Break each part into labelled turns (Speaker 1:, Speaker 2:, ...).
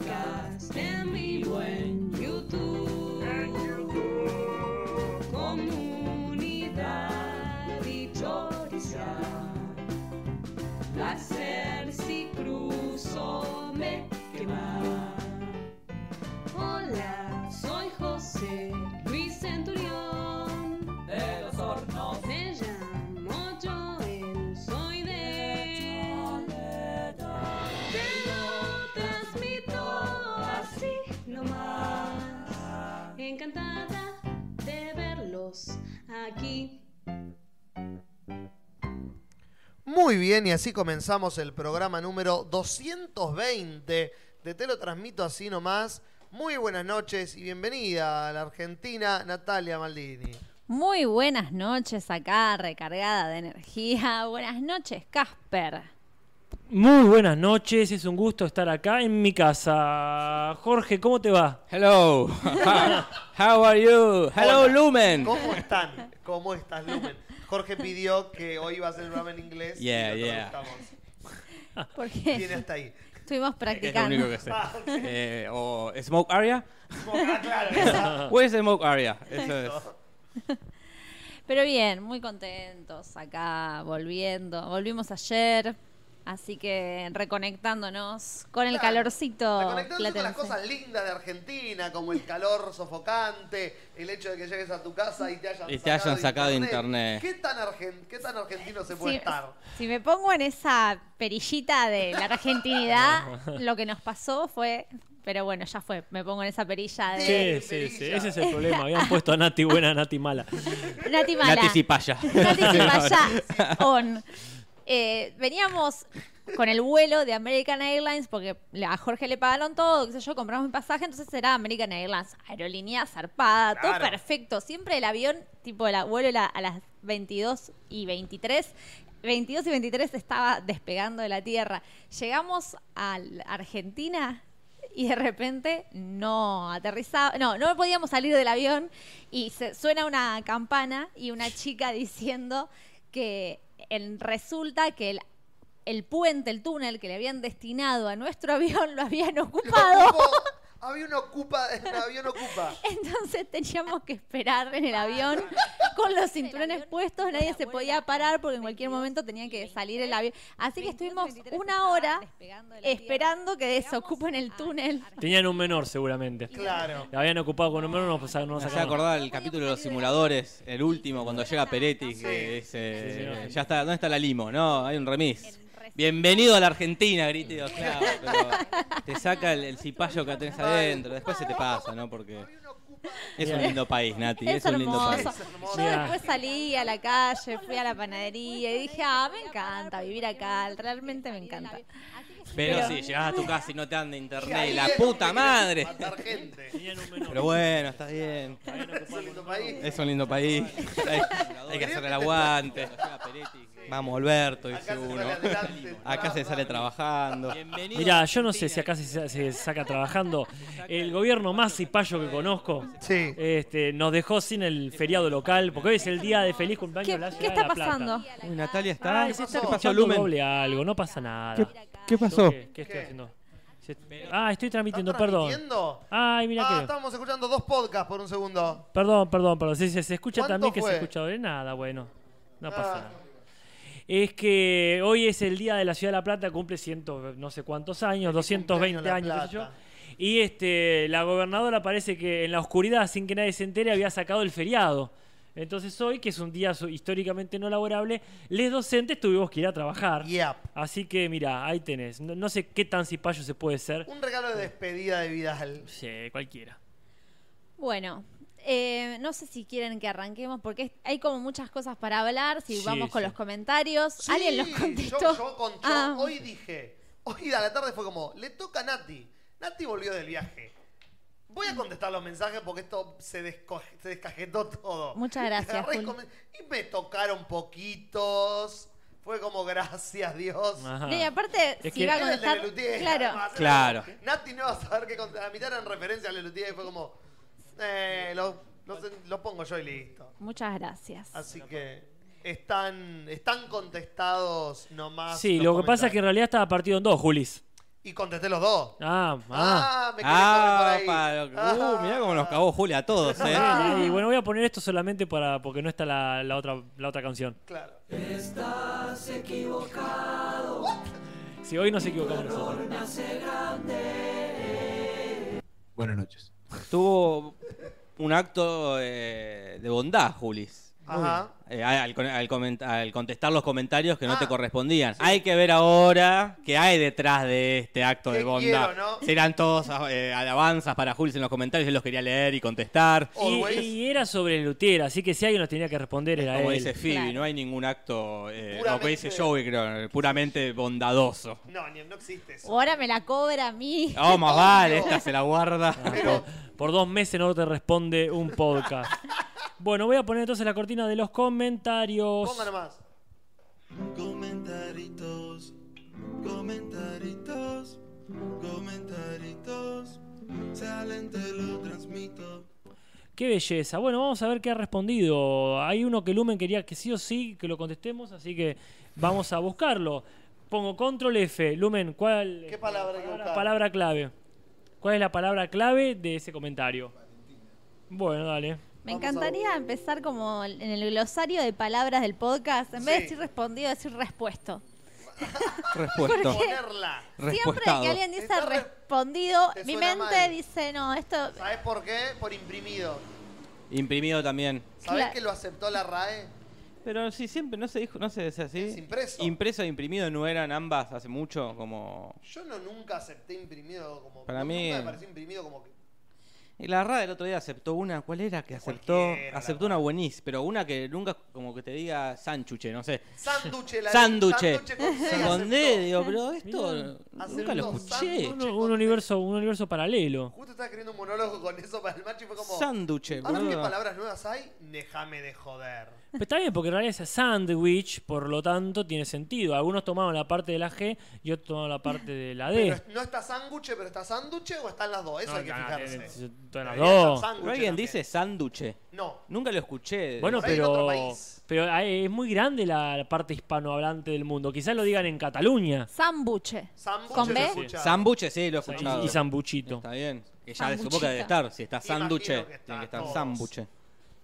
Speaker 1: podcast en vivo en YouTube. Comunidad y Placer si cruzo me quema. Hola, soy José Luis Centurión.
Speaker 2: de los hornos.
Speaker 1: Me llamo Joel, soy de Te lo transmito así nomás. Encantada de verlos aquí.
Speaker 3: Muy bien, y así comenzamos el programa número 220 de Te lo transmito así nomás. Muy buenas noches y bienvenida a la Argentina, Natalia Maldini.
Speaker 4: Muy buenas noches acá, recargada de energía. Buenas noches, Casper.
Speaker 5: Muy buenas noches, es un gusto estar acá en mi casa. Jorge, ¿cómo te va?
Speaker 2: Hello. How are you? Hello,
Speaker 3: Hola.
Speaker 2: Lumen.
Speaker 3: ¿Cómo están? ¿Cómo estás, Lumen? Jorge pidió que hoy iba a ser el programa en inglés. y
Speaker 2: Yeah,
Speaker 3: lo
Speaker 2: yeah.
Speaker 3: traducamos. Viene
Speaker 4: Porque
Speaker 3: hasta ahí.
Speaker 4: estuvimos
Speaker 2: Es lo único
Speaker 4: practicando.
Speaker 2: que sé.
Speaker 5: Ah,
Speaker 2: Eh, o Smoke Area.
Speaker 3: Ah, claro, esa-
Speaker 2: Where is Smoke Area? Eso es.
Speaker 4: Pero bien, muy contentos acá, volviendo. Volvimos ayer, así que reconectándonos con el
Speaker 3: Claro.
Speaker 4: calorcito.
Speaker 3: Reconectándose con las
Speaker 4: platense.
Speaker 3: cosas lindas de Argentina, como el calor sofocante, el hecho de que llegues a tu casa y te hayan
Speaker 2: Y te
Speaker 3: sacado,
Speaker 2: hayan sacado internet.
Speaker 3: ¿Qué tan, argen- ¿Qué tan argentino se puede
Speaker 4: Si,
Speaker 3: estar?
Speaker 4: si me pongo en esa perillita de la argentinidad, lo que nos pasó fue. Pero bueno, ya fue. Me pongo en esa perilla de.
Speaker 3: Sí,
Speaker 5: Sí, sí, sí,
Speaker 3: Perilla.
Speaker 5: ese es el problema. Habían puesto a Nati buena, a Nati mala.
Speaker 4: Nati Mala.
Speaker 2: Nati Cipaya.
Speaker 4: Nati Cipayá, on. Eh, veníamos con el vuelo de American Airlines porque le- a Jorge le pagaron todo, qué sé yo, compramos mi pasaje, entonces era American Airlines, aerolínea zarpada,
Speaker 3: Claro.
Speaker 4: todo perfecto. Siempre el avión, tipo el vuelo era a las 22 y 23. 22 y 23 estaba despegando de la tierra. Llegamos a la Argentina y de repente no aterrizaba, no, no podíamos salir del avión y se, suena una campana y una chica diciendo que el- resulta que el, el puente, el túnel que le habían destinado a nuestro avión lo habían
Speaker 3: Lo
Speaker 4: ocupado.
Speaker 3: ocupó- había un ocupa, un avión ocupa.
Speaker 4: Entonces teníamos que esperar en el avión con los cinturones puestos, nadie se podía parar porque en cualquier momento tenía que salir el avión. Así que estuvimos una hora esperando que desocupen el túnel.
Speaker 5: Tenían un menor seguramente.
Speaker 3: Claro.
Speaker 5: La habían ocupado con un menor, no pasaron, no
Speaker 2: Me hacía
Speaker 5: sacaron.
Speaker 2: acordar el capítulo de los simuladores, el último, cuando llega Peretti, que dice,
Speaker 5: Sí, señor.
Speaker 2: ya está, ¿dónde está la limo? No, hay un remis. Bienvenido a la Argentina, grite, o sea, pero te saca el, el cipayo que tenés adentro, después se te pasa, ¿no? Porque es un lindo país, Nati, es,
Speaker 4: Es
Speaker 2: un lindo país.
Speaker 4: hermoso.
Speaker 3: país. Es hermoso.
Speaker 4: Yo
Speaker 5: Mirá.
Speaker 4: después salí a la calle, fui a la panadería y dije, ah, me encanta vivir acá, realmente me encanta.
Speaker 2: Pero
Speaker 4: Pero-
Speaker 2: si llegás a tu casa y no te anda internet,
Speaker 3: Ahí
Speaker 2: la
Speaker 3: es donde
Speaker 2: puta
Speaker 3: querés
Speaker 2: madre.
Speaker 3: Matar gente.
Speaker 5: Tenían un
Speaker 2: Pero
Speaker 5: menor.
Speaker 2: bueno, está bien.
Speaker 3: Es un lindo país.
Speaker 2: Es un lindo país. Hay, hay que hacer el aguante. Vamos, Alberto, dice
Speaker 3: Acá se
Speaker 2: uno.
Speaker 3: sale adelante.
Speaker 2: Acá se sale trabajando.
Speaker 5: Mirá, yo no sé si acá se, se saca trabajando. El gobierno más cipayo que conozco
Speaker 3: Sí.
Speaker 5: este, nos dejó sin el feriado local, porque hoy es el día de feliz cumpleaños
Speaker 4: ¿Qué,
Speaker 5: de la ciudad
Speaker 4: qué
Speaker 5: de
Speaker 4: está
Speaker 5: La Plata.
Speaker 4: pasando?
Speaker 2: Uy, Natalia está.
Speaker 5: Ay, se Ah, está
Speaker 2: ¿Qué pasó,
Speaker 5: escuchando
Speaker 2: Lumen?
Speaker 5: doble algo, no pasa nada.
Speaker 2: ¿Qué, qué pasó?
Speaker 5: ¿Qué, qué estoy
Speaker 3: ¿Qué?
Speaker 5: haciendo? Se- Ah, estoy transmitiendo,
Speaker 3: ¿Estás
Speaker 5: perdón.
Speaker 3: transmitiendo?
Speaker 5: Ay, mira
Speaker 3: ah,
Speaker 5: que.
Speaker 3: estábamos escuchando dos podcasts por un segundo.
Speaker 5: Perdón, perdón, perdón. Sí, sí, se escucha
Speaker 3: ¿Cuánto
Speaker 5: también que
Speaker 3: fue?
Speaker 5: se escucha doble. Nada, bueno. No pasa
Speaker 3: Ah.
Speaker 5: nada. Es que hoy es el día de la ciudad de La Plata, cumple ciento no sé cuántos años, 220
Speaker 3: cumpleaños La
Speaker 5: años, qué sé yo.
Speaker 3: Plata.
Speaker 5: Y este, la gobernadora parece que en la oscuridad, sin que nadie se entere, había sacado el feriado. Entonces hoy, que es un día su- históricamente no laborable, les docentes tuvimos que ir a trabajar.
Speaker 3: Yep.
Speaker 5: Así que mira, ahí tenés. No, no sé qué tan cipayo se puede ser.
Speaker 3: Un regalo de despedida de Vidal.
Speaker 5: Sí, cualquiera.
Speaker 4: Bueno, eh, no sé si quieren que arranquemos porque es- hay como muchas cosas para hablar. Si
Speaker 5: Sí,
Speaker 4: vamos con
Speaker 5: sí.
Speaker 4: los comentarios,
Speaker 3: Sí,
Speaker 4: alguien los
Speaker 3: yo-
Speaker 4: contestó.
Speaker 3: Yo, con- yo
Speaker 4: Ah,
Speaker 3: hoy dije, hoy a la tarde fue como, le toca a Nati. Nati volvió del viaje. Voy a contestar los mensajes porque esto se, desco- se descajetó todo.
Speaker 4: Muchas gracias,
Speaker 3: Agarré y
Speaker 4: Juli.
Speaker 3: comen- Y me tocaron poquitos. Fue como, gracias Dios.
Speaker 5: Ajá.
Speaker 4: y aparte,
Speaker 5: Es
Speaker 4: si
Speaker 5: que-
Speaker 4: va a
Speaker 3: Era el de
Speaker 4: contestar,
Speaker 3: Lelutier,
Speaker 4: claro,
Speaker 3: además.
Speaker 2: Claro.
Speaker 3: Nati no va a saber que la mitad eran referencias a Lelutier y fue como, eh, lo, lo sen- lo pongo yo y listo.
Speaker 4: muchas gracias.
Speaker 3: Así que están, están contestados nomás.
Speaker 5: Sí,
Speaker 3: los
Speaker 5: lo que pasa es que en
Speaker 3: comentarios.
Speaker 5: realidad estaba partido en dos, Julis.
Speaker 3: Y contesté los dos.
Speaker 5: Ah, ah.
Speaker 3: Ah, me quedé
Speaker 2: Ah,
Speaker 3: por ahí.
Speaker 2: pa, lo-
Speaker 3: Ah.
Speaker 2: uh, mirá cómo nos cagó Julia a todos, ¿eh?
Speaker 5: Y bueno, voy a poner esto solamente para porque no está la, la otra, la otra canción.
Speaker 3: Claro.
Speaker 5: Si hoy nos equivocamos nosotros.
Speaker 6: Buenas noches.
Speaker 2: Tuvo un acto eh, de bondad, Julis.
Speaker 3: Ajá.
Speaker 2: Eh, al, con- al coment- al contestar los comentarios que no
Speaker 3: Ah,
Speaker 2: te correspondían. Hay que ver ahora qué hay detrás de este acto
Speaker 3: ¿Qué
Speaker 2: de bondad.
Speaker 3: quiero, no?
Speaker 2: Serán todos eh, alabanzas para Julis en los comentarios. Él los quería leer y contestar.
Speaker 5: Y,
Speaker 3: Always.
Speaker 5: y era sobre Lutier, así que si alguien nos tenía que responder era
Speaker 2: Como
Speaker 5: él.
Speaker 2: dice Phoebe,
Speaker 4: Claro.
Speaker 2: no hay ningún acto, eh, lo que
Speaker 3: Puramente-
Speaker 2: dice Joey, creo, puramente bondadoso.
Speaker 3: No, ni- no existe eso.
Speaker 4: Ahora me la cobra a mí.
Speaker 2: Oh, más vale, esta se la guarda.
Speaker 3: Pero,
Speaker 5: Por dos meses no te responde un podcast. Bueno, voy a poner entonces la cortina de los comentarios.
Speaker 3: ponga nomás.
Speaker 7: Comentaritos, comentaritos, comentaritos. Salen, te lo transmito.
Speaker 5: Qué belleza. Bueno, vamos a ver qué ha respondido. Hay uno que Lumen quería que sí o sí que lo contestemos, así que vamos a buscarlo. Pongo control F. Lumen, ¿cuál
Speaker 3: ¿Qué palabra hay que
Speaker 5: palabra,
Speaker 3: buscar?
Speaker 5: palabra clave? ¿Cuál es la palabra clave de ese comentario? Bueno, dale.
Speaker 4: Me
Speaker 3: Vamos a
Speaker 4: encantaría empezar como en el glosario de palabras del podcast. En vez de
Speaker 3: Sí.
Speaker 4: decir respondido, decir respuesto.
Speaker 2: Respuesto.
Speaker 3: Ponerla.
Speaker 4: Siempre que
Speaker 2: Respuestado.
Speaker 4: alguien dice
Speaker 3: Está re-
Speaker 4: respondido,
Speaker 3: te
Speaker 4: mi
Speaker 3: suena
Speaker 4: mente
Speaker 3: mal.
Speaker 4: dice, no, esto...
Speaker 3: ¿Sabes por qué? Por imprimido.
Speaker 2: Imprimido también.
Speaker 3: ¿Sabes
Speaker 4: Claro.
Speaker 3: que lo aceptó la RAE?
Speaker 2: Pero si siempre no se dijo, no se decía así.
Speaker 3: Es impreso.
Speaker 2: Impreso e imprimido no eran ambas hace mucho, como.
Speaker 3: Yo no nunca acepté imprimido como.
Speaker 2: Para
Speaker 3: no,
Speaker 2: mí-
Speaker 3: Nunca me pareció imprimido como. que-
Speaker 2: Y la RAD el otro día aceptó una, ¿cuál era? Que aceptó.
Speaker 3: Cualquiera, la
Speaker 2: Aceptó una buenísima, pero una que nunca como que te diga sanchuche, no sé.
Speaker 3: Sánduche la
Speaker 2: Sánduche.
Speaker 3: Sánduche con C
Speaker 2: Con
Speaker 3: aceptó.
Speaker 2: D, digo, pero esto nunca
Speaker 3: Aceptó
Speaker 2: lo escuché.
Speaker 3: sándwich.
Speaker 5: Uno- un, universo, un universo paralelo.
Speaker 3: Justo estaba escribiendo un monólogo con eso para el macho y fue como.
Speaker 2: Sánduche,
Speaker 3: Ahora qué
Speaker 2: boludo.
Speaker 3: palabras nuevas hay, déjame de joder.
Speaker 5: Pero está bien, porque en realidad es sandwich, por lo tanto tiene sentido. Algunos tomaron la parte de la G y otros tomaron la parte de la D.
Speaker 3: Pero es- no está sánduche, pero está sánduche o están las dos, eso
Speaker 5: No,
Speaker 3: hay que
Speaker 5: no,
Speaker 3: fijarse.
Speaker 5: eh, eh, están las
Speaker 3: Debería
Speaker 5: dos.
Speaker 3: ser sánduche
Speaker 2: Pero alguien
Speaker 3: también.
Speaker 2: dice sánduche.
Speaker 3: No.
Speaker 2: Nunca lo escuché.
Speaker 5: Bueno,
Speaker 3: Por ahí en
Speaker 5: pero,
Speaker 3: otro país.
Speaker 5: pero hay- es muy grande la parte hispanohablante del mundo. Quizás lo digan en Cataluña.
Speaker 4: Zambuche.
Speaker 3: Sambuche
Speaker 4: ¿Con
Speaker 3: se
Speaker 4: B?
Speaker 3: escucha.
Speaker 2: Sambuche, sí, lo he escuchado.
Speaker 5: Y, y sambuchito.
Speaker 2: Está bien. Que ya
Speaker 4: Sambuchita.
Speaker 2: supongo que debe estar. Si está
Speaker 3: Imagino
Speaker 2: sánduche,
Speaker 3: que está
Speaker 2: tiene que estar
Speaker 3: todos.
Speaker 2: sambuche.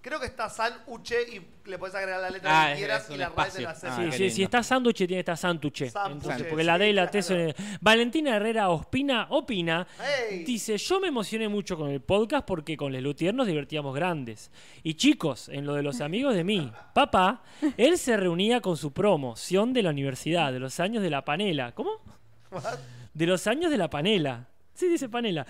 Speaker 3: Creo que está sándwich y le podés agregar la letra
Speaker 2: Ah,
Speaker 3: que
Speaker 2: es-
Speaker 3: quieras
Speaker 2: es
Speaker 3: y
Speaker 2: un
Speaker 3: la RAE te la
Speaker 2: espacio.
Speaker 3: acepta.
Speaker 2: Ah,
Speaker 5: Sí,
Speaker 2: qué
Speaker 5: sí, si
Speaker 2: lindo.
Speaker 5: está sanduche, tiene que estar santuche.
Speaker 3: Santuche,
Speaker 5: Entonces, porque la D y la T
Speaker 3: sí, claro.
Speaker 5: son... Valentina Herrera Ospina opina.
Speaker 3: Ey.
Speaker 5: Dice, yo me emocioné mucho con el podcast porque con Les Lutier nos divertíamos grandes. Y chicos, en lo de los amigos de mí, papá, él se reunía con su promoción de la universidad, de los años de la panela. ¿Cómo? De los años de la panela. Sí, dice panela.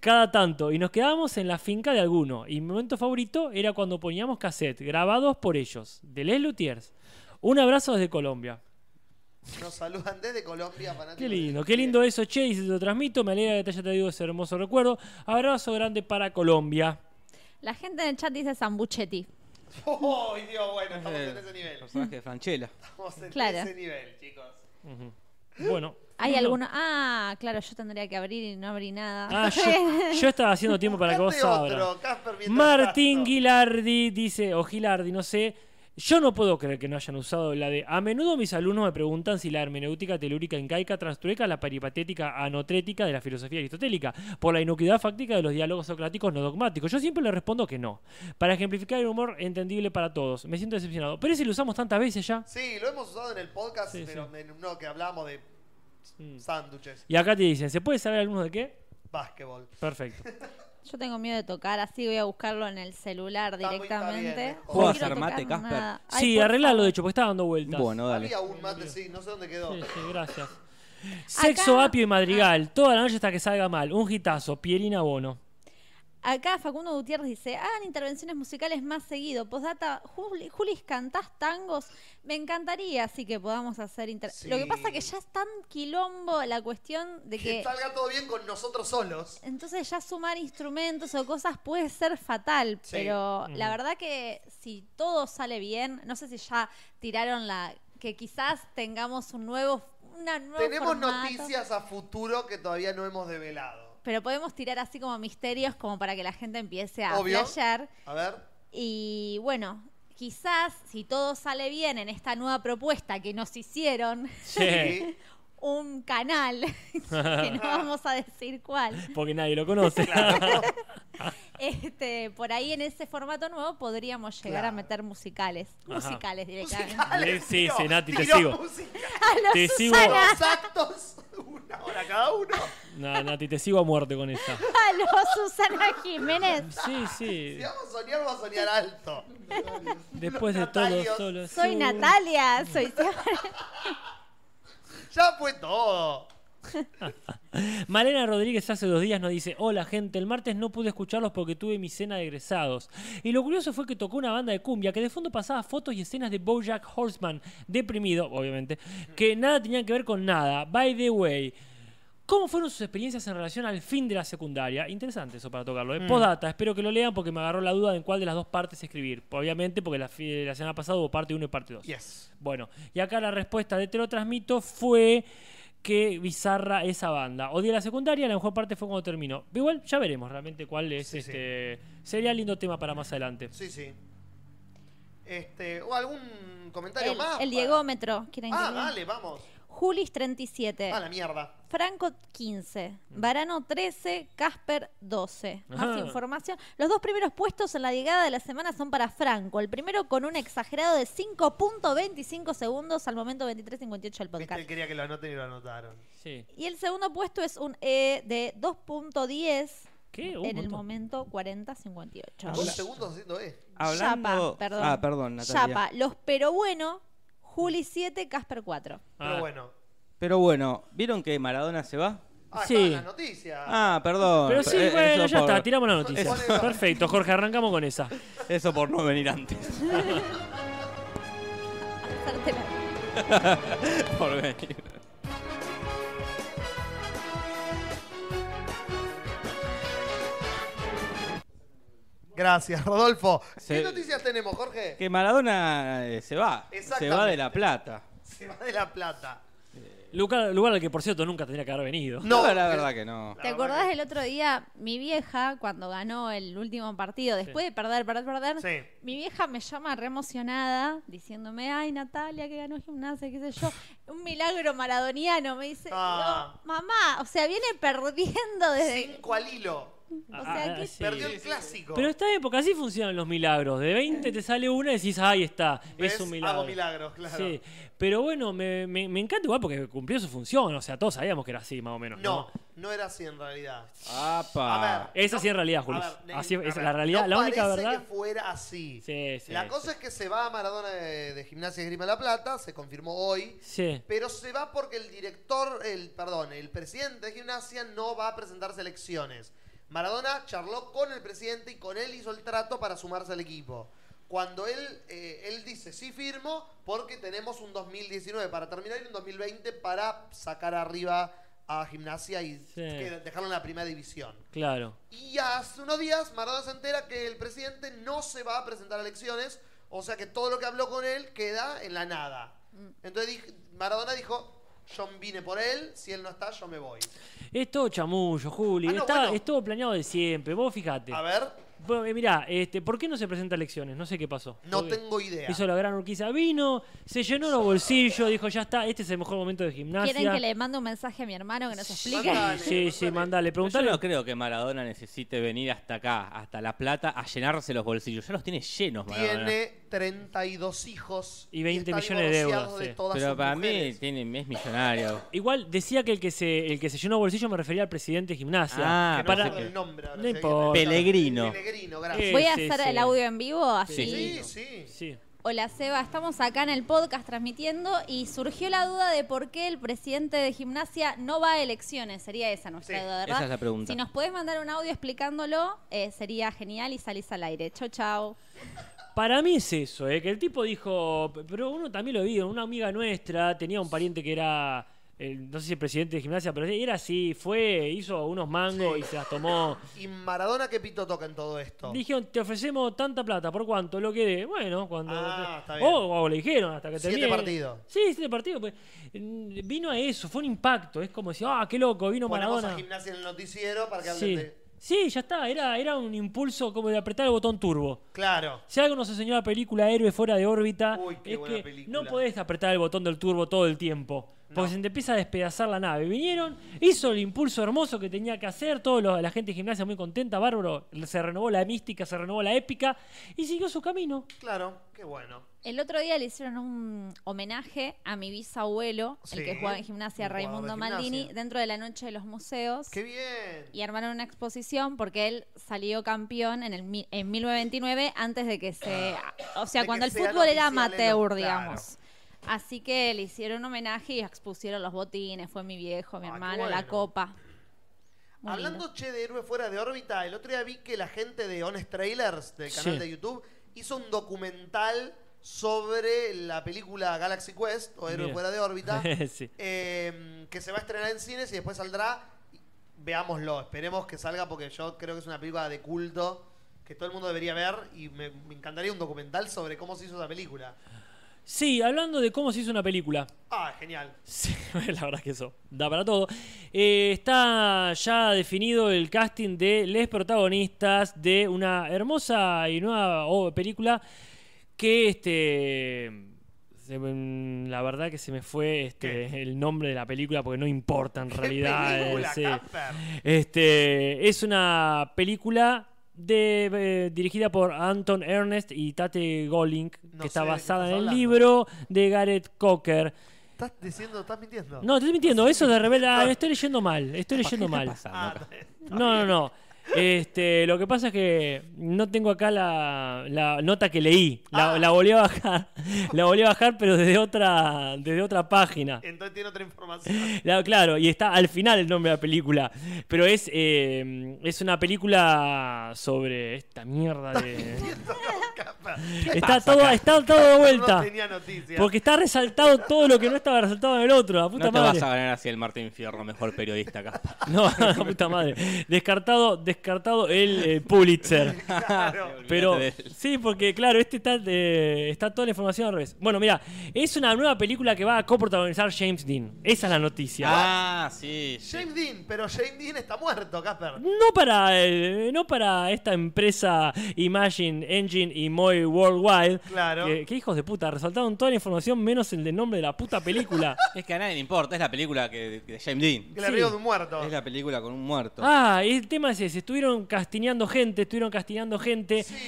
Speaker 5: Cada tanto. Y nos quedábamos en la finca de alguno. Y mi momento favorito era cuando poníamos cassette, grabados por ellos, de Les Lutiers. Un abrazo desde Colombia.
Speaker 3: Nos saludan desde Colombia, fanáticos.
Speaker 5: Qué lindo, qué lindo eso, che, y se te lo transmito, me alegra que te haya traído ese hermoso recuerdo. Abrazo grande para Colombia.
Speaker 4: La gente en el chat dice zambuchetti.
Speaker 3: ¡Oh, Dios! Bueno, estamos en
Speaker 2: Eh,
Speaker 3: ese nivel.
Speaker 2: Personaje de Franchella.
Speaker 3: Estamos en
Speaker 4: Claro.
Speaker 3: ese nivel, chicos.
Speaker 5: Bueno.
Speaker 4: Hay
Speaker 5: lindo.
Speaker 4: alguno... Ah, claro, yo tendría que abrir y no abrí nada.
Speaker 5: Ah, yo, yo estaba haciendo tiempo para que vos
Speaker 3: Buscate
Speaker 5: abras.
Speaker 3: otro, Casper, mientras
Speaker 5: Martín
Speaker 3: tanto.
Speaker 5: Gilardi dice, o Gilardi, no sé. Yo no puedo creer que no hayan usado la de. A menudo mis alumnos me preguntan si la hermenéutica telúrica incaica transtrueca la peripatética anotrética de la filosofía aristotélica, por la inocuidad fáctica de los diálogos socráticos no dogmáticos. Yo siempre les respondo que no. Para ejemplificar el humor entendible para todos. Me siento decepcionado. Pero ese lo usamos tantas veces ya.
Speaker 3: Sí, lo hemos usado en el podcast,
Speaker 5: Sí,
Speaker 3: pero
Speaker 5: sí. Mm.
Speaker 3: en uno que hablábamos de sándwiches,
Speaker 5: Y acá te dicen, ¿se puede saber alumnos de qué?
Speaker 3: básquetbol.
Speaker 5: Perfecto.
Speaker 4: Yo tengo miedo de tocar, así voy a buscarlo en el celular
Speaker 3: Está muy- está bien, ¿eh?
Speaker 4: directamente.
Speaker 3: mejor.
Speaker 4: No
Speaker 2: ¿Puedo
Speaker 4: quiero
Speaker 2: hacer mate,
Speaker 4: tocar
Speaker 2: Casper?
Speaker 4: nada. Ay,
Speaker 5: sí,
Speaker 4: por
Speaker 5: arreglalo,
Speaker 4: favor.
Speaker 5: de hecho, porque estaba dando vueltas.
Speaker 2: Bueno, dale.
Speaker 3: Había un mate, sí, no sé dónde quedó.
Speaker 5: Sí, sí, gracias. Sexo,
Speaker 4: Acá-
Speaker 5: apio y madrigal. Toda la noche hasta que salga mal. Un hitazo. Pierina Bono.
Speaker 4: Acá Facundo Gutiérrez dice, hagan intervenciones musicales más seguido. Postdata, Juli- Julis, ¿cantás tangos? Me encantaría, así que podamos hacer... inter-
Speaker 3: Sí.
Speaker 4: Lo que pasa que ya es tan quilombo la cuestión de
Speaker 3: Que
Speaker 4: que...
Speaker 3: salga todo bien con nosotros solos.
Speaker 4: Entonces ya sumar instrumentos o cosas puede ser fatal,
Speaker 3: Sí.
Speaker 4: pero la
Speaker 5: Ujú.
Speaker 4: verdad que si todo sale bien, no sé si ya tiraron la... que quizás tengamos un nuevo... Una nuevo
Speaker 3: Tenemos
Speaker 4: formato.
Speaker 3: noticias a futuro que todavía no hemos develado.
Speaker 4: Pero podemos tirar así como misterios como para que la gente empiece a
Speaker 3: Obvio.
Speaker 4: flashear.
Speaker 3: A ver.
Speaker 4: Y bueno, quizás si todo sale bien en esta nueva propuesta que nos hicieron,
Speaker 5: Sí.
Speaker 3: Sí.
Speaker 4: un canal, que no vamos a decir cuál,
Speaker 5: Porque nadie lo conoce.
Speaker 4: este, por ahí en ese formato nuevo podríamos llegar a
Speaker 3: Claro.
Speaker 4: meter musicales.
Speaker 5: Ajá.
Speaker 4: Musicales directamente.
Speaker 5: Sí, sí,
Speaker 3: tiró-
Speaker 5: sí, Nati, te
Speaker 3: tiró
Speaker 5: sigo.
Speaker 3: música,
Speaker 4: A lo
Speaker 5: Te sigo.
Speaker 4: Susana,
Speaker 3: Dos actos, una hora cada uno.
Speaker 5: No, Nati, te sigo a muerte con esta.
Speaker 4: a lo Susana Jiménez.
Speaker 5: Sí, sí.
Speaker 3: Si vamos a soñar, vamos a soñar alto.
Speaker 5: Después de
Speaker 3: Los
Speaker 5: todo,
Speaker 3: Natalios.
Speaker 5: solo
Speaker 4: Soy
Speaker 5: tú.
Speaker 4: Natalia, soy
Speaker 3: Ya fue todo.
Speaker 5: Malena Rodríguez hace dos días nos dice, hola gente, el martes no pude escucharlos porque tuve mi cena de egresados. Y lo curioso fue que tocó una banda de cumbia que de fondo pasaba fotos y escenas de Bojack Horseman, deprimido, obviamente, que nada tenían que ver con nada. By the way, ¿cómo fueron sus experiencias en relación al fin de la secundaria? Interesante eso para tocarlo. ¿eh? Podata, espero que lo lean porque me agarró la duda de en cuál de las dos partes escribir. Obviamente porque la, fi- la semana pasada hubo parte 1 y parte 2.
Speaker 3: Yes.
Speaker 5: Bueno, y acá la respuesta de Te lo transmito fue que bizarra esa banda. Odié la secundaria, la mejor parte fue cuando terminó. Igual ya veremos realmente cuál es
Speaker 3: Sí, sí.
Speaker 5: este. Sería lindo tema para más adelante.
Speaker 3: Sí, sí. Este, ¿O algún comentario
Speaker 4: el,
Speaker 3: más?
Speaker 4: el Diegómetro. ¿quieren que
Speaker 3: Ah,
Speaker 4: diga?
Speaker 3: vale, vamos.
Speaker 4: Julis 37.
Speaker 3: A la mierda.
Speaker 4: Franco 15, Varano 13, Casper 12. Más
Speaker 5: Ajá.
Speaker 4: información. Los dos primeros puestos en la llegada de la semana son para Franco. El primero con un exagerado de 5.25 segundos al momento 23.58 del
Speaker 3: Viste, él
Speaker 4: podcast.
Speaker 3: quería que lo anoten y lo anotaron.
Speaker 5: Sí.
Speaker 4: Y el segundo puesto es un E de 2.10
Speaker 5: ¿Qué? Uh,
Speaker 4: en el
Speaker 5: montón.
Speaker 4: momento
Speaker 3: Dos
Speaker 4: 40.58.
Speaker 3: segundos haciendo E, esto.
Speaker 2: Hablando.
Speaker 4: Yapa, perdón.
Speaker 2: Ah, perdón, Natalia.
Speaker 4: Yapa, los pero bueno, Juli 7, Casper 4.
Speaker 5: Ah,
Speaker 3: Pero bueno.
Speaker 2: Pero bueno, ¿vieron que Maradona se va?
Speaker 3: Ah,
Speaker 5: Sí.
Speaker 3: está en la noticia.
Speaker 2: Ah, perdón.
Speaker 5: Pero sí,
Speaker 2: Eh,
Speaker 5: bueno,
Speaker 2: eso
Speaker 5: ya
Speaker 2: por-
Speaker 5: está, tiramos la noticia.
Speaker 3: Eso.
Speaker 5: Perfecto, Jorge, arrancamos con esa.
Speaker 2: Eso por no venir antes. por venir.
Speaker 3: Gracias, Rodolfo.
Speaker 2: Se-
Speaker 3: ¿Qué noticias tenemos, Jorge?
Speaker 2: Que Maradona eh, se va. Se
Speaker 3: Exactamente.
Speaker 2: va de La Plata.
Speaker 3: Se va de la plata.
Speaker 5: Lugar, lugar al que, por cierto, nunca tendría que haber venido.
Speaker 3: No,
Speaker 2: la verdad que no.
Speaker 4: ¿Te
Speaker 3: La verdad
Speaker 4: acordás
Speaker 3: que-
Speaker 4: el otro día? Mi vieja, cuando ganó el último partido, después de perder, perder, perder,
Speaker 3: Sí.
Speaker 4: mi vieja me llama re emocionada, diciéndome, ay, Natalia, que ganó gimnasia, qué sé yo. Un milagro maradoniano, me dice,
Speaker 3: Ah.
Speaker 4: "No, mamá, o sea, viene perdiendo desde...
Speaker 3: Cinco al hilo.
Speaker 4: O sea,
Speaker 5: Ah,
Speaker 4: que
Speaker 5: sí.
Speaker 3: Perdió el clásico.
Speaker 5: Pero está bien, porque así funcionan los milagros. De 20 te sale una y decís, ahí está, es
Speaker 3: ¿Ves?
Speaker 5: un milagro.
Speaker 3: Hago milagros, claro.
Speaker 5: Sí, pero bueno, me, me- me encanta igual porque cumplió su función, o sea, todos sabíamos que era así, más o menos.
Speaker 3: No, no era así en realidad.
Speaker 2: ¡Apa!
Speaker 3: A ver.
Speaker 5: Esa sí
Speaker 3: No,
Speaker 5: Ah, en realidad, Juli.
Speaker 3: a ver,
Speaker 5: Así
Speaker 3: a
Speaker 5: es
Speaker 3: ver,
Speaker 5: la realidad,
Speaker 3: no
Speaker 5: la única
Speaker 3: parece
Speaker 5: verdad.
Speaker 3: que fuera así.
Speaker 5: Sí, sí.
Speaker 3: la
Speaker 5: sí.
Speaker 3: cosa es que se va a Maradona de, de Gimnasia y Grima La Plata, se confirmó hoy.
Speaker 5: Sí.
Speaker 3: Pero se va porque el director, el perdón, el presidente de gimnasia no va a presentarse a elecciones. Maradona charló con el presidente y con él hizo el trato para sumarse al equipo. Cuando él, eh, él dice, sí firmo, porque tenemos un 2019 para terminar y un 2020 para sacar arriba a gimnasia y que dejarlo en la primera división.
Speaker 5: Claro.
Speaker 3: Y hace unos días Maradona se entera que el presidente no se va a presentar a elecciones, o sea que todo lo que habló con él queda en la nada. Entonces dij- Maradona dijo, yo vine por él, si él no está, yo me voy.
Speaker 5: Es todo chamullo, Juli.
Speaker 3: Ah, no,
Speaker 5: está,
Speaker 3: bueno.
Speaker 5: Es todo planeado de siempre. Vos fijate.
Speaker 3: A ver,
Speaker 5: Bueno, eh, mirá, este, ¿por qué no se presenta a elecciones? No sé qué pasó.
Speaker 3: no
Speaker 5: Porque
Speaker 3: tengo idea.
Speaker 5: Hizo la gran urquiza. Vino, se llenó los bolsillos, dijo, ya está, este es el mejor momento de gimnasia.
Speaker 4: ¿Quieren que le mande un mensaje a mi hermano que nos explique?
Speaker 3: Mandale,
Speaker 5: Sí, sí,
Speaker 3: mandale.
Speaker 5: mandale.
Speaker 2: Pero yo
Speaker 5: Preguntale.
Speaker 2: no creo que Maradona necesite venir hasta acá, hasta La Plata, a llenarse los bolsillos. Ya los tiene llenos, Maradona.
Speaker 3: Tiene 32 hijos
Speaker 5: Y 20
Speaker 3: está
Speaker 5: millones de
Speaker 3: divorciado
Speaker 5: euros, sí.
Speaker 3: todas
Speaker 2: Pero
Speaker 3: sus
Speaker 2: para mí
Speaker 3: mujeres.
Speaker 2: tiene, es millonario.
Speaker 5: Igual decía que el que se, el que se llenó bolsillo me refería al presidente de gimnasia.
Speaker 2: Ah,
Speaker 5: Que
Speaker 3: No me
Speaker 5: para-
Speaker 3: acuerdo el nombre ahora,
Speaker 5: No
Speaker 3: sé que-
Speaker 5: importa.
Speaker 2: Pellegrino.
Speaker 3: Pellegrino, gracias.
Speaker 5: Eh,
Speaker 4: Voy a
Speaker 5: Sí,
Speaker 4: hacer
Speaker 5: sí.
Speaker 4: el audio en vivo, así...
Speaker 3: Sí, sí.
Speaker 5: Sí.
Speaker 4: Hola Seba, estamos acá en el podcast transmitiendo y surgió la duda de por qué el presidente de gimnasia no va a elecciones. Sería esa nuestra
Speaker 3: Sí,
Speaker 4: duda, ¿verdad?
Speaker 2: esa es la pregunta.
Speaker 4: Si nos podés mandar un audio explicándolo, eh, sería genial y salís al aire. Chau, chau.
Speaker 5: Para mí es eso, ¿eh? que el tipo dijo, pero uno también lo vio, una amiga nuestra tenía un pariente que era, eh, no sé si el presidente de gimnasia, pero era así, fue, hizo unos mangos y se las tomó.
Speaker 3: ¿Y Maradona qué pito toca en todo esto?
Speaker 5: Dijeron, te ofrecemos tanta plata, ¿por cuánto? Lo que dé. Bueno, cuando...
Speaker 3: Ah, está bien.
Speaker 5: o, o le dijeron hasta que
Speaker 3: Siete
Speaker 5: termine.
Speaker 3: partidos.
Speaker 5: Sí, siete partidos. pues. Mm, Vino a eso, fue un impacto. Es como decir, ah, qué loco, vino
Speaker 3: Ponemos
Speaker 5: Maradona.
Speaker 3: a gimnasia en el noticiero para que hablen
Speaker 5: sí.
Speaker 3: de...
Speaker 5: sí, ya está, era, era un impulso como de apretar el botón turbo.
Speaker 3: Claro.
Speaker 5: Si algo nos enseñó la película Héroe fuera de órbita,
Speaker 3: Uy, qué
Speaker 5: es
Speaker 3: buena
Speaker 5: que
Speaker 3: película.
Speaker 5: no podés apretar el botón del turbo todo el tiempo. Porque se te empieza a despedazar la nave. Vinieron, hizo el impulso hermoso que tenía que hacer, toda la gente de gimnasia muy contenta, bárbaro, se renovó la mística, se renovó la épica y siguió su camino.
Speaker 3: Claro, qué bueno.
Speaker 4: El otro día le hicieron un homenaje a mi bisabuelo,
Speaker 3: Sí.
Speaker 4: el que jugaba en gimnasia,
Speaker 3: Un jugador
Speaker 4: Raimundo
Speaker 3: de
Speaker 4: Maldini,
Speaker 3: gimnasia.
Speaker 4: dentro de la noche de los museos.
Speaker 3: Qué bien.
Speaker 4: Y armaron una exposición porque él salió campeón en, el, mi- en 1929 antes de que se... O sea,
Speaker 3: De
Speaker 4: cuando
Speaker 3: que
Speaker 4: el
Speaker 3: sean
Speaker 4: fútbol era
Speaker 3: oficiales
Speaker 4: amateur,
Speaker 3: los- claro.
Speaker 4: digamos. Así que le hicieron un homenaje y expusieron los botines. Fue mi viejo, mi
Speaker 3: Ah, qué
Speaker 4: hermano, la
Speaker 3: bueno.
Speaker 4: copa. Muy
Speaker 3: Hablando,
Speaker 4: lindo.
Speaker 3: che, de héroe fuera de órbita, el otro día vi que la gente de Honest Trailers, del canal
Speaker 5: Sí.
Speaker 3: de YouTube, hizo un documental sobre la película Galaxy Quest, o héroe
Speaker 5: Mira.
Speaker 3: fuera de órbita,
Speaker 5: Sí.
Speaker 3: eh, que se va a estrenar en cines y después saldrá. Veámoslo, esperemos que salga porque yo creo que es una película de culto que todo el mundo debería ver y me, me encantaría un documental sobre cómo se hizo esa película.
Speaker 5: Sí, hablando de cómo se hizo una película.
Speaker 3: Ah, genial.
Speaker 5: Sí, la verdad que eso da para todo. Eh, está ya definido el casting de les protagonistas de una hermosa y nueva o- película que este se me- la verdad que se me fue este, el nombre de la película porque no importa en realidad. eh,
Speaker 3: ¿Qué película,
Speaker 5: sí.
Speaker 3: Casper?
Speaker 5: Este es una película de, eh, dirigida por Anton Ernest y Tate Goling,
Speaker 3: No
Speaker 5: que
Speaker 3: sé
Speaker 5: está
Speaker 3: de qué
Speaker 5: basada
Speaker 3: estás
Speaker 5: en el
Speaker 3: hablando.
Speaker 5: libro de Gareth Cocker.
Speaker 3: ¿Estás diciendo, estás mintiendo?
Speaker 5: No, te estoy mintiendo, eso de rebelde. Ah, estoy leyendo mal, estoy leyendo mal.
Speaker 3: Ah,
Speaker 5: No, no, no. Este, lo que pasa es que no tengo acá la, la nota que leí. La,
Speaker 3: Ah.
Speaker 5: la volví a bajar. La volví a bajar, pero desde otra, desde otra página.
Speaker 3: entonces tiene otra información.
Speaker 5: La- claro, y está al final el nombre de la película. Pero es, eh, es una película sobre esta mierda de. Está
Speaker 2: pasa
Speaker 5: todo,
Speaker 2: acá?
Speaker 5: está todo de
Speaker 3: No
Speaker 5: vuelta.
Speaker 3: tenía noticias.
Speaker 5: Porque está resaltado todo lo que no estaba resaltado en el otro. La puta
Speaker 2: no te
Speaker 5: madre.
Speaker 2: vas a ganar así el Martín Fierro, mejor periodista acá.
Speaker 5: No, la puta madre. Descartado, descartado el eh, Pulitzer.
Speaker 3: Claro.
Speaker 5: Pero
Speaker 2: Olvídate de él.
Speaker 5: sí, porque claro, este está, eh, está toda la información al revés. Bueno, mira, es una nueva película que va a coprotagonizar James Dean. Esa es la noticia.
Speaker 2: Ah, sí. sí.
Speaker 3: James Dean, pero James Dean está muerto, Casper.
Speaker 5: No para, el- no para esta empresa Imagine Engine y Moy Worldwide.
Speaker 3: Claro.
Speaker 5: Que, que hijos de puta, resaltaron toda la información menos el del nombre de la puta película.
Speaker 2: Es que a nadie le importa, es la película que, de James Dean.
Speaker 3: Que le
Speaker 5: Sí.
Speaker 3: río de un muerto.
Speaker 2: Es la película con un muerto.
Speaker 5: ah, y el tema es ese. Estuvieron castineando gente, estuvieron castineando gente.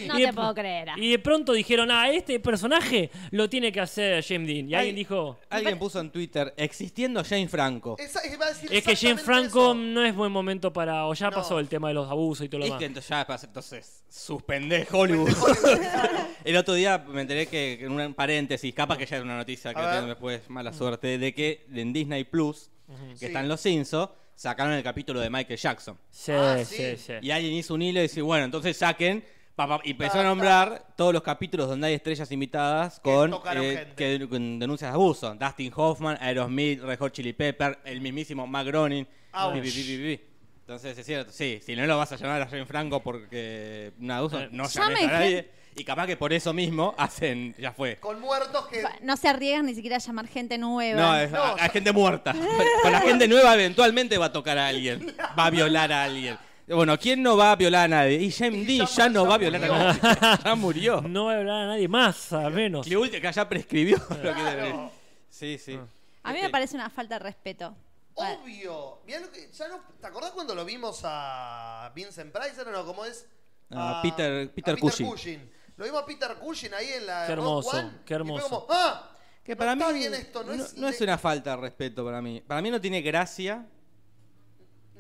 Speaker 4: No
Speaker 5: Y de-
Speaker 4: te puedo creer.
Speaker 5: Y de pronto dijeron, ah, este personaje lo tiene que hacer James Dean. Y
Speaker 2: Ay.
Speaker 5: alguien dijo,
Speaker 2: Alguien puso en Twitter, existiendo Jane Franco.
Speaker 3: Esa- iba a decir
Speaker 5: es que James
Speaker 3: exactamente
Speaker 5: Franco
Speaker 3: eso.
Speaker 5: no es buen momento para... O ya
Speaker 3: No.
Speaker 5: pasó el tema de los abusos y todo lo
Speaker 2: Es
Speaker 5: demás.
Speaker 2: que entonces, ya, pasa, entonces suspende Hollywood. El otro día me enteré que, que en un paréntesis, capaz que ya era una noticia que
Speaker 3: A ver. Mm.
Speaker 2: tengo después, mala suerte, de que en Disney Plus, que
Speaker 3: Sí.
Speaker 2: están los Simpsons, sacaron el capítulo de Michael Jackson.
Speaker 5: Sí,
Speaker 3: Ah, sí.
Speaker 5: sí, sí.
Speaker 2: Y alguien hizo un hilo y dice, bueno, entonces saquen. pa, pa, y empezó a
Speaker 3: Ta, ta.
Speaker 2: nombrar todos los capítulos donde hay estrellas invitadas con,
Speaker 3: tocaron
Speaker 2: eh,
Speaker 3: gente.
Speaker 2: que- con denuncias de abuso. Dustin Hoffman, Aerosmith, Red Hot Chili Pepper, el mismísimo Mac Groening.
Speaker 3: Ouch.
Speaker 2: Pi, pi, pi, pi, pi. Entonces es cierto, sí, si no lo vas a llamar a Jane Franco porque un abuso,
Speaker 5: Eh,
Speaker 2: no
Speaker 4: llame
Speaker 2: llames a nadie.
Speaker 4: gente.
Speaker 2: Y capaz que por eso mismo hacen, ya fue.
Speaker 3: Con muertos que.
Speaker 4: No se arriesgan ni siquiera a llamar gente nueva.
Speaker 2: No, es,
Speaker 3: No,
Speaker 2: a-
Speaker 3: ya-
Speaker 2: hay gente muerta. Con la gente nueva eventualmente va a tocar a alguien. Va a violar a alguien. Bueno, ¿quién no va a violar a nadie? Y James
Speaker 3: Y
Speaker 2: Dean
Speaker 3: ya-
Speaker 2: ya no
Speaker 3: ya
Speaker 2: va a violar
Speaker 3: murió.
Speaker 2: a nadie. Ya murió.
Speaker 5: No va a hablar a nadie más, al menos.
Speaker 2: Y lo último que ya prescribió lo que debería. Sí, sí.
Speaker 4: a mí me parece una falta de respeto.
Speaker 3: Obvio. Mirá lo que. ya no- ¿Te acordás cuando lo vvimos a Vincent Price? No, no, ¿cómo es?
Speaker 2: A Peter-
Speaker 3: a
Speaker 2: Peter Cushing.
Speaker 3: Lo vimos a Peter Cushing ahí en la.
Speaker 5: Qué
Speaker 3: Rogue
Speaker 5: hermoso,
Speaker 3: One,
Speaker 5: qué
Speaker 3: y fue
Speaker 5: hermoso.
Speaker 3: como, ¡ah!
Speaker 2: Que
Speaker 3: No
Speaker 2: para
Speaker 3: está
Speaker 2: mí
Speaker 3: bien esto, no, es,
Speaker 2: no una falta de respeto para mí. Para mí no tiene gracia.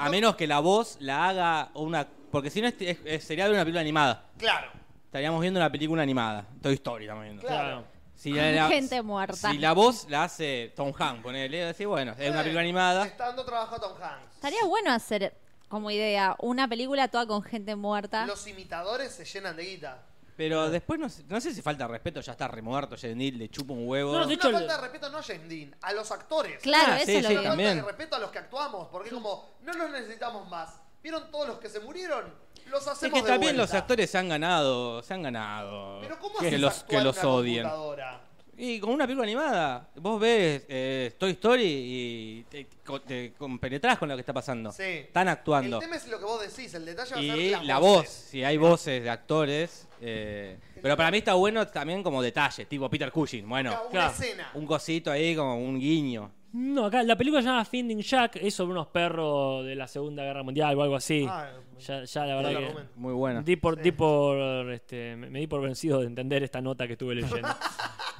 Speaker 2: A menos que la voz la haga una. Porque si no, es- es- es- sería de una película animada.
Speaker 3: Claro.
Speaker 2: Estaríamos viendo una película animada. Toy Story estamos viendo.
Speaker 5: Claro.
Speaker 2: Si
Speaker 4: Con gente muerta.
Speaker 2: Si la voz la hace Tom Hanks, ponele, decís, bueno, es una película animada.
Speaker 3: Está dando trabajo a Eh, Tom Hanks.
Speaker 4: Estaría bueno hacer como idea una película toda con gente muerta.
Speaker 3: Los imitadores se llenan de guita.
Speaker 2: Pero después no sé, no sé si falta respeto, ya está remuerto, Jenny, le chupa un huevo.
Speaker 5: No,
Speaker 3: Es una
Speaker 5: de hecho,
Speaker 3: falta
Speaker 5: lo-
Speaker 3: de respeto no a James Dean, a los actores.
Speaker 4: Claro,
Speaker 2: Ah,
Speaker 4: eso
Speaker 2: sí,
Speaker 4: lo
Speaker 2: sí,
Speaker 4: veo.
Speaker 2: también.
Speaker 3: de respeto a los que actuamos, porque es como, no los necesitamos más. ¿Vieron todos los que se murieron? Los
Speaker 2: Es
Speaker 3: hacemos
Speaker 2: que
Speaker 3: de
Speaker 2: también los
Speaker 3: vuelta.
Speaker 2: actores se han ganado, se han ganado.
Speaker 3: Pero ¿cómo
Speaker 2: que
Speaker 3: haces
Speaker 2: los que
Speaker 3: actuar
Speaker 2: los
Speaker 3: una
Speaker 2: odien.
Speaker 3: computadora?
Speaker 2: Y con una película animada, vos ves eh, Toy Story y te, co- te compenetrás con lo que está pasando.
Speaker 3: Sí.
Speaker 2: Están actuando.
Speaker 3: El tema es lo que vos decís, el detalle va a ser
Speaker 2: Y
Speaker 3: las
Speaker 2: la voz,
Speaker 3: voces.
Speaker 2: si hay voces de actores. eh, pero para mí está bueno también como detalles, tipo Peter Cushing. Bueno,
Speaker 3: Claro, una
Speaker 5: claro.
Speaker 3: escena.
Speaker 2: un cosito ahí como un guiño.
Speaker 5: No, acá la película se llama Finding Jack, es sobre unos perros de la Segunda Guerra Mundial o algo así.
Speaker 3: Ah,
Speaker 5: ya, ya la
Speaker 3: todo
Speaker 5: verdad
Speaker 3: el
Speaker 5: que.
Speaker 3: argumento.
Speaker 2: Muy buena.
Speaker 5: Di por,
Speaker 3: Sí.
Speaker 5: di por, este, me me di por vencido de entender esta nota que estuve leyendo.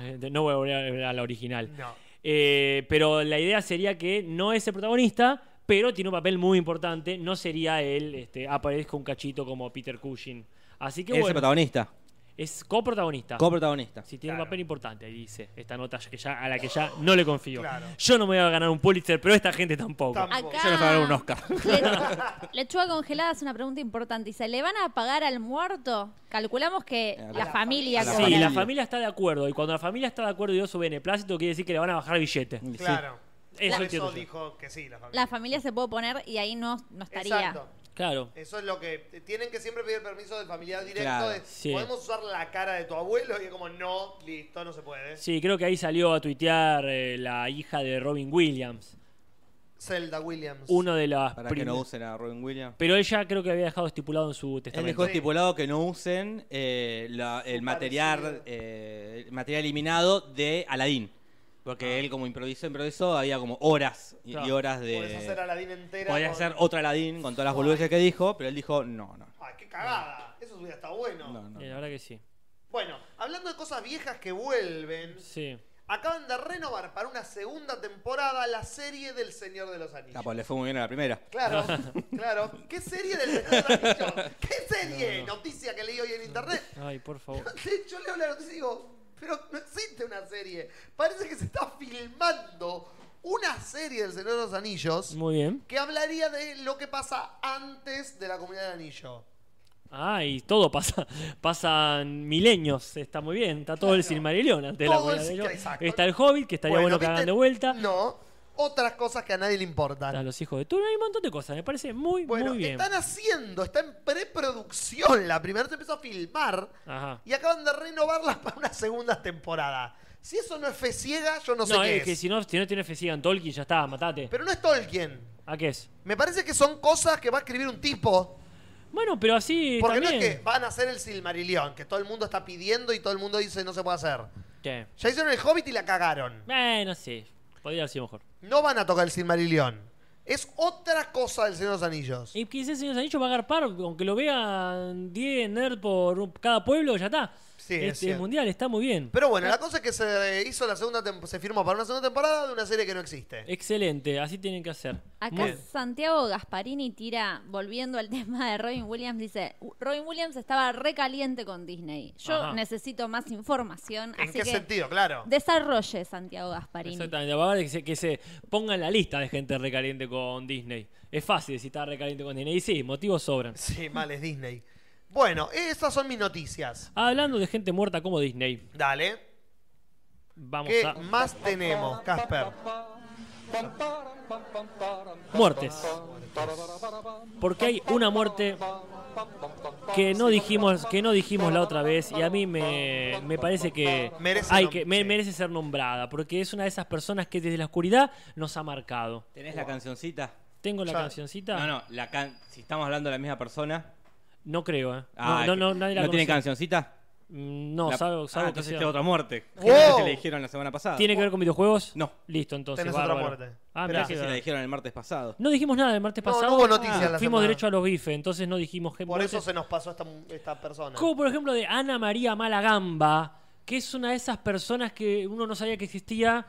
Speaker 5: Eh, no voy a volver a la original.
Speaker 3: No.
Speaker 5: Eh, pero la idea sería que no es el protagonista, pero tiene un papel muy importante. No sería él, este, aparezca un cachito como Peter Cushing. Así que
Speaker 2: Es el
Speaker 5: bueno,
Speaker 2: protagonista.
Speaker 5: es coprotagonista.
Speaker 2: Coprotagonista.
Speaker 5: si tiene un
Speaker 3: Claro.
Speaker 5: papel importante, ahí dice esta nota que ya, a la que ya no le confío.
Speaker 3: Claro.
Speaker 5: Yo no me voy a ganar un Pulitzer, pero esta gente tampoco.
Speaker 3: Tampoco.
Speaker 4: Acá.
Speaker 2: Yo no ganar un Oscar.
Speaker 4: le- lechuga congelada es una pregunta importante. ¿Y se le van a pagar al muerto? Calculamos que
Speaker 2: A
Speaker 4: la
Speaker 2: la
Speaker 4: familia
Speaker 2: a la
Speaker 5: sí,
Speaker 4: cobra.
Speaker 5: la familia está de acuerdo. Y cuando la familia está de acuerdo y dio su beneplácito, quiere decir que le van a bajar billete.
Speaker 2: Sí.
Speaker 3: Claro.
Speaker 5: Eso
Speaker 3: Por
Speaker 5: entiendo
Speaker 3: eso
Speaker 5: yo.
Speaker 3: dijo que sí, la familia.
Speaker 4: La familia se puede poner y ahí no, no estaría.
Speaker 3: Exacto.
Speaker 5: Claro.
Speaker 3: Eso es lo que. Tienen que siempre pedir permiso del familiar directo.
Speaker 2: Claro,
Speaker 3: de,
Speaker 5: sí.
Speaker 3: Podemos usar la cara de tu abuelo y es como, no, listo, no se puede.
Speaker 5: Sí, creo que ahí salió a tuitear eh, la hija de Robin Williams.
Speaker 3: Zelda Williams.
Speaker 5: Uno de las
Speaker 2: Para que no
Speaker 5: prim-
Speaker 2: usen a Robin Williams.
Speaker 5: Pero ella creo que había dejado estipulado en su
Speaker 2: Él
Speaker 5: testamento.
Speaker 2: dejó
Speaker 3: Sí.
Speaker 2: estipulado que no usen eh, la- el
Speaker 3: Su
Speaker 2: material
Speaker 3: parecido.
Speaker 2: eh, el material eliminado de Aladdin. Porque
Speaker 3: Ah.
Speaker 2: él como improvisó, improvisó, había como horas y,
Speaker 5: Claro.
Speaker 2: y horas de...
Speaker 3: Podés hacer Aladdin entera.
Speaker 2: Podía
Speaker 3: con-
Speaker 2: hacer otra Aladdin con todas las boludeces que dijo, pero él dijo, no, no,
Speaker 3: ¡Ay, qué cagada! Eso hubiera estado bueno.
Speaker 2: no, no.
Speaker 5: Eh, la verdad que sí.
Speaker 3: Bueno, hablando de cosas viejas que vuelven,
Speaker 5: Sí.
Speaker 3: acaban de renovar para una segunda temporada la serie del Señor de los Anillos.
Speaker 2: Ah, pues le fue muy bien a la primera.
Speaker 3: Claro, claro. ¿Qué serie del Señor de los Anillos? ¿Qué serie? Noticia que leí hoy en internet.
Speaker 5: Ay, por favor.
Speaker 3: Sí, Yo leo la noticia y digo, pero no existe una serie. Parece que se está filmando una serie del Señor de los Anillos
Speaker 5: Muy bien.
Speaker 3: que hablaría de lo que pasa antes de la comunidad del anillo.
Speaker 5: Ah, y todo pasa. Pasan milenios. Está muy bien. Está todo el
Speaker 3: Claro.
Speaker 5: Silmarillion antes de la
Speaker 3: Todo
Speaker 5: Comunidad
Speaker 3: el-
Speaker 5: de Anillo.
Speaker 3: exacto.
Speaker 5: Está el Hobbit, que estaría bueno, que
Speaker 3: ¿viste? Ah.
Speaker 5: hagan de vuelta.
Speaker 3: No, otras cosas que a nadie le importan.
Speaker 5: Están los hijos de Tuna. Hay un montón de cosas. Me parece muy,
Speaker 3: Bueno,
Speaker 5: muy bien.
Speaker 3: están haciendo, está en preproducción. La primera se empezó a filmar
Speaker 5: Ajá.
Speaker 3: y acaban de renovarla para una segunda temporada. Si eso no es fe ciega, yo no, sé
Speaker 5: No,
Speaker 3: qué
Speaker 5: es
Speaker 3: es.
Speaker 5: que si no, si no tiene Fesiga en Tolkien, ya está, matate.
Speaker 3: Pero no es Tolkien.
Speaker 5: ¿A qué es?
Speaker 3: Me parece que son cosas que va a escribir un tipo.
Speaker 5: Bueno, pero así
Speaker 3: Porque
Speaker 5: también.
Speaker 3: no es que van a hacer el Silmarillion, que todo el mundo está pidiendo y todo el mundo dice no se puede hacer.
Speaker 5: Che.
Speaker 3: Ya hicieron el Hobbit y la cagaron.
Speaker 5: Bueno, sí. Podría haber sido mejor.
Speaker 3: No van a tocar el Silmarillion. Es otra cosa del Señor de los Anillos.
Speaker 5: Y quizás el anillo va a agarpar, aunque lo vean 10 nerd por un- cada pueblo, ya está.
Speaker 3: Sí, es
Speaker 5: este,
Speaker 3: cierto.
Speaker 5: mundial está muy bien.
Speaker 3: Pero bueno, la cosa es que se hizo la segunda tem- se firmó para una segunda temporada de una serie que no
Speaker 5: Eh,
Speaker 3: existe.
Speaker 5: Excelente, así tienen que hacer.
Speaker 4: Acá
Speaker 5: Muy bien.
Speaker 4: Santiago Gasparini tira, volviendo al tema de Robin Williams, dice, Robin Williams estaba recaliente con Disney. Yo
Speaker 5: Ajá.
Speaker 4: necesito más información,
Speaker 3: ¿En
Speaker 4: así
Speaker 3: qué
Speaker 4: que
Speaker 3: sentido? Claro.
Speaker 4: desarrolle Santiago Gasparini.
Speaker 5: Exactamente, va a haber que se, que se ponga en la lista de gente recaliente con Disney. Es fácil decir está recaliente con Disney. Y sí, motivos sobran.
Speaker 3: Sí, mal es Disney. Bueno, esas son mis noticias.
Speaker 5: Hablando de gente muerta como Disney,
Speaker 3: Dale.
Speaker 5: vamos
Speaker 3: ¿Qué
Speaker 5: a.
Speaker 3: más tenemos, Casper?
Speaker 5: Muertes. Porque hay una muerte que no dijimos, que no dijimos la otra vez y a mí me, me parece que,
Speaker 3: Merece
Speaker 5: hay
Speaker 3: nom-
Speaker 5: que me-
Speaker 3: sí.
Speaker 5: merece ser nombrada porque es una de esas personas que desde la oscuridad nos ha marcado.
Speaker 2: ¿Tenés la cancioncita?
Speaker 5: Tengo la
Speaker 3: Ya.
Speaker 5: cancioncita.
Speaker 2: No, no, la can- si estamos hablando de la misma persona.
Speaker 5: No creo, ¿eh?
Speaker 2: Ah,
Speaker 5: no,
Speaker 2: que-
Speaker 5: no, no, nadie la
Speaker 2: tiene
Speaker 5: conoce.
Speaker 2: cancioncita?
Speaker 5: Mm, No,
Speaker 2: La-
Speaker 5: salvo,
Speaker 2: Ah,
Speaker 5: salvo que
Speaker 2: entonces
Speaker 5: sea-
Speaker 2: esta otra muerte.
Speaker 3: ¡Wow!
Speaker 2: La que le dijeron la semana pasada.
Speaker 5: ¿Tiene que ver con videojuegos?
Speaker 2: No.
Speaker 5: Listo, entonces.
Speaker 3: Tenés otra
Speaker 5: bárbaro.
Speaker 3: muerte.
Speaker 5: Ah,
Speaker 3: Esperá.
Speaker 5: mirá
Speaker 2: Sí,
Speaker 5: que-
Speaker 2: sí, la dijeron el martes pasado.
Speaker 5: No dijimos nada el martes
Speaker 3: No, no
Speaker 5: pasado.
Speaker 3: hubo noticias la
Speaker 5: fuimos
Speaker 3: semana.
Speaker 5: derecho a los bifes, entonces no dijimos que
Speaker 3: Por eso
Speaker 5: muertes.
Speaker 3: se nos pasó esta, esta persona.
Speaker 5: Como por ejemplo de Ana María Malagamba, que es una de esas personas que uno no sabía que existía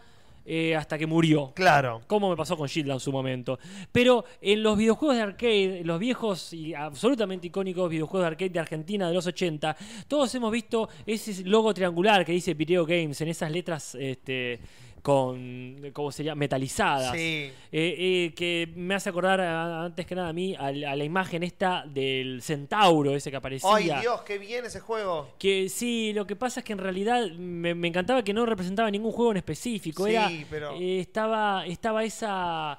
Speaker 5: eh, hasta que murió.
Speaker 3: Claro.
Speaker 5: Como me pasó con Gilda en su momento. Pero en los videojuegos de arcade, en los viejos y absolutamente icónicos videojuegos de arcade de Argentina de los 80, todos hemos visto ese logo triangular que dice Video Games en esas letras este, con, ¿cómo sería? Metalizadas.
Speaker 3: Sí.
Speaker 5: Eh, eh, que me hace acordar a- antes que nada a mí a, la a la imagen esta del centauro ese que aparecía.
Speaker 3: Ay, Dios, qué bien ese juego.
Speaker 5: Que sí, lo que pasa es que en realidad me, me encantaba que no representaba ningún juego en específico.
Speaker 3: Sí,
Speaker 5: Era,
Speaker 3: pero-
Speaker 5: eh, estaba, estaba esa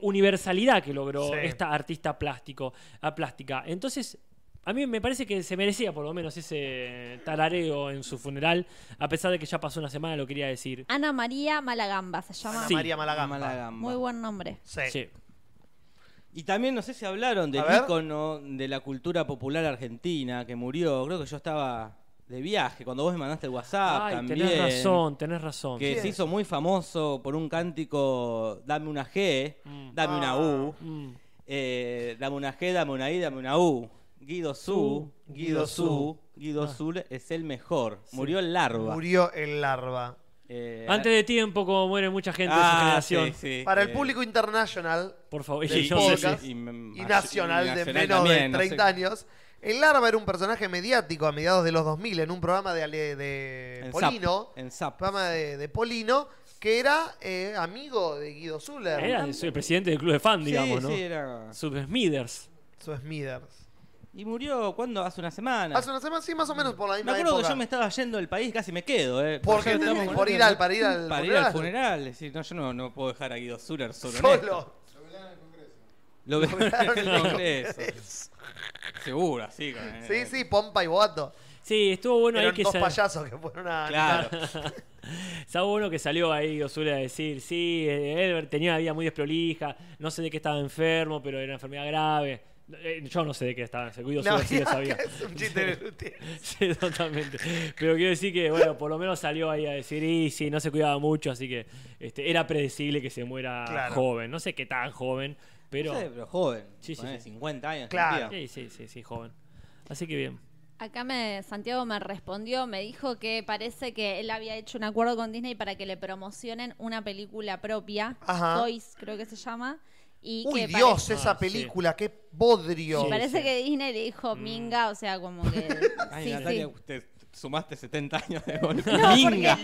Speaker 5: universalidad que logró
Speaker 3: Sí.
Speaker 5: esta artista plástico, a plástica. Entonces, a mí me parece que se merecía por lo menos ese tarareo en su funeral, a pesar de que ya pasó una semana, lo quería decir.
Speaker 4: Ana María Malagamba se llama.
Speaker 3: Ana
Speaker 5: Sí.
Speaker 3: María Malagamba.
Speaker 2: Malagamba.
Speaker 4: Muy buen nombre.
Speaker 3: Sí.
Speaker 5: Sí.
Speaker 2: Y también, no sé si hablaron del
Speaker 3: A ver.
Speaker 2: ícono de la cultura popular argentina que murió. Creo que yo estaba de viaje, cuando vos me mandaste el WhatsApp
Speaker 5: Ay,
Speaker 2: Ah, también.
Speaker 5: tenés razón, tenés razón.
Speaker 2: Que
Speaker 3: ¿Quién?
Speaker 2: se hizo muy famoso por un cántico Dame una G,
Speaker 5: Mm.
Speaker 2: dame una
Speaker 3: Ah.
Speaker 2: U.
Speaker 5: Mm.
Speaker 2: eh, dame una G, dame una I, dame una U. Guido Su,
Speaker 5: Su,
Speaker 2: Guido
Speaker 5: Guido
Speaker 2: Su,
Speaker 5: Su.
Speaker 2: Guido
Speaker 5: Ah.
Speaker 2: Sul es el mejor. Murió el larva.
Speaker 3: Murió el larva.
Speaker 2: Eh,
Speaker 5: Antes de tiempo, como muere mucha gente
Speaker 2: ah,
Speaker 5: de su generación.
Speaker 2: sí, sí,
Speaker 3: Para
Speaker 2: eh,
Speaker 3: el público internacional
Speaker 5: Por favor,
Speaker 3: del
Speaker 5: y yo
Speaker 3: podcast.
Speaker 5: sé-
Speaker 2: y- y-
Speaker 3: y nacional de
Speaker 2: nacional
Speaker 3: menos
Speaker 2: también,
Speaker 3: de
Speaker 2: no
Speaker 3: 30
Speaker 2: sé.
Speaker 3: años, el larva era un personaje mediático a mediados de los 2000 en un programa de, Ale- de
Speaker 2: En
Speaker 3: Polino.
Speaker 2: Zap, en Zap.
Speaker 3: programa de, de Polino, que era eh, amigo de Guido Zuller,
Speaker 5: Era el, el presidente del club de fan,
Speaker 2: Sí,
Speaker 5: digamos, ¿no?
Speaker 2: sí, era-
Speaker 5: Sub Smithers.
Speaker 3: su Smithers.
Speaker 2: Y murió, ¿cuándo? Hace una semana.
Speaker 3: Hace una semana, sí, más o menos por la
Speaker 2: Me
Speaker 3: misma
Speaker 2: acuerdo
Speaker 3: época.
Speaker 2: que yo me estaba yendo del país, casi me quedo, ¿eh?
Speaker 3: Porque
Speaker 2: Porque
Speaker 3: te-
Speaker 2: estamos con
Speaker 3: por
Speaker 2: esto,
Speaker 3: ir al-
Speaker 2: ¿no?
Speaker 3: para ir al
Speaker 2: Para ir
Speaker 3: funeral.
Speaker 2: al funeral. Es decir, no, yo no, no puedo dejar a Guido Zuller solo. en esto.
Speaker 3: Solo.
Speaker 2: Lo veo
Speaker 3: Claro,
Speaker 2: en el Congreso. Seguro, así. con-
Speaker 3: Sí, sí, Pompa y Boato.
Speaker 5: Sí, estuvo bueno
Speaker 3: Eran
Speaker 5: ahí que
Speaker 3: dos
Speaker 5: sal-
Speaker 3: payasos que fueron a...
Speaker 2: Claro.
Speaker 5: Estaba bueno que salió ahí Osura a decir, sí, eh, Elber tenía una vida muy desprolija, no sé de qué estaba enfermo, pero era una enfermedad grave. Eh, Yo no sé de qué estaba enfermo, Guido
Speaker 3: No,
Speaker 5: Osura sí lo sabía.
Speaker 3: es un chiste de Lutier.
Speaker 5: Sí, totalmente. Pero quiero decir que, bueno, por lo menos salió ahí a decir, y sí, no se cuidaba mucho, así que este, era predecible que se muera
Speaker 3: Claro.
Speaker 5: joven. No sé qué tan joven, pero...
Speaker 2: No sé, pero joven.
Speaker 5: Sí, sí,
Speaker 2: ponele
Speaker 5: sí.
Speaker 2: 50 años.
Speaker 3: Claro.
Speaker 2: sentía.
Speaker 5: Sí, sí, sí, sí, joven. Así que bien.
Speaker 4: Acá me, Santiago me respondió, me dijo que parece que él había hecho un acuerdo con Disney para que le promocionen una película propia,
Speaker 3: Ajá.
Speaker 4: Toys creo que se llama, y
Speaker 3: Uy,
Speaker 4: que pare-
Speaker 3: Dios,
Speaker 5: parece-
Speaker 3: esa
Speaker 5: Ah, sí.
Speaker 3: película, qué bodrio.
Speaker 4: y
Speaker 5: Sí,
Speaker 4: parece
Speaker 5: sí.
Speaker 4: que Disney le dijo
Speaker 5: Mm.
Speaker 4: minga, o sea, como que...
Speaker 2: Ay,
Speaker 4: sí,
Speaker 2: Natalia,
Speaker 4: sí.
Speaker 2: usted sumaste 70 años de golpe.
Speaker 5: Minga.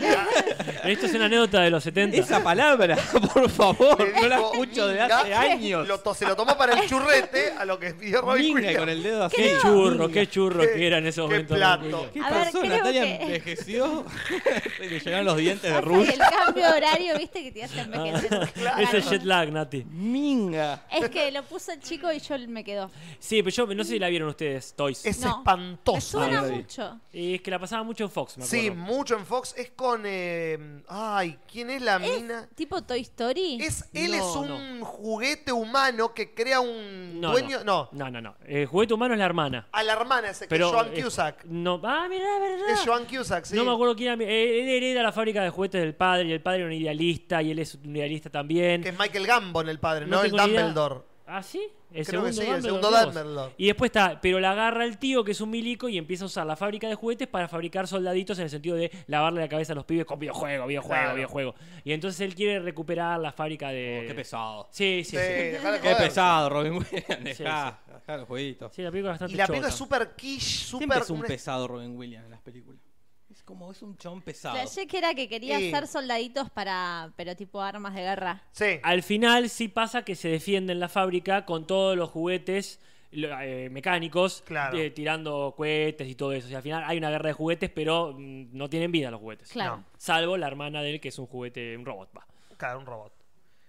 Speaker 5: Esto es una anécdota de los 70.
Speaker 2: Esa palabra, por favor,
Speaker 3: Le
Speaker 2: no la
Speaker 3: dijo,
Speaker 2: escucho de
Speaker 3: "Minga".
Speaker 2: hace años.
Speaker 3: Lo to- se lo tomó para el churrete a lo que pidió Robin
Speaker 2: Minga
Speaker 3: Williams.
Speaker 2: con el dedo así.
Speaker 5: Qué churro,
Speaker 2: Minga.
Speaker 5: qué churro que era en esos
Speaker 3: qué
Speaker 5: momentos.
Speaker 3: plato.
Speaker 2: ¿Qué
Speaker 4: A ver,
Speaker 2: pasó?
Speaker 4: creo
Speaker 2: Natalia
Speaker 4: que-
Speaker 2: envejeció. Le llegaron los dientes de
Speaker 4: Pasa que
Speaker 2: Ruth.
Speaker 4: el cambio de horario, viste, que te
Speaker 3: Ah,
Speaker 4: hace envejecer.
Speaker 5: Ese
Speaker 4: Claro.
Speaker 5: jet lag, Nati.
Speaker 2: Minga.
Speaker 4: Es que lo puso el chico y yo me quedo.
Speaker 5: Sí, pero yo no sé si la vieron ustedes, Toys.
Speaker 3: Es
Speaker 4: No. Me
Speaker 3: espantoso.
Speaker 4: suena
Speaker 2: Ah, la vi.
Speaker 4: mucho.
Speaker 5: Y es que la pasaba mucho en Fox, me acuerdo.
Speaker 3: Sí, mucho en Fox. Es con. eh, ay, ¿quién es la mina?
Speaker 4: Tipo Toy Story.
Speaker 3: Es, él
Speaker 5: No,
Speaker 3: es un juguete humano que crea un
Speaker 5: no,
Speaker 3: dueño. No.
Speaker 5: No, no, no. Eh, juguete humano es la hermana.
Speaker 3: a la hermana ese, que
Speaker 5: Pero,
Speaker 3: es Joan
Speaker 5: eh,
Speaker 3: Cusack.
Speaker 5: No, ah, mira, la verdad.
Speaker 3: Es Joan Cusack, sí.
Speaker 5: No me acuerdo quién era. eh, Él hereda la fábrica de juguetes del padre y el padre era un idealista y él es un idealista también.
Speaker 3: Que es Michael Gambon el padre, no, el
Speaker 5: tengo ni idea.
Speaker 3: Dumbledore.
Speaker 5: ¿Ah, sí? El
Speaker 3: Creo que sí, el segundo
Speaker 5: mirá vos.
Speaker 3: Dumbledore.
Speaker 5: Y después está, pero la agarra el tío, que es un milico, y empieza a usar la fábrica de juguetes para fabricar soldaditos en el sentido de lavarle la cabeza a los pibes con videojuego, videojuego,
Speaker 3: Claro.
Speaker 5: videojuego. Y entonces él quiere recuperar la fábrica de.
Speaker 2: Oh, Qué pesado.
Speaker 5: Sí, sí,
Speaker 3: Sí,
Speaker 5: sí.
Speaker 3: dejá de
Speaker 2: Qué
Speaker 3: Eh, joder.
Speaker 2: pesado, Robin Williams.
Speaker 5: Sí,
Speaker 2: Dejá, dejá los jueguitos.
Speaker 5: Sí, la película es bastante
Speaker 3: Y la película es
Speaker 5: chota.
Speaker 3: super quiche,
Speaker 2: Siempre
Speaker 3: super.
Speaker 2: es un
Speaker 3: una-
Speaker 2: pesado Robin Williams en las películas. Es como, es un chabón pesado.
Speaker 4: Flashé que era que quería
Speaker 3: Sí.
Speaker 4: hacer soldaditos para, pero tipo armas de guerra.
Speaker 3: Sí.
Speaker 5: Al final sí pasa que se defiende en la fábrica con todos los juguetes lo- eh, mecánicos
Speaker 3: Claro.
Speaker 5: eh, tirando cohetes y todo eso. Y al final hay una guerra de juguetes, pero mm, no tienen vida los juguetes.
Speaker 4: Claro.
Speaker 5: Salvo la hermana de él, que es un juguete, un robot. Va.
Speaker 3: Claro, un robot.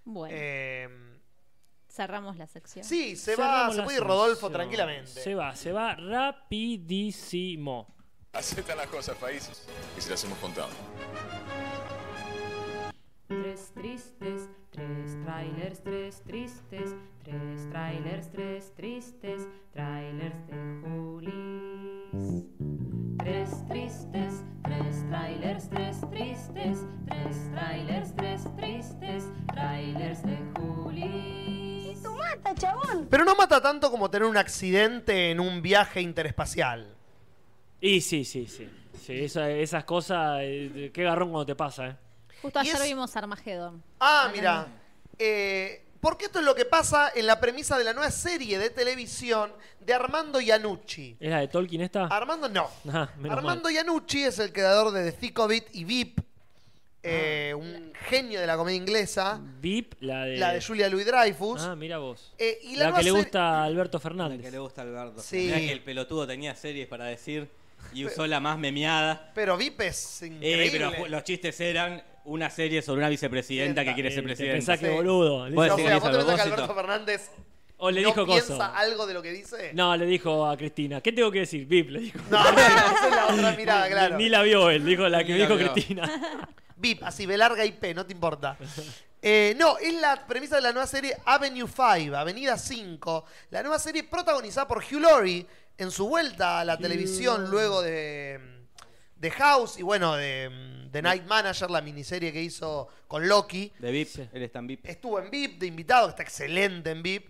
Speaker 4: Bueno,
Speaker 3: Eh,
Speaker 4: cerramos la sección.
Speaker 3: sí, se va,
Speaker 5: Cerramos
Speaker 3: se
Speaker 5: la
Speaker 3: puede ir Rodolfo
Speaker 5: sección.
Speaker 3: tranquilamente.
Speaker 5: Se va, se va rapidísimo.
Speaker 8: Aceptan las cosas, países. Y se las hemos contado.
Speaker 9: Tres tristes, tres trailers, tres tristes, tres trailers, tres tristes, trailers de Julis. Tres tristes, tres trailers, tres tristes, tres trailers, tres tristes, trailers de Julis.
Speaker 3: Pero no mata tanto como tener un accidente en un viaje interespacial.
Speaker 5: Y sí, sí, sí. Sí, esa- esas cosas, eh, qué garrón cuando te pasa, ¿eh?
Speaker 4: Justo
Speaker 3: Y
Speaker 4: ayer
Speaker 3: es-
Speaker 4: vimos Armagedón.
Speaker 3: Ah, mira. Eh, porque esto es lo que pasa en la premisa de la nueva serie de televisión de Armando Iannucci.
Speaker 5: ¿Es la de Tolkien esta?
Speaker 3: Armando no.
Speaker 5: Ah, menos Ah.
Speaker 3: Armando Iannucci es el creador de The Thick of It y VIP, eh, un genio de la comedia inglesa,
Speaker 5: mal. Vip, la de...
Speaker 3: la de Julia Louis Dreyfus. eh,
Speaker 5: Ah, mira vos.
Speaker 3: y la,
Speaker 5: La,
Speaker 3: nueva
Speaker 5: que le
Speaker 3: serie-
Speaker 5: gusta a Alberto
Speaker 2: La que
Speaker 5: Fernández.
Speaker 2: le gusta a Alberto.
Speaker 3: Sí.
Speaker 2: Mirá que el pelotudo tenía series para decir y usó la más memeada.
Speaker 3: Pero VIP es increíble.
Speaker 2: Eh, pero ju- los chistes eran una serie sobre una vicepresidenta que quiere ser
Speaker 5: Eh, te
Speaker 2: presidenta.
Speaker 5: pensás que
Speaker 3: Sí.
Speaker 5: boludo. Le
Speaker 2: Vos
Speaker 3: No,
Speaker 5: hizo-
Speaker 3: o
Speaker 2: decís,
Speaker 3: sea,
Speaker 2: Elizabeth,
Speaker 3: ¿vos te pensás que
Speaker 2: vos
Speaker 3: Alberto
Speaker 2: esto.
Speaker 3: Fernández
Speaker 5: o Oh, le
Speaker 3: no
Speaker 5: dijo
Speaker 3: piensa
Speaker 5: cosas.
Speaker 3: algo de lo que dice?
Speaker 5: No, le dijo a Cristina. ¿Qué tengo que decir? Vip, le dijo.
Speaker 3: No, esa es la otra mirada, claro.
Speaker 5: Ni la vio él, dijo la que
Speaker 2: Ni la
Speaker 5: dijo
Speaker 2: vio.
Speaker 5: Cristina.
Speaker 3: VIP, así, B larga y P, no te importa. Eh, no, es la premisa de la nueva serie Avenue 5, Avenida 5, la nueva serie protagonizada por Hugh Laurie en su vuelta a la televisión luego de, de House y bueno, de, mm, de Night Manager, la miniserie que hizo con Loki.
Speaker 2: De VIP,
Speaker 5: Sí.
Speaker 2: él está en VIP.
Speaker 3: Estuvo en VIP de invitado, está excelente en VIP.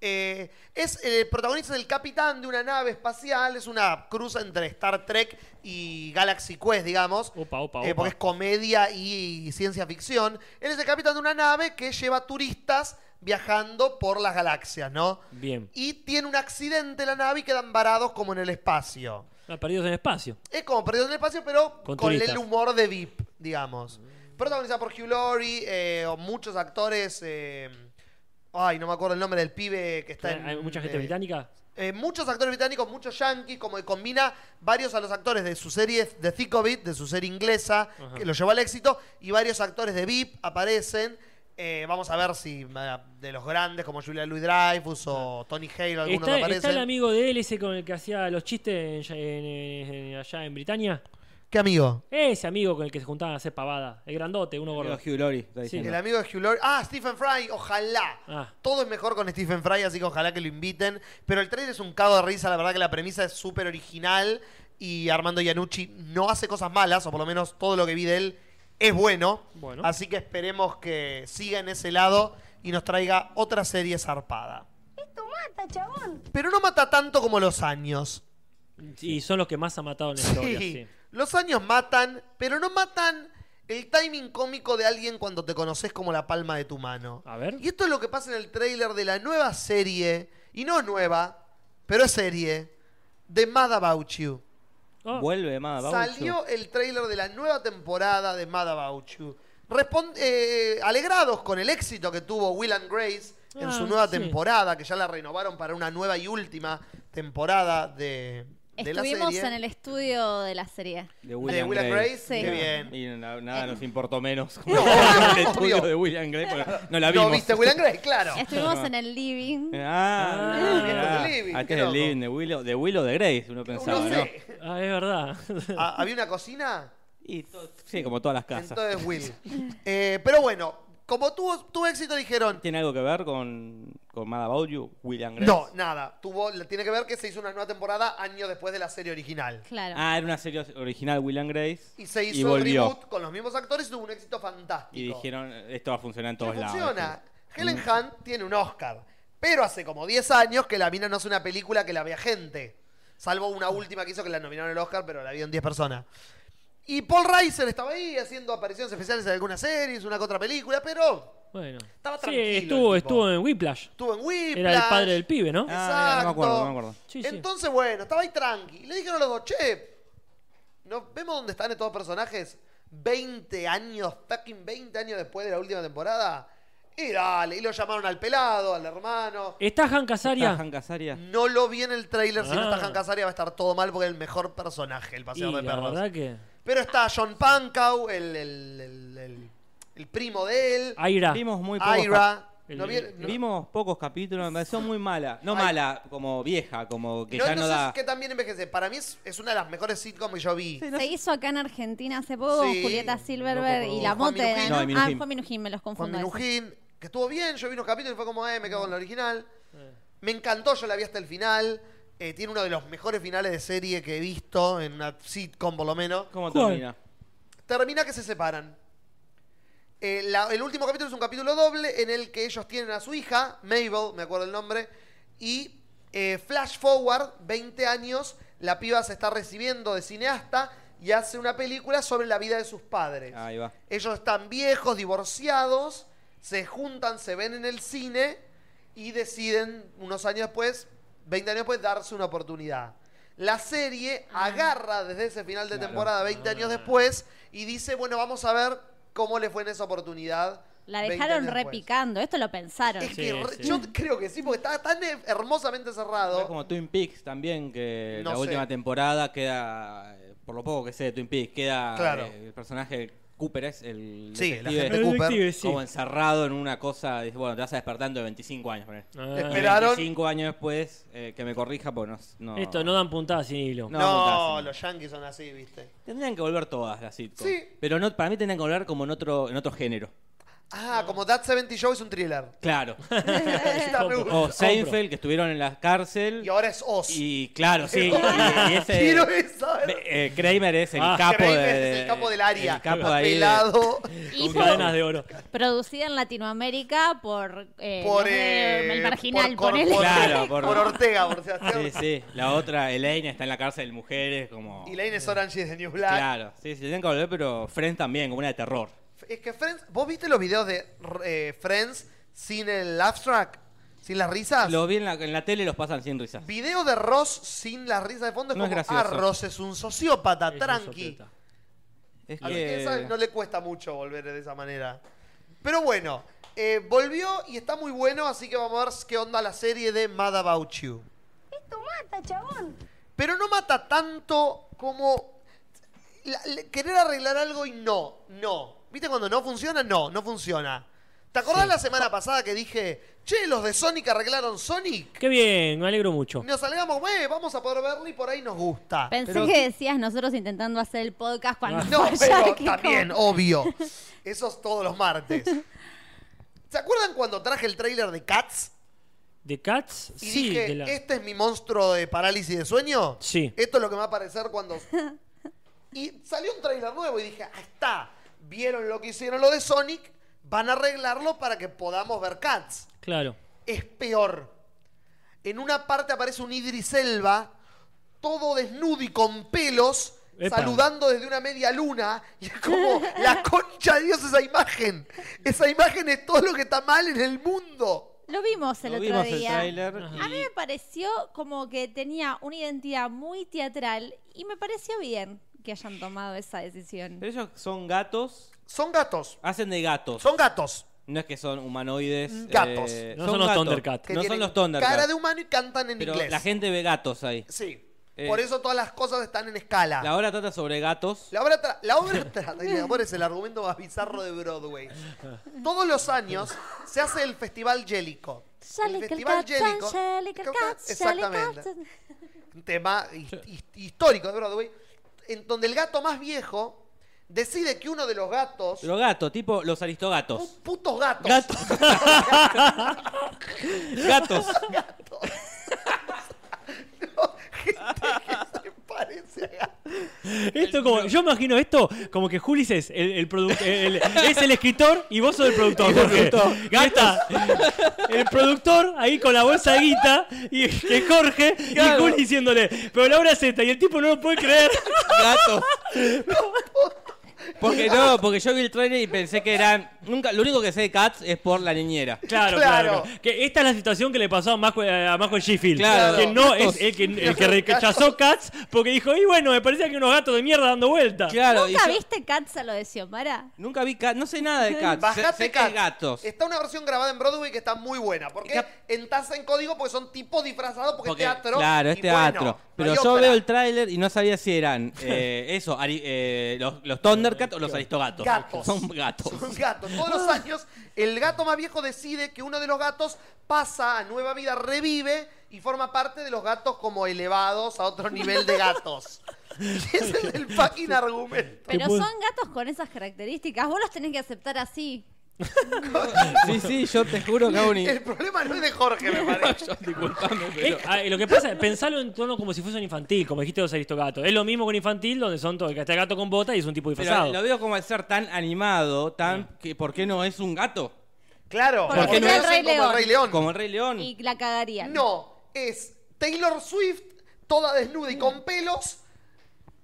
Speaker 3: Eh, es el protagonista del capitán de una nave espacial, es una cruza entre Star Trek y Galaxy Quest, digamos.
Speaker 5: Opa, opa,
Speaker 3: Eh,
Speaker 5: opa.
Speaker 3: porque es comedia y ciencia ficción. Él es el capitán de una nave que lleva turistas viajando por las galaxias, ¿no?
Speaker 5: Bien.
Speaker 3: Y tiene un accidente la nave y quedan varados como en el espacio.
Speaker 5: Ah, Perdidos en espacio.
Speaker 3: Es como Perdidos en el Espacio, pero
Speaker 5: Con
Speaker 3: con,
Speaker 5: turistas.
Speaker 3: el humor de VIP, digamos. Protagonizada por Hugh Laurie, eh, o muchos actores. eh, ay, no me acuerdo el nombre del pibe que está en.
Speaker 5: Hay mucha gente
Speaker 3: eh,
Speaker 5: británica.
Speaker 3: eh, muchos actores británicos, muchos yankees, como que combina varios a los actores de su serie de Thicovit, de su serie inglesa,
Speaker 5: Ajá.
Speaker 3: que lo llevó al éxito, y varios actores de VIP aparecen. Eh, vamos a ver si eh, de los grandes como Julia Louis Dreyfus o Tony Hale, algunos
Speaker 5: Está, está
Speaker 3: aparecen.
Speaker 5: el amigo de él, ese con el que hacía los chistes en- en- en- allá en Britania.
Speaker 3: ¿Qué amigo?
Speaker 5: Ese amigo con el que se juntaban a hacer pavada. El grandote, uno
Speaker 2: Amigo
Speaker 5: gordo.
Speaker 2: Hugh Laurie, está
Speaker 5: Sí.
Speaker 2: diciendo.
Speaker 3: El amigo de Hugh Laurie. Ah, Stephen Fry, ojalá.
Speaker 5: Ah.
Speaker 3: Todo es mejor con Stephen Fry, así que ojalá que lo inviten. Pero el trailer es un cago de risa, la verdad que la premisa es súper original. Y Armando Iannucci no hace cosas malas, o por lo menos todo lo que vi de él es bueno.
Speaker 5: Bueno.
Speaker 3: Así que esperemos que siga en ese lado y nos traiga otra serie zarpada. Pero no mata tanto como los años.
Speaker 5: Y son los que más ha matado en la historia.
Speaker 3: Sí.
Speaker 5: sí.
Speaker 3: Los años matan, pero no matan el timing cómico de alguien cuando te conoces como la palma de tu mano.
Speaker 5: A ver.
Speaker 3: Y esto es lo que pasa en el tráiler de la nueva serie, y no es nueva, pero es serie, de Mad About You.
Speaker 5: Oh,
Speaker 2: Vuelve, más
Speaker 3: Salió el tráiler de la nueva temporada de Mad About You. Respon- eh, alegrados con el éxito que tuvo Will and Grace en
Speaker 5: Ah,
Speaker 3: su nueva
Speaker 5: sí.
Speaker 3: temporada, que ya la renovaron para una nueva y última temporada de, de la
Speaker 4: Estuvimos
Speaker 3: serie.
Speaker 4: en el estudio de la serie.
Speaker 2: de
Speaker 3: de
Speaker 2: William
Speaker 3: Will and Grace,
Speaker 4: Sí.
Speaker 3: qué bien. Eh,
Speaker 2: Y na- nada nos importó menos como
Speaker 3: No,
Speaker 2: el
Speaker 3: obvio.
Speaker 2: estudio de William Grace, porque no la
Speaker 3: ¿No
Speaker 2: vimos.
Speaker 3: viste Will and Grace? Claro.
Speaker 4: Estuvimos en el living.
Speaker 2: Ah,
Speaker 5: Ah,
Speaker 2: mirá.
Speaker 3: este el living,
Speaker 2: Acá
Speaker 3: qué
Speaker 2: es el
Speaker 3: loco.
Speaker 2: living de Willow, de Willow de Grace, uno pensaba,
Speaker 3: No
Speaker 2: ¿no?
Speaker 3: sé.
Speaker 5: Ah, es verdad.
Speaker 3: Ah, ¿Había una cocina?
Speaker 2: Y to- sí, como todas las casas.
Speaker 3: Entonces Will. Eh, pero bueno, como tuvo, tuvo éxito, dijeron.
Speaker 2: ¿Tiene algo que ver con, con Mad About You, William Grace?
Speaker 3: No, nada. Tuvo, tiene que ver que se hizo una nueva temporada años después de la serie original.
Speaker 4: Claro.
Speaker 2: Ah, era una serie original William Grace.
Speaker 3: Y se hizo
Speaker 2: y
Speaker 3: el
Speaker 2: volvió.
Speaker 3: reboot con los mismos actores y tuvo un éxito fantástico.
Speaker 2: Y dijeron, esto va a funcionar en
Speaker 3: que
Speaker 2: todos lados. Mm.
Speaker 3: funciona. Helen Hunt tiene un Oscar. Pero hace como 10 años que la mina no hace una película que la vea gente. Salvo una última que hizo que la nominaron al Oscar, pero la vieron 10 personas. Y Paul Reiser estaba ahí haciendo apariciones especiales en algunas series, una que otra película, pero
Speaker 5: Bueno.
Speaker 3: Estaba
Speaker 5: sí,
Speaker 3: tranquilo el
Speaker 5: estuvo,
Speaker 3: tipo.
Speaker 5: estuvo en Whiplash.
Speaker 3: estuvo en Whiplash.
Speaker 5: Era el padre del pibe, ¿no?
Speaker 2: Ah, mira, no me acuerdo, no me acuerdo.
Speaker 5: Sí, sí.
Speaker 3: Entonces, bueno, estaba ahí tranqui. Y le dijeron a los dos, che, ¿nos vemos dónde están estos personajes? 20 años, fucking 20 años después de la última temporada. Y dale, y lo llamaron al pelado, al hermano.
Speaker 5: ¿Está Hank
Speaker 2: ¿Está
Speaker 5: Azaria?
Speaker 2: Hank Azaria?
Speaker 3: No lo vi en el tráiler, si no
Speaker 5: Ah.
Speaker 3: está Hank Azaria va a estar todo mal porque es el mejor personaje, el
Speaker 5: Y
Speaker 3: paseador
Speaker 5: la
Speaker 3: de perros.
Speaker 5: verdad que...
Speaker 3: Pero está John Pankow, el, el- el- el- el primo de él,
Speaker 5: Aira.
Speaker 2: Vimos muy pocos
Speaker 3: Ira.
Speaker 5: El-
Speaker 3: ¿No vieron?
Speaker 2: cap- Vimos pocos capítulos, me pareció muy mala. No
Speaker 3: Ay.
Speaker 2: mala, como vieja, como que
Speaker 3: No,
Speaker 2: ya no
Speaker 3: entonces,
Speaker 2: da.
Speaker 3: que también envejece. Para mí es, es una de las mejores sitcoms que yo vi.
Speaker 4: Se hizo acá en Argentina hace poco con
Speaker 3: Sí.
Speaker 4: Julieta Silverberg
Speaker 3: Loco,
Speaker 4: y
Speaker 3: con
Speaker 4: la
Speaker 3: Juan
Speaker 4: mote. de
Speaker 3: Minujín.
Speaker 4: la-
Speaker 2: No, y
Speaker 4: ah,
Speaker 2: Minujín.
Speaker 4: Juan Minujín, me los
Speaker 3: Juan
Speaker 4: confundo.
Speaker 3: Minujín, que estuvo bien, yo vi unos capítulos y fue como, eh, me cago en la original. Me encantó, yo la vi hasta el final. Eh, tiene uno de los mejores finales de serie que he visto, en una sitcom por lo menos.
Speaker 2: ¿Cómo
Speaker 5: ¿Cuál?
Speaker 2: termina?
Speaker 3: Termina que se separan. Eh, la- el último capítulo es un capítulo doble en el que ellos tienen a su hija, Mabel, me acuerdo el nombre, y eh, flash forward, 20 años, la piba se está recibiendo de cineasta y hace una película sobre la vida de sus padres.
Speaker 2: Ahí va.
Speaker 3: Ellos están viejos, divorciados, se juntan, se ven en el cine y deciden unos años después, 20 años después, darse una oportunidad. La serie agarra desde ese final de
Speaker 2: Ah. Claro. Ah.
Speaker 3: temporada, 20 años después, y dice, bueno, vamos a ver cómo le fue en esa oportunidad.
Speaker 4: La
Speaker 3: 20
Speaker 4: dejaron
Speaker 3: años después.
Speaker 4: repicando, esto lo pensaron.
Speaker 3: Es
Speaker 5: Sí,
Speaker 3: que re-
Speaker 5: sí.
Speaker 3: yo creo que sí, porque está tan her- hermosamente
Speaker 2: Es
Speaker 3: cerrado.
Speaker 2: como Twin Peaks también, que
Speaker 3: No
Speaker 2: la
Speaker 3: sé.
Speaker 2: última temporada queda, eh, por lo poco que sé de Twin Peaks, queda
Speaker 3: Claro.
Speaker 2: eh, el personaje Cooper, es el
Speaker 3: Sí,
Speaker 2: detective,
Speaker 3: la gente
Speaker 5: El
Speaker 3: Cooper,
Speaker 5: detective, sí.
Speaker 2: como encerrado en una cosa, dice, bueno, te vas a despertar dentro de 25 años. ponele.
Speaker 5: Ah,
Speaker 3: Espera. Esperaron.
Speaker 2: 25 años después, eh, que me corrija, pues no... no-
Speaker 5: Esto no dan puntada sin hilo.
Speaker 2: No,
Speaker 3: No,
Speaker 2: apuntaste.
Speaker 3: los yankees son así, viste.
Speaker 2: Tendrían que volver todas las sitcoms.
Speaker 3: Sí.
Speaker 2: Pero no, para mí tendrían que volver como en otro, en otro género.
Speaker 3: Ah, como That 70 Show es un thriller.
Speaker 2: Claro.
Speaker 3: Está muy bueno.
Speaker 2: O Seinfeld, que estuvieron en la cárcel.
Speaker 3: Y ahora es Oz.
Speaker 2: Y claro, sí. y- y ese-
Speaker 3: Quiero saber.
Speaker 2: eh, Kramer es el
Speaker 5: Ah.
Speaker 2: capo
Speaker 3: Kramer
Speaker 2: de-
Speaker 3: es el capo del área.
Speaker 2: el capo de ahí de-
Speaker 3: Pelado.
Speaker 4: Y
Speaker 5: Con
Speaker 4: por-
Speaker 5: cadenas de oro.
Speaker 4: producida en Latinoamérica por, eh,
Speaker 3: por,
Speaker 4: los de
Speaker 3: eh,
Speaker 4: el marginal,
Speaker 3: por,
Speaker 4: ponele.
Speaker 3: por-
Speaker 2: Claro,
Speaker 3: por,
Speaker 2: por-
Speaker 3: Ortega, por Sebastián.
Speaker 2: Sí, sí. La otra, Elaine, está en la cárcel de mujeres, como...
Speaker 3: Y Lane es Orange is the New Black.
Speaker 2: Claro, sí, sí, tienen que volver, pero Friends también, como una de terror.
Speaker 3: Es que Friends, ¿vos viste los videos de eh, Friends sin el laugh track? ¿Sin las risas?
Speaker 2: Lo vi en la, en la tele los pasan sin risas.
Speaker 3: Video de Ross sin la risa de fondo es
Speaker 2: No es
Speaker 3: como, ah,
Speaker 2: gracioso.
Speaker 3: Ross es un sociópata,
Speaker 5: Es un
Speaker 3: tranqui.
Speaker 5: sopiota.
Speaker 2: Es
Speaker 3: A los que
Speaker 2: que...
Speaker 3: saben, no le cuesta mucho volver de esa manera. Pero bueno, eh, volvió y está muy bueno, así que vamos a ver qué onda la serie de Mad About You.
Speaker 1: Esto mata, chabón.
Speaker 3: Pero no mata tanto como la- le- querer arreglar algo y no, no. ¿Viste cuando no funciona? No, no funciona. ¿Te acordás la semana pasada que dije, che, los de Sonic arreglaron Sonic?
Speaker 5: Qué bien, me alegro mucho.
Speaker 3: Nos salgamos, güey, vamos a poder verlo y por ahí nos gusta.
Speaker 4: Pensé
Speaker 2: Pero-
Speaker 4: que decías nosotros intentando hacer el podcast cuando
Speaker 3: No,
Speaker 4: fue allá,
Speaker 3: pero
Speaker 4: que
Speaker 3: también,
Speaker 4: como-
Speaker 3: obvio. Eso es todos los martes. ¿Se acuerdan cuando traje el tráiler de Cats?
Speaker 5: ¿De Cats?
Speaker 3: Y
Speaker 5: sí,
Speaker 3: dije,
Speaker 5: de la-
Speaker 3: ¿este es mi monstruo de parálisis de sueño?
Speaker 5: Sí.
Speaker 3: Esto es lo que me va a aparecer cuando... y salió un tráiler nuevo y dije, ahí está. Vieron lo que hicieron lo de Sonic, van a arreglarlo para que podamos ver Cats.
Speaker 5: Claro.
Speaker 3: Es peor. En una parte aparece un Idris Elba, todo desnudo y con pelos,
Speaker 5: Epa.
Speaker 3: saludando desde una media luna. Y es como, la concha de Dios esa imagen. Esa imagen es todo lo que está mal en el mundo.
Speaker 4: Lo vimos el
Speaker 2: Lo
Speaker 4: otro
Speaker 2: vimos el
Speaker 4: día.
Speaker 2: tráiler y-
Speaker 4: A mí me pareció como que tenía una identidad muy teatral y me pareció bien que hayan tomado esa decisión.
Speaker 2: Pero ellos son gatos,
Speaker 3: Son gatos.
Speaker 2: hacen de gatos.
Speaker 3: Son gatos.
Speaker 2: No es que son humanoides. eh,
Speaker 3: Gatos.
Speaker 5: No son los Thundercats.
Speaker 3: que
Speaker 2: No son
Speaker 3: tienen
Speaker 2: los Thundercats.
Speaker 3: Cara de humano y cantan en
Speaker 2: pero
Speaker 3: inglés.
Speaker 2: la gente ve gatos ahí.
Speaker 3: Sí.
Speaker 2: Eh.
Speaker 3: Por eso todas las cosas están en escala.
Speaker 2: La obra trata sobre gatos.
Speaker 3: La obra, tra- la obra trata, y amor es el argumento más bizarro de Broadway. Todos los años se hace el Festival Jellico. El
Speaker 4: Jellicle
Speaker 3: Festival
Speaker 4: Cats,
Speaker 3: Jellico.
Speaker 4: Jellicle Cats,
Speaker 3: Exactamente.
Speaker 4: Jellicle Cats.
Speaker 3: Un tema hi- hi- histórico de Broadway. En donde el gato más viejo decide que uno de los gatos.
Speaker 2: Pero gatos, tipo los aristogatos.
Speaker 3: Pu- Putos gatos.
Speaker 2: Gatos. gatos.
Speaker 3: Gente que se parece a gatos.
Speaker 5: Esto como, yo imagino esto como que Julis es el, el produ- el- es el escritor y vos sos el productor. Jorge. Gata, el productor ahí con la bolsa de guita y que Jorge y Juli diciéndole, pero la obra es esta y el tipo no lo puede creer.
Speaker 2: Gatos. Porque no, porque yo vi el trailer y pensé que eran. Nunca, lo único que sé de Cats es por la niñera.
Speaker 5: Claro,
Speaker 3: Claro.
Speaker 5: claro. claro. Que esta es la situación que le pasó a Michael, a Michael Sheffield.
Speaker 2: Claro.
Speaker 5: Que no es el que, el que rechazó Cats porque dijo, y bueno, me parecía que unos gatos de mierda dando vuelta.
Speaker 2: Claro, y
Speaker 4: ¿Nunca
Speaker 2: yo-
Speaker 4: viste Cats a lo de Xiomara?
Speaker 2: nunca vi Cats, no sé nada de Cats. Sé-
Speaker 3: Bajate
Speaker 2: sé que
Speaker 3: Cats.
Speaker 2: hay gatos.
Speaker 3: Está una versión grabada en Broadway que está muy buena. Porque
Speaker 2: Cap-
Speaker 3: en taza en código, porque son tipos disfrazados, porque,
Speaker 2: Porque,
Speaker 3: es teatro.
Speaker 2: Claro,
Speaker 3: y
Speaker 2: es
Speaker 3: bueno,
Speaker 2: teatro.
Speaker 3: no
Speaker 2: pero
Speaker 3: hay
Speaker 2: yo
Speaker 3: ópera.
Speaker 2: veo el tráiler y no sabía si eran eh, eso, ari- eh, los, los Thundercats o los Aristogatos.
Speaker 3: Gatos.
Speaker 2: Son gatos.
Speaker 3: Son gatos. Todos
Speaker 2: Ah.
Speaker 3: los años, el gato más viejo decide que uno de los gatos pasa a nueva vida, revive y forma parte de los gatos como elevados a otro nivel de gatos. Y ese es el fucking argumento.
Speaker 4: Pero
Speaker 5: puedo-
Speaker 4: son gatos con esas características. Vos los tenés que aceptar así.
Speaker 2: Sí, sí, yo te juro que hago un...
Speaker 3: El problema no es de Jorge, me parece.
Speaker 2: Disculpame,
Speaker 5: Eh,
Speaker 2: pero...
Speaker 5: ah, eh, lo que pasa es pensarlo en torno como si fuese un infantil, como dijiste los aristogatos. Es lo mismo con infantil, donde son todo, que está el gato con bota y es un tipo
Speaker 2: pero
Speaker 5: disfrazado.
Speaker 2: lo veo como al ser tan animado, tan... Que, ¿Por qué no es un gato?
Speaker 3: Claro,
Speaker 4: Porque
Speaker 3: porque
Speaker 4: no
Speaker 3: no
Speaker 4: es el
Speaker 3: hacen
Speaker 4: Rey
Speaker 3: como el Rey León.
Speaker 2: Como el Rey León.
Speaker 4: Y la cagarían.
Speaker 3: No, es Taylor Swift, toda desnuda y
Speaker 4: Mm.
Speaker 3: con pelos,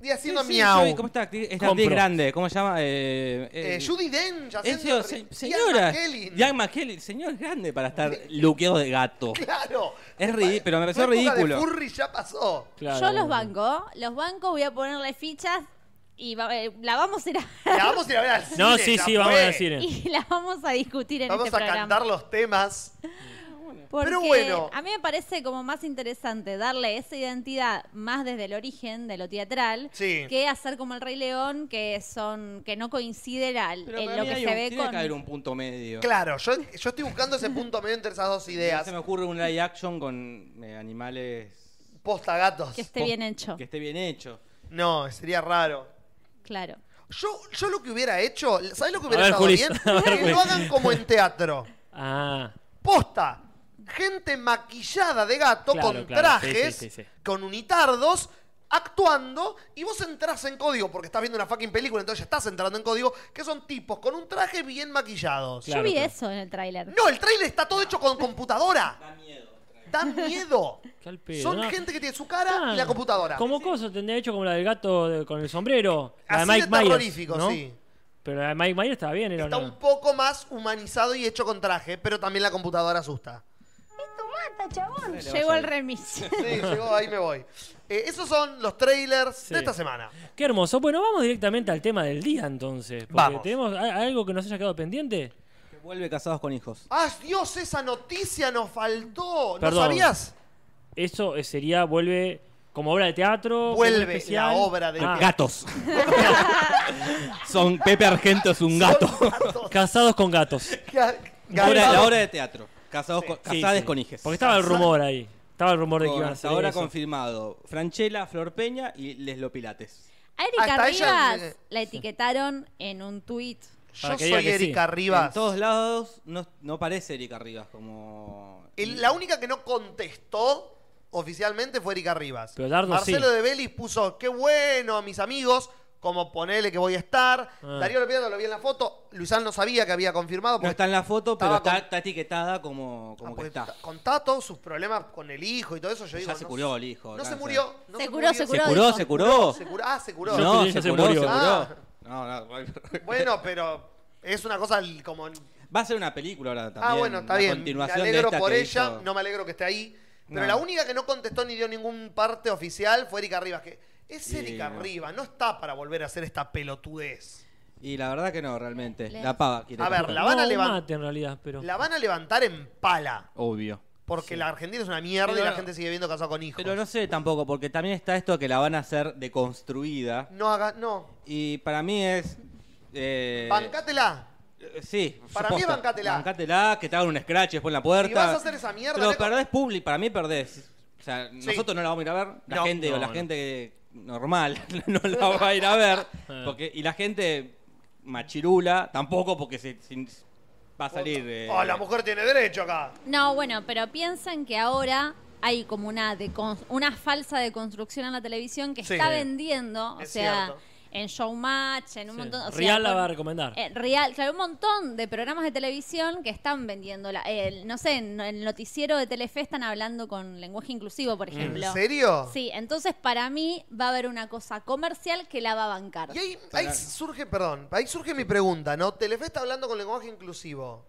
Speaker 3: y haciendo
Speaker 2: Sí, sí,
Speaker 3: miau.
Speaker 2: soy- ¿Cómo está? actriz- Esta
Speaker 5: Compro.
Speaker 2: actriz grande, ¿cómo se llama? Eh, eh,
Speaker 3: Eh, Judy Dench
Speaker 2: eh,
Speaker 3: haciendo
Speaker 2: se-
Speaker 3: Ian
Speaker 2: señora,
Speaker 3: McKellen.
Speaker 2: Jack McKellen, señor grande para estar luqueado de gato.
Speaker 3: Claro.
Speaker 2: Es ri- pero me pareció
Speaker 3: La época
Speaker 2: ridículo.
Speaker 3: De Furry ya pasó.
Speaker 5: Claro.
Speaker 4: Yo los banco, los banco, voy a ponerle fichas y va- eh, la vamos a ir a
Speaker 3: La vamos a ir a ver al cine.
Speaker 5: No, sí,
Speaker 3: ya
Speaker 5: sí, vamos a
Speaker 3: fue.
Speaker 5: decir.
Speaker 4: y la vamos a discutir en
Speaker 3: Vamos
Speaker 4: este
Speaker 3: a
Speaker 4: programa.
Speaker 3: cantar los temas.
Speaker 4: Porque
Speaker 3: Pero bueno.
Speaker 4: a mí me parece como más interesante darle esa identidad más desde el origen de lo teatral
Speaker 3: Sí.
Speaker 4: que hacer como el Rey León que son que no coincide la-
Speaker 2: Pero
Speaker 4: en
Speaker 2: para
Speaker 4: lo
Speaker 2: mí
Speaker 4: que
Speaker 2: hay
Speaker 4: se
Speaker 2: un-
Speaker 4: ve
Speaker 2: tiene que haber
Speaker 4: con
Speaker 2: un punto medio.
Speaker 3: Claro, yo, yo estoy buscando ese punto medio entre esas dos
Speaker 2: No
Speaker 3: ideas.
Speaker 2: Se me ocurre un live action con eh, animales
Speaker 3: Posta gatos.
Speaker 4: que esté bien hecho.
Speaker 2: que esté bien hecho.
Speaker 3: No, sería raro.
Speaker 4: Claro.
Speaker 3: Yo, yo lo que hubiera hecho, ¿sabes lo que hubiera
Speaker 5: ver,
Speaker 3: estado
Speaker 5: Juli,
Speaker 3: bien?
Speaker 5: a ver,
Speaker 3: Que
Speaker 5: Juli.
Speaker 3: lo hagan como en teatro.
Speaker 5: Ah,
Speaker 3: Posta. Gente maquillada de gato
Speaker 5: Claro,
Speaker 3: con
Speaker 5: claro, sí,
Speaker 3: trajes,
Speaker 5: sí, sí, sí.
Speaker 3: con unitardos, actuando, y vos entras en código, porque estás viendo una fucking película, entonces ya estás entrando en código, que son tipos con un traje bien maquillados.
Speaker 5: Claro,
Speaker 4: Yo vi
Speaker 5: claro.
Speaker 4: eso en el tráiler.
Speaker 3: No, el trailer está todo hecho con computadora. Da miedo.
Speaker 5: qué al pedo,
Speaker 3: Son
Speaker 5: ¿no?
Speaker 3: gente que tiene su cara y la
Speaker 5: Claro.
Speaker 3: computadora.
Speaker 5: Como coso, tendría hecho como la del gato de- con el sombrero. La
Speaker 3: Así
Speaker 5: de Mike
Speaker 3: de
Speaker 5: Myers.
Speaker 3: terrorífico,
Speaker 5: ¿no?
Speaker 3: sí.
Speaker 5: Pero la de Mike Myers estaba bien, era
Speaker 3: Está
Speaker 5: una-
Speaker 3: un poco más humanizado y hecho con traje, pero también la computadora asusta.
Speaker 1: Esto mata, chabón.
Speaker 4: Llegó el remis.
Speaker 3: Sí, llegó, ahí me voy. Eh, esos son los trailers
Speaker 5: Sí.
Speaker 3: de esta semana.
Speaker 5: Qué hermoso. Bueno, vamos directamente al tema del día entonces. Porque
Speaker 3: Vamos.
Speaker 5: ¿Tenemos a- algo que nos haya quedado pendiente?
Speaker 2: Que Vuelve casados con hijos.
Speaker 3: ¡Ah, Dios! Esa noticia nos faltó. ¿No
Speaker 5: Perdón.
Speaker 3: sabías?
Speaker 5: Eso eh, sería, vuelve como obra de teatro. como un
Speaker 3: Vuelve
Speaker 5: especial.
Speaker 3: la obra de
Speaker 5: Ah,
Speaker 2: Gatos. Son Pepe Argento es un gato.
Speaker 5: Casados con gatos.
Speaker 2: La obra- la obra de teatro. Casados con, casades
Speaker 5: Sí, sí.
Speaker 2: con hijes.
Speaker 5: Porque estaba el rumor ahí. Estaba el rumor de que
Speaker 2: Con-
Speaker 5: iban a
Speaker 2: hasta
Speaker 5: hacer
Speaker 2: ahora
Speaker 5: eso.
Speaker 2: confirmado. Franchella, Flor Peña y Leslo Pilates.
Speaker 4: A Erika
Speaker 3: Hasta ella-
Speaker 4: Rivas la etiquetaron en un tuit.
Speaker 3: Yo
Speaker 5: Para que diga
Speaker 3: soy
Speaker 5: que sí.
Speaker 3: Erika
Speaker 2: En
Speaker 3: Rivas.
Speaker 2: todos lados no, no parece Erika Rivas como.
Speaker 3: El- la única que no contestó oficialmente fue Erika Rivas.
Speaker 5: Pero Dardo
Speaker 3: Marcelo
Speaker 5: sí.
Speaker 3: de Vélez puso, qué bueno, mis amigos, como ponele que voy a estar.
Speaker 5: Ah.
Speaker 3: Darío Lepiato lo vi en la foto. Luisán no sabía que había confirmado.
Speaker 2: No
Speaker 3: porque-
Speaker 2: está en la foto, pero
Speaker 3: Estaba
Speaker 2: está,
Speaker 3: con-
Speaker 2: está etiquetada como,
Speaker 3: Ah,
Speaker 2: como que
Speaker 3: porque
Speaker 2: está.
Speaker 3: ta- Contaba todos sus problemas con el hijo y todo eso. Yo
Speaker 2: Ya
Speaker 3: digo,
Speaker 2: se
Speaker 3: no-
Speaker 2: curó el hijo,
Speaker 3: No
Speaker 2: cáncer.
Speaker 3: se murió. no
Speaker 4: Se curó, se
Speaker 2: ¿Se
Speaker 4: curó,
Speaker 2: curó?
Speaker 4: dijo.
Speaker 2: ¿Se curó?
Speaker 3: pues, Se curó, ah, se curó.
Speaker 5: Yo
Speaker 2: No,
Speaker 5: creí que
Speaker 2: se
Speaker 5: se
Speaker 2: curó, se
Speaker 5: murió.
Speaker 2: curó.
Speaker 3: Ah.
Speaker 2: No, no.
Speaker 3: Bueno, pero es una cosa l- como...
Speaker 2: Va a ser una película ahora también.
Speaker 3: ah, bueno, está
Speaker 2: una
Speaker 3: bien. Me
Speaker 2: Continuación de
Speaker 3: alegro
Speaker 2: esta
Speaker 3: por
Speaker 2: que
Speaker 3: ella,
Speaker 2: hizo-
Speaker 3: no me alegro que esté ahí. Pero
Speaker 2: No.
Speaker 3: la única que no contestó ni dio ningún parte oficial fue Erika Rivas. Que es
Speaker 2: Sí,
Speaker 3: Erika
Speaker 2: no.
Speaker 3: Rivas, no está para volver a hacer esta pelotudez.
Speaker 2: Y la verdad que no, realmente.
Speaker 4: Le-
Speaker 2: La pava quiere.
Speaker 3: A ver,
Speaker 2: contar.
Speaker 3: la van a
Speaker 5: No, un
Speaker 3: levantar.
Speaker 5: mate en realidad, pero.
Speaker 3: La van a levantar en pala.
Speaker 2: Obvio.
Speaker 3: Porque la Argentina es una mierda
Speaker 2: Pero
Speaker 3: y la
Speaker 2: no-
Speaker 3: gente sigue viendo casado con hijos.
Speaker 2: Pero no sé tampoco, porque también está esto que la van a hacer deconstruida.
Speaker 3: No haga. No.
Speaker 2: Y para mí es. Eh,
Speaker 3: Bancátela.
Speaker 2: eh, Sí,
Speaker 3: Para
Speaker 2: yo
Speaker 3: mí
Speaker 2: posta.
Speaker 3: bancátela.
Speaker 2: Bancátela, que te hagan un scratch después en la puerta.
Speaker 3: Y vas a hacer esa mierda,
Speaker 2: Pero
Speaker 3: Nico.
Speaker 2: perdés público, para mí perdés. O sea, nosotros no la vamos a ir a ver, la
Speaker 3: No.
Speaker 2: gente o
Speaker 5: No,
Speaker 2: la
Speaker 5: no.
Speaker 2: gente normal no la va a ir a ver.
Speaker 5: Eh.
Speaker 2: porque, y la gente machirula tampoco porque se, se- va a salir. eh,
Speaker 3: Oh, la mujer tiene derecho acá.
Speaker 4: No, bueno, pero piensan que ahora hay como una decon- una falsa deconstrucción en la televisión que
Speaker 3: Sí.
Speaker 4: está vendiendo,
Speaker 3: Es
Speaker 4: o sea,
Speaker 3: cierto.
Speaker 4: en Showmatch, en un
Speaker 5: Sí.
Speaker 4: montón, o sea,
Speaker 5: Rial la
Speaker 4: con-
Speaker 5: va a recomendar.
Speaker 4: Eh, Real, claro, un montón de programas de televisión que están vendiendo, la, el- no sé, en el noticiero de Telefe están hablando con lenguaje inclusivo, por ejemplo.
Speaker 3: ¿En serio?
Speaker 4: Sí, entonces para mí va a haber una cosa comercial que la va a bancar.
Speaker 3: Y ahí, ahí surge, perdón, ahí surge mi pregunta, ¿no? Telefe está hablando con lenguaje inclusivo.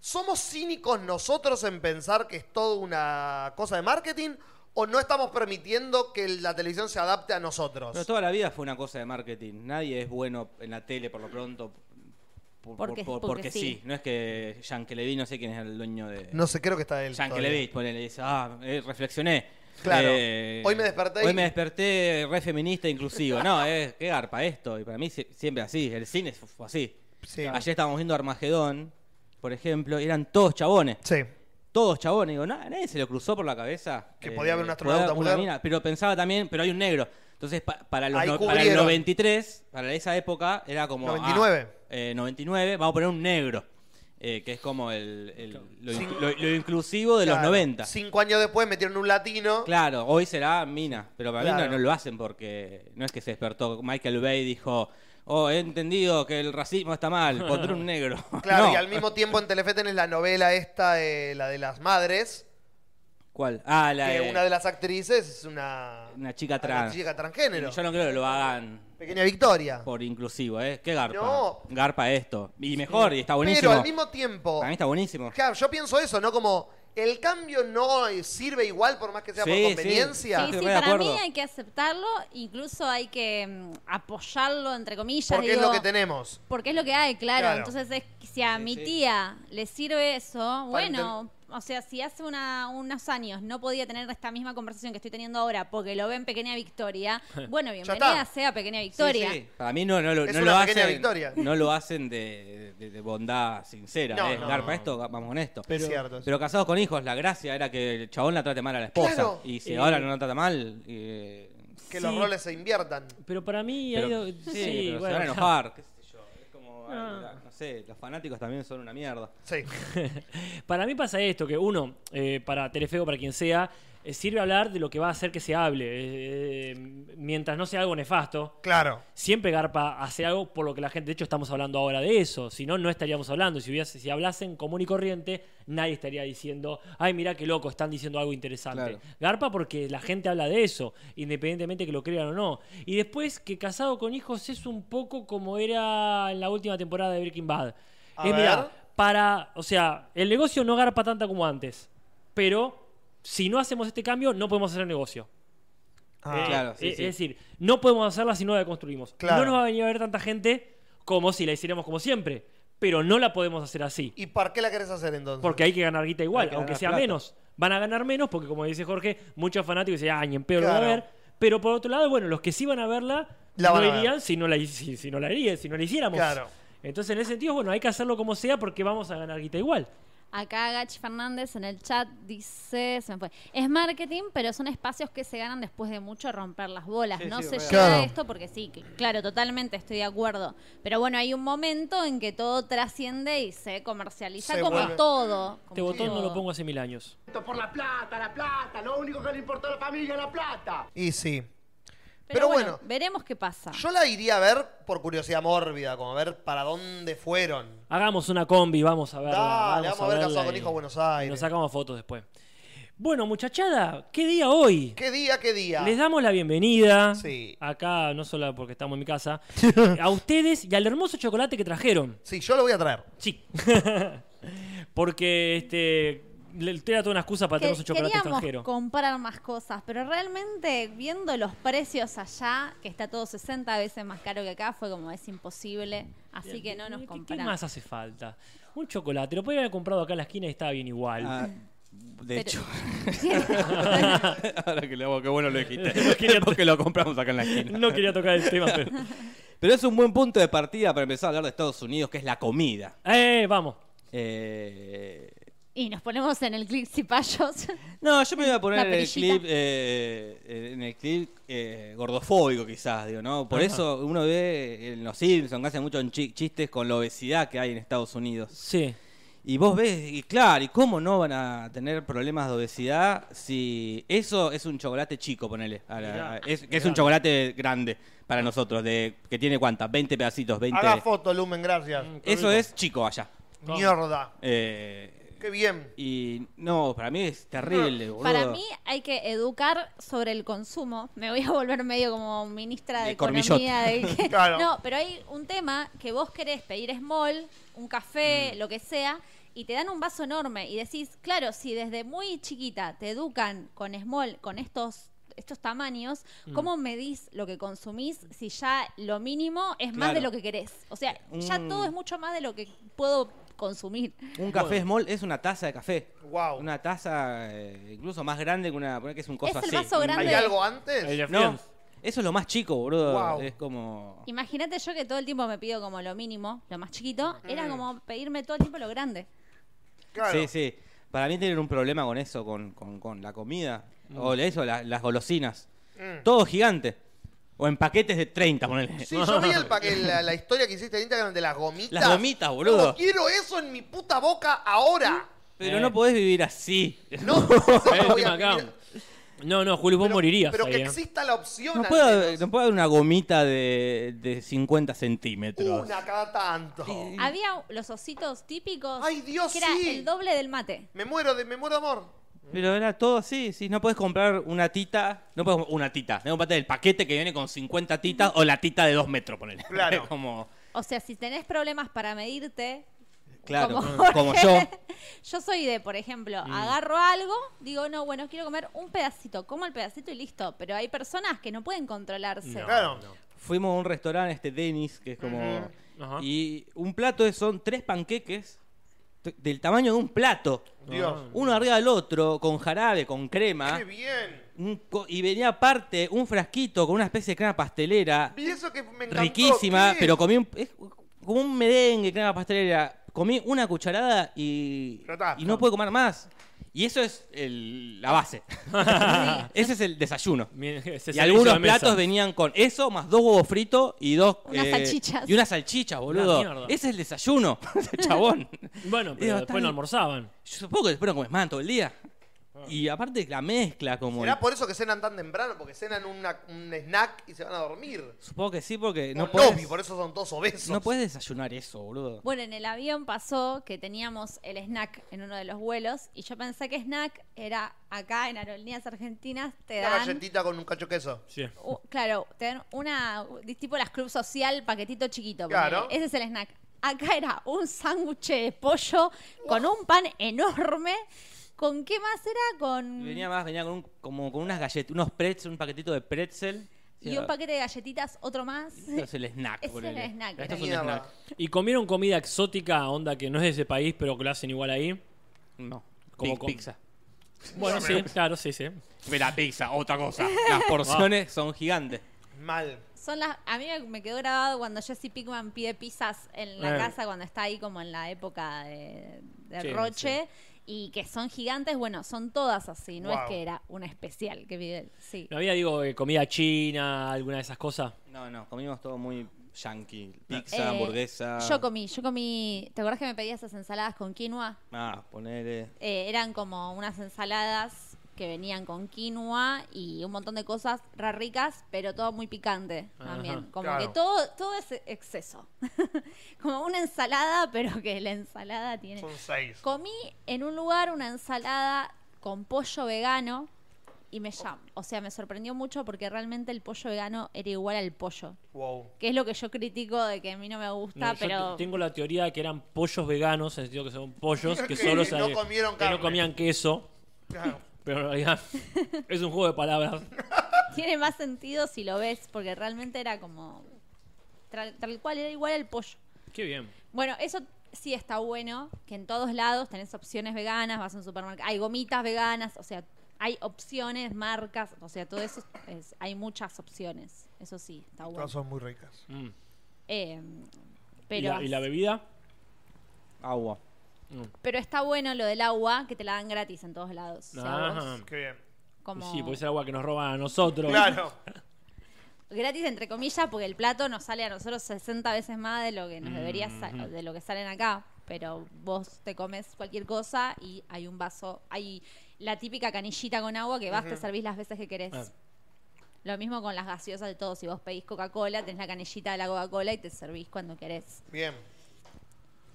Speaker 3: ¿Somos cínicos nosotros en pensar que es todo una cosa de marketing o no estamos permitiendo que la televisión se adapte a nosotros?
Speaker 2: Pero toda la vida fue una cosa de marketing. Nadie es bueno en la tele, por lo pronto. por-
Speaker 4: Porque-
Speaker 2: por-
Speaker 4: porque
Speaker 2: porque
Speaker 4: sí.
Speaker 2: sí. No es que Yankelevich, no sé quién es el dueño de.
Speaker 3: No sé, creo que está él. todavía.
Speaker 2: Yankelevich, ponele, dice, ah, eh, reflexioné.
Speaker 3: Claro.
Speaker 2: Eh,
Speaker 3: Hoy me desperté y-
Speaker 2: Hoy me desperté re feminista e inclusivo. No, eh, qué garpa esto. Y para mí si- siempre así. El cine fu- fue así.
Speaker 3: Sí.
Speaker 2: Ayer estábamos viendo Armagedón, por ejemplo, y eran todos chabones.
Speaker 3: Sí.
Speaker 2: Todos chabones. Digo, "Na- nadie se lo cruzó por la cabeza.
Speaker 3: Que podía haber un astronauta
Speaker 2: podía- una
Speaker 3: mujer.
Speaker 2: mina. Pero pensaba también, pero hay un negro. Entonces, pa- para, los
Speaker 3: Ahí
Speaker 2: no- para el
Speaker 3: cubrieron.
Speaker 2: 93, para esa época, era como. ah,
Speaker 3: 99.
Speaker 2: eh, 99, vamos a poner un negro. eh, que es como el, el- lo, inclu- lo- lo inclusivo de los
Speaker 3: Claro.
Speaker 2: 90.
Speaker 3: Cinco años después metieron un latino.
Speaker 2: Claro, hoy será Mina, pero para mí
Speaker 3: Claro.
Speaker 2: no, no lo hacen porque no es que se despertó. Michael Bay dijo, oh, he entendido que el racismo está mal, pondré un negro.
Speaker 3: Claro,
Speaker 2: No.
Speaker 3: y al mismo tiempo en Telefe tenés la novela esta, eh, la de las madres,
Speaker 2: ¿Cuál? Ah, la
Speaker 3: que
Speaker 2: de
Speaker 3: una de las actrices es una...
Speaker 2: una chica trans.
Speaker 3: Una chica transgénero.
Speaker 2: Yo no creo que lo hagan
Speaker 3: Pequeña Victoria.
Speaker 2: por inclusivo, ¿eh? Qué garpa.
Speaker 3: No.
Speaker 2: Garpa esto. Y mejor, y está buenísimo.
Speaker 3: Pero al mismo tiempo...
Speaker 2: Para mí está buenísimo.
Speaker 3: Claro, yo pienso eso, ¿no? Como el cambio no eh, sirve igual por más que sea por
Speaker 2: Sí, sí.
Speaker 3: conveniencia.
Speaker 4: Sí,
Speaker 2: Estoy
Speaker 4: sí,
Speaker 2: re de
Speaker 4: para mí
Speaker 2: acuerdo.
Speaker 4: hay que aceptarlo, incluso hay que mm, apoyarlo, entre comillas.
Speaker 3: Porque es
Speaker 4: digo,
Speaker 3: lo que tenemos.
Speaker 4: Porque es lo que hay, claro.
Speaker 3: Claro.
Speaker 4: Entonces, es que si a
Speaker 2: Sí,
Speaker 4: mi
Speaker 2: sí.
Speaker 4: tía le sirve eso, bueno, o sea, si hace una- unos años no podía tener esta misma conversación que estoy teniendo ahora porque lo ven Pequeña Victoria, bueno, bienvenida
Speaker 3: está.
Speaker 4: sea Pequeña
Speaker 2: Sí,
Speaker 4: Victoria.
Speaker 2: sí. Para mí no, no lo,
Speaker 3: Es
Speaker 2: no
Speaker 3: una
Speaker 2: lo
Speaker 3: pequeña
Speaker 2: hacen.
Speaker 3: victoria.
Speaker 2: No lo hacen de, de- de bondad sincera.
Speaker 3: No,
Speaker 2: ¿eh?
Speaker 3: no.
Speaker 2: Garpa esto, vamos con esto.
Speaker 3: es cierto.
Speaker 2: Pero casados con hijos, la gracia era que el chabón la trate mal a la esposa.
Speaker 3: Claro.
Speaker 2: Y si
Speaker 5: Eh,
Speaker 2: ahora no la trata mal, eh,
Speaker 3: que los
Speaker 5: Sí.
Speaker 3: roles se inviertan.
Speaker 5: Pero para mí ha ido.
Speaker 2: Pero- sí,
Speaker 5: Sí,
Speaker 2: pero
Speaker 5: bueno,
Speaker 2: se van a
Speaker 5: ya.
Speaker 2: enojar, qué sé yo. Es como, ay,
Speaker 5: No.
Speaker 2: la- no sé, los fanáticos también son una mierda.
Speaker 3: Sí.
Speaker 5: Para mí pasa esto, que uno, eh, para Telefeo, para quien sea, eh, sirve hablar de lo que va a hacer que se hable. Eh, eh, mientras no sea algo nefasto,
Speaker 3: Claro.
Speaker 5: siempre Garpa hace algo por lo que la gente, de hecho, estamos hablando ahora de eso. Si no, no estaríamos hablando. Si, hubiese, si hablasen común y corriente, nadie estaría diciendo, ay, mirá qué loco, están diciendo algo interesante.
Speaker 2: Claro.
Speaker 5: Garpa porque la gente habla de eso, independientemente que lo crean o no. Y después que Casado con Hijos es un poco como era en la última temporada de Breaking Bad.
Speaker 3: A
Speaker 5: es, mirá,
Speaker 3: ver.
Speaker 5: para, o sea, el negocio no garpa tanto como antes, pero si no hacemos este cambio, no podemos hacer negocio.
Speaker 3: Ah,
Speaker 5: Eh,
Speaker 2: claro, sí,
Speaker 5: eh,
Speaker 2: sí.
Speaker 5: Es decir, no podemos hacerla si no la deconstruimos.
Speaker 3: Claro.
Speaker 5: No nos va a venir a ver tanta gente como si la hiciéramos como siempre, pero no la podemos hacer así,
Speaker 3: ¿Y para qué la querés hacer entonces?
Speaker 5: porque hay que ganar guita
Speaker 2: Hay
Speaker 5: igual,
Speaker 2: que
Speaker 5: aunque
Speaker 2: ganar
Speaker 5: sea
Speaker 2: plata.
Speaker 5: menos. Van a ganar menos porque, como dice Jorge, muchos fanáticos dicen, ah, ni en pedo lo va
Speaker 3: Claro.
Speaker 5: a ver. Pero por otro lado, bueno, los que sí van a verla,
Speaker 3: La
Speaker 5: no
Speaker 3: van a ver.
Speaker 5: irían si no la, hi- si, si no la haría- si no la hiciéramos.
Speaker 3: Claro.
Speaker 5: Entonces, en ese sentido, bueno, hay que hacerlo como sea porque vamos a ganar guita igual.
Speaker 4: Acá Gach Fernández en el chat dice, se me fue, es marketing, pero son espacios que se ganan después de mucho romper las bolas.
Speaker 2: Sí,
Speaker 4: no se
Speaker 2: sí, real.
Speaker 4: llega a
Speaker 3: Claro.
Speaker 4: esto porque sí, que- claro, totalmente estoy de acuerdo. Pero bueno, hay un momento en que todo trasciende y se comercializa
Speaker 3: Se
Speaker 4: como
Speaker 3: vuelve-
Speaker 4: todo. como
Speaker 5: Este botón no
Speaker 4: todo.
Speaker 5: lo pongo hace mil años.
Speaker 7: Por la plata, la plata, lo único que le importa a la familia es la plata.
Speaker 3: Y sí.
Speaker 4: Pero,
Speaker 3: Pero
Speaker 4: bueno,
Speaker 3: bueno.
Speaker 4: veremos qué pasa.
Speaker 3: Yo la iría a ver por curiosidad mórbida, como a ver para dónde fueron.
Speaker 5: Hagamos una combi, vamos a verla.
Speaker 3: Dale, vamos a ver
Speaker 5: verla
Speaker 3: Casado con
Speaker 5: y-
Speaker 3: Hijos Buenos
Speaker 5: y Nos
Speaker 3: Aires.
Speaker 5: sacamos fotos después. Bueno, muchachada, ¿qué día hoy?
Speaker 3: ¿Qué día, qué día?
Speaker 5: Les damos la bienvenida.
Speaker 3: Sí.
Speaker 5: Acá, no solo porque estamos en mi casa. a ustedes y al hermoso chocolate que trajeron.
Speaker 3: Sí, yo lo voy a traer.
Speaker 5: Sí. porque este. le- Te da toda una excusa para
Speaker 4: Que-
Speaker 5: tener un chocolate
Speaker 4: queríamos
Speaker 5: extranjero.
Speaker 4: comprar más cosas, pero realmente viendo los precios allá, que está todo 60 veces más caro que acá, fue como es imposible. Así que no nos
Speaker 5: ¿Qué-
Speaker 4: compramos.
Speaker 5: ¿Qué más hace falta? Un chocolate. Lo podría haber comprado acá en la esquina y estaba bien igual.
Speaker 2: Ah, de
Speaker 4: Pero-
Speaker 2: hecho, ahora que le hago, qué bueno lo dijiste.
Speaker 5: No quería-
Speaker 2: Porque lo compramos acá en la esquina.
Speaker 5: No quería tocar el tema, pero.
Speaker 2: Pero es un buen punto de partida para empezar a hablar de Estados Unidos, que es la comida.
Speaker 5: ¡Eh! Vamos.
Speaker 2: Eh,
Speaker 4: Y nos ponemos en el clip cipayos.
Speaker 2: No, yo me voy a
Speaker 4: La
Speaker 2: poner en el
Speaker 4: perillita.
Speaker 2: clip, eh, en el clip eh, gordofóbico quizás, digo, ¿no? Por
Speaker 5: Ajá.
Speaker 2: eso uno ve en los Simpsons que hacen muchos chi- chistes con la obesidad que hay en Estados Unidos.
Speaker 5: Sí.
Speaker 2: Y vos ves, y claro, ¿y cómo no van a tener problemas de obesidad si eso es un chocolate chico, ponele? a la-
Speaker 5: Mirá,
Speaker 2: a- es, que es un chocolate grande para nosotros, de que tiene cuántas, 20 pedacitos, 20...
Speaker 3: Haga foto, Lumen, gracias.
Speaker 2: Eso es chico allá.
Speaker 3: Mierda.
Speaker 2: Eh,
Speaker 3: Qué bien.
Speaker 2: y no, para mí es terrible, boludo.
Speaker 4: Para mí hay que educar sobre el consumo. Me voy a volver medio como ministra de,
Speaker 2: De Cormillot.
Speaker 4: economía. de que-
Speaker 3: Claro.
Speaker 4: No, pero hay un tema que vos querés pedir small, un café,
Speaker 2: Mm.
Speaker 4: lo que sea, y te dan un vaso enorme y decís, claro, si desde muy chiquita te educan con small, con estos estos tamaños,
Speaker 2: Mm.
Speaker 4: ¿cómo medís lo que consumís si ya lo mínimo es más
Speaker 2: Claro.
Speaker 4: de lo que querés? O sea, ya
Speaker 2: Un-
Speaker 4: todo es mucho más de lo que puedo consumir.
Speaker 2: Un café small es una taza de café.
Speaker 3: Wow.
Speaker 2: Una taza eh, incluso más grande que una. poné que es un coso
Speaker 4: Es el
Speaker 2: así.
Speaker 4: vaso
Speaker 2: Un-
Speaker 4: grande.
Speaker 3: ¿Hay algo antes?
Speaker 2: No, eso es lo más chico, boludo.
Speaker 3: Guau.
Speaker 2: Es como.
Speaker 4: Imagínate yo que todo el tiempo me pido como lo mínimo, lo más chiquito, era como pedirme todo el tiempo lo grande.
Speaker 3: Claro.
Speaker 2: Sí, sí. Para mí tienen un problema con eso, con, con- con la comida. O eso, la- las golosinas.
Speaker 3: Mm.
Speaker 2: Todo gigante. O en paquetes de 30, ponele.
Speaker 3: Sí, yo vi el pa- el- la, la historia que hiciste en Instagram de las gomitas.
Speaker 2: Las gomitas, boludo.
Speaker 3: No, quiero eso en mi puta boca ahora.
Speaker 2: Pero
Speaker 5: Eh.
Speaker 2: no podés vivir así.
Speaker 3: No, eso
Speaker 5: Eh,
Speaker 3: no voy a
Speaker 5: acá.
Speaker 3: vivir.
Speaker 5: No, no, Julio, vos
Speaker 3: Pero-
Speaker 5: morirías.
Speaker 3: Pero
Speaker 5: ahí,
Speaker 3: que
Speaker 5: eh.
Speaker 3: exista la opción.
Speaker 2: No
Speaker 3: al
Speaker 2: puede, haber,
Speaker 3: menos.
Speaker 2: no puede haber una gomita de, de 50 centímetros.
Speaker 3: Una cada tanto.
Speaker 4: Había los ositos típicos
Speaker 3: Ay, Dios,
Speaker 4: que era
Speaker 3: sí.
Speaker 4: el doble del mate.
Speaker 3: Me muero de, me muero de amor.
Speaker 2: Pero era todo así, sí, no puedes comprar una tita, no puedes comprar una tita, no comprar el paquete que viene con 50 titas o la tita de 2 metros, ponele.
Speaker 3: Claro.
Speaker 2: Es como,
Speaker 4: O sea, si tenés problemas para medirte,
Speaker 2: claro,
Speaker 4: como,
Speaker 2: como,
Speaker 4: Jorge,
Speaker 2: yo.
Speaker 4: yo soy de, por ejemplo, agarro algo, digo, no, bueno, quiero comer un pedacito, como el pedacito y listo. Pero hay personas que no pueden controlarse.
Speaker 5: No.
Speaker 3: Claro.
Speaker 2: Fuimos a un restaurante, este Denis, que es como...
Speaker 5: Ajá.
Speaker 2: Y un plato es- son tres panqueques t- del tamaño de un plato,
Speaker 3: Dios.
Speaker 2: uno arriba del otro, con jarabe, con crema.
Speaker 3: Qué bien.
Speaker 2: un co- y venía aparte un frasquito con una especie de crema pastelera.
Speaker 3: Vi eso que me encantó.
Speaker 2: riquísima,
Speaker 3: ¿Qué?
Speaker 2: pero comí un, es como un merengue, crema pastelera. Comí una cucharada y,
Speaker 3: Ya está.
Speaker 2: y no pude comer más. Y eso es el- la base. Ese es el desayuno.
Speaker 5: Bien, se
Speaker 2: Y
Speaker 5: servicio
Speaker 2: algunos
Speaker 5: de mesa.
Speaker 2: platos venían con eso, más dos huevos fritos y dos. eh,
Speaker 4: Unas salchichas.
Speaker 2: Y una salchicha,
Speaker 5: Una mierda.
Speaker 2: boludo. Ese es el desayuno, chabón.
Speaker 5: Bueno, pero
Speaker 2: Digo, está
Speaker 5: después no
Speaker 2: bien.
Speaker 5: almorzaban.
Speaker 2: Yo supongo que después no comes más todo el día.
Speaker 5: Ah.
Speaker 2: Y aparte la mezcla, como.
Speaker 3: ¿Será por eso que cenan tan temprano? Porque cenan una- un snack y se van a dormir.
Speaker 2: Supongo que sí, porque
Speaker 3: No,
Speaker 2: no puedes.
Speaker 3: por eso son todos obesos.
Speaker 2: No puedes desayunar eso, boludo.
Speaker 4: Bueno, en el avión pasó que teníamos el snack en uno de los vuelos y yo pensé que snack era acá en Aerolíneas Argentinas te
Speaker 3: Una
Speaker 4: dan
Speaker 3: galletita con un cacho de queso.
Speaker 5: Sí.
Speaker 4: u- claro, te dan una di- tipo las club social, paquetito chiquito, ponele.
Speaker 3: Claro.
Speaker 4: ese es el snack. Acá era un sándwich de pollo con un pan enorme. ¿Con qué más era? Con
Speaker 2: Venía más, venía con, un- como con unas galletas, unos pretzel, un paquetito de pretzel.
Speaker 4: y un paquete de galletitas, otro más.
Speaker 2: Esto es el snack,
Speaker 4: Ese
Speaker 2: ponele.
Speaker 4: era el snack.
Speaker 2: Esto es un
Speaker 3: Comida
Speaker 2: snack.
Speaker 3: va.
Speaker 5: Y comieron comida exótica, onda que no es de ese país, pero que lo hacen igual ahí.
Speaker 2: No.
Speaker 5: Como
Speaker 2: Como
Speaker 5: con-
Speaker 2: pizza.
Speaker 5: Bueno, sí, claro, sí, sí.
Speaker 2: Mira, pizza, otra cosa. Las porciones son gigantes.
Speaker 3: Mal.
Speaker 4: Son las, a mí me- me quedó grabado cuando Jesse Pickman pide pizzas en la
Speaker 5: Eh.
Speaker 4: casa cuando está ahí como en la época de, de
Speaker 5: Sí,
Speaker 4: Roche y que son gigantes, bueno, son todas así, no es
Speaker 3: Wow.
Speaker 4: que era una especial que pide él, sí.
Speaker 5: No había, digo, eh, comida china, alguna de esas cosas.
Speaker 2: No, no, comimos todo muy yankee. Pizza,
Speaker 4: Eh,
Speaker 2: hamburguesa.
Speaker 4: Yo comí, yo comí, ¿te acordás que me pedías esas ensaladas con quinoa?
Speaker 2: Ah, ponele.
Speaker 4: Eh, eran como unas ensaladas que venían con quinoa y un montón de cosas re ricas, pero todo muy picante también.
Speaker 5: Ajá,
Speaker 4: como
Speaker 3: claro.
Speaker 4: que todo, todo es exceso. como una ensalada, pero que la ensalada tiene.
Speaker 3: Son seis.
Speaker 4: Comí en un lugar una ensalada con pollo vegano y me llamó. O sea, me sorprendió mucho porque realmente el pollo vegano era igual al pollo.
Speaker 3: Wow.
Speaker 4: Que es lo que yo critico de que a mí no me gusta,
Speaker 5: No, yo
Speaker 4: pero.
Speaker 5: te- tengo la teoría de que eran pollos veganos, en el sentido que son pollos que solo
Speaker 3: no
Speaker 5: sabe-
Speaker 3: comieron
Speaker 5: que no
Speaker 3: carne.
Speaker 5: comían queso,
Speaker 3: Claro.
Speaker 5: pero en realidad es un juego de palabras.
Speaker 4: Tiene más sentido si lo ves, porque realmente era como. Tal, tal cual, era igual al pollo.
Speaker 5: Qué bien.
Speaker 4: Bueno, eso sí está bueno, que en todos lados tenés opciones veganas, vas a un supermercado, hay gomitas veganas, o sea, hay opciones, marcas, o sea, todo eso, es- hay muchas opciones. Eso sí, está bueno.
Speaker 3: Todas son muy ricas.
Speaker 5: Mm.
Speaker 4: Eh,
Speaker 5: ¿Y,
Speaker 4: pero,
Speaker 5: la, y la bebida?
Speaker 2: Agua.
Speaker 4: pero está bueno lo del agua, que te la dan gratis en todos lados. O sea, vos
Speaker 5: Ajá.
Speaker 3: Qué bien.
Speaker 4: como
Speaker 5: Sí, pues porque es el agua que nos roban a nosotros.
Speaker 3: Claro.
Speaker 4: gratis entre comillas, porque el plato nos sale a nosotros 60 veces más de lo que nos debería sa- de lo que salen acá. Pero vos te comes cualquier cosa y hay un vaso, hay la típica canillita con agua que vas, te servís las veces que querés.
Speaker 5: Ah.
Speaker 4: Lo mismo con las gaseosas de todo. Si vos pedís Coca-Cola, tenés la canillita de la Coca-Cola y te servís cuando querés.
Speaker 3: Bien.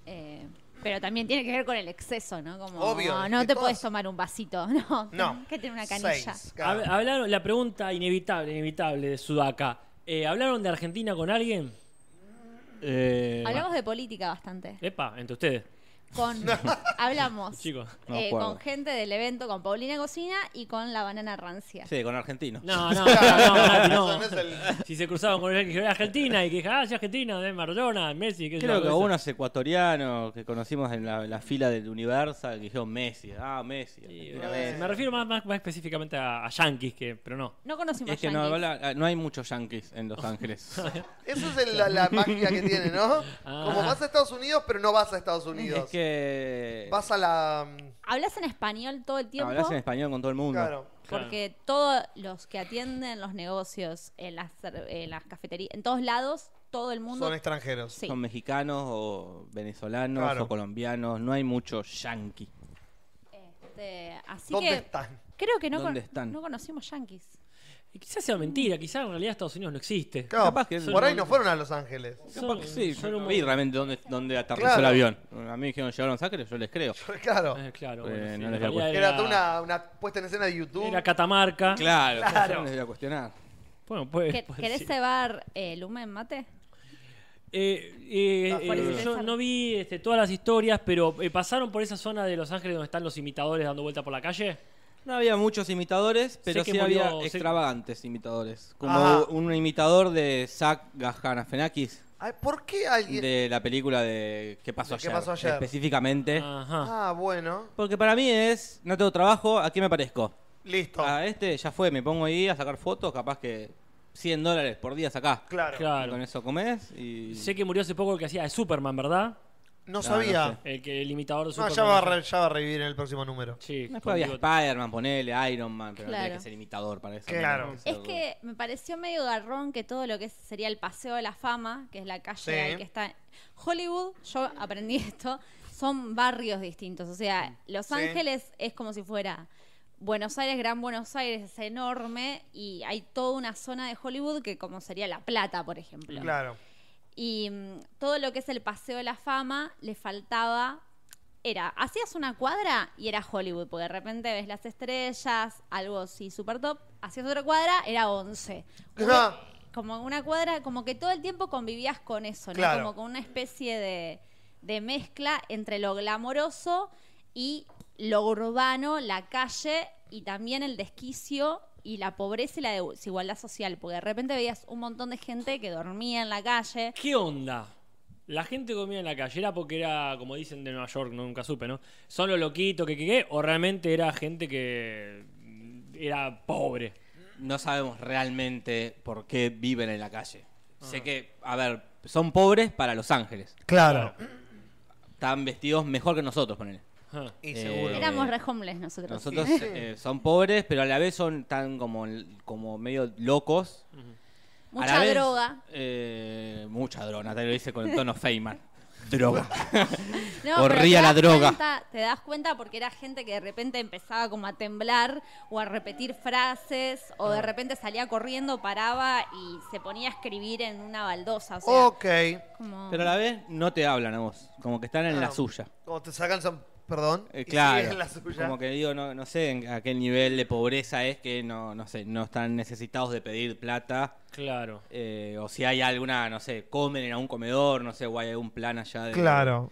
Speaker 4: Eh, pero también tiene que ver con el exceso, ¿no? Como,
Speaker 3: Obvio,
Speaker 4: No,
Speaker 3: es
Speaker 4: no
Speaker 3: que
Speaker 4: te
Speaker 3: todas-
Speaker 4: puedes tomar un vasito, no.
Speaker 3: No.
Speaker 4: Que tiene una canilla.
Speaker 3: Seis.
Speaker 5: Hab-
Speaker 3: Claro.
Speaker 5: hablaron, la pregunta inevitable, inevitable de Sudaca. Eh, ¿Hablaron de Argentina con alguien?
Speaker 2: Eh,
Speaker 4: Hablamos de política bastante.
Speaker 5: Epa, entre ustedes.
Speaker 4: con hablamos
Speaker 5: Chicos,
Speaker 2: no
Speaker 4: eh,
Speaker 2: acuerdo.
Speaker 4: con gente del evento con Paulina Cocina y con la banana rancia
Speaker 2: Sí, con argentinos.
Speaker 5: No, no, no,
Speaker 3: Claro,
Speaker 5: no, Mati,
Speaker 3: eso
Speaker 5: no.
Speaker 3: no es el-
Speaker 5: Si se cruzaban con alguien que era Argentina y que ah, sí, Argentina, de Maradona, Messi, qué sé
Speaker 2: Creo
Speaker 5: yo,
Speaker 2: que
Speaker 5: eso.
Speaker 2: hubo unos ecuatorianos que conocimos en la, la fila del Universal que dijeron Messi. Ah, Messi.
Speaker 5: Sí,
Speaker 2: Argentina,
Speaker 5: eh,
Speaker 2: Messi.
Speaker 5: me refiero más, más, más específicamente a, a Yankees, que, pero no.
Speaker 4: no conocimos
Speaker 2: Es que no,
Speaker 4: yanquis.
Speaker 2: habla- ah, no hay muchos yankees en Los Ángeles.
Speaker 3: Eso es el- la, la magia que tiene, ¿no?
Speaker 5: Ah.
Speaker 3: Como vas a Estados Unidos, pero no vas a Estados Unidos.
Speaker 2: es que.
Speaker 3: Vas a la.
Speaker 4: hablas en español todo el tiempo
Speaker 2: Hablas en español con todo el mundo.
Speaker 3: Claro.
Speaker 4: porque todos los que atienden los negocios en las cer- en las cafeterías en todos lados todo el mundo
Speaker 3: Son extranjeros.
Speaker 4: sí.
Speaker 2: Son mexicanos o venezolanos
Speaker 3: Claro.
Speaker 2: o colombianos. No hay mucho yankee.
Speaker 4: Este, así
Speaker 3: ¿Dónde
Speaker 4: que
Speaker 3: están?
Speaker 4: creo que no
Speaker 2: ¿Dónde
Speaker 4: con-
Speaker 2: están?
Speaker 4: no conocimos yanquis
Speaker 5: Y quizás sea mentira, quizás en realidad Estados Unidos no existe.
Speaker 3: Claro,
Speaker 2: Capaz que-
Speaker 3: por ahí no fueron a Los Ángeles.
Speaker 5: Son-
Speaker 2: Sí, yo
Speaker 5: son un-
Speaker 2: no vi realmente dónde, dónde aterrizó
Speaker 3: Claro.
Speaker 2: el avión. A mí me dijeron llegaron sacres, yo les creo.
Speaker 3: Claro.
Speaker 5: Eh, claro,
Speaker 2: Eh,
Speaker 5: bueno, sí,
Speaker 2: no
Speaker 5: en
Speaker 2: les
Speaker 5: realidad
Speaker 2: voy
Speaker 3: Era toda una, una puesta en escena de YouTube.
Speaker 5: era Catamarca.
Speaker 2: Claro, yo no les voy a cuestionar.
Speaker 5: Bueno,
Speaker 2: Eh,
Speaker 5: pues,
Speaker 4: ¿Qué-
Speaker 5: pues,
Speaker 4: ¿querés
Speaker 5: sí.
Speaker 4: cebar eh, lumen mate?
Speaker 5: Eh, eh,
Speaker 3: Ah,
Speaker 5: eh,
Speaker 4: por eso te
Speaker 5: yo
Speaker 4: sal-
Speaker 5: no vi este, todas las historias, pero eh, pasaron por esa zona de Los Ángeles donde están los imitadores dando vuelta por la calle.
Speaker 2: No había muchos imitadores, pero
Speaker 5: que
Speaker 2: sí
Speaker 5: murió-
Speaker 2: había
Speaker 5: sé-
Speaker 2: extravagantes imitadores. Como
Speaker 3: Ajá.
Speaker 2: un imitador de Zach Galifianakis
Speaker 3: Ay, ¿Por qué alguien.?
Speaker 2: de la película de ¿Qué pasó,
Speaker 3: De ¿Qué
Speaker 2: ayer?
Speaker 3: pasó ayer?
Speaker 2: Específicamente.
Speaker 5: Ajá.
Speaker 3: Ah, bueno.
Speaker 2: Porque para mí es, no tengo trabajo, ¿a qué me parezco?
Speaker 3: Listo.
Speaker 2: A este ya fue, me pongo ahí a sacar fotos, capaz que 100 dólares por día sacás.
Speaker 3: claro.
Speaker 5: Claro.
Speaker 2: Con eso comés y...
Speaker 5: Sé que murió hace poco el que hacía de Superman, ¿verdad?
Speaker 3: No sabía.
Speaker 2: no
Speaker 3: No,
Speaker 2: sé.
Speaker 5: El, que, el imitador de
Speaker 3: ya, va a
Speaker 5: Superman.
Speaker 3: re- ya va a revivir en el próximo número.
Speaker 5: Sí,
Speaker 2: Después había
Speaker 5: con bigote.
Speaker 2: Spider-Man, ponele, Iron Man, pero
Speaker 4: Claro.
Speaker 2: tenía que ser imitador para eso.
Speaker 3: Claro.
Speaker 2: ¿no?
Speaker 4: Es que me pareció medio garrón que todo lo que sería el Paseo de la Fama, que es la calle
Speaker 3: Sí.
Speaker 4: ahí que está. Hollywood, yo aprendí esto, son barrios distintos. O sea, Los
Speaker 3: Sí.
Speaker 4: Ángeles es como si fuera Buenos Aires, Gran Buenos Aires, es enorme y hay toda una zona de Hollywood que, como sería La Plata, por ejemplo.
Speaker 3: Claro.
Speaker 4: Y mm, todo lo que es el Paseo de la Fama le faltaba. Era, hacías una cuadra y era Hollywood, porque de repente ves las estrellas, algo así super top. Hacías otra cuadra, era 11.
Speaker 3: Ah.
Speaker 4: Como una cuadra, como que todo el tiempo convivías con eso, ¿no?
Speaker 3: Claro.
Speaker 4: Como con una especie de, de mezcla entre lo glamoroso y lo urbano, la calle y también el desquicio y la pobreza y la desigualdad social, porque de repente veías un montón de gente que dormía en la calle.
Speaker 5: ¿Qué onda? La gente comía en la calle, ¿era porque era, como dicen de Nueva York, no, nunca supe, ¿no? ¿Son los loquitos que qué? ¿O realmente era gente que mm, era pobre?
Speaker 2: no sabemos realmente por qué viven en la calle.
Speaker 3: Ah.
Speaker 2: Sé que, a ver, son pobres para Los Ángeles.
Speaker 3: Claro.
Speaker 2: Están vestidos mejor que nosotros, ponele.
Speaker 5: Ah.
Speaker 3: Y
Speaker 2: Eh,
Speaker 3: seguro.
Speaker 4: Éramos re homeless nosotros.
Speaker 2: Nosotros eh, son pobres, pero a la vez son tan como, como medio locos. A la
Speaker 4: Mucha
Speaker 2: vez,
Speaker 4: droga.
Speaker 2: eh, mucha droga, Natalia lo dice con el tono Feynman. Droga.
Speaker 4: Ah. No, pero
Speaker 2: Corría
Speaker 4: te
Speaker 2: la
Speaker 4: das
Speaker 2: droga.
Speaker 4: cuenta- te das cuenta porque era gente que de repente empezaba como a temblar o a repetir frases o
Speaker 2: Ah.
Speaker 4: de repente salía corriendo, paraba y se ponía a escribir en una baldosa. O sea,
Speaker 3: Ok.
Speaker 4: como...
Speaker 2: Oh, Pero a la vez no te hablan a vos, como que están en la
Speaker 3: Ah.
Speaker 2: suya.
Speaker 3: Como te sacan san- Perdón.
Speaker 2: Eh,
Speaker 3: y
Speaker 2: claro,
Speaker 3: siguen la suya.
Speaker 2: como que digo, no, no sé en- a qué nivel de pobreza es que no, no sé, no están necesitados de pedir plata.
Speaker 5: Claro.
Speaker 2: Eh, o si hay alguna, no sé, comen en algún comedor, no sé, o hay algún plan allá de,
Speaker 3: Claro.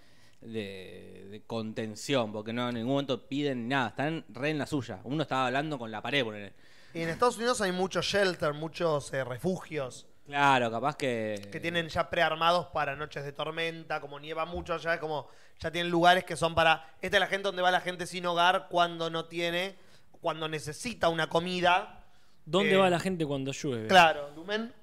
Speaker 2: de, de contención, porque no en ningún momento piden nada, están re en la suya. Uno estaba hablando con la pared, ponele.
Speaker 3: Y en Estados Unidos hay muchos shelter, muchos eh, refugios
Speaker 2: Claro, capaz que.
Speaker 3: que tienen ya prearmados para noches de tormenta, como nieva mucho allá, es como ya tienen lugares que son para... Esta es la gente donde va la gente sin hogar cuando no tiene, cuando necesita una comida.
Speaker 5: ¿Dónde
Speaker 3: Eh,
Speaker 5: va la gente cuando llueve?
Speaker 3: Claro, Lumen.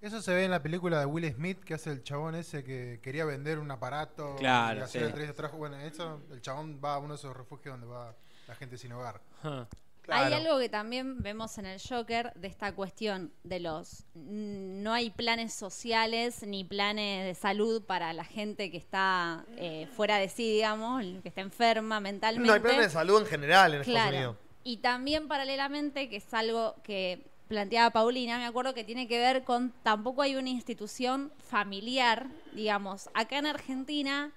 Speaker 6: Eso se ve en la película de Will Smith que hace el chabón ese que quería vender un aparato.
Speaker 2: Claro,
Speaker 6: y hacer
Speaker 2: sí.
Speaker 6: el tres de trabajo. Bueno, eso, el chabón va a uno de esos refugios donde va la gente sin hogar.
Speaker 5: Ah.
Speaker 4: Hay
Speaker 3: Claro.
Speaker 4: algo que también vemos en el Joker de esta cuestión de los mm, no hay planes sociales ni planes de salud para la gente que está eh, fuera de sí, digamos, que está enferma mentalmente.
Speaker 3: No hay planes de salud en general en Estados Unidos.
Speaker 4: Y también paralelamente, que es algo que planteaba Paulina, me acuerdo que tiene que ver con, tampoco hay una institución familiar, digamos, acá en Argentina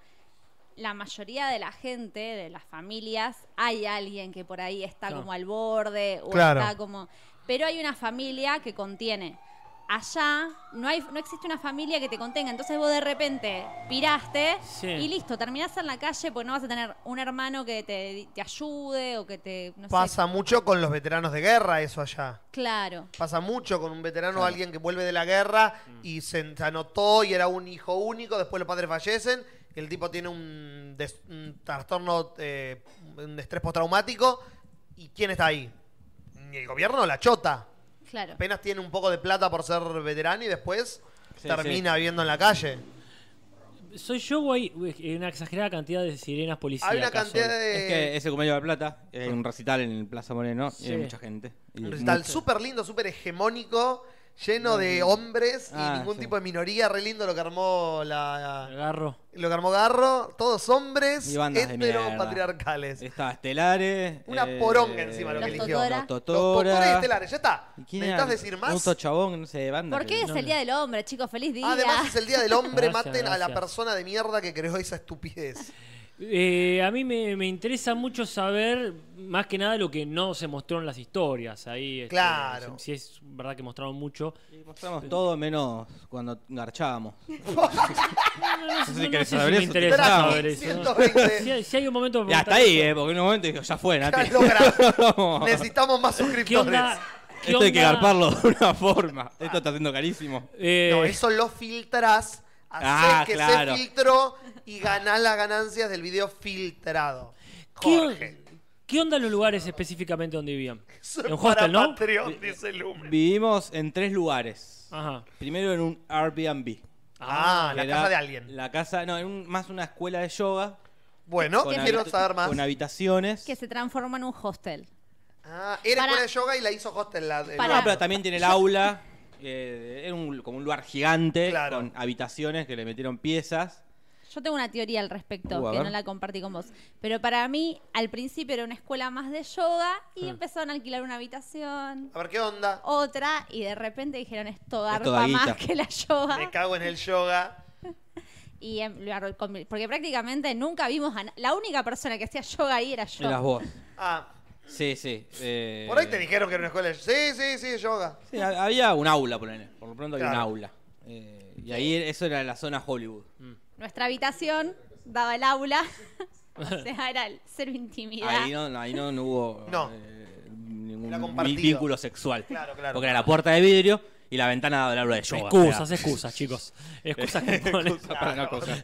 Speaker 4: la mayoría de la gente, de las familias, hay alguien que por ahí está
Speaker 5: Claro.
Speaker 4: como al borde o
Speaker 3: Claro.
Speaker 4: está como... Pero hay una familia que contiene. Allá no, hay, no existe una familia que te contenga, entonces vos de repente piraste
Speaker 5: Sí.
Speaker 4: y listo, terminás en la calle porque no vas a tener un hermano que te, te ayude o que te... No sé.
Speaker 3: Pasa mucho con los veteranos de guerra eso allá.
Speaker 4: Claro.
Speaker 3: Pasa mucho con un veterano o alguien que vuelve de la guerra
Speaker 2: Mm.
Speaker 3: y se se anotó y era un hijo único, después los padres fallecen, y el tipo tiene un, des- un trastorno, eh, un estrés postraumático, ¿y quién está ahí? Ni el gobierno, la chota.
Speaker 4: Claro.
Speaker 3: Apenas tiene un poco de plata por ser veterano y después
Speaker 2: Sí,
Speaker 3: termina viviendo en la calle.
Speaker 5: ¿Soy yo o hay eh, una exagerada cantidad de sirenas policías?
Speaker 3: Hay una cantidad de...
Speaker 2: Es que ese cumpleaños de Plata, hay un recital en el Plaza Moreno y
Speaker 5: Sí.
Speaker 2: hay mucha gente. Y
Speaker 3: Un recital
Speaker 2: mucho-
Speaker 3: súper lindo, súper hegemónico, lleno de hombres
Speaker 2: Ah,
Speaker 3: y ningún
Speaker 2: sí.
Speaker 3: tipo de minoría. Re lindo lo que armó la.
Speaker 5: Agarro.
Speaker 3: Lo que armó Garro, todos hombres
Speaker 2: Y bandas de mierda.
Speaker 3: heteropatriarcales.
Speaker 2: Estaba Estelares.
Speaker 3: Una
Speaker 2: eh,
Speaker 3: poronga encima lo que
Speaker 4: Los
Speaker 3: eligió.
Speaker 4: Totora.
Speaker 2: Los
Speaker 3: Los Totora y
Speaker 2: Totora.
Speaker 3: Estelares, ya está.
Speaker 2: ¿Y quién
Speaker 3: ¿Necesitas
Speaker 2: era?
Speaker 3: decir más?
Speaker 2: Otro chabón, no sé, de banda.
Speaker 4: ¿Por qué
Speaker 2: pero-
Speaker 4: es el Día del Hombre, chicos? ¡Feliz día!
Speaker 3: Además es el Día del Hombre,
Speaker 5: Gracias,
Speaker 3: maten a la
Speaker 5: gracias.
Speaker 3: persona de mierda que creó esa estupidez.
Speaker 5: Eh, a mí me, me interesa mucho saber, más que nada, lo que no se mostró en las historias. Ahí, este,
Speaker 3: Claro.
Speaker 5: Si si es verdad que mostraron mucho.
Speaker 2: Y Mostramos todo menos cuando garchábamos.
Speaker 5: No, no sé-
Speaker 2: si
Speaker 5: no
Speaker 2: querés
Speaker 5: sé
Speaker 2: saber
Speaker 5: me
Speaker 2: eso, te
Speaker 5: interesa
Speaker 2: preguntamos.
Speaker 5: saber eso.
Speaker 3: 120.
Speaker 5: Si, hay- si hay un momento para
Speaker 2: Ya está
Speaker 5: preguntar
Speaker 2: ahí,
Speaker 5: eso,
Speaker 2: ¿eh? Porque en un momento dijo, ya fue,
Speaker 3: Ya
Speaker 2: Nati.
Speaker 3: logra.
Speaker 2: Vamos.
Speaker 3: Necesitamos más
Speaker 5: ¿Qué
Speaker 3: suscriptores.
Speaker 5: onda? ¿Qué
Speaker 2: Esto hay que
Speaker 5: onda?
Speaker 2: garparlo de una forma. Esto está siendo carísimo.
Speaker 5: Eh,
Speaker 3: No, eso lo filtras, haces
Speaker 2: Ah,
Speaker 3: que
Speaker 2: claro.
Speaker 3: se filtró y ganás las ganancias del video filtrado.
Speaker 5: ¿qué,
Speaker 3: Jorge.
Speaker 5: on- qué onda los lugares específicamente donde vivían?
Speaker 3: Eso
Speaker 5: En
Speaker 3: es
Speaker 5: hostel,
Speaker 3: para
Speaker 5: ¿no?
Speaker 2: Eh,
Speaker 3: Patreon, dice Lumen.
Speaker 2: Vivimos en tres lugares.
Speaker 5: Ajá.
Speaker 2: Primero en un Airbnb.
Speaker 3: Ah, la
Speaker 2: que era
Speaker 3: casa de alguien.
Speaker 2: La casa, no, era un- más una escuela de yoga.
Speaker 3: Bueno,
Speaker 2: con
Speaker 3: quiero
Speaker 2: habita-
Speaker 3: saber más.
Speaker 2: Con habitaciones.
Speaker 4: que se transforma en un hostel.
Speaker 3: Ah, era
Speaker 4: Para-
Speaker 3: escuela de yoga y la hizo hostel. La, el-
Speaker 4: Para-
Speaker 2: No, pero también tiene el aula. eh, era un- como un lugar gigante
Speaker 3: Claro.
Speaker 2: con habitaciones que le metieron piezas.
Speaker 4: Yo tengo una teoría al respecto,
Speaker 2: Uh, a
Speaker 4: que
Speaker 2: ver.
Speaker 4: no la compartí con vos. Pero para mí, al principio era una escuela más de yoga
Speaker 2: Mm.
Speaker 4: y empezaron a alquilar una habitación,
Speaker 3: A ver qué onda.
Speaker 4: otra, y de repente dijeron esto
Speaker 2: Esto
Speaker 4: garpa
Speaker 2: da guita".
Speaker 4: más que la yoga.
Speaker 3: Me cago en el yoga.
Speaker 4: Y em, lo arro- con- porque prácticamente nunca vimos a na- la única persona que hacía yoga ahí era yo.
Speaker 2: Eras vos.
Speaker 3: Ah,
Speaker 2: Sí, sí. eh,
Speaker 3: por ahí te dijeron que era una escuela de Sí, sí, sí, yoga.
Speaker 2: Sí, ha- había un aula, ponele. Por lo pronto había
Speaker 3: Claro.
Speaker 2: un aula. Eh, y ahí eso era la zona Hollywood.
Speaker 4: Nuestra habitación daba el aula. o sea, era el cero intimidad.
Speaker 2: Ahí no, no- ahí no, no hubo
Speaker 3: No.
Speaker 2: eh, ningún
Speaker 3: Era
Speaker 2: vi-
Speaker 3: compartido.
Speaker 2: vínculo sexual.
Speaker 3: Claro, claro.
Speaker 2: Porque era la puerta de vidrio y la ventana daba el aula de yoga.
Speaker 5: Excusas,
Speaker 2: Era-
Speaker 5: excusas, chicos. Excusas que ponen.
Speaker 2: Excusa para no acosar.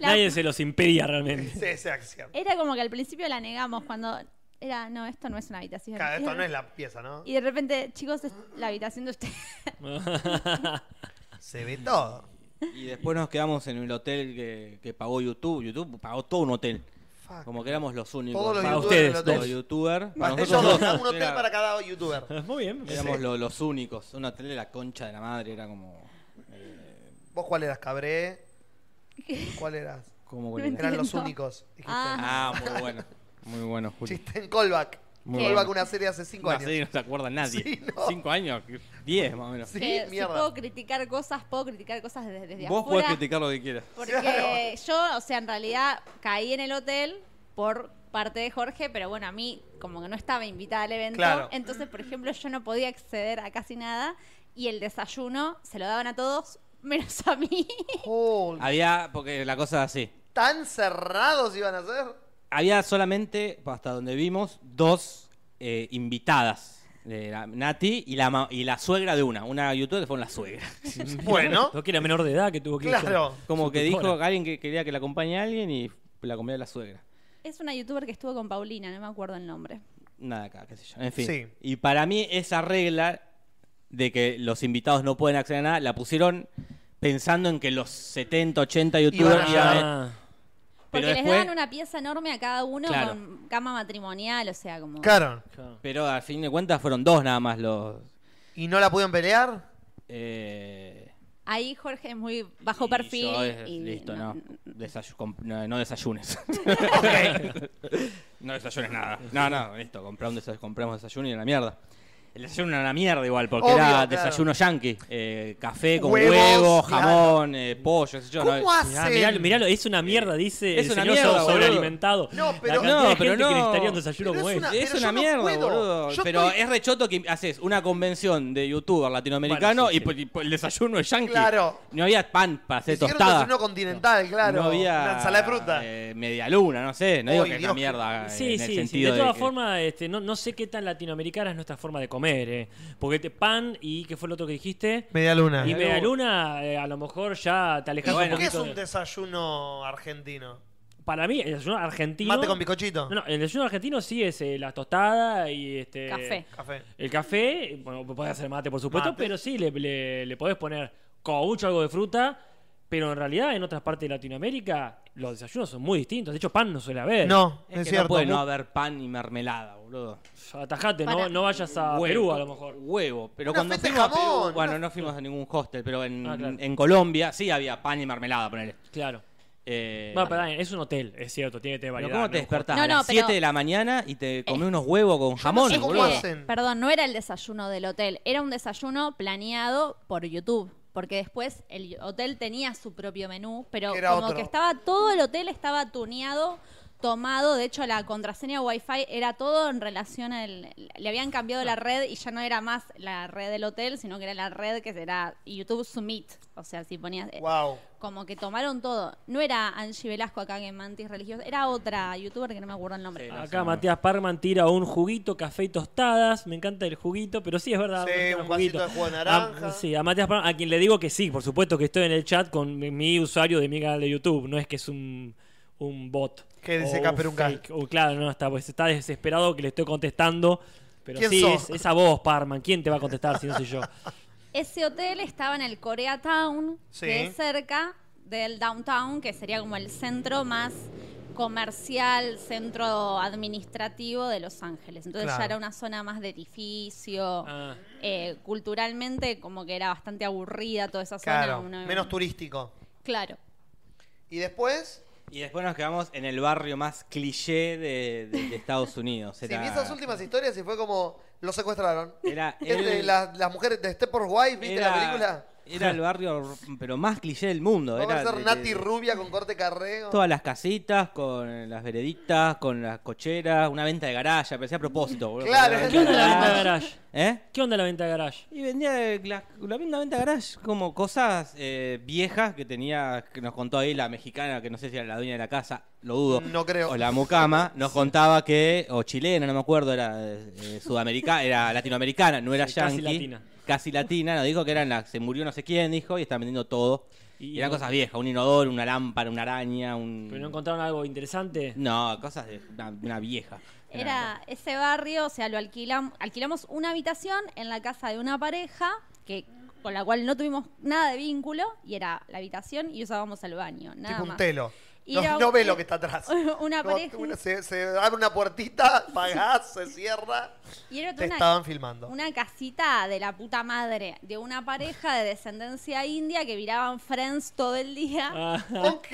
Speaker 4: La-
Speaker 5: Nadie se los impedía realmente.
Speaker 3: Sí, esa acción.
Speaker 4: Era como que al principio la negamos cuando era, no, esto no es una habitación.
Speaker 3: Claro,
Speaker 4: Y
Speaker 3: esto
Speaker 4: de-
Speaker 3: no es la pieza, ¿no?
Speaker 4: Y de repente, chicos, es la habitación de ustedes.
Speaker 3: Se ve todo.
Speaker 2: Y después nos quedamos en el hotel que, que pagó YouTube. YouTube pagó todo un hotel.
Speaker 3: Fuck.
Speaker 2: Como que éramos los únicos.
Speaker 3: Ah, Todos los
Speaker 5: Para
Speaker 3: youtubers
Speaker 5: ustedes,
Speaker 3: del hotel.
Speaker 2: Los youtubers. Para
Speaker 3: Para ellos
Speaker 2: nosotros
Speaker 3: dos,
Speaker 2: dos.
Speaker 3: un hotel
Speaker 2: Era-
Speaker 3: para cada youtuber.
Speaker 5: Muy bien.
Speaker 2: Éramos lo- los únicos. Un hotel de la concha de la madre. Era como. eh,
Speaker 3: ¿Vos cuál eras, Cabré? ¿Cuál eras?
Speaker 2: ¿Cómo
Speaker 4: No
Speaker 2: era?
Speaker 4: entiendo.
Speaker 3: Eran los únicos. dijiste.
Speaker 4: Ah.
Speaker 2: Ah, muy bueno. Muy bueno, Julio.
Speaker 3: Chiste en callback.
Speaker 2: Muy
Speaker 3: callback,
Speaker 2: bueno.
Speaker 3: una serie hace cinco
Speaker 2: No,
Speaker 3: años.
Speaker 2: sí, no se acuerda nadie.
Speaker 3: Sí, no.
Speaker 2: Cinco años, diez más o menos.
Speaker 3: Sí,
Speaker 4: que si
Speaker 3: mierda.
Speaker 4: puedo criticar cosas, puedo criticar cosas desde, desde
Speaker 2: Vos podés
Speaker 4: afuera.
Speaker 2: criticar lo que quieras.
Speaker 4: Porque yo, o sea, en realidad caí en el hotel por parte de Jorge, pero bueno, a mí como que no estaba invitada al evento.
Speaker 3: Claro.
Speaker 4: Entonces, por ejemplo, yo no podía acceder a casi nada y el desayuno se lo daban a todos menos a mí.
Speaker 3: Oh,
Speaker 2: Había, porque la cosa es así.
Speaker 3: ¿Tan cerrados iban a ser?
Speaker 2: Había solamente, hasta donde vimos, dos eh, invitadas. De la- Nati y la, ma- y la suegra de una. Una youtuber que fue la suegra.
Speaker 3: Bueno.
Speaker 5: Lo que era menor de edad que tuvo que ir con-
Speaker 3: Claro.
Speaker 2: Como
Speaker 5: Su
Speaker 2: que
Speaker 5: tutora.
Speaker 2: dijo alguien que quería que la acompañe a alguien y la acompañó la suegra.
Speaker 4: Es una youtuber que estuvo con Paulina, no me acuerdo el nombre.
Speaker 2: Nada acá, qué sé yo. En fin.
Speaker 3: Sí.
Speaker 2: Y para mí esa regla de que los invitados no pueden acceder a nada, la pusieron pensando en que los 70, 80 youtubers
Speaker 3: Iban a
Speaker 2: iban a-
Speaker 5: Ah,
Speaker 4: Porque
Speaker 2: Pero
Speaker 4: les
Speaker 2: después-
Speaker 4: daban una pieza enorme a cada uno
Speaker 2: Claro.
Speaker 4: con cama matrimonial, o sea, como...
Speaker 3: Claro.
Speaker 2: Pero al fin de cuentas fueron dos nada más los...
Speaker 3: ¿Y no la pudieron pelear?
Speaker 2: eh,
Speaker 4: Ahí Jorge es muy bajo
Speaker 2: y
Speaker 4: perfil.
Speaker 2: yo es-
Speaker 4: y
Speaker 2: listo,
Speaker 4: no-
Speaker 2: no. Desayu- comp- no, no desayunes. no desayunes nada. No, no, listo, comprá un desay- compramos desayuno y a la mierda. El desayuno era una mierda igual, porque
Speaker 3: Obvio,
Speaker 2: era
Speaker 3: claro.
Speaker 2: desayuno yanqui. Eh, café con
Speaker 3: Huevos, claro.
Speaker 2: huevo, jamón, eh, pollo, qué sé yo. no-
Speaker 3: ¿Cómo
Speaker 5: mirá,
Speaker 3: hacen?
Speaker 5: mirá, mirá, es una mierda, dice
Speaker 2: Es
Speaker 5: el
Speaker 2: una
Speaker 5: señor
Speaker 2: mierda,
Speaker 5: so-
Speaker 2: boludo.
Speaker 5: sobrealimentado.
Speaker 3: No, pero-
Speaker 5: La cantidad de
Speaker 2: No, pero
Speaker 5: gente que
Speaker 2: no.
Speaker 5: necesitaría un desayuno
Speaker 3: Pero
Speaker 5: como
Speaker 3: es
Speaker 5: este.
Speaker 3: una-
Speaker 2: Es
Speaker 3: pero
Speaker 2: una
Speaker 3: yo no
Speaker 2: mierda,
Speaker 3: puedo.
Speaker 2: boludo.
Speaker 3: Yo
Speaker 2: pero
Speaker 3: estoy-
Speaker 2: es re choto que haces una convención de youtuber latinoamericano
Speaker 5: Bueno, sí,
Speaker 2: y po-
Speaker 5: sí.
Speaker 2: y po- el desayuno es yankee.
Speaker 3: Claro.
Speaker 2: No había pan para hacer
Speaker 3: Hicieron
Speaker 2: tostada.
Speaker 3: desayuno continental, claro.
Speaker 2: No había
Speaker 3: Una ensalada de fruta.
Speaker 2: eh, media luna, no sé. No digo
Speaker 3: Ay,
Speaker 2: que es
Speaker 3: Dios.
Speaker 2: una mierda. eh,
Speaker 5: Sí,
Speaker 2: en
Speaker 5: sí,
Speaker 2: el
Speaker 5: sí.
Speaker 2: sentido
Speaker 5: De todas
Speaker 2: que-
Speaker 5: formas, este, no, no sé qué tan latinoamericana es nuestra forma de comer. eh. Porque te pan y ¿qué fue lo otro que dijiste?
Speaker 3: Media luna.
Speaker 5: y media luna, eh, a lo mejor ya te alejas
Speaker 2: bueno.
Speaker 5: un
Speaker 3: ¿Por qué es
Speaker 5: poquito.
Speaker 3: un desayuno argentino?
Speaker 5: de- Para mí, el desayuno argentino.
Speaker 3: ¿Mate con bizcochito?
Speaker 5: No, no, el desayuno argentino sí es eh, la tostada y este.
Speaker 4: Café.
Speaker 3: Café.
Speaker 5: El café, bueno, podés hacer mate, por supuesto,
Speaker 3: Mate.
Speaker 5: pero sí le, le, le podés poner como mucho algo de fruta. Pero en realidad, en otras partes de Latinoamérica, los desayunos son muy distintos. De hecho, pan no suele haber.
Speaker 3: No, es,
Speaker 2: Eh, Es, que no
Speaker 3: cierto.
Speaker 2: puede no
Speaker 3: Mu-
Speaker 2: haber pan y mermelada, boludo.
Speaker 5: Atajate,
Speaker 4: Para-
Speaker 5: no, no vayas a
Speaker 2: Huevo,
Speaker 5: Ah, Perú a lo mejor.
Speaker 2: Huevo. Pero
Speaker 3: Una
Speaker 2: cuando
Speaker 3: feta de
Speaker 2: fuimos a Perú-
Speaker 3: jamón,
Speaker 2: bueno,
Speaker 3: una-
Speaker 2: no fuimos a ningún hostel, pero en,
Speaker 5: Ah, claro.
Speaker 2: en Colombia sí había pan y mermelada, ponele.
Speaker 5: Claro.
Speaker 2: Eh,
Speaker 5: Bueno, pero Dani, es un hotel, es cierto, tiene que tener
Speaker 2: Pero
Speaker 5: variedad.
Speaker 2: ¿cómo te
Speaker 5: ¿no?
Speaker 2: despertás
Speaker 4: No,
Speaker 2: a
Speaker 4: no,
Speaker 2: las
Speaker 4: pero-
Speaker 2: 7 de la mañana y te comés unos huevos con jamón?
Speaker 3: sé
Speaker 4: Es
Speaker 3: ¿Cómo
Speaker 2: boludo?
Speaker 4: que,
Speaker 3: hacen?
Speaker 4: Perdón, no era el desayuno del hotel, era un desayuno planeado por YouTube. Porque después el hotel tenía su propio menú, pero
Speaker 3: Era
Speaker 4: como
Speaker 3: otro.
Speaker 4: que estaba todo el hotel estaba tuneado, tomado. De hecho, la contraseña Wi-Fi era todo en relación al. Le habían cambiado la red y ya no era más la red del hotel, sino que era la red que era YouTube Summit. O sea, si ponías.
Speaker 3: Wow.
Speaker 4: Como que tomaron todo. No era Angie Velasco acá en Mantis Religiosa, era otra youtuber que no me acuerdo el nombre.
Speaker 2: Sí, la-
Speaker 5: Acá Matías Parman tira un juguito, café y tostadas. Me encanta el juguito, pero sí, es
Speaker 2: Ah,
Speaker 5: verdad.
Speaker 3: Sí,
Speaker 5: me encanta
Speaker 3: un
Speaker 5: el
Speaker 3: vasito de jugo de naranja.
Speaker 5: A, Ah, sí, a Matías Parman, a quien le digo que sí, por supuesto que estoy en el chat con mi- mi usuario de mi canal de YouTube. No es que es un, un bot.
Speaker 3: Que dice
Speaker 5: o un
Speaker 3: Caperunca.
Speaker 5: fake. O, claro, no, está, pues, está desesperado que le estoy contestando. Pero
Speaker 3: ¿Quién
Speaker 5: sí,
Speaker 3: sos?
Speaker 5: es, es a vos, Parman. ¿Quién te va a contestar si no soy yo? Ah,
Speaker 4: Ese hotel estaba en el Koreatown,
Speaker 3: Sí.
Speaker 4: que es cerca del downtown, que sería como el centro más comercial, centro administrativo de Los Ángeles. Entonces
Speaker 3: Claro.
Speaker 4: ya era una zona más de edificio.
Speaker 5: Ah,
Speaker 4: Eh, culturalmente como que era bastante aburrida toda esa zona.
Speaker 3: Claro,
Speaker 4: uno-
Speaker 3: menos turístico.
Speaker 4: Claro.
Speaker 3: Y después,
Speaker 2: Y después nos quedamos en el barrio más cliché de, de- de Estados Unidos.
Speaker 3: si vi esas últimas historias y fue como, lo secuestraron.
Speaker 2: Era
Speaker 3: Es de
Speaker 2: Eh, el-
Speaker 3: las, las mujeres de Steppenwolf Wife, ¿viste la película?
Speaker 2: Era el barrio, r- pero más cliché del mundo.
Speaker 3: Va
Speaker 2: Era
Speaker 3: a ser
Speaker 2: de- de-
Speaker 3: Nati rubia con corte carreo.
Speaker 2: Todas las casitas, con las vereditas, con las cocheras, una venta de garage, parecía a propósito. boludo.
Speaker 3: Claro.
Speaker 2: Una
Speaker 5: ¿Qué onda la venta de
Speaker 2: garage.
Speaker 5: garage?
Speaker 2: ¿Eh?
Speaker 5: ¿Qué onda la venta de garage?
Speaker 2: Y vendía de la, la misma venta garage, como cosas eh, viejas que tenía, que nos contó ahí la mexicana, que no sé si era la dueña de la casa, lo dudo.
Speaker 3: No creo.
Speaker 2: O la mucama, nos contaba que, o chilena, no me acuerdo, era eh, sudamericana, era latinoamericana, no era
Speaker 5: Sí, casi
Speaker 2: yanqui.
Speaker 5: latina.
Speaker 2: Casi latina, nos dijo que eran las, se murió no sé quién, dijo, y están vendiendo todo.
Speaker 5: Y
Speaker 2: Y eran
Speaker 5: no-
Speaker 2: cosas viejas, un inodoro, una lámpara, una araña, un...
Speaker 5: ¿Pero no encontraron algo interesante?
Speaker 2: No, cosas de una, una vieja.
Speaker 4: Era ese barrio, o sea, lo alquilamos, alquilamos una habitación en la casa de una pareja que con la cual no tuvimos nada de vínculo y era la habitación y usábamos el baño, nada
Speaker 3: tipo un
Speaker 4: más.
Speaker 3: telo.
Speaker 4: Ir a
Speaker 3: No,
Speaker 4: un-
Speaker 3: no ve lo que está atrás.
Speaker 4: Una
Speaker 3: Como
Speaker 4: pareja.
Speaker 3: una- se, se abre una puertita, pagás, se cierra.
Speaker 4: Y era
Speaker 3: Te
Speaker 4: una,
Speaker 3: estaban filmando.
Speaker 4: una casita de la puta madre, de una pareja de descendencia india que viraban Friends todo el día.
Speaker 5: Ah,
Speaker 3: Ok.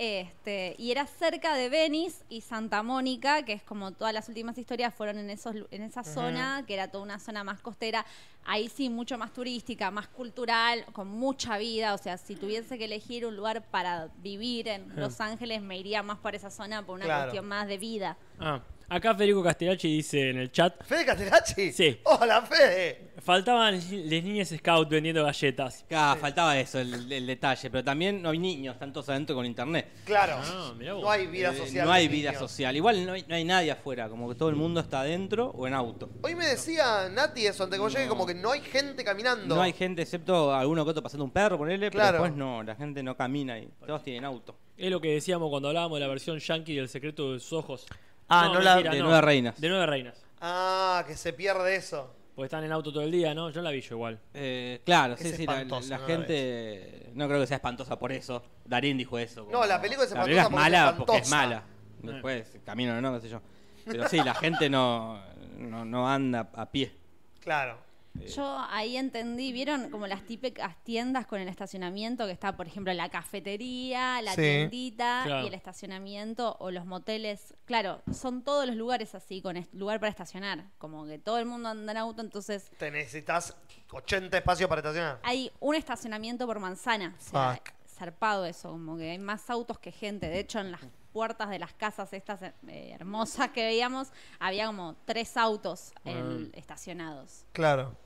Speaker 4: Este, y era cerca de Venice y Santa Mónica, que es como todas las últimas historias fueron en esos lu- en esa zona, que era toda una zona más costera, ahí sí mucho más turística, más cultural, con mucha vida, o sea, si tuviese que elegir un lugar para vivir en Los Ángeles me iría más por esa zona por una
Speaker 3: Claro.
Speaker 4: cuestión más de vida.
Speaker 5: ah. Acá Federico Castellacci dice en el chat,
Speaker 3: ¿Fede Castellacci?
Speaker 5: Sí.
Speaker 3: Hola, Fede.
Speaker 5: faltaban las niñas scout vendiendo galletas.
Speaker 2: Claro, Ah, faltaba eso, el, el detalle, pero también no hay niños, están todos adentro con internet.
Speaker 3: Claro.
Speaker 5: Ah, mirá vos.
Speaker 3: No hay vida
Speaker 2: Eh,
Speaker 3: social.
Speaker 2: No hay
Speaker 3: de
Speaker 2: vida
Speaker 3: niños.
Speaker 2: social. Igual no hay, no hay nadie afuera, como que todo el mundo está adentro o en auto.
Speaker 3: Hoy me decía Nati eso, antes que vos llegues, como que no hay gente caminando.
Speaker 2: No, hay gente, excepto alguno que otro pasando un perro, ponele,
Speaker 3: Claro.
Speaker 2: pero después no, la gente no camina ahí. Todos tienen auto.
Speaker 5: Es lo que decíamos cuando hablábamos de la versión yankee del secreto de sus ojos.
Speaker 3: Ah, no la-
Speaker 5: mentira,
Speaker 2: de Nueve Reinas.
Speaker 5: De Nueve Reinas.
Speaker 3: Ah, que se pierde eso.
Speaker 5: Porque están en auto todo el día, ¿no? Yo la vi yo igual.
Speaker 2: Eh, claro,
Speaker 3: Es
Speaker 2: sí, sí, la,
Speaker 3: espantoso,
Speaker 2: la
Speaker 3: no la
Speaker 2: gente no creo que sea espantosa por eso. Darín dijo eso.
Speaker 3: No, la película es
Speaker 2: La
Speaker 3: espantosa
Speaker 2: película es mala
Speaker 3: porque
Speaker 2: porque
Speaker 3: es
Speaker 2: es mala.
Speaker 3: Eh.
Speaker 2: Después, camino o no, no sé yo. Pero sí, la gente no, no, no anda a pie.
Speaker 3: Claro.
Speaker 4: Yo ahí entendí, vieron como las típicas tiendas con el estacionamiento que está, por ejemplo, la cafetería, la
Speaker 3: Sí.
Speaker 4: tiendita
Speaker 5: Claro.
Speaker 4: y el estacionamiento o los moteles. Claro, son todos los lugares así, con est- lugar para estacionar. Como que todo el mundo anda en auto, entonces
Speaker 3: Te necesitas 80 espacios para estacionar.
Speaker 4: hay un estacionamiento por manzana. O sea,
Speaker 3: Fuck.
Speaker 4: zarpado eso, como que hay más autos que gente. De hecho, en las puertas de las casas estas eh, hermosas que veíamos, había como tres autos eh, estacionados.
Speaker 3: Claro.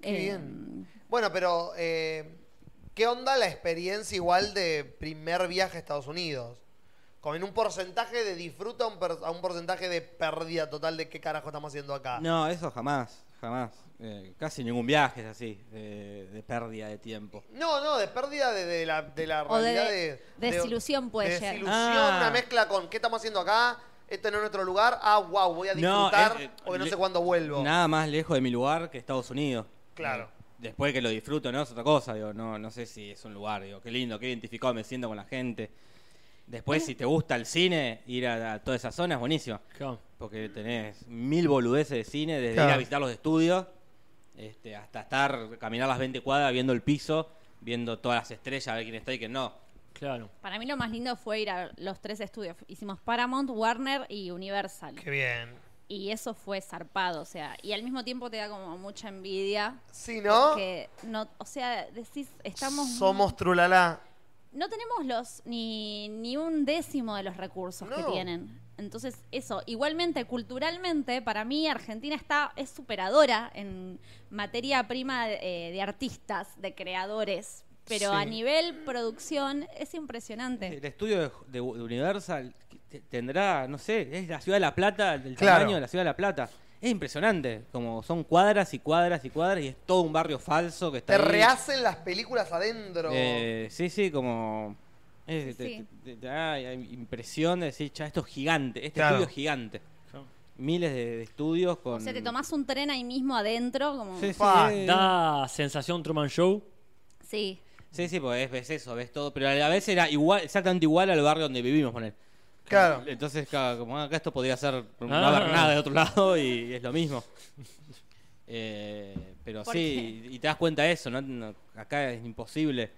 Speaker 3: Qué
Speaker 4: Eh,
Speaker 3: bien. Bueno, pero eh, ¿qué onda la experiencia igual de primer viaje a Estados Unidos? Como en un porcentaje de disfruta a un, per- a un porcentaje de pérdida total de qué carajo estamos haciendo acá.
Speaker 2: No, eso jamás, jamás. Eh, casi ningún viaje es así, de, de pérdida de tiempo.
Speaker 3: No, no, de pérdida de, de la, de la
Speaker 4: O de-
Speaker 3: realidad
Speaker 4: de-
Speaker 3: de-
Speaker 4: desilusión puede
Speaker 3: de
Speaker 4: ser.
Speaker 3: Desilusión,
Speaker 2: Ah.
Speaker 3: una mezcla con qué estamos haciendo acá, este no es nuestro lugar, ah, wow, voy a
Speaker 2: No,
Speaker 3: disfrutar
Speaker 2: es- eh,
Speaker 3: porque no
Speaker 2: le-
Speaker 3: sé cuándo vuelvo.
Speaker 2: Nada más lejos de mi lugar que Estados Unidos.
Speaker 3: Claro.
Speaker 2: Después que lo disfruto, ¿no? Es otra cosa, digo, no, no sé si es un lugar, digo, qué lindo, qué identificado me siento con la gente. Después, si te gusta el cine, ir a, a toda esa zona es buenísimo.
Speaker 5: Claro.
Speaker 2: Porque tenés mil boludeces de cine, desde
Speaker 3: Claro.
Speaker 2: ir a visitar los estudios, este, hasta estar, caminar las 20 cuadras, viendo el piso, viendo todas las estrellas, a ver quién está y quién no.
Speaker 5: Claro.
Speaker 4: Para mí lo más lindo fue ir a los tres estudios. Hicimos Paramount, Warner y Universal.
Speaker 3: Qué bien.
Speaker 4: Y eso fue zarpado, o sea, y al mismo tiempo te da como mucha envidia.
Speaker 3: Sí, ¿no?
Speaker 4: Que no, o sea, decís, estamos...
Speaker 3: Somos Trulalá.
Speaker 4: No tenemos los ni, ni un décimo de los recursos que
Speaker 3: No.
Speaker 4: tienen. Entonces, eso, igualmente, culturalmente, para mí Argentina está, es superadora en materia prima eh, de artistas, de creadores. Pero
Speaker 3: Sí.
Speaker 4: a nivel producción es impresionante.
Speaker 2: El estudio de, de Universal te- tendrá, no sé, es la ciudad de La Plata, el
Speaker 3: Claro.
Speaker 2: tamaño de la ciudad de La Plata. Es impresionante, como son cuadras y cuadras y cuadras y es todo un barrio falso que está
Speaker 3: Te
Speaker 2: ahí.
Speaker 3: rehacen las películas adentro.
Speaker 2: Eh, sí, sí, como... es- te,
Speaker 4: Sí.
Speaker 2: te- te da impresión de decir, "Cha, esto es gigante, este
Speaker 3: Claro.
Speaker 2: estudio es gigante. miles de, de estudios con.
Speaker 4: O sea, te tomás un tren ahí mismo adentro, como...
Speaker 2: Sí, sí,
Speaker 3: Pa,
Speaker 2: sí.
Speaker 5: Da sensación Truman Show.
Speaker 4: Sí.
Speaker 2: Sí, sí, porque ves eso, ves todo. Pero a la vez era igual, exactamente igual al barrio donde vivimos, poner.
Speaker 3: Claro.
Speaker 2: Entonces, claro, como ah, acá esto podría ser no
Speaker 5: Ah.
Speaker 2: haber nada de otro lado y es lo mismo. Eh, pero
Speaker 4: ¿Por
Speaker 2: sí, y y te das cuenta de eso, ¿no? No, Acá es imposible.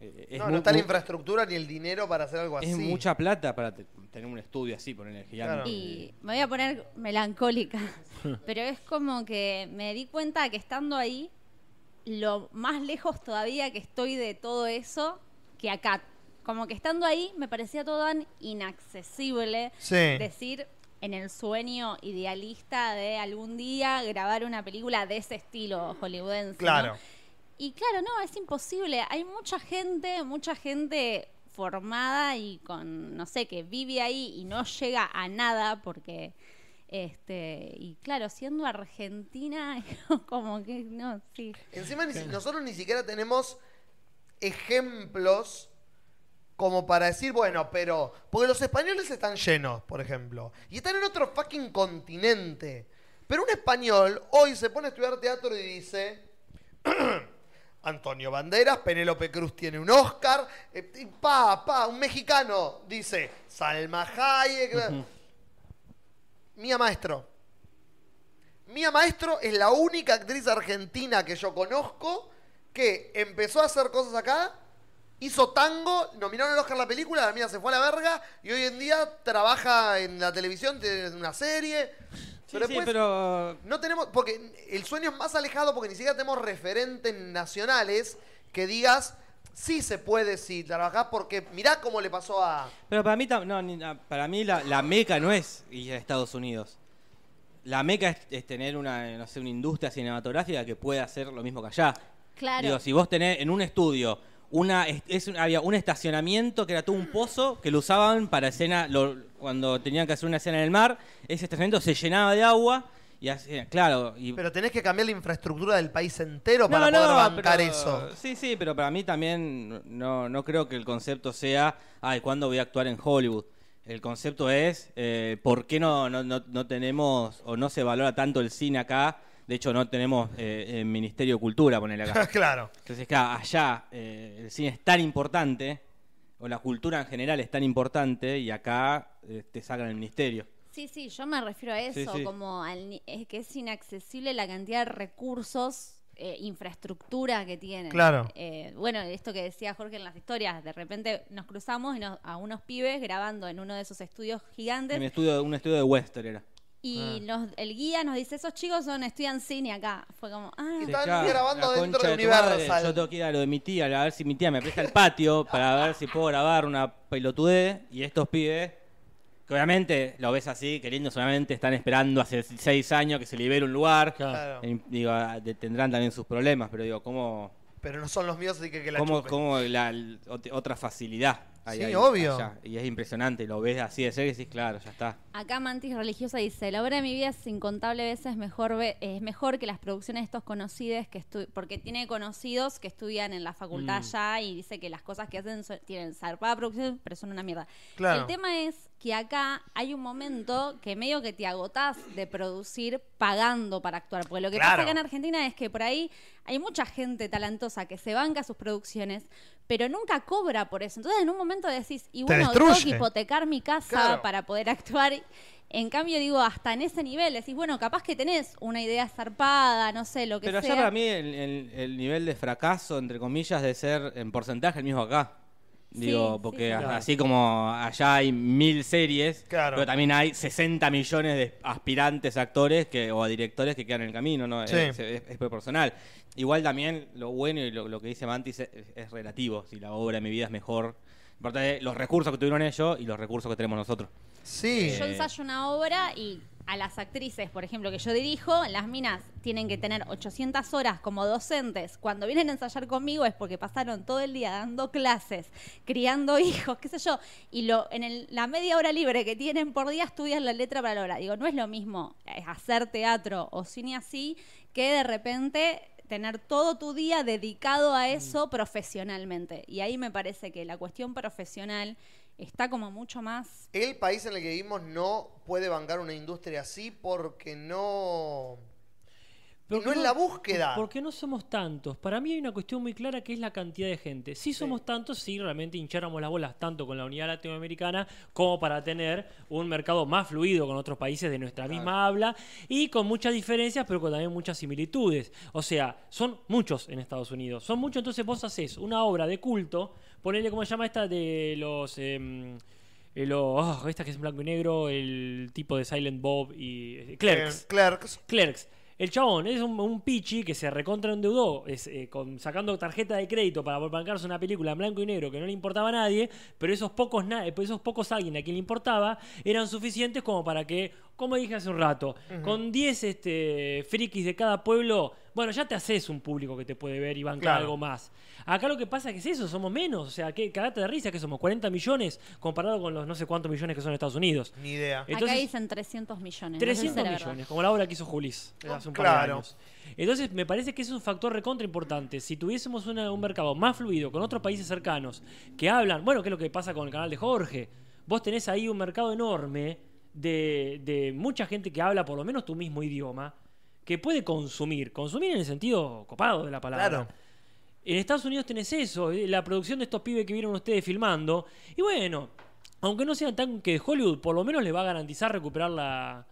Speaker 2: Eh, es
Speaker 3: No,
Speaker 2: mu-
Speaker 3: no está la
Speaker 2: mu-
Speaker 3: infraestructura ni el dinero para hacer algo así.
Speaker 2: Es mucha plata para te- tener un estudio así, ponerle gigante.
Speaker 3: Claro.
Speaker 4: Y me voy a poner melancólica, pero es como que me di cuenta que estando ahí, lo más lejos todavía que estoy de todo eso, que acá, como que estando ahí me parecía todo tan inaccesible.
Speaker 3: Sí.
Speaker 4: Decir en el sueño idealista de algún día grabar una película de ese estilo hollywoodense. ¿no?
Speaker 3: Claro.
Speaker 4: Y claro, no, es imposible. Hay mucha gente, mucha gente formada y con, no sé, que vive ahí y no llega a nada porque, este, y claro, siendo argentina, como que, no, sí.
Speaker 3: Encima ni si- nosotros ni siquiera tenemos ejemplos como para decir, bueno, pero. Porque los españoles están llenos, por ejemplo. Y están en otro fucking continente. Pero un español hoy se pone a estudiar teatro y dice. Antonio Banderas, Penélope Cruz tiene un Oscar, eh, y pa, pa, un mexicano, dice Salma Hayek. Mía Maestro. Mía Maestro es la única actriz argentina que yo conozco que empezó a hacer cosas acá, hizo tango, nominaron al Oscar la película, la mía se fue a la verga y hoy en día trabaja en la televisión, tiene una serie.
Speaker 2: Sí,
Speaker 3: Pero
Speaker 2: sí,
Speaker 3: después
Speaker 2: pero
Speaker 3: no tenemos, porque el sueño es más alejado porque ni siquiera tenemos referentes nacionales que digas, sí se puede, sí, trabajás porque mirá cómo le pasó a...
Speaker 2: Pero para mí, tam- no, ni- na- para mí la, la meca no es ir a Estados Unidos. La meca es, es tener una, eh, no sé, una industria cinematográfica que pueda hacer lo mismo que allá.
Speaker 4: Claro.
Speaker 2: Digo, si vos tenés en un estudio, una es- es un- había un estacionamiento que era todo un pozo que lo usaban para escena, lo- cuando tenían que hacer una escena en el mar, ese estacionamiento se llenaba de agua y hacía- claro, y
Speaker 3: Pero tenés que cambiar la infraestructura del país entero para poder bancar
Speaker 2: pero-
Speaker 3: eso.
Speaker 2: Sí, sí, pero para mí también no, no creo que el concepto sea, ay, ¿cuándo voy a actuar en Hollywood? El concepto es, eh, ¿por qué no, no, no- no tenemos o no se valora tanto el cine acá? De hecho, no tenemos eh, el Ministerio de Cultura, ponerle acá.
Speaker 3: claro.
Speaker 2: Entonces, claro, allá eh, el cine es tan importante, o la cultura en general es tan importante, y acá eh, te sacan el ministerio.
Speaker 4: Sí, sí, yo me refiero a
Speaker 2: Sí,
Speaker 4: eso,
Speaker 2: sí.
Speaker 4: como al ni- es que es inaccesible la cantidad de recursos, eh, infraestructura que tienen.
Speaker 3: Claro.
Speaker 4: Eh, bueno, esto que decía Jorge en las historias, de repente nos cruzamos y nos- a unos pibes grabando en uno de esos estudios gigantes
Speaker 2: En mi estudio, un estudio de Western era.
Speaker 4: y nos- el guía nos dice, esos chicos son estudian cine acá. Fue como, ah,
Speaker 3: Y
Speaker 2: Sí,
Speaker 3: Están grabando
Speaker 2: la
Speaker 3: dentro
Speaker 2: concha
Speaker 3: de
Speaker 2: tu madre.
Speaker 3: Universal.
Speaker 2: Yo tengo que ir a lo de mi tía, a ver si mi tía me presta el patio para ver si puedo grabar una pelotudez. Y estos pibes, que obviamente lo ves así, queriendo solamente, están esperando hace seis años que se libere un lugar.
Speaker 3: Claro.
Speaker 5: Claro.
Speaker 2: Y, digo, ah, de- tendrán también sus problemas, pero digo, ¿cómo,
Speaker 3: Pero no son los míos, así que que la
Speaker 2: cómo,
Speaker 3: chupen.
Speaker 2: cómo la- l- ot- otra facilidad? hay
Speaker 3: Sí,
Speaker 2: ahí,
Speaker 3: obvio.
Speaker 2: Y es impresionante, lo ves así de ser y decís, claro, ya está.
Speaker 4: Acá Mantis Religiosa dice, la obra de mi vida es incontable veces mejor, ve- es mejor que las producciones de estos conocidos, que estu- porque tiene conocidos que estudian en la facultad ya y dice que las cosas que hacen son- tienen zarpada producción, pero son una mierda.
Speaker 3: Claro.
Speaker 4: El tema es que acá hay un momento que medio que te agotás de producir pagando para actuar, porque lo que
Speaker 3: Claro.
Speaker 4: pasa acá en Argentina es que por ahí hay mucha gente talentosa que se banca sus producciones, pero nunca cobra por eso. Entonces en un momento decís, y
Speaker 3: Te
Speaker 4: bueno, tengo que
Speaker 3: destruye.
Speaker 4: hipotecar mi casa
Speaker 3: Claro.
Speaker 4: para poder actuar. En cambio, digo, hasta en ese nivel, decís, bueno, capaz que tenés una idea zarpada, no sé, lo que
Speaker 2: Pero
Speaker 4: sea.
Speaker 2: allá para mí el, el- el nivel de fracaso, entre comillas, de ser en porcentaje el mismo acá. Digo,
Speaker 4: Sí,
Speaker 2: porque
Speaker 4: sí, sí.
Speaker 2: a- así como allá hay mil series,
Speaker 3: Claro.
Speaker 2: pero también hay 60 millones de aspirantes actores que, o a directores que quedan en el camino, ¿no?
Speaker 3: Sí.
Speaker 2: Es, es- es proporcional. Igual también lo bueno y lo, lo que dice Mantis es, es relativo, si la obra de mi vida es mejor. Lo importante es los recursos que tuvieron ellos y los recursos que tenemos nosotros.
Speaker 3: Sí.
Speaker 4: Yo ensayo una obra y a las actrices, por ejemplo, que yo dirijo, las minas tienen que tener 800 horas como docentes. Cuando vienen a ensayar conmigo es porque pasaron todo el día dando clases, criando hijos, qué sé yo. Y lo, en el- la media hora libre que tienen por día estudian la letra para la obra. Digo, no es lo mismo eh, hacer teatro o cine así que de repente tener todo tu día dedicado a eso profesionalmente. Y ahí me parece que la cuestión profesional está como mucho más
Speaker 3: El país en el que vivimos no puede bancar una industria así porque no.
Speaker 5: Pero
Speaker 3: no
Speaker 5: que
Speaker 3: es la búsqueda.
Speaker 5: ¿Por qué no somos tantos? Para mí hay una cuestión muy clara que es la cantidad de gente. Si somos tantos, si realmente hincháramos las bolas tanto con la unidad latinoamericana como para tener un mercado más fluido con otros países de nuestra misma habla y con muchas diferencias, pero con también muchas similitudes. O sea, son muchos en Estados Unidos. Son muchos, entonces vos haces una obra de culto, ponele cómo se llama esta de los... em, eh, lo- ah, esta que es en blanco y negro, el tipo de Silent Bob y... eh, Clerks.
Speaker 3: Eh, Clerks.
Speaker 5: Clerks. El chabón es un, un pichi que se recontra endeudó es, eh, con, sacando tarjeta de crédito para bancarse una película en blanco y negro que no le importaba a nadie, pero esos pocos, na- eh, esos pocos alguien a quien le importaba eran suficientes como para que, como dije hace un rato, con 10 este, frikis de cada pueblo, bueno, ya te haces un público que te puede ver y bancar
Speaker 3: Claro.
Speaker 5: algo más. Acá lo que pasa es que es eso, somos menos, o sea, que cagate de risa que somos 40 millones comparado con los no sé cuántos millones que son en Estados Unidos.
Speaker 3: Ni idea.
Speaker 2: Eh,
Speaker 5: Entonces-
Speaker 10: Acá dicen 300 millones. no sé si
Speaker 5: 300
Speaker 10: será verdad.
Speaker 5: millones, como la obra que hizo Julis hace un par de
Speaker 3: Oh, Claro.
Speaker 5: años. Entonces, me parece que ese es un factor recontra importante. Si tuviésemos una- un mercado más fluido con otros países cercanos que hablan, bueno, que es lo que pasa con el canal de Jorge, vos tenés ahí un mercado enorme de, de mucha gente que habla por lo menos tu mismo idioma, que puede consumir, consumir en el sentido copado de la palabra.
Speaker 3: Claro.
Speaker 5: En Estados Unidos tenés eso, eh, la producción de estos pibes que vieron ustedes filmando. Y bueno, aunque no sean tan que de Hollywood, por lo menos les va a garantizar recuperar la.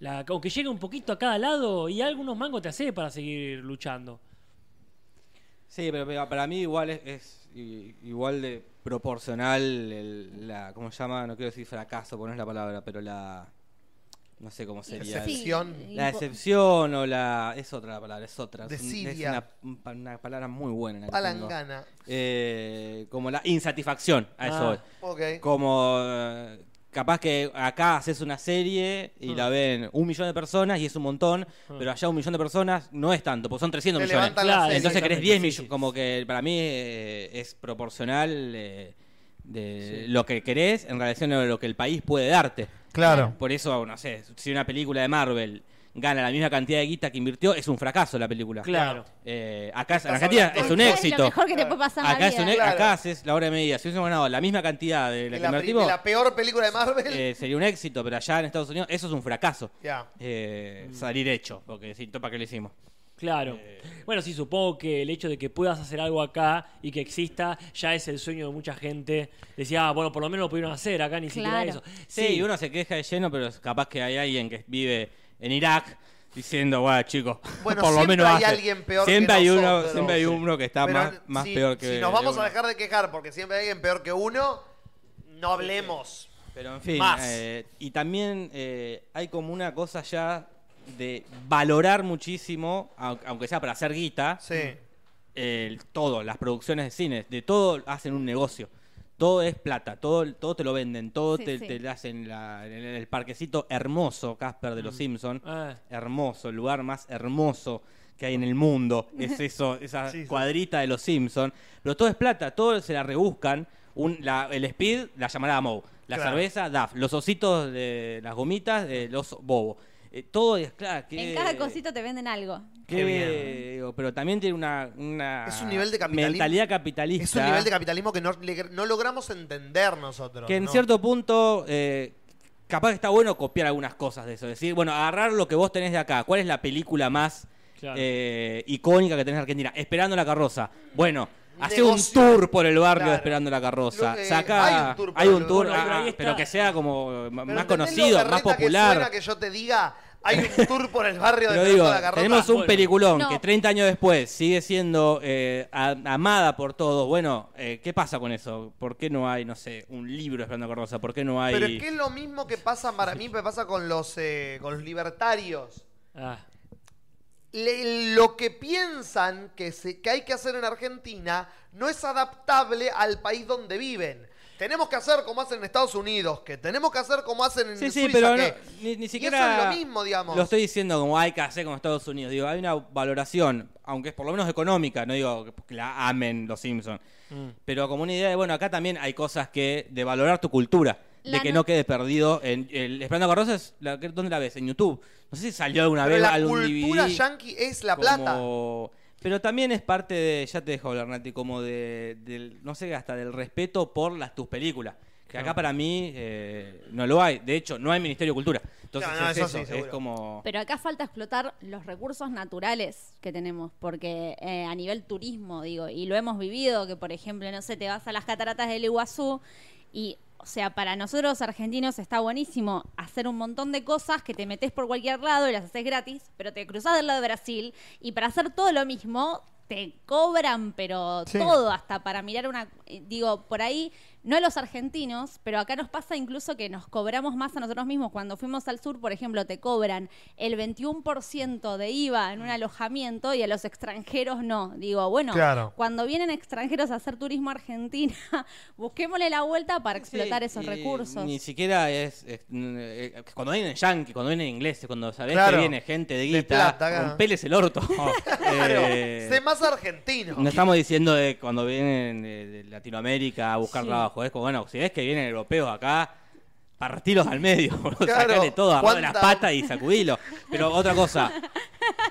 Speaker 5: la aunque llegue un poquito a cada lado y algunos mangos te hace para seguir luchando.
Speaker 2: Sí, pero, pero para mí igual es, es i- igual de proporcional el, la, ¿cómo se llama? No quiero decir fracaso, porque no es la palabra, pero la, no sé cómo sería.
Speaker 3: Sí. Decepción.
Speaker 2: La decepción o la, es otra la palabra, es otra. Es, un- es
Speaker 3: Desidia.
Speaker 2: una, un pa- una palabra muy buena. la que tengo.
Speaker 3: Palangana.
Speaker 2: Eh, como la insatisfacción, a eso
Speaker 5: Ah.
Speaker 2: voy.
Speaker 3: Ok.
Speaker 2: Como eh, capaz que acá haces una serie y la ven un millón de personas y es un montón, pero allá un millón de personas no es tanto, porque son 300
Speaker 3: Te
Speaker 2: millones.
Speaker 3: levantan
Speaker 5: Claro,
Speaker 3: la serie.
Speaker 2: Ah, Entonces querés
Speaker 5: Exactamente,
Speaker 2: 10
Speaker 5: sí,
Speaker 2: millones.
Speaker 5: sí.
Speaker 2: Como que para mí eh, es proporcional eh, de lo que querés en relación a lo que el país puede darte.
Speaker 6: Claro.
Speaker 2: Por eso, no sé, si una película de Marvel gana la misma cantidad de guita que invirtió, es un fracaso la película.
Speaker 5: Claro.
Speaker 2: Eh, acá en Argentina
Speaker 3: hablando-
Speaker 2: es un
Speaker 3: Acá
Speaker 10: Es lo
Speaker 2: éxito.
Speaker 10: mejor que te puede pasar en la
Speaker 2: Acá, es
Speaker 10: vida.
Speaker 2: un e-
Speaker 3: Claro.
Speaker 2: acá haces la hora y media. Si hubiésemos ganado la misma cantidad
Speaker 3: De
Speaker 2: de la que
Speaker 3: la, pri-
Speaker 2: invertimos,
Speaker 3: de la peor película de Marvel.
Speaker 2: eh, sería un éxito, pero allá en Estados Unidos eso es un fracaso.
Speaker 3: Ya.
Speaker 2: Eh,
Speaker 5: Mm.
Speaker 2: Salir hecho, porque si topa que lo hicimos.
Speaker 5: Claro. Bueno, sí, supongo que el hecho de que puedas hacer algo acá y que exista ya es el sueño de mucha gente. Decía, ah, bueno, por lo menos lo pudieron hacer acá, ni siquiera
Speaker 10: Claro.
Speaker 5: eso.
Speaker 2: Sí, uno se queja de lleno, pero es capaz que hay alguien que vive en Irak diciendo, bueno, chicos,
Speaker 3: Bueno,
Speaker 2: por lo
Speaker 3: siempre
Speaker 2: menos
Speaker 3: hay
Speaker 2: hace".
Speaker 3: alguien peor que
Speaker 2: siempre hay uno,
Speaker 3: nosotros.
Speaker 2: Siempre hay
Speaker 3: Sí.
Speaker 2: uno que está
Speaker 3: Pero
Speaker 2: más, más
Speaker 3: si-
Speaker 2: peor que
Speaker 3: Si nos vamos
Speaker 2: uno.
Speaker 3: a dejar de quejar porque siempre hay alguien peor que uno, no hablemos.
Speaker 2: Pero en fin,
Speaker 3: Más.
Speaker 2: eh, y también eh, hay como una cosa ya de valorar muchísimo, au- aunque sea para hacer guita,
Speaker 3: Sí.
Speaker 2: el- todo, las producciones de cine, de todo hacen un negocio. Todo es plata, todo, todo te lo venden, todo
Speaker 10: Sí,
Speaker 2: te,
Speaker 10: sí.
Speaker 2: te lo hacen la- en el parquecito hermoso, Casper de los Simpson.
Speaker 5: Ah.
Speaker 2: Hermoso, el lugar más hermoso que hay en el mundo. Es eso, esa cuadrita de los Simpson. Pero todo es plata, todo se la rebuscan. Un- la- el speed, la llamará Moe. La
Speaker 3: Claro.
Speaker 2: cerveza, DAF. Los ositos de las gomitas, de los bobo. Eh, todo es claro. que-
Speaker 4: en cada cosito te venden algo
Speaker 2: Qué bien. Digo, pero también tiene una, una
Speaker 3: Es un nivel de capitalismo-
Speaker 2: mentalidad capitalista.
Speaker 3: Es un nivel de capitalismo que no, le- no logramos entender nosotros.
Speaker 2: que en
Speaker 3: ¿no?
Speaker 2: cierto punto, eh, capaz que está bueno copiar algunas cosas de eso. Es decir, bueno, agarrar lo que vos tenés de acá. ¿Cuál es la película más
Speaker 5: Claro.
Speaker 2: eh, icónica que tenés en Argentina? Esperando la carroza. Bueno. Hace un
Speaker 3: Negocio.
Speaker 2: tour por el barrio
Speaker 3: Claro.
Speaker 2: esperando la carroza.
Speaker 3: Lo que-
Speaker 2: Saca.
Speaker 3: hay un tour por
Speaker 2: hay
Speaker 3: el
Speaker 2: un tour,
Speaker 5: barrio. Bueno,
Speaker 2: ah,
Speaker 5: pero ahí está.
Speaker 2: pero que sea como ma-
Speaker 3: Pero
Speaker 2: más
Speaker 3: ¿entendés lo
Speaker 2: conocido, más
Speaker 3: berreta Que, suena
Speaker 2: popular.
Speaker 3: que yo te diga, hay un tour por el barrio de
Speaker 2: Pero
Speaker 3: Pedro
Speaker 2: digo,
Speaker 3: la Carrota.
Speaker 2: tenemos un
Speaker 5: Bueno.
Speaker 2: peliculón
Speaker 10: No.
Speaker 2: que 30 años después sigue siendo eh, a- amada por todos. Bueno, eh, ¿qué pasa con eso? ¿Por qué no hay, no sé, un libro esperando Carroza? ¿Por qué no hay...?
Speaker 3: Pero es que es lo mismo que pasa para mí, me pasa con los, eh, con los libertarios.
Speaker 5: Ah,
Speaker 3: Le- lo que piensan que, se, que hay que hacer en Argentina no es adaptable al país donde viven. Tenemos que hacer como hacen en Estados Unidos, que tenemos que hacer como hacen en
Speaker 2: Sí, sí,
Speaker 3: Suiza,
Speaker 2: pero no-
Speaker 3: que-
Speaker 2: ni, ni
Speaker 3: Y
Speaker 2: siquiera...
Speaker 3: eso es lo mismo, digamos.
Speaker 2: Lo estoy diciendo como hay que hacer como Estados Unidos. Digo, hay una valoración, aunque es por lo menos económica, no digo que la amen los Simpsons,
Speaker 3: Mm.
Speaker 2: pero como una idea de, bueno, acá también hay cosas que de valorar tu cultura, de
Speaker 10: La
Speaker 2: que
Speaker 10: no-
Speaker 2: no, quede perdido. En, el Esperando Carroza, es la- ¿dónde la ves? En YouTube. No sé si salió alguna
Speaker 3: Pero
Speaker 2: vez
Speaker 3: la
Speaker 2: algún
Speaker 3: cultura
Speaker 2: DVD
Speaker 3: yanqui es la
Speaker 2: como-
Speaker 3: plata.
Speaker 2: Pero también es parte de, ya te dejo hablar, Nati, como de, del- no sé, hasta del respeto por las tus películas. Que Que acá para mí eh, no lo hay. De hecho, no hay Ministerio de Cultura. Entonces
Speaker 3: Claro, no,
Speaker 2: es
Speaker 3: eso
Speaker 2: eso,
Speaker 3: sí,
Speaker 2: es
Speaker 3: seguro.
Speaker 2: como...
Speaker 4: Pero acá falta explotar los recursos naturales que tenemos, porque eh, a nivel turismo, digo, y lo hemos vivido, que por ejemplo, no sé, te vas a las cataratas del Iguazú y, o sea, para nosotros argentinos está buenísimo hacer un montón de cosas que te metes por cualquier lado y las haces gratis, pero te cruzas del lado de Brasil y para hacer todo lo mismo te cobran, pero
Speaker 3: Sí.
Speaker 4: todo, hasta para mirar una... eh, Digo, por ahí, no a los argentinos, pero acá nos pasa incluso que nos cobramos más a nosotros mismos. Cuando fuimos al sur, por ejemplo, te cobran el 21% de IVA en un alojamiento y a los extranjeros no. Digo, bueno,
Speaker 3: Claro.
Speaker 4: cuando vienen extranjeros a hacer turismo a Argentina, busquémosle la vuelta para explotar
Speaker 2: Sí,
Speaker 4: esos
Speaker 2: y
Speaker 4: recursos.
Speaker 2: Ni siquiera es. es- mm, eh, cuando vienen yankees, cuando vienen ingleses, cuando sabés
Speaker 3: Claro.
Speaker 2: que viene gente de
Speaker 3: De
Speaker 2: guita,
Speaker 3: plata, acá.
Speaker 2: rompeles el orto. Eh,
Speaker 3: Sé más argentino.
Speaker 2: no estamos diciendo de cuando vienen de, de Latinoamérica a buscar
Speaker 5: Sí.
Speaker 2: trabajo. Es como, bueno, si ves que vienen europeos acá, partilos al medio, bro,
Speaker 3: Claro,
Speaker 2: sacale todo, agarrá de las
Speaker 3: ¿cuánta-
Speaker 2: patas y sacudilo. Pero otra cosa.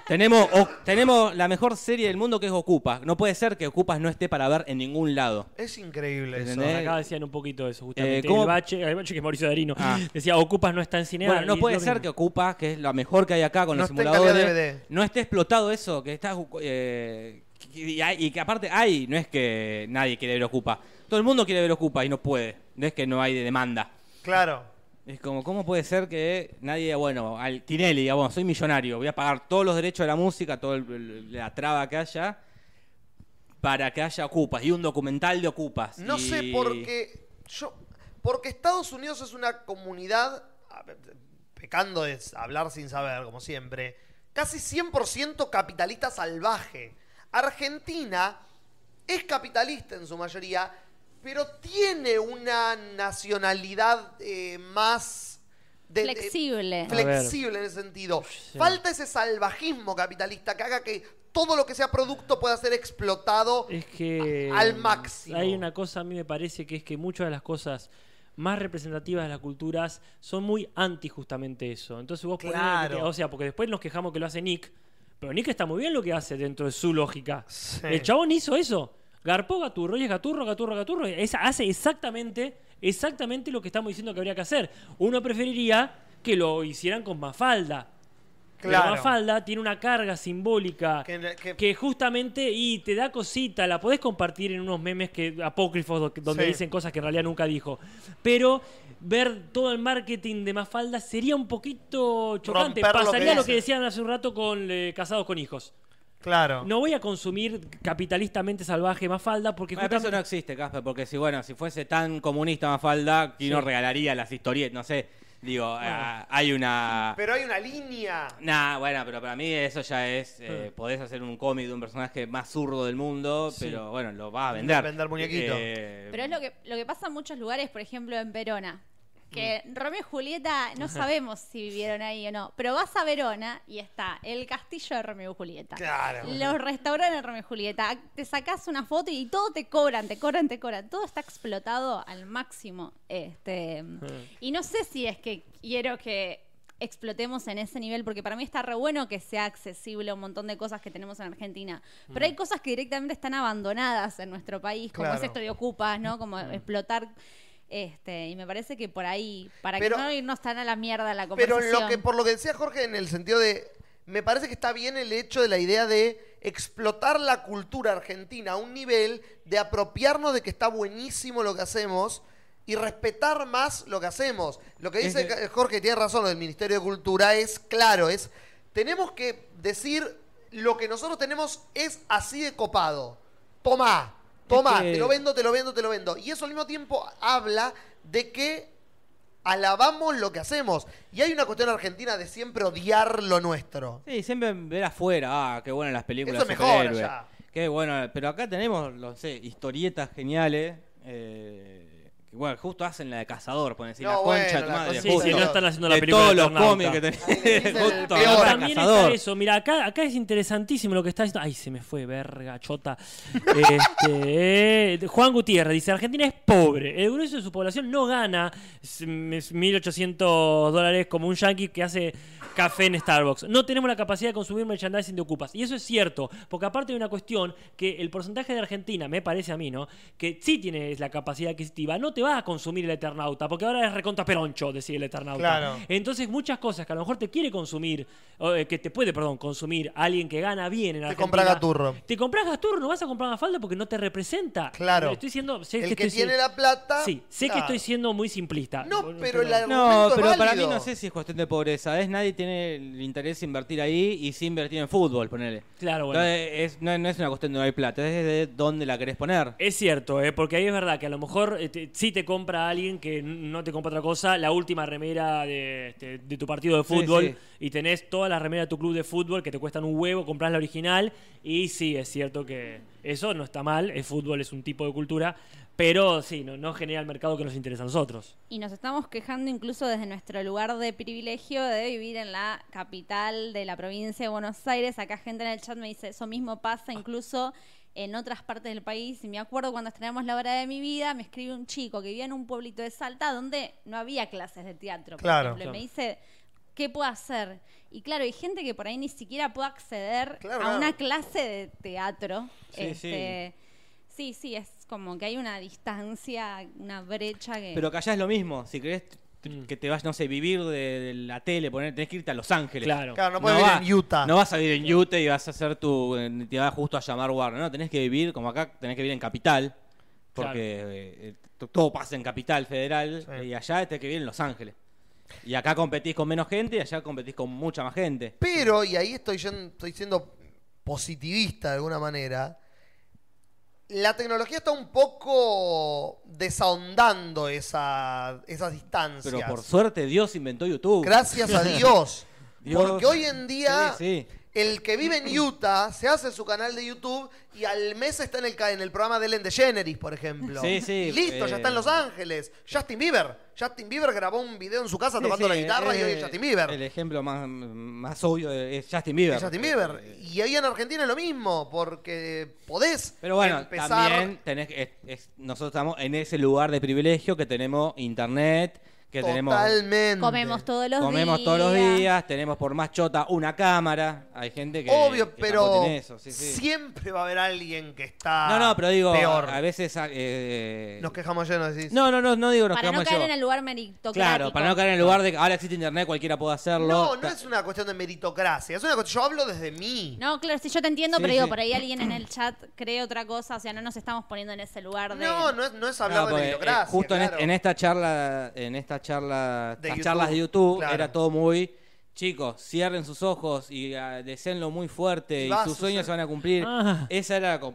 Speaker 2: Tenemos, o- tenemos la mejor serie del mundo que es Ocupas. No puede ser que Ocupas no esté para ver en ningún lado.
Speaker 3: Es increíble eso.
Speaker 2: ¿Entendés?
Speaker 5: Acá decían un poquito de eso, justamente.
Speaker 2: Eh, ¿cómo-
Speaker 5: el, bache, el bache que es Mauricio Darino.
Speaker 2: Ah.
Speaker 5: Decía, Ocupas no está en cine.
Speaker 2: Bueno, no puede ser que Ocupa, que es lo mejor que hay acá con
Speaker 3: No
Speaker 2: los
Speaker 3: está en calidad
Speaker 2: simuladores,
Speaker 3: DVD.
Speaker 2: no esté explotado eso, que está eh, y, hay- y que aparte hay, no es que nadie quiere ver Ocupa. Todo el mundo quiere ver Ocupa y no puede. No es que no hay demanda.
Speaker 3: Claro.
Speaker 2: Es como, ¿cómo puede ser que nadie diga, bueno, al Tinelli diga, bueno, soy millonario, voy a pagar todos los derechos de la música, toda la traba que haya, para que haya Ocupas y un documental de Ocupas?
Speaker 3: No
Speaker 2: Y-
Speaker 3: sé por qué. Yo, porque Estados Unidos es una comunidad, a ver, pecando de hablar sin saber, como siempre, casi 100% capitalista salvaje. Argentina es capitalista en su mayoría, pero tiene una nacionalidad eh, más. de- de-
Speaker 4: Flexible.
Speaker 5: ver.
Speaker 3: flexible en ese sentido.
Speaker 5: Sí.
Speaker 3: Falta ese salvajismo capitalista que haga que todo lo que sea producto pueda ser explotado
Speaker 5: Es que.
Speaker 3: A- al máximo.
Speaker 5: Hay una cosa, a mí me parece que es que muchas de las cosas más representativas de las culturas son muy anti justamente eso. Entonces vos ponés
Speaker 3: Claro.
Speaker 5: que te- O sea, porque después nos quejamos que lo hace Nick. Pero Nick está muy bien lo que hace dentro de su lógica.
Speaker 3: Sí.
Speaker 5: El chabón hizo eso. Garpó gaturro y es gaturro, gaturro, gaturro. Es- hace exactamente, exactamente lo que estamos diciendo que habría que hacer. Uno preferiría que lo hicieran con Mafalda. Claro.
Speaker 3: Claro.
Speaker 5: Mafalda tiene una carga simbólica
Speaker 3: Que-
Speaker 5: que,
Speaker 3: que-
Speaker 5: justamente y te da cosita, la podés compartir en unos memes que apócrifos do- donde
Speaker 3: Sí.
Speaker 5: dicen cosas que en realidad nunca dijo. Pero ver todo el marketing de Mafalda sería un poquito chocante.
Speaker 3: Romper lo que
Speaker 5: Pasaría lo
Speaker 3: dice.
Speaker 5: que decían hace un rato con eh, Casados con Hijos.
Speaker 3: Claro.
Speaker 5: No voy a consumir capitalistamente salvaje Mafalda porque
Speaker 2: Bueno, pero eso
Speaker 5: justamente-
Speaker 2: no existe, Casper, porque si bueno, si fuese tan comunista Mafalda, ¿quién no regalaría las historietas? No sé, digo, ah, hay una...
Speaker 3: Pero hay una línea.
Speaker 2: Nah, bueno, pero para mí eso ya es, eh,
Speaker 3: Ah.
Speaker 2: podés hacer un cómic de un personaje más zurdo del mundo,
Speaker 5: Sí.
Speaker 2: pero bueno, lo va a vender.
Speaker 3: Vender muñequito.
Speaker 2: Eh,
Speaker 4: Pero es lo que, lo que pasa en muchos lugares, por ejemplo en Verona. Que
Speaker 2: Mm.
Speaker 4: Romeo y Julieta no sabemos si vivieron ahí o no, pero vas a Verona y está el castillo de Romeo y Julieta.
Speaker 3: Claro.
Speaker 4: Los restaurantes de Romeo y Julieta, te sacas una foto y todo te cobran, te cobran, te cobran. Todo está explotado al máximo. Este,
Speaker 3: Mm.
Speaker 4: y no sé si es que quiero que explotemos en ese nivel, porque para mí está re bueno que sea accesible un montón de cosas que tenemos en Argentina. Pero hay cosas que directamente están abandonadas en nuestro país, como
Speaker 3: Mm. Claro. Mm.
Speaker 4: es esto de Ocupas, ¿no? Como explotar. Este, y me parece que por ahí, para
Speaker 3: Pero-
Speaker 4: que no irnos tan a la mierda la
Speaker 3: Pero
Speaker 4: conversación.
Speaker 3: en lo que, por lo que decía Jorge, en el sentido de. Me parece que está bien el hecho de la idea de explotar la cultura argentina a un nivel de apropiarnos de que está buenísimo lo que hacemos y respetar más lo que hacemos. Lo que dice
Speaker 2: que-
Speaker 3: Jorge, tiene razón, lo del Ministerio de Cultura es claro, es tenemos que decir lo que nosotros tenemos es así de copado. Tomá, tomá,
Speaker 2: que-
Speaker 3: te lo vendo, te lo vendo, te lo vendo. Y eso al mismo tiempo habla de que alabamos lo que hacemos. Y hay una cuestión argentina de siempre odiar lo nuestro.
Speaker 2: Sí, siempre ver afuera, ah, qué buenas las películas
Speaker 3: Eso
Speaker 2: de
Speaker 3: mejora
Speaker 2: superhéroes.
Speaker 3: ya.
Speaker 2: Qué bueno, pero acá tenemos, no sé, historietas geniales. eh, que, bueno, justo hacen la de cazador, ponen así,
Speaker 3: No,
Speaker 2: la concha
Speaker 3: bueno,
Speaker 2: de tu
Speaker 3: la
Speaker 2: madre.
Speaker 3: concha-
Speaker 5: Sí,
Speaker 2: justo.
Speaker 5: sí, no están haciendo la
Speaker 2: de
Speaker 5: película
Speaker 2: todos
Speaker 5: de
Speaker 2: los
Speaker 5: Eternauta.
Speaker 2: cómics que
Speaker 3: Ahí
Speaker 2: tenés.
Speaker 3: dicen el peor.
Speaker 2: justo,
Speaker 5: Pero
Speaker 2: agarra
Speaker 5: también está
Speaker 2: cazador.
Speaker 5: eso. Mira, acá, acá es interesantísimo lo que está diciendo. Ay, se me fue, verga, chota. Este, eh, Juan Gutiérrez dice: Argentina es pobre. El grueso de su población no gana s- m- 1.800 dólares como un yankee que hace café en Starbucks. No tenemos la capacidad de consumir merchandising de ocupas. Y eso es cierto, porque aparte de una cuestión que el porcentaje de Argentina, me parece a mí, ¿no? Que sí tiene la capacidad adquisitiva, no te vas a consumir el Eternauta, porque ahora es recontra peroncho decir el Eternauta.
Speaker 3: Claro.
Speaker 5: Entonces, muchas cosas que a lo mejor te quiere consumir, o, eh, que te puede, perdón, consumir alguien que gana bien en
Speaker 3: Te
Speaker 5: Argentina.
Speaker 3: compra Gaturro.
Speaker 5: Te compras Gaturro, no vas a comprar una falda porque no te representa.
Speaker 3: Claro.
Speaker 5: Estoy diciendo, sé
Speaker 3: El
Speaker 5: que,
Speaker 3: que
Speaker 5: estoy
Speaker 3: tiene
Speaker 5: siendo-
Speaker 3: la plata,
Speaker 5: Sí, sé que
Speaker 3: claro.
Speaker 5: estoy siendo muy simplista.
Speaker 3: No,
Speaker 5: Bueno,
Speaker 3: pero el
Speaker 2: No,
Speaker 3: argumento es
Speaker 2: pero para mí
Speaker 3: válido.
Speaker 2: no sé si es cuestión de pobreza. Es nadie tiene el interés de invertir ahí y sí invertir en fútbol, ponele.
Speaker 5: Claro, bueno.
Speaker 2: Entonces, es- no, no es una cuestión de no hay plata, es de dónde la querés poner.
Speaker 5: Es cierto, ¿eh? porque ahí es verdad que a lo mejor eh, te- sí te compra alguien que n- no te compra otra cosa, la última remera de, este, de tu partido de
Speaker 2: Sí,
Speaker 5: fútbol
Speaker 2: sí.
Speaker 5: y tenés todas las remeras de tu club de fútbol que te cuestan un huevo, compras la original y sí, es cierto que eso no está mal, el fútbol es un tipo de cultura, pero sí, no, no genera el mercado que nos interesa a nosotros.
Speaker 10: Y nos estamos quejando incluso desde nuestro lugar de privilegio de vivir en la capital de la provincia de Buenos Aires. Acá gente en el chat me dice, eso mismo pasa incluso en otras partes del país. Y me acuerdo cuando estrenamos La Hora de mi Vida, me escribe un chico que vivía en un pueblito de Salta donde no había clases de teatro. Por
Speaker 3: Claro.
Speaker 10: ejemplo. Y
Speaker 5: Claro.
Speaker 10: Me dice, ¿qué puedo hacer? Y claro, hay gente que por ahí ni siquiera puede acceder
Speaker 3: Claro,
Speaker 10: a
Speaker 3: claro.
Speaker 10: una clase de teatro.
Speaker 2: Sí,
Speaker 10: Este, sí, sí, es como que hay una distancia, una brecha que...
Speaker 2: Pero que allá es lo mismo. Si querés t-
Speaker 5: Mm.
Speaker 2: que te vas, no sé, vivir de, de la tele, poner, tenés que irte a Los Ángeles.
Speaker 5: Claro.
Speaker 3: Claro, no puede vivir
Speaker 2: va-
Speaker 3: en Utah.
Speaker 2: No vas a vivir en Utah y vas a hacer tu. eh, Te va justo a llamar Warner. No, tenés que vivir, como acá, tenés que vivir en Capital. Porque
Speaker 5: Claro.
Speaker 2: eh, eh, t- todo pasa en Capital Federal. eh,
Speaker 3: Sí.
Speaker 2: Y allá tenés que vivir en Los Ángeles. Y acá competís con menos gente y allá competís con mucha más gente.
Speaker 3: Pero, y ahí estoy, yen- estoy siendo positivista de alguna manera, la tecnología está un poco desahondando esa, esas distancias.
Speaker 2: Pero por suerte Dios inventó YouTube.
Speaker 3: Gracias a Dios.
Speaker 2: Dios.
Speaker 3: Porque hoy en día
Speaker 2: Sí, sí.
Speaker 3: el que vive en Utah se hace su canal de YouTube y al mes está en el, ca- en el programa de Ellen DeGeneres, por ejemplo.
Speaker 2: Sí, sí,
Speaker 3: Y listo, ya
Speaker 2: eh.
Speaker 3: está en Los Ángeles. Justin Bieber. Justin Bieber grabó un video en su casa
Speaker 2: Sí,
Speaker 3: tocando
Speaker 2: sí,
Speaker 3: la guitarra y hoy
Speaker 2: eh,
Speaker 3: es Justin Bieber.
Speaker 2: El ejemplo más, más obvio es Justin Bieber.
Speaker 3: Es Justin Bieber.
Speaker 2: Eh,
Speaker 3: Y ahí en Argentina es lo mismo, porque podés
Speaker 2: Pero bueno,
Speaker 3: empezar.
Speaker 2: también tenés que- es- es- nosotros estamos en ese lugar de privilegio que tenemos internet, que tenemos
Speaker 3: totalmente.
Speaker 10: Comemos todos los
Speaker 2: comemos
Speaker 10: días.
Speaker 2: todos los días, tenemos por más chota una cámara, hay gente que
Speaker 3: Obvio,
Speaker 2: que tampoco
Speaker 3: pero
Speaker 2: tiene eso, sí, sí.
Speaker 3: siempre va a haber alguien que está
Speaker 2: No, no, pero digo,
Speaker 3: peor.
Speaker 2: a veces eh,
Speaker 3: Nos quejamos llenos, decís.
Speaker 2: No, no, no, no digo nos
Speaker 10: para no
Speaker 2: quedamos
Speaker 10: caer
Speaker 2: yo.
Speaker 10: en el lugar meritocrático.
Speaker 2: Claro, para no caer en el lugar de que ahora existe internet, cualquiera puede hacerlo.
Speaker 3: no, no
Speaker 2: Ta-
Speaker 3: es una cuestión de meritocracia. Es una cuestión. Yo hablo desde mí.
Speaker 10: No, claro, sí, yo te entiendo,
Speaker 2: Sí,
Speaker 10: pero digo,
Speaker 2: sí.
Speaker 10: por ahí alguien en el chat cree otra cosa, o sea, no nos estamos poniendo en ese lugar de...
Speaker 3: No, no es, no es
Speaker 2: No,
Speaker 3: hablar de
Speaker 2: porque, eh,
Speaker 3: meritocracia.
Speaker 2: justo en est-
Speaker 3: claro.
Speaker 2: en, esta charla, en esta charla,
Speaker 3: De
Speaker 2: las
Speaker 3: YouTube,
Speaker 2: charlas de YouTube,
Speaker 3: claro.
Speaker 2: era todo muy. Chicos, cierren sus ojos y ah, deseenlo muy fuerte
Speaker 3: Y
Speaker 2: y,
Speaker 3: va a
Speaker 2: sus
Speaker 3: suceder.
Speaker 2: sueños se van a cumplir.
Speaker 5: Ah.
Speaker 2: Esa era. la co-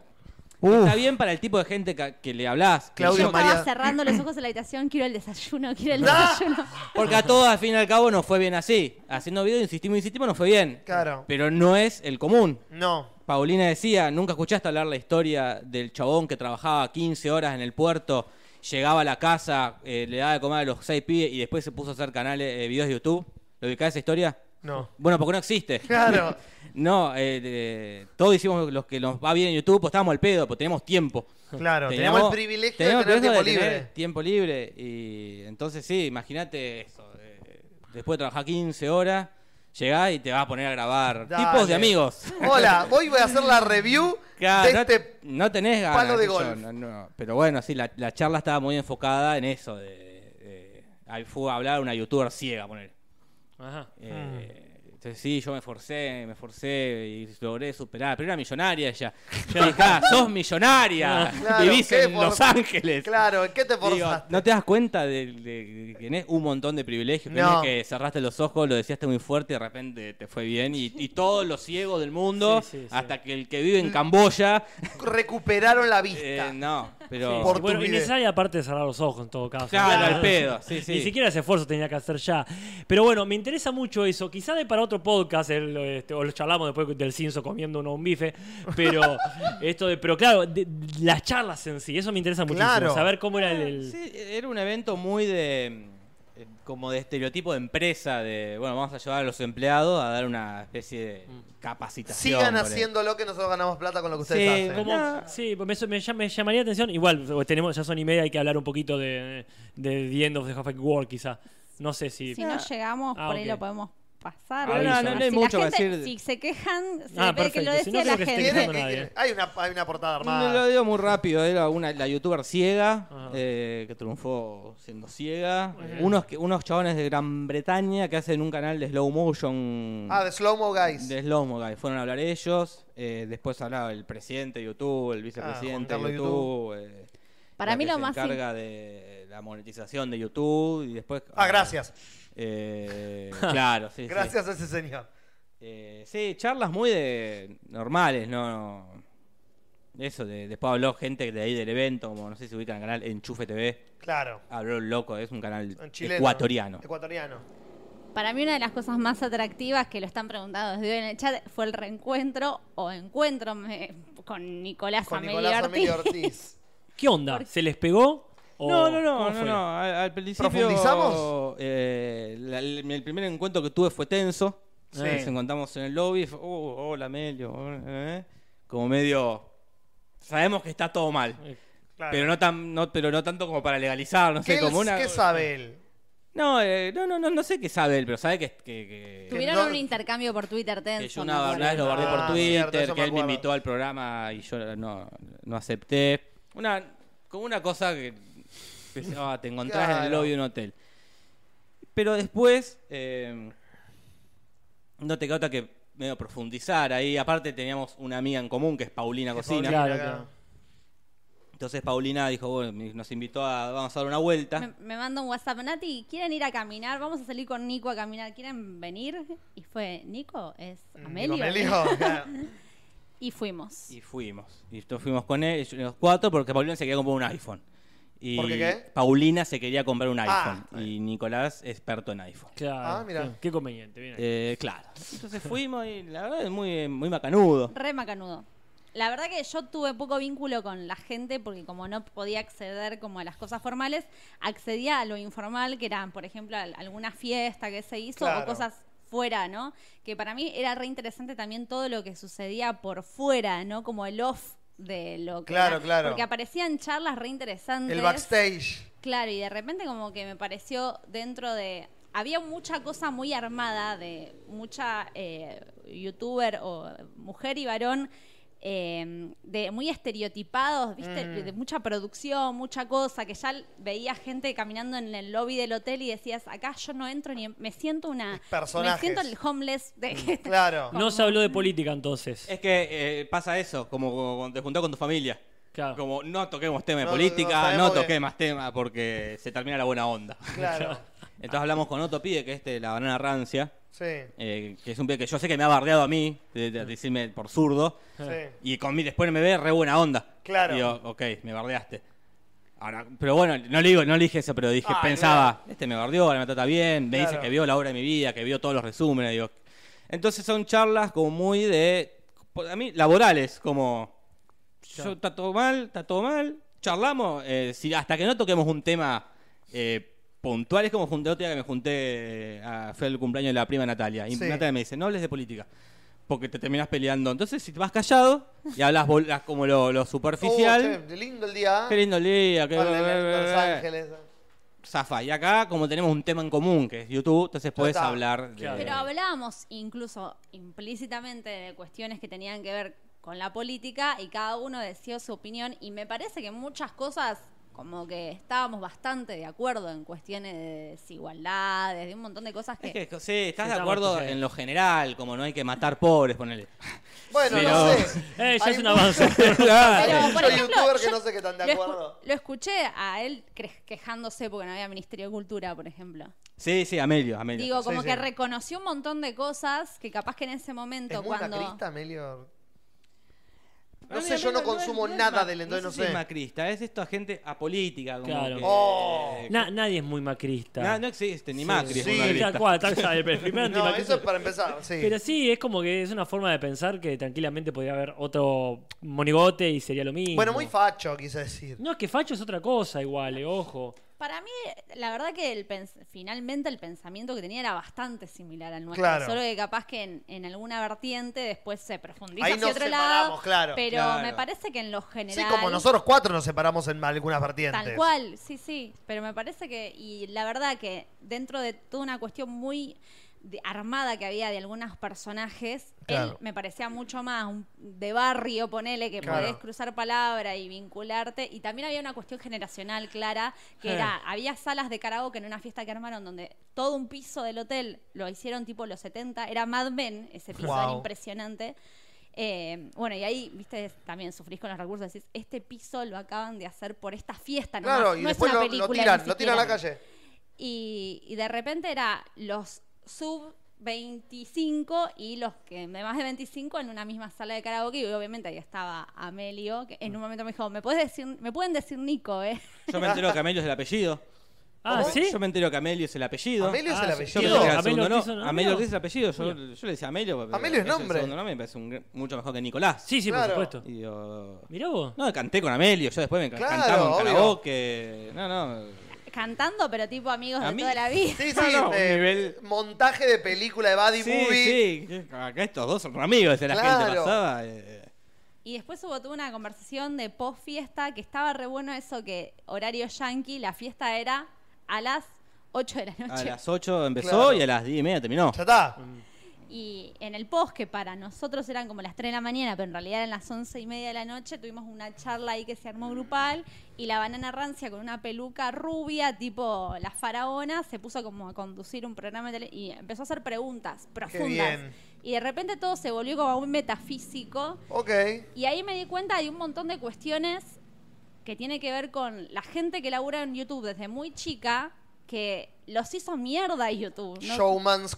Speaker 3: Uf.
Speaker 2: Está bien para el tipo de gente ca- que, le hablas.
Speaker 3: Claudio
Speaker 10: Yo
Speaker 2: Yo-
Speaker 10: estaba
Speaker 3: María-
Speaker 10: cerrando los ojos de la habitación, quiero el desayuno, quiero el
Speaker 3: Ah.
Speaker 10: desayuno.
Speaker 2: Porque a todos, al fin y al cabo, no fue bien así. Haciendo video, insistimos, insistimos, no fue bien.
Speaker 3: Claro.
Speaker 2: Pero no es el común.
Speaker 3: No.
Speaker 2: Paulina decía, nunca escuchaste hablar la historia del chabón que trabajaba 15 horas en el puerto, llegaba a la casa, eh, le daba de comer a los seis pibes y después se puso a hacer canales, eh, videos de YouTube. ¿Lo ubicás esa historia?
Speaker 3: No.
Speaker 2: Bueno, porque no existe.
Speaker 3: Claro.
Speaker 2: no, eh, eh, todos hicimos los que nos va bien en YouTube, pues estábamos al pedo, pues tenemos tiempo.
Speaker 3: Claro, tenemos el privilegio de
Speaker 2: tenemos el
Speaker 3: tener
Speaker 2: privilegio
Speaker 3: tiempo
Speaker 2: tener
Speaker 3: libre.
Speaker 2: tiempo libre. Y entonces sí, imagínate eso. eh, después de trabajar 15 horas, llegás y te vas a poner a grabar.
Speaker 3: Dale.
Speaker 2: Tipos de amigos.
Speaker 3: Hola, hoy voy a hacer la review
Speaker 2: Claro,
Speaker 3: de
Speaker 2: no,
Speaker 3: este.
Speaker 2: no tenés ganas.
Speaker 3: palo de
Speaker 2: qué sé yo,
Speaker 3: golf.
Speaker 2: no, no. Pero bueno, sí, la, la charla estaba muy enfocada en eso. De, de- ahí fue a hablar una youtuber ciega, poner.
Speaker 5: Ajá. Mm.
Speaker 2: Entonces sí, yo me esforcé, me esforcé y logré superar. Pero era millonaria ella. Yo dije, ah, sos millonaria.
Speaker 3: Claro,
Speaker 2: Vivís
Speaker 3: qué
Speaker 2: en
Speaker 3: for-
Speaker 2: Los Ángeles.
Speaker 3: Claro, ¿en qué te
Speaker 2: Digo,
Speaker 3: forzaste?
Speaker 2: no te das cuenta de, de- de que tenés un montón de privilegios. Que,
Speaker 3: No.
Speaker 2: no es que cerraste los ojos, lo decías muy fuerte y de repente te fue bien. Y, y todos los ciegos del mundo,
Speaker 5: Sí, sí, sí.
Speaker 2: hasta que el que vive en Camboya
Speaker 3: Recuperaron la vista.
Speaker 2: eh, no,
Speaker 5: Sí,
Speaker 2: pero.
Speaker 3: Por
Speaker 5: bueno,
Speaker 3: tu
Speaker 5: y
Speaker 3: vida.
Speaker 5: necesaria aparte de cerrar los ojos en todo caso.
Speaker 2: Claro,
Speaker 5: Claro.
Speaker 2: al pedo. Sí, sí.
Speaker 5: Ni siquiera ese esfuerzo tenía que hacer ya. Pero bueno, me interesa mucho eso. Quizá de para otro podcast, el, este, o lo charlamos después del cinzo comiendo uno un bife. Pero esto de, pero claro, de- las charlas en sí, eso me interesa muchísimo.
Speaker 3: Claro.
Speaker 5: Saber cómo era el. el-
Speaker 2: Ah, Sí, era un evento muy de. eh, como de estereotipo de empresa, de bueno, vamos a ayudar a los empleados a dar una especie de capacitación.
Speaker 3: Sigan
Speaker 2: ponele.
Speaker 3: haciendo lo que nosotros ganamos plata con lo que ustedes
Speaker 2: Sí,
Speaker 3: hacen.
Speaker 5: cómo- sí, me, me llama- me llamaría la atención. Igual, tenemos ya son y media, hay que hablar un poquito de, de The End of the Half-Life War, quizá. No sé si.
Speaker 10: Si no llegamos,
Speaker 5: Ah,
Speaker 10: por ahí
Speaker 5: ok.
Speaker 10: lo podemos
Speaker 11: pasar.
Speaker 2: Ah, No, no, no, no hay
Speaker 11: Si la
Speaker 2: mucho que
Speaker 11: gente-
Speaker 2: decir.
Speaker 11: Si se quejan, se
Speaker 5: Ah,
Speaker 11: ve que lo
Speaker 5: perfecto. Si no
Speaker 11: decía la
Speaker 5: creo que esté
Speaker 11: gente.
Speaker 5: quejando
Speaker 3: Tiene-
Speaker 5: nadie.
Speaker 3: Hay una, hay una portada
Speaker 2: No, Mm, Lo
Speaker 3: armada.
Speaker 2: digo muy rápido, era una, la youtuber ciega,
Speaker 5: Ajá.
Speaker 2: eh, que triunfó siendo ciega.
Speaker 5: Muy bien.
Speaker 2: Unos, que- unos chabones de Gran Bretaña que hacen un canal de slow motion.
Speaker 3: Ah, de Slow Mo Guys.
Speaker 2: de slow mo, guys. Fueron a hablar ellos. eh, después hablaba el presidente de YouTube, el vicepresidente
Speaker 3: Ah, Juan
Speaker 2: de
Speaker 3: Carlos
Speaker 2: YouTube. eh,
Speaker 4: Para
Speaker 2: la
Speaker 4: mí
Speaker 2: que
Speaker 4: lo
Speaker 2: se
Speaker 4: más in-
Speaker 2: encarga de la monetización de YouTube y después.
Speaker 3: Ah, gracias.
Speaker 2: Eh, claro, sí. sí.
Speaker 3: Gracias a ese señor.
Speaker 2: Eh, sí, charlas muy de normales, no. no- Eso, de, después habló gente de ahí del evento, como no sé si ubican el canal Enchufe TV.
Speaker 3: Claro.
Speaker 2: Habló el loco, es un canal
Speaker 3: En chileno.
Speaker 2: ecuatoriano.
Speaker 3: Ecuatoriano.
Speaker 4: Para mí una de las cosas más atractivas que lo están preguntando desde hoy en el chat fue el reencuentro o encuentro me- con Nicolás
Speaker 3: Con
Speaker 4: Amelio
Speaker 3: Nicolás Amelio
Speaker 4: Ortiz.
Speaker 3: Ortiz.
Speaker 5: ¿Qué onda? ¿Se les pegó? ¿O
Speaker 2: No, no, no,
Speaker 5: cómo
Speaker 2: no,
Speaker 5: fue?
Speaker 2: no, Al, al principio.
Speaker 3: ¿Profundizamos?
Speaker 2: eh, la- el, el primer encuentro que tuve fue tenso.
Speaker 5: Sí.
Speaker 2: Nos encontramos en el lobby. fue, "Oh, hola, Melio. oh, eh". Como medio. Sabemos que está todo mal.
Speaker 3: Claro.
Speaker 2: Pero no tan, no, pero no tanto como para legalizar, no
Speaker 3: ¿Qué,
Speaker 2: sé,
Speaker 3: él-
Speaker 2: como una.
Speaker 3: qué sabe él?
Speaker 2: No, eh, no, no, no, no sé qué sabe él, pero sabe que, que, que-
Speaker 4: Tuvieron
Speaker 3: no-
Speaker 4: un intercambio por Twitter
Speaker 2: que
Speaker 4: tenso.
Speaker 2: yo
Speaker 4: me
Speaker 2: una
Speaker 4: acuerdo.
Speaker 2: verdad lo guardé
Speaker 3: Ah,
Speaker 2: por
Speaker 3: cierto,
Speaker 2: Twitter,
Speaker 3: eso
Speaker 2: que
Speaker 3: me
Speaker 2: él me
Speaker 3: acuerdo.
Speaker 2: invitó al programa y yo no, no acepté. Una, como una cosa que que, ah, te encontrás en el
Speaker 3: Claro.
Speaker 2: lobby de un hotel. Pero después eh, no te queda otra que medio profundizar ahí. Aparte teníamos una amiga en común que es Paulina
Speaker 5: Paulina.
Speaker 2: Cocina.
Speaker 5: Claro,
Speaker 3: Acá.
Speaker 5: claro.
Speaker 2: Entonces Paulina dijo, bueno, me- nos invitó a, vamos a dar una vuelta.
Speaker 4: Me, me manda un WhatsApp, Nati, ¿quieren ir a caminar? Vamos a salir con Nico a caminar, ¿quieren venir? Y fue, Nico es Amelio.
Speaker 3: Digo, Mm, Amelio, claro.
Speaker 4: Y fuimos.
Speaker 2: Y fuimos. Y todos fuimos con él, ellos- los cuatro, porque Paulina se quería comprar un iPhone. Y
Speaker 3: ¿Por qué qué?
Speaker 2: Paulina se quería comprar un
Speaker 3: Ah,
Speaker 2: iPhone. y Nicolás, experto en iPhone.
Speaker 5: Claro.
Speaker 3: Ah, mirá.
Speaker 5: sí, Qué conveniente. bien ahí.
Speaker 2: Eh, claro. Entonces fuimos y la verdad es muy, muy macanudo.
Speaker 4: Re macanudo. La verdad que yo tuve poco vínculo con la gente porque como no podía acceder como a las cosas formales, accedía a lo informal, que eran, por ejemplo, al- alguna fiesta que se hizo
Speaker 3: Claro.
Speaker 4: o cosas fuera, ¿no? Que para mí era re interesante también todo lo que sucedía por fuera, ¿no? Como el off de lo que
Speaker 3: Claro,
Speaker 4: era.
Speaker 3: claro.
Speaker 4: porque aparecían charlas re interesantes.
Speaker 3: El backstage.
Speaker 4: Claro, y de repente como que me pareció dentro de... Había mucha cosa muy armada de mucha eh, youtuber o mujer y varón. eh, de muy estereotipados, ¿viste?
Speaker 3: Mm.
Speaker 4: De mucha producción, mucha cosa, que ya l- veía gente caminando en el lobby del hotel y decías, acá yo no entro ni en- me siento una... Me
Speaker 3: Personajes. Mm.
Speaker 4: siento el homeless de...
Speaker 3: Claro.
Speaker 5: No se habló de política entonces.
Speaker 2: Es que eh, pasa eso, como cuando te juntás con tu familia.
Speaker 5: Claro.
Speaker 2: Como no toquemos tema de
Speaker 3: No, no, no,
Speaker 2: política, no,
Speaker 3: sabemos que-
Speaker 2: toqué más tema porque se termina la buena onda.
Speaker 3: Claro.
Speaker 2: Entonces hablamos con otro pibe que es este, la banana rancia.
Speaker 3: Sí.
Speaker 2: eh, que es un pibe que yo sé que me ha bardeado a mí, de, de- de decirme por zurdo,
Speaker 3: Sí.
Speaker 2: y con mi, después me ve re buena onda.
Speaker 3: Claro.
Speaker 2: Y Digo, ok, me bardeaste. Ahora, pero bueno, no le, digo, no le dije eso, pero dije,
Speaker 3: Ah,
Speaker 2: pensaba, este me bardeó, ahora me trata bien, me dice
Speaker 3: Claro.
Speaker 2: que vio la obra de mi vida, que vio todos los resúmenes. Digo. Entonces son charlas como muy de, a mí, laborales, como, yo, está todo mal, está todo mal, charlamos, eh, si, hasta que no toquemos un tema eh, puntual, es como junté otro día que me junté, a, fue el cumpleaños de la prima Natalia, y
Speaker 3: Sí.
Speaker 2: Natalia me dice, no hables de política. Porque te terminas peleando. Entonces, si te vas callado y hablas como lo, lo superficial,
Speaker 3: Oh, che, lindo el día.
Speaker 2: Qué lindo el día, qué
Speaker 3: Vale, Los Ángeles.
Speaker 2: Zafa. Y acá, como tenemos un tema en común, que es YouTube, entonces puedes
Speaker 3: está.
Speaker 2: hablar de...
Speaker 5: Claro.
Speaker 4: Pero hablábamos incluso implícitamente de cuestiones que tenían que ver con la política y cada uno decía su opinión y me parece que muchas cosas como que estábamos bastante de acuerdo en cuestiones de desigualdades, de un montón de cosas
Speaker 2: Es
Speaker 4: que...
Speaker 2: que, sí, estás de
Speaker 5: Estamos,
Speaker 2: acuerdo
Speaker 5: sí.
Speaker 2: en lo general, como no hay que matar pobres, ponele.
Speaker 3: Bueno, no
Speaker 2: Pero-
Speaker 3: sé.
Speaker 5: Eh, ya
Speaker 3: Hay
Speaker 5: es un
Speaker 3: mucho-
Speaker 5: avance.
Speaker 3: Hay
Speaker 4: Pero, por
Speaker 3: muchos
Speaker 4: ejemplo,
Speaker 3: youtubers que
Speaker 4: yo
Speaker 3: no sé qué están de
Speaker 4: Lo, escu-
Speaker 3: acuerdo.
Speaker 4: lo escuché a él cre- quejándose porque no había Ministerio de Cultura, por ejemplo.
Speaker 2: Sí, sí, Amelio, Amelio.
Speaker 4: Digo, como
Speaker 3: Sí,
Speaker 4: que
Speaker 3: sí.
Speaker 4: reconoció un montón de cosas que capaz que en ese
Speaker 3: ¿Es
Speaker 4: momento
Speaker 3: muy
Speaker 4: cuando...
Speaker 3: macrista, Amelio? No
Speaker 2: Amelio,
Speaker 3: sé, yo no
Speaker 2: Amelio,
Speaker 3: consumo
Speaker 2: es- es
Speaker 3: nada
Speaker 2: ma-
Speaker 3: del entonces no
Speaker 2: si es
Speaker 3: sé.
Speaker 2: macrista, es esto gente apolítica. Como
Speaker 5: Claro.
Speaker 2: que-
Speaker 3: Oh.
Speaker 2: que-
Speaker 5: Na- nadie es muy macrista.
Speaker 2: Na- no existe, ni Macri es
Speaker 3: Sí.
Speaker 2: una
Speaker 5: tal
Speaker 2: lista.
Speaker 5: cual, tal cual. El primer
Speaker 3: No,
Speaker 5: antimacrista-
Speaker 3: eso es para empezar, sí.
Speaker 5: Pero sí, es como que es una forma de pensar que tranquilamente podría haber otro monigote y sería lo mismo.
Speaker 3: Bueno, muy facho, quise decir.
Speaker 5: No, es que facho es otra cosa igual, eh, ojo.
Speaker 4: Para mí, la verdad que el pens- finalmente el pensamiento que tenía era bastante similar al nuestro.
Speaker 3: Claro.
Speaker 4: Solo que capaz que en, en alguna vertiente después se profundiza
Speaker 3: Ahí
Speaker 4: hacia
Speaker 3: nos
Speaker 4: otro lado.
Speaker 3: separamos, claro,
Speaker 4: Pero
Speaker 2: claro.
Speaker 4: me parece que en lo
Speaker 3: Sí,
Speaker 4: general.
Speaker 3: como nosotros cuatro nos separamos en algunas vertientes.
Speaker 4: Tal cual, sí, sí. Pero me parece que. Y la verdad que dentro de toda una cuestión muy de- armada que había de algunos personajes, él
Speaker 3: Claro.
Speaker 4: me parecía mucho más un- de barrio, ponele, que
Speaker 3: Claro.
Speaker 4: podés cruzar palabra y vincularte. Y también había una cuestión generacional clara, que
Speaker 5: Eh.
Speaker 4: era, había salas de karaoke en una fiesta que armaron donde todo un piso del hotel lo hicieron tipo los 70, era Mad Men, ese piso era
Speaker 3: Wow.
Speaker 4: impresionante. Eh, bueno, y ahí, viste, también sufrís con los recursos, decís, este piso lo acaban de hacer por esta fiesta, nomás,
Speaker 3: Claro, y
Speaker 4: no es
Speaker 3: después
Speaker 4: una
Speaker 3: lo, lo
Speaker 4: película ni
Speaker 3: tiran, lo tiran a la
Speaker 4: siquiera".
Speaker 3: calle.
Speaker 4: Y, y de repente era los sub 25 y los que de más de 25 en una misma sala de karaoke y obviamente ahí estaba Amelio que en un momento me dijo me puedes decir me pueden decir Nico eh
Speaker 2: Yo me entero que Amelio es el apellido.
Speaker 5: Ah, ¿sí?
Speaker 2: Yo me entero que Amelio es el apellido.
Speaker 3: Amelio es
Speaker 5: Ah,
Speaker 3: el
Speaker 5: sí.
Speaker 2: Yo
Speaker 3: apellido.
Speaker 2: pensé que era el
Speaker 5: Amelio
Speaker 2: segundo
Speaker 5: Ortiz es un
Speaker 2: nombre.
Speaker 5: apellido.
Speaker 2: Amelio Ortiz es el apellido. Yo,
Speaker 5: Mira.
Speaker 2: yo le decía Amelio. pero
Speaker 3: Amelio es
Speaker 2: el
Speaker 3: nombre.
Speaker 2: segundo nombre me parece un gr- mucho mejor que Nicolás.
Speaker 5: Sí, sí,
Speaker 3: Claro.
Speaker 5: por supuesto.
Speaker 2: Y digo,
Speaker 5: Mirá vos.
Speaker 2: no, canté con Amelio. Yo después me
Speaker 3: Claro,
Speaker 2: cantaba en
Speaker 3: obvio.
Speaker 2: karaoke. No, no.
Speaker 4: cantando pero tipo amigos
Speaker 2: A mí-
Speaker 4: de toda la vida
Speaker 3: Sí, sí,
Speaker 2: No, no,
Speaker 3: eh,
Speaker 2: un nivel-
Speaker 3: montaje de película de Buddy
Speaker 2: sí,
Speaker 3: Movie.
Speaker 2: sí. Acá estos dos son amigos. La gente
Speaker 3: Claro.
Speaker 2: pasaba. eh,
Speaker 4: y después hubo tuve una conversación de post fiesta que estaba re bueno eso que horario yankee la fiesta era a las 8 de la
Speaker 5: Ah,
Speaker 2: a
Speaker 4: noche
Speaker 2: las 8 empezó
Speaker 3: Claro.
Speaker 2: y a las 10 y media terminó.
Speaker 3: Ya está.
Speaker 4: Y en el post, que para nosotros eran como las 3 de la mañana, pero en realidad eran las 11 y media de la noche, tuvimos una charla ahí que se armó grupal y la banana rancia con una peluca rubia, tipo la faraona, se puso como a conducir un programa de tele y empezó a hacer preguntas profundas.
Speaker 3: bien.
Speaker 4: Y de repente todo se volvió como muy metafísico.
Speaker 3: Ok.
Speaker 4: Y ahí me di cuenta hay un montón de cuestiones que tiene que ver con la gente que labura en YouTube desde muy chica, que los hizo mierda YouTube. ¿no?
Speaker 3: Showmans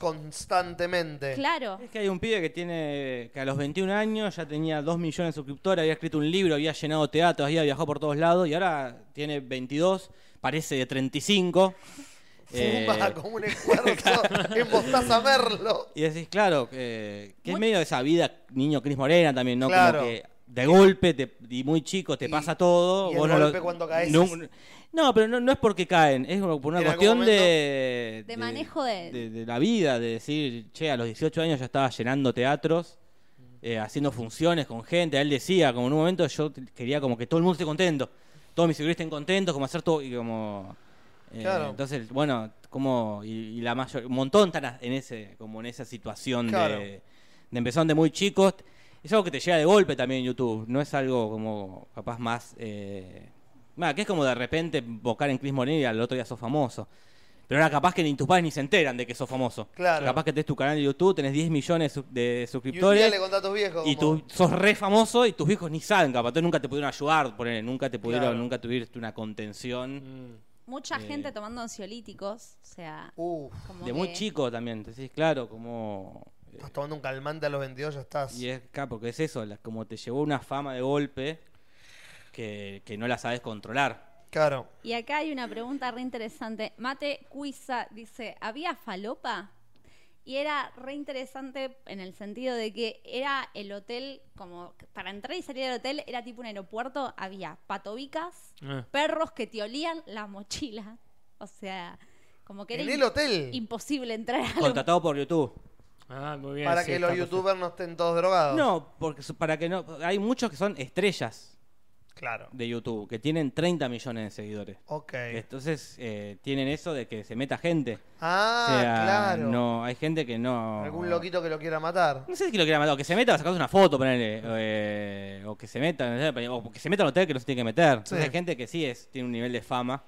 Speaker 3: constantemente.
Speaker 4: Claro.
Speaker 2: Es que hay un pibe que tiene que a los 21 años ya tenía 2 millones de suscriptores, había escrito un libro, había llenado teatros, había viajado por todos lados y ahora tiene 22, parece de 35. Eh,
Speaker 3: Fuma como un esfuerzo en Mostaza Merlo.
Speaker 2: y decís, claro, eh, que es
Speaker 4: Muy-
Speaker 2: medio de esa vida niño Cris Morena también, ¿no?
Speaker 3: Claro.
Speaker 2: Como que de golpe te- y muy chico te
Speaker 3: Y-
Speaker 2: pasa todo.
Speaker 3: y el
Speaker 2: no
Speaker 3: golpe cuando caes.
Speaker 2: No, no, pero no, no es porque caen, es por una
Speaker 3: En algún
Speaker 2: cuestión
Speaker 3: momento-
Speaker 2: de,
Speaker 4: De manejo de-
Speaker 2: de la vida, de decir, che, a los 18 años ya estaba llenando teatros. eh, haciendo funciones con gente, él decía, como en un momento yo t- quería como que todo el mundo esté contento, todos mis seguidores estén contentos, como hacer todo, y como... eh,
Speaker 3: Claro.
Speaker 2: Entonces, bueno, como... Y, y la mayor... Un montón están a- en, ese, como en esa situación
Speaker 3: Claro.
Speaker 2: de, de empezar de muy chicos. Es algo que te llega de golpe también en YouTube, no es algo como capaz más... Eh, nada, que es como de repente bocar en Chris Morena y al otro día sos famoso. Pero ahora capaz que ni tus padres ni se enteran de que sos famoso.
Speaker 3: Claro.
Speaker 2: Capaz que tenés tu canal de YouTube, tenés 10 millones de su- de
Speaker 3: Y un día
Speaker 2: suscriptores.
Speaker 3: le contás a tus viejos.
Speaker 2: Y
Speaker 3: como,
Speaker 2: tú sos re famoso y tus viejos ni saben, capaz tú nunca te pudieron ayudar, ponele, nunca te pudieron,
Speaker 5: Claro.
Speaker 2: nunca tuviste una
Speaker 3: Mm.
Speaker 2: contención.
Speaker 4: Mucha
Speaker 2: Eh.
Speaker 4: gente tomando ansiolíticos, o sea,
Speaker 3: Uf,
Speaker 4: como
Speaker 2: De muy
Speaker 4: que-
Speaker 2: chico también, decís, claro, como...
Speaker 3: estás tomando un calmante a los 22, ya estás.
Speaker 2: Y es acá, porque es eso, la- como te llevó una fama de golpe que, que no la sabes controlar.
Speaker 3: Claro.
Speaker 4: Y acá hay una pregunta re interesante. Mate Cuiza dice, ¿había falopa? Y era re interesante en el sentido de que era el hotel, como que para entrar y salir del hotel era tipo un aeropuerto, había patobicas,
Speaker 5: Ah.
Speaker 4: perros que te olían la mochila. O sea, como que era
Speaker 3: En
Speaker 4: im-
Speaker 3: el hotel.
Speaker 4: imposible entrar a lo-
Speaker 2: Contratado por YouTube.
Speaker 5: Ah, muy bien.
Speaker 3: Para
Speaker 5: sí,
Speaker 3: que
Speaker 5: está
Speaker 3: los
Speaker 5: perfecto. Ah,
Speaker 3: youtubers no estén todos drogados.
Speaker 2: No, porque su- para que no... Hay muchos que son estrellas
Speaker 3: Claro.
Speaker 2: de YouTube, que tienen 30 millones de seguidores.
Speaker 3: Ok.
Speaker 2: Entonces eh, tienen eso de que se meta gente.
Speaker 3: Ah,
Speaker 2: O sea,
Speaker 3: claro.
Speaker 2: No, hay gente que no...
Speaker 3: Algún loquito que lo quiera matar.
Speaker 2: No sé si lo quiera matar, o que se meta, sacas una foto, ponele, eh, o que se meta, no sé, o que se meta al hotel que no se tiene que meter. Entonces
Speaker 3: Sí.
Speaker 2: hay gente que sí es, tiene un nivel de fama,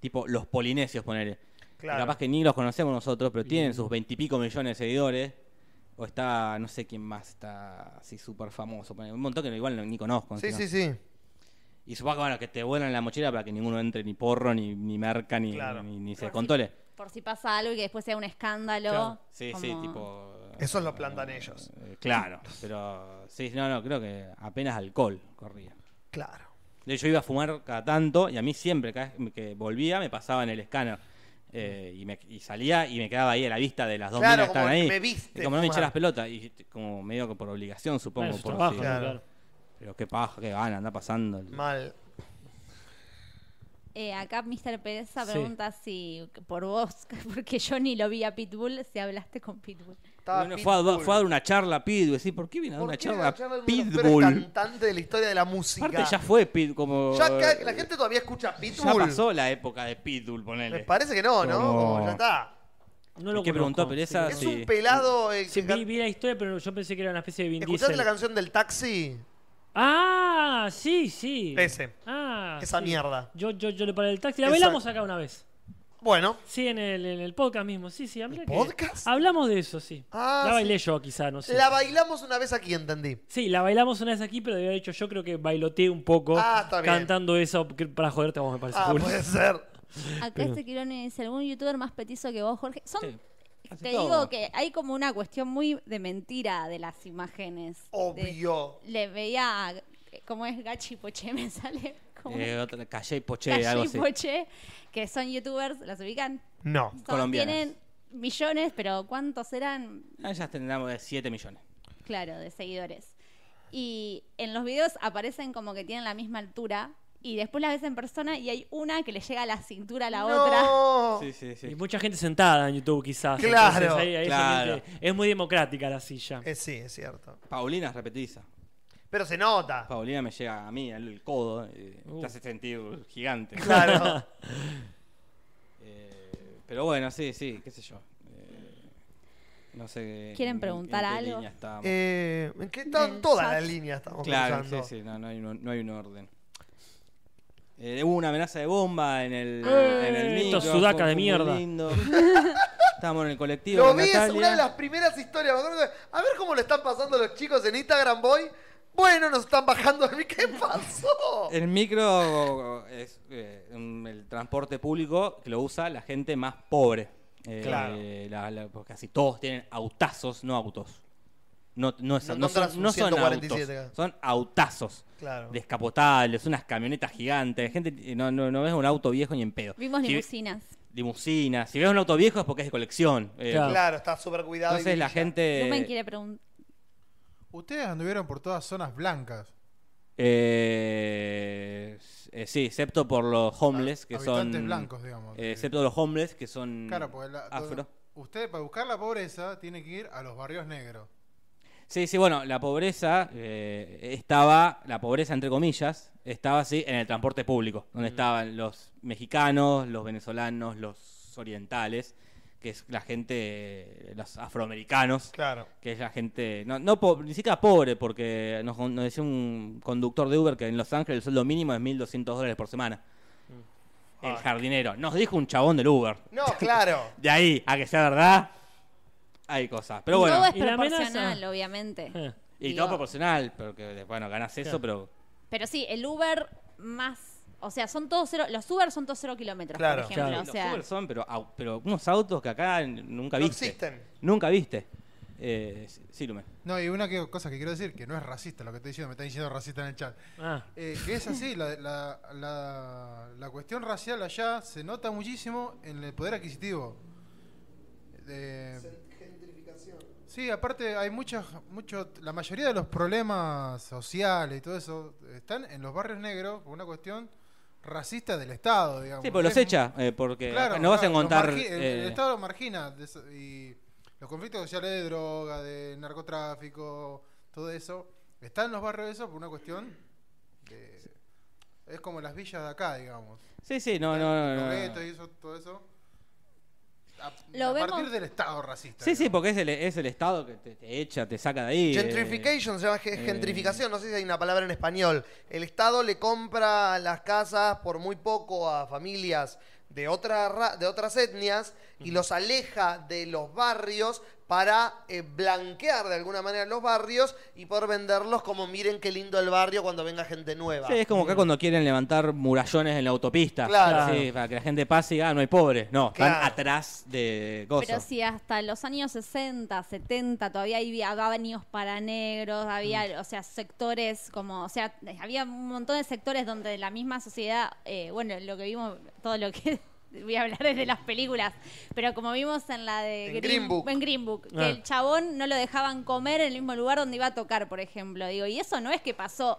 Speaker 2: tipo los polinesios, ponele.
Speaker 3: Claro.
Speaker 2: Que Capaz que ni los conocemos nosotros, pero tienen sus veintipico millones de seguidores. O está, no sé quién más está así súper famoso. ponele, Un montón que igual no- ni conozco.
Speaker 3: Sí,
Speaker 2: encima.
Speaker 3: sí, sí.
Speaker 2: Y supongo que, bueno, que te vuelan la mochila para que ninguno entre ni porro, ni, ni merca, ni,
Speaker 3: Claro.
Speaker 2: ni, ni se
Speaker 4: Por si-
Speaker 2: contole.
Speaker 4: Por si pasa algo y que después sea un escándalo.
Speaker 5: Claro.
Speaker 2: Sí,
Speaker 4: como-
Speaker 2: sí, tipo.
Speaker 3: Eso lo plantan ellos.
Speaker 2: Eh, Claro, pero sí, no, no, creo que apenas alcohol corría.
Speaker 3: Claro.
Speaker 2: De hecho, iba a fumar cada tanto y a mí siempre, cada vez que volvía, me pasaba en el escáner. eh, y, me- y salía y me quedaba ahí a la vista de las dos
Speaker 3: Claro,
Speaker 2: minas que
Speaker 3: como
Speaker 2: estaban ahí.
Speaker 3: me viste
Speaker 2: Y como no me eché
Speaker 3: fumar.
Speaker 2: las pelotas. Y t- como medio que por obligación, supongo.
Speaker 5: Bueno, es su
Speaker 2: por
Speaker 5: trabajo,
Speaker 2: si-
Speaker 5: ¿no?
Speaker 3: Claro.
Speaker 5: Claro.
Speaker 2: Pero qué paja, qué gana, anda pasando. el-
Speaker 3: Mal.
Speaker 4: Eh, acá Mr. Pereza
Speaker 5: Sí.
Speaker 4: pregunta si por vos, porque yo ni lo vi a Pitbull, si hablaste con Pitbull.
Speaker 3: Estaba
Speaker 2: Uno fue a,
Speaker 3: Pitbull.
Speaker 2: fue a dar una charla a Pitbull. ¿sí? ¿Por qué vino a dar
Speaker 3: ¿Por
Speaker 2: una
Speaker 3: qué le
Speaker 2: charla a
Speaker 3: ganaron uno de los peores
Speaker 2: Pitbull?
Speaker 3: cantantes de la historia de la música.
Speaker 2: Aparte, ya fue Pitbull. Como,
Speaker 3: Ya acá la gente todavía escucha
Speaker 2: ya
Speaker 3: Pitbull.
Speaker 2: pasó la época de Pitbull, ponele.
Speaker 3: Me parece que no, ¿no?
Speaker 2: Como-
Speaker 3: Como ya está.
Speaker 5: No lo
Speaker 2: ¿Qué preguntó
Speaker 5: conozco,
Speaker 2: Pereza?
Speaker 5: sí.
Speaker 3: Es
Speaker 2: Sí.
Speaker 3: un pelado. eh,
Speaker 5: Sí,
Speaker 3: que
Speaker 5: vi, vi la historia, pero yo pensé que era una especie de Vin
Speaker 3: ¿Escuchaste
Speaker 5: Diesel.
Speaker 3: la canción del taxi?
Speaker 5: Ah, sí, sí.
Speaker 3: Ese.
Speaker 5: Ah,
Speaker 3: Esa
Speaker 5: sí.
Speaker 3: mierda.
Speaker 5: Yo, yo, yo le paré el taxi. La
Speaker 3: Esa-
Speaker 5: bailamos acá una vez.
Speaker 3: Bueno,
Speaker 5: Sí, en el, en el podcast mismo. Sí, sí. hablé
Speaker 3: ¿El
Speaker 5: que-
Speaker 2: Ah,
Speaker 3: podcast?
Speaker 5: Hablamos de eso, sí.
Speaker 3: Ah,
Speaker 5: la bailé
Speaker 3: sí.
Speaker 5: yo, quizá, no sé.
Speaker 3: la bailamos una vez aquí, entendí.
Speaker 5: Sí, la bailamos una vez aquí, pero debía haber hecho yo creo que bailoteé un poco
Speaker 3: Ah, está bien.
Speaker 5: cantando eso porque- para joderte a vos, me parece.
Speaker 3: Ah,
Speaker 5: Julio.
Speaker 3: puede ser.
Speaker 4: Acá este Quirone dice, ¿algún youtuber más petizo que vos, Jorge? Son,
Speaker 2: Sí. Hace
Speaker 4: te
Speaker 2: todo.
Speaker 4: digo que hay como una cuestión muy de mentira de las imágenes. De-
Speaker 3: Obvio.
Speaker 4: le veía, a- como es Gachi Poche, me sale como
Speaker 2: Eh, otra- Calle y Poche,
Speaker 4: Gachi
Speaker 2: algo así.
Speaker 4: Poche, que son youtubers, ¿las ubican?
Speaker 3: No.
Speaker 4: Son-
Speaker 2: Colombianas.
Speaker 4: Tienen millones, pero ¿cuántos eran?
Speaker 2: Ah, ya tendremos de 7 millones.
Speaker 4: Claro, de seguidores. Y en los videos aparecen como que tienen la misma altura y después las ves en persona y hay una que le llega a la cintura a la otra.
Speaker 3: No.
Speaker 2: Sí, sí, sí.
Speaker 5: Y mucha gente sentada en YouTube, quizás.
Speaker 3: Claro,
Speaker 5: Entonces, ahí- ahí
Speaker 2: claro.
Speaker 5: realmente Es muy democrática la silla.
Speaker 3: Eh, sí, es cierto.
Speaker 2: Paulina es repetiza.
Speaker 3: Pero se nota.
Speaker 2: Paulina me llega a mí, al el codo. eh, Te hace sentir gigante.
Speaker 3: Claro.
Speaker 2: Eh, pero bueno, sí, sí, qué sé yo. Eh, no sé.
Speaker 4: ¿Quieren
Speaker 2: en-
Speaker 4: preguntar
Speaker 2: en qué
Speaker 4: algo?
Speaker 2: línea estábamos.
Speaker 3: Eh, ¿En qué están
Speaker 4: Del
Speaker 3: todas
Speaker 4: chat.
Speaker 3: las líneas estamos
Speaker 2: claro,
Speaker 3: cruzando?
Speaker 2: sí, sí, no, no hay, un- no hay un orden. Eh, hubo una amenaza de bomba en el, en el micro.
Speaker 5: Estos sudacas
Speaker 2: fue-
Speaker 5: de
Speaker 2: fue muy
Speaker 5: mierda.
Speaker 2: lindo. Estábamos en el colectivo.
Speaker 3: Lo
Speaker 2: con
Speaker 3: vi, es
Speaker 2: Natalia.
Speaker 3: una de las primeras historias. me acuerdo que- A ver cómo lo están pasando los chicos en Instagram, boy. Bueno, nos están bajando de mí. ¿Qué pasó?
Speaker 2: El micro es eh, un- el transporte público que lo usa la gente más pobre. Eh,
Speaker 3: Claro.
Speaker 2: la- la- porque casi todos tienen autazos, no autos. No, no, es-
Speaker 3: No
Speaker 2: no
Speaker 3: encontrás
Speaker 2: son,
Speaker 3: un
Speaker 2: no son
Speaker 3: 147
Speaker 2: autos,
Speaker 3: acá.
Speaker 2: son autazos.
Speaker 3: Claro.
Speaker 2: Descapotables, unas camionetas gigantes. Gente, no, no, no ves un auto viejo ni en pedo.
Speaker 4: Vimos
Speaker 2: Si-
Speaker 4: limusinas.
Speaker 2: limusina. Si ves un auto viejo es porque es de colección. Eh,
Speaker 5: Claro.
Speaker 3: Claro, está súper cuidado. y
Speaker 2: Entonces la
Speaker 3: brilla.
Speaker 4: Lumen
Speaker 2: gente.
Speaker 4: quiere preguntar.
Speaker 6: Ustedes anduvieron por todas zonas blancas.
Speaker 2: eh, eh, sí, excepto por los homeless, que son.
Speaker 6: Ah, Habitantes blancos, digamos.
Speaker 2: Eh, excepto los homeless que son
Speaker 6: Claro, pues. porque la-
Speaker 2: afro.
Speaker 6: donde- usted para buscar la pobreza tiene que ir a los barrios negros.
Speaker 2: Sí, sí, bueno, la pobreza eh, estaba, la pobreza entre comillas, estaba así en el transporte público, donde estaban los mexicanos, los venezolanos, los orientales, que es la gente, eh, los afroamericanos,
Speaker 3: Claro.
Speaker 2: que es la gente, no, no po- ni siquiera pobre, porque nos, con- nos decía un conductor de Uber que en Los Ángeles el sueldo mínimo es 1.200 dólares por semana. El
Speaker 3: Ah.
Speaker 2: jardinero, nos dijo un chabón del Uber.
Speaker 3: No, claro.
Speaker 2: De ahí a que sea verdad, hay cosas. Pero bueno,
Speaker 4: todo es
Speaker 5: ¿Y la amenaza?
Speaker 4: proporcional, obviamente.
Speaker 5: Eh.
Speaker 2: y
Speaker 4: digo.
Speaker 2: todo proporcional, porque bueno, ganas eso, pero
Speaker 4: Pero sí, el Uber más. O sea, son todos cero. Los Uber son todos cero kilómetros,
Speaker 3: Claro.
Speaker 4: por ejemplo.
Speaker 5: Claro.
Speaker 4: O
Speaker 2: los
Speaker 4: sea,
Speaker 2: Uber son, pero, au- pero unos autos que acá n- nunca
Speaker 3: No
Speaker 2: viste.
Speaker 3: existen.
Speaker 2: Nunca viste. Eh, sí, Lumen.
Speaker 6: No, y una que- cosa que quiero decir, que no es racista lo que estoy diciendo, me están diciendo racista en el chat.
Speaker 5: Ah,
Speaker 6: Eh, que es así, la, la- la- la cuestión racial allá se nota muchísimo en el poder adquisitivo. Eh, sí, aparte hay muchas, mucho, la mayoría de los problemas sociales y todo eso están en los barrios negros por una cuestión racista del Estado, digamos.
Speaker 2: Sí, pues los
Speaker 6: Es
Speaker 2: echa, eh, porque
Speaker 6: Claro,
Speaker 2: acá no vas a
Speaker 6: claro, los
Speaker 2: encontrar.
Speaker 6: margi- el, el
Speaker 2: eh,
Speaker 6: Estado lo margina de eso- y los conflictos sociales de droga, de narcotráfico, todo eso, está en los barrios eso por una cuestión de... Es como las villas de acá, digamos.
Speaker 2: Sí, sí, no, no, no,
Speaker 6: Los
Speaker 2: no, no.
Speaker 6: guetos y eso, todo eso. A,
Speaker 4: Lo
Speaker 6: a
Speaker 4: vemos-
Speaker 6: partir del Estado racista.
Speaker 2: Sí, sí,
Speaker 6: digamos.
Speaker 2: porque es el, es el Estado que te, te echa, te saca de ahí. eh.
Speaker 3: Gentrification se llama ge- gentrificación, no sé si hay una palabra en español. El Estado le compra las casas por muy poco a familias de, otra ra- de otras etnias y los aleja de los barrios para eh, blanquear de alguna manera los barrios y poder venderlos como miren qué lindo el barrio cuando venga gente nueva.
Speaker 2: Sí, es como acá cuando quieren levantar murallones en la autopista.
Speaker 3: Claro.
Speaker 2: Sí, para que la gente pase y diga, ah, no hay pobres. No,
Speaker 3: Claro.
Speaker 2: están atrás de cosas.
Speaker 4: pero si hasta los años 60, 70 todavía había había baños para negros,
Speaker 3: Mm.
Speaker 4: había, o sea, sectores como, o sea, había un montón de sectores donde la misma sociedad, eh, bueno, lo que vimos, todo lo que voy a hablar es de las películas, pero como vimos en la de
Speaker 3: En Green Book.
Speaker 4: en Green Book, que
Speaker 5: Ah.
Speaker 4: el chabón no lo dejaban comer en el mismo lugar donde iba a tocar, por ejemplo, digo, y eso no es que pasó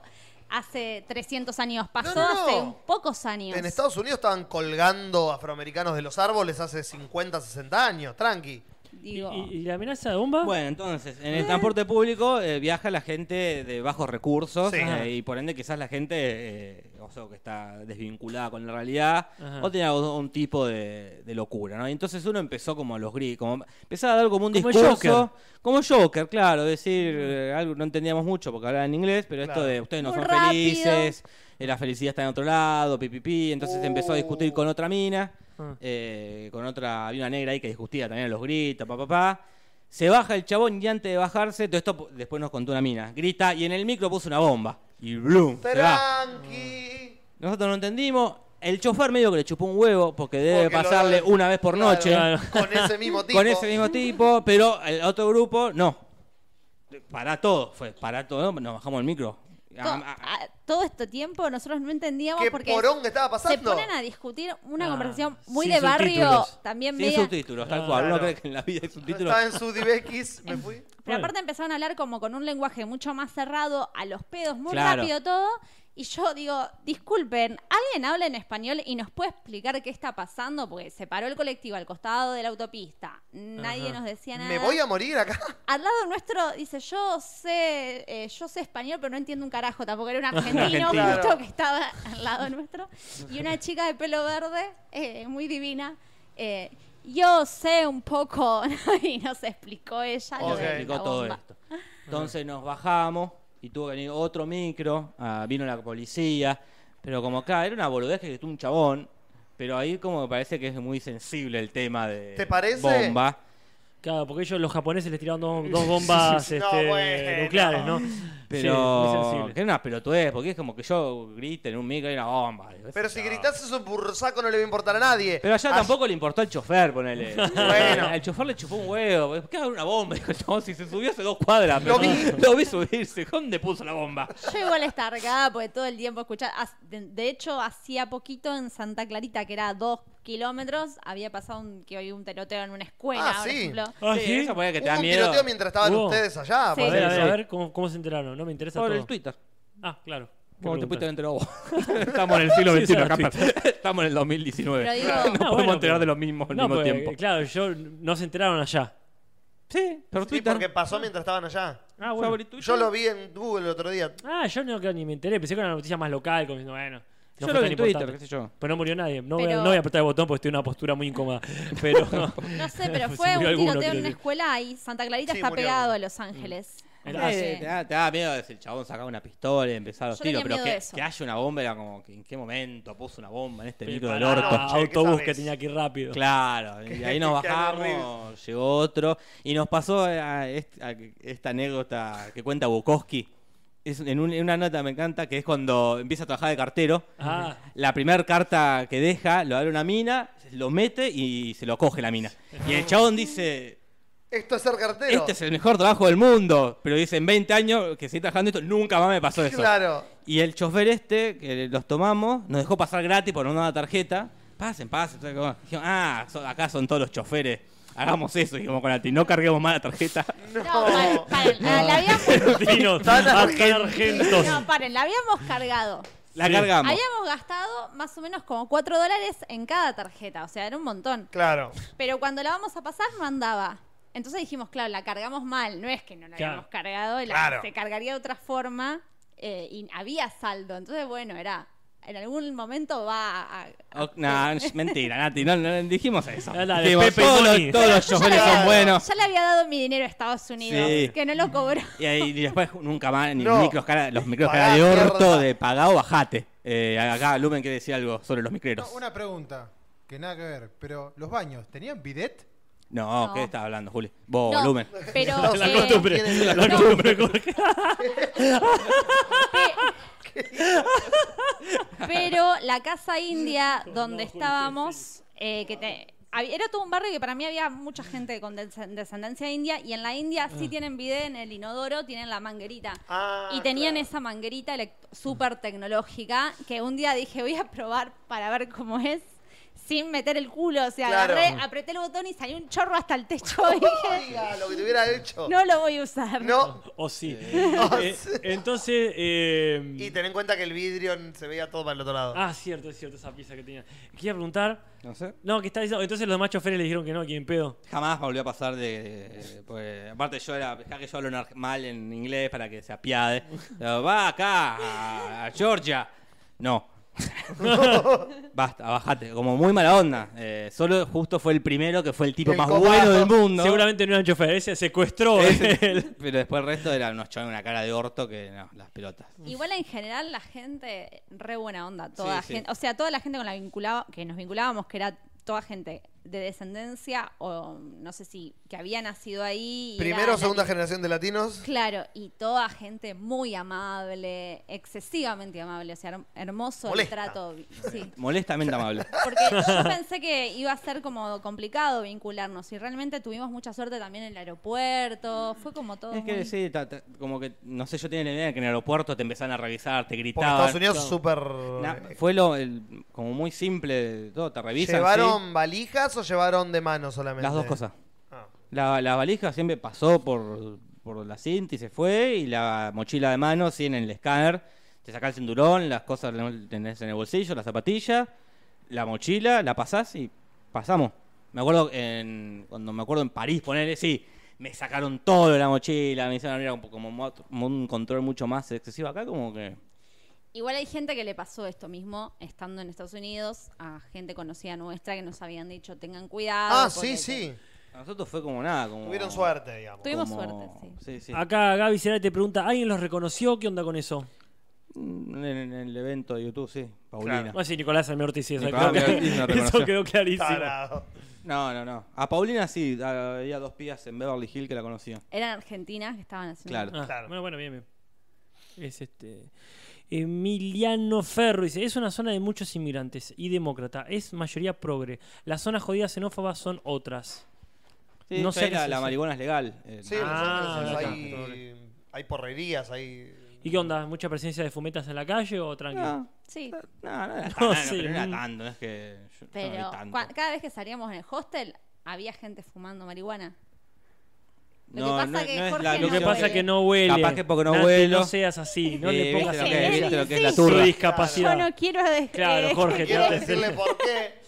Speaker 4: hace 300 años, pasó
Speaker 3: no, no.
Speaker 4: hace un- pocos años.
Speaker 3: En Estados Unidos estaban colgando afroamericanos de los árboles hace 50, 60 años, tranqui.
Speaker 4: Digo,
Speaker 5: ¿Y, y la amenaza de bomba?
Speaker 2: Bueno, entonces, en el transporte público eh, viaja la gente de bajos recursos
Speaker 3: Sí.
Speaker 2: eh,
Speaker 5: Ajá.
Speaker 2: y por ende quizás la gente eh, o sea, que está desvinculada con la realidad
Speaker 5: Ajá.
Speaker 2: o tiene algún tipo de, de locura, ¿no? Y entonces uno empezó como a los gris, como empezaba a dar como un
Speaker 5: Como el
Speaker 2: discurso
Speaker 5: Joker.
Speaker 2: como Joker, claro, decir eh, algo no entendíamos mucho porque hablaban en inglés, pero esto
Speaker 3: Claro.
Speaker 2: de ustedes no
Speaker 4: Muy
Speaker 2: son
Speaker 4: rápido.
Speaker 2: felices, eh, la felicidad está en otro lado, pipipi, entonces empezó a discutir
Speaker 4: Uh.
Speaker 2: con otra mina.
Speaker 5: Ah.
Speaker 2: Eh, con otra, había una negra ahí que discutía también a los gritos, papá, papá. Se baja el chabón y antes de bajarse, todo esto po- después nos contó una mina. Grita y en el micro puso una bomba. Y bloom. Se va.
Speaker 3: Tranqui.
Speaker 2: Nosotros no entendimos. El chofer medio que le chupó un huevo porque debe
Speaker 3: Porque lo-
Speaker 2: pasarle una vez por
Speaker 3: Claro,
Speaker 2: noche
Speaker 3: Con ese mismo tipo.
Speaker 2: con ese mismo tipo, pero el otro grupo no. Para todo, fue para todo. Nos bajamos el micro.
Speaker 4: to-
Speaker 2: A- a-
Speaker 4: a- todo este tiempo nosotros no entendíamos
Speaker 3: ¿Qué
Speaker 4: porque
Speaker 3: porón que estaba
Speaker 4: se
Speaker 3: pasando?
Speaker 4: ponen a discutir una
Speaker 5: Ah,
Speaker 4: conversación muy
Speaker 5: sin
Speaker 4: de barrio,
Speaker 5: subtítulos.
Speaker 4: también
Speaker 2: sin
Speaker 4: media.
Speaker 2: subtítulos, tal cual. Uno
Speaker 3: Claro.
Speaker 2: cree que en la vida hay subtítulos.
Speaker 3: Estaba en su Divex, me fui.
Speaker 4: Pero aparte empezaron a hablar como con un lenguaje mucho más cerrado, a los pedos, muy
Speaker 2: Claro.
Speaker 4: rápido todo. Y yo digo, disculpen, ¿alguien habla en español y nos puede explicar qué está pasando? Porque se paró el colectivo al costado de la autopista. Nadie
Speaker 5: Ajá.
Speaker 4: nos decía nada.
Speaker 3: Me voy a morir acá.
Speaker 4: Al lado nuestro dice, yo sé, eh, yo sé español, pero no entiendo un carajo. Tampoco era un argentino
Speaker 2: argentino.
Speaker 4: justo que estaba al lado nuestro. Y una chica de pelo verde, eh, muy divina. eh, yo sé un poco, y nos explicó ella. lo
Speaker 3: Ok.
Speaker 4: de
Speaker 2: nos
Speaker 4: la
Speaker 2: explicó todo
Speaker 4: bomba.
Speaker 2: esto. Entonces nos bajamos y tuvo que venir otro micro, ah, vino la policía, pero como acá era una boludez que tuvo un chabón, pero ahí como me parece que es muy sensible el tema de
Speaker 3: ¿Te parece?
Speaker 2: bomba.
Speaker 5: Claro, porque ellos, los japoneses, les tiraron dos, dos bombas
Speaker 3: No,
Speaker 5: este,
Speaker 3: bueno.
Speaker 5: nucleares, ¿no? Sí, muy
Speaker 2: Pero
Speaker 5: sensible.
Speaker 2: que era una pelotudez, porque es como que yo grite en un micro y una bomba. digo,
Speaker 3: Pero
Speaker 2: ese
Speaker 3: si
Speaker 2: chabón.
Speaker 3: gritases un bursaco no le va a importar a nadie.
Speaker 2: Pero allá
Speaker 3: Ay,
Speaker 2: tampoco le importó al chofer, ponele.
Speaker 3: Bueno.
Speaker 2: El chofer le chupó un huevo. ¿Por qué agarró una bomba? Dijo, no, si se subió hace dos cuadras.
Speaker 3: Lo
Speaker 2: pero
Speaker 3: vi.
Speaker 2: Lo vi subirse. ¿Dónde puso la bomba?
Speaker 4: Yo igual estaba regada porque todo el tiempo escuchaba. As- De, de hecho, hacía poquito en Santa Clarita, que era dos kilómetros, había pasado un, que había un tiroteo en una escuela,
Speaker 3: Ah,
Speaker 4: por
Speaker 3: sí.
Speaker 4: ejemplo.
Speaker 5: Ah,
Speaker 2: Sí,
Speaker 5: ¿sí?
Speaker 2: eso ponele que te
Speaker 3: Hubo
Speaker 2: da
Speaker 3: un
Speaker 2: miedo.
Speaker 3: tiroteo mientras estaban
Speaker 5: Hubo.
Speaker 3: ustedes allá.
Speaker 4: Sí.
Speaker 5: A
Speaker 3: parece.
Speaker 5: ver, a ver,
Speaker 2: Sí.
Speaker 5: a ver cómo, cómo se enteraron. No me interesa
Speaker 2: Por
Speaker 5: todo.
Speaker 2: el Twitter.
Speaker 5: Ah, claro. ¿Qué
Speaker 2: Bueno, te pudiste
Speaker 5: pregunta?
Speaker 2: enterar vos. Estamos en el siglo
Speaker 5: Sí,
Speaker 2: XXI,
Speaker 5: usaba
Speaker 2: capaz.
Speaker 5: Twitter.
Speaker 2: Estamos en el 2019.
Speaker 4: Pero digo-
Speaker 2: no,
Speaker 4: No,
Speaker 2: podemos
Speaker 5: Ah, bueno,
Speaker 2: enterar
Speaker 5: pero-
Speaker 2: de lo mismo al
Speaker 5: No,
Speaker 2: mismo
Speaker 5: porque,
Speaker 2: tiempo.
Speaker 5: Claro, yo no se enteraron allá.
Speaker 2: Sí, pero
Speaker 3: Sí,
Speaker 2: Twitter.
Speaker 3: porque pasó mientras estaban allá.
Speaker 5: Ah,
Speaker 2: Yo
Speaker 5: bueno.
Speaker 2: abrí Twitter.
Speaker 3: Yo lo vi en Google el otro día.
Speaker 5: Ah, yo no, que ni me enteré. Pensé que era una noticia más local, como diciendo, bueno. No
Speaker 2: Yo
Speaker 5: fue
Speaker 2: lo
Speaker 5: tan
Speaker 2: vi en Twitter, qué
Speaker 5: importante.
Speaker 2: sé yo.
Speaker 5: Pero no murió nadie. No, voy a,
Speaker 4: Pero-
Speaker 5: no voy a apretar el botón porque estoy en una postura muy incómoda. Pero.
Speaker 4: No sé, pero
Speaker 5: Se
Speaker 4: fue un
Speaker 5: murió alguno,
Speaker 4: tiroteo en
Speaker 5: quiero
Speaker 4: una
Speaker 5: decir.
Speaker 4: escuela y Santa Clarita
Speaker 3: Sí,
Speaker 4: está
Speaker 3: murió
Speaker 4: pegado
Speaker 3: alguno.
Speaker 4: a Los Ángeles.
Speaker 5: El-
Speaker 4: Así
Speaker 2: Eh,
Speaker 4: que-
Speaker 2: te, da, te da miedo de si el chabón sacaba una pistola y empezaba los
Speaker 4: Yo
Speaker 2: tiros,
Speaker 4: tenía
Speaker 2: pero
Speaker 4: miedo
Speaker 2: que,
Speaker 4: de eso.
Speaker 2: que haya una bomba era como que en qué momento puso una bomba en este micro del
Speaker 5: Preparado,
Speaker 2: orto.
Speaker 3: Che, ¿qué
Speaker 5: autobús
Speaker 3: sabes?
Speaker 5: que tenía que ir rápido.
Speaker 2: Claro, y ahí nos
Speaker 3: Qué
Speaker 2: bajamos, llegó otro. Y nos pasó a est- a que- esta anécdota que cuenta Bukowski. Es en, un- en una nota me encanta, que es cuando empieza a trabajar de cartero.
Speaker 5: Ah.
Speaker 2: La primera carta que deja lo abre una mina, lo mete y se lo coge la mina. Y el chabón dice,
Speaker 3: Esto es ser cartero.
Speaker 2: este es el mejor trabajo del mundo. Pero dice, en 20 años que estoy trabajando esto, nunca más me pasó eso.
Speaker 3: Claro.
Speaker 2: Y el chofer este, que los tomamos, nos dejó pasar gratis por una tarjeta. Pasen, pasen. todo como- Dijeron, ah, so- acá son todos los choferes. Hagamos eso, dijimos con Alti. No carguemos más la tarjeta.
Speaker 4: No, paren, paren, la, la habíamos...
Speaker 5: Argentinos,
Speaker 3: Tan
Speaker 5: argen- argentos.
Speaker 4: No, paren, la habíamos cargado.
Speaker 2: La
Speaker 5: Sí.
Speaker 2: cargamos.
Speaker 4: Habíamos gastado más o menos como 4 dólares en cada tarjeta, o sea, era un montón.
Speaker 3: Claro.
Speaker 4: Pero cuando la vamos a pasar no andaba. Entonces dijimos, claro, la cargamos mal, no es que no la
Speaker 5: Claro.
Speaker 4: habíamos cargado, la-
Speaker 3: Claro.
Speaker 4: se cargaría de otra forma eh, y había saldo. Entonces, bueno, era, en algún momento va a... a-
Speaker 2: Oh, no, es mentira, Nati. No, no, no dijimos eso.
Speaker 5: Ah, la de
Speaker 2: Dijimos,
Speaker 5: Pepe
Speaker 2: todos,
Speaker 5: Money".
Speaker 2: los, todos los
Speaker 4: Yo ya le
Speaker 2: choferes son
Speaker 4: había-
Speaker 2: buenos.
Speaker 4: Ya le había dado mi dinero a Estados Unidos,
Speaker 2: Sí.
Speaker 4: que no lo cobró.
Speaker 2: Y, ahí, y después nunca más, ni
Speaker 3: No.
Speaker 2: micros cara- los micros
Speaker 3: Pará,
Speaker 2: cara de orto,
Speaker 3: mierda.
Speaker 2: de pagado, bajate. Eh, acá Lumen quiere decir algo sobre los micreros.
Speaker 6: No, una pregunta, que nada que ver, pero ¿los baños tenían bidet?
Speaker 2: No,
Speaker 4: No.
Speaker 2: ¿qué estás hablando, Juli? Vos,
Speaker 4: No,
Speaker 2: Lumen.
Speaker 4: Pero,
Speaker 3: La
Speaker 4: eh,
Speaker 3: costumbre.
Speaker 5: La costumbre, Jorge.
Speaker 4: pero la casa india donde estábamos, eh, que te- hab- era todo un barrio que para mí había mucha gente con des- descendencia india y en la India
Speaker 2: Ah.
Speaker 4: sí tienen bidet en el inodoro, tienen la manguerita.
Speaker 3: Ah,
Speaker 4: y tenían
Speaker 3: claro.
Speaker 4: esa manguerita elect- súper tecnológica que un día dije voy a probar para ver cómo es.
Speaker 12: sin meter el culo. O sea,
Speaker 3: Claro.
Speaker 12: agarré, apreté el botón y salió un chorro hasta el techo. Y
Speaker 3: No
Speaker 12: dije,
Speaker 3: diga lo que te hubiera hecho.
Speaker 12: no lo voy a usar.
Speaker 3: No.
Speaker 5: O Oh, sí.
Speaker 3: O
Speaker 5: Eh,
Speaker 3: sí.
Speaker 5: entonces. eh,
Speaker 3: Y ten en cuenta que el vidrio se veía todo para el otro lado.
Speaker 5: Ah, cierto, es cierto esa pieza que tenía. Quería preguntar.
Speaker 2: No sé.
Speaker 5: No, que está diciendo. Entonces los demás choferes le dijeron que no, que en pedo.
Speaker 2: Jamás volvió a pasar de. de- pues, aparte, yo era. Dejá que yo hablo en ar- mal en inglés para que se apiade. Pero, Va acá, a, a Georgia. No. Basta, bajate. Como muy mala onda. Eh, solo justo fue el primero que fue el tipo
Speaker 3: El
Speaker 2: más
Speaker 3: copado.
Speaker 2: bueno del mundo.
Speaker 5: Seguramente no era el chofer, ese secuestró. el-
Speaker 2: Ese- Pero después el resto eran unos chavales una cara de orto que no, las pelotas.
Speaker 4: Igual en general la gente, re buena onda, toda
Speaker 2: Sí, sí.
Speaker 4: gente, o sea, toda la gente con la vinculaba, que nos vinculábamos, que era toda gente de descendencia o no sé si, que había nacido ahí. y era
Speaker 3: Primero o segunda
Speaker 4: nati-
Speaker 3: generación de latinos.
Speaker 4: Claro, y toda gente muy amable, excesivamente amable, o sea, her- hermoso
Speaker 3: Molesta.
Speaker 4: el trato. Sí.
Speaker 2: Molestamente amable.
Speaker 4: Porque yo pensé que iba a ser como complicado vincularnos y realmente tuvimos mucha suerte también en el aeropuerto, fue como todo
Speaker 2: Es que
Speaker 4: muy-
Speaker 2: sí, ta- ta- como que, no sé, yo tenía la idea de que en el aeropuerto te empezaban a revisar, te
Speaker 3: Porque
Speaker 2: gritaban.
Speaker 3: Estados Unidos es súper. eh,
Speaker 2: Na- fue lo, el- como muy simple de todo, te revisan.
Speaker 3: ¿Llevaron valijas o llevaron de mano
Speaker 2: sí,
Speaker 3: solamente?
Speaker 2: las dos cosas.
Speaker 3: Ah.
Speaker 2: La, la valija siempre pasó por, por la cinta y se fue, y la mochila de mano, sí, en el escáner. Te sacás el cinturón, las cosas las tenés en el bolsillo, la zapatilla, la mochila, la pasás y pasamos. Me acuerdo en, cuando me acuerdo en París, ponerle, sí, me sacaron todo de la mochila, me hicieron ir como, como mo- como un control mucho más excesivo acá, como que...
Speaker 4: Igual hay gente que le pasó esto mismo estando en Estados Unidos a gente conocida nuestra que nos habían dicho tengan cuidado.
Speaker 3: Ah, sí,
Speaker 4: porque-
Speaker 3: sí.
Speaker 2: A nosotros fue como nada, como...
Speaker 3: Tuvieron suerte, digamos.
Speaker 4: Tuvimos
Speaker 2: como-
Speaker 4: suerte, sí. Ah.
Speaker 2: Sí, sí.
Speaker 5: Acá Gaby Cerati te pregunta: ¿alguien los reconoció? ¿Qué onda con eso?
Speaker 2: En, en el evento de YouTube, sí, Paulina.
Speaker 5: No, sí, Nicolás Almeida Ortiz, sí, eso,
Speaker 2: Nicolás
Speaker 5: quedó-
Speaker 2: Almeida Ortiz no
Speaker 5: eso
Speaker 2: reconoció.
Speaker 5: quedó clarísimo.
Speaker 3: Tarado.
Speaker 2: No, no, no. A Paulina sí, a- había dos pías en Beverly Hills que la conocían.
Speaker 4: Eran argentinas que estaban haciendo.
Speaker 2: Claro.
Speaker 5: Ah,
Speaker 3: Claro.
Speaker 5: Bueno, bueno, bien, bien. Es este. Emiliano Ferro dice: Es una zona de muchos inmigrantes y demócrata. Es mayoría progre. Las zonas jodidas xenófobas son otras.
Speaker 2: Sí,
Speaker 5: No
Speaker 2: no
Speaker 5: sé
Speaker 2: sé,
Speaker 5: qué
Speaker 2: la,
Speaker 5: es
Speaker 2: la
Speaker 5: eso.
Speaker 2: marihuana es legal. Eh,
Speaker 3: Sí,
Speaker 5: Ah,
Speaker 3: nosotros
Speaker 5: acá.
Speaker 3: hay, hay porrerías, hay.
Speaker 5: ¿Y qué onda? ¿Mucha presencia de fumetas en la calle o tranqui?
Speaker 2: No,
Speaker 4: Sí.
Speaker 2: no, no, no era
Speaker 5: No,
Speaker 2: tan- no,
Speaker 5: Ah, sí,
Speaker 2: pero no era
Speaker 5: mm.
Speaker 2: tanto, no es que yo- yo no
Speaker 4: Pero
Speaker 2: vi tanto.
Speaker 4: cua- cada vez que salíamos en el hostel había gente fumando marihuana. lo que
Speaker 2: No,
Speaker 4: pasa
Speaker 2: no-
Speaker 4: que
Speaker 2: no es
Speaker 4: Jorge
Speaker 2: la-
Speaker 5: Lo que
Speaker 4: No
Speaker 5: pasa
Speaker 4: huele.
Speaker 5: es que no huele.
Speaker 2: Capaz que porque no
Speaker 5: Nati,
Speaker 2: huelo.
Speaker 5: No seas así. No
Speaker 2: Eh,
Speaker 5: le pongas
Speaker 2: viste lo
Speaker 5: en
Speaker 2: que,
Speaker 12: él
Speaker 2: viste lo que es la
Speaker 12: sí.
Speaker 5: su
Speaker 2: turra.
Speaker 5: discapacidad.
Speaker 12: Yo no quiero dejar.
Speaker 5: Claro,
Speaker 4: eh,
Speaker 5: Jorge, te
Speaker 3: Quiero
Speaker 5: haces-
Speaker 3: decirle por qué.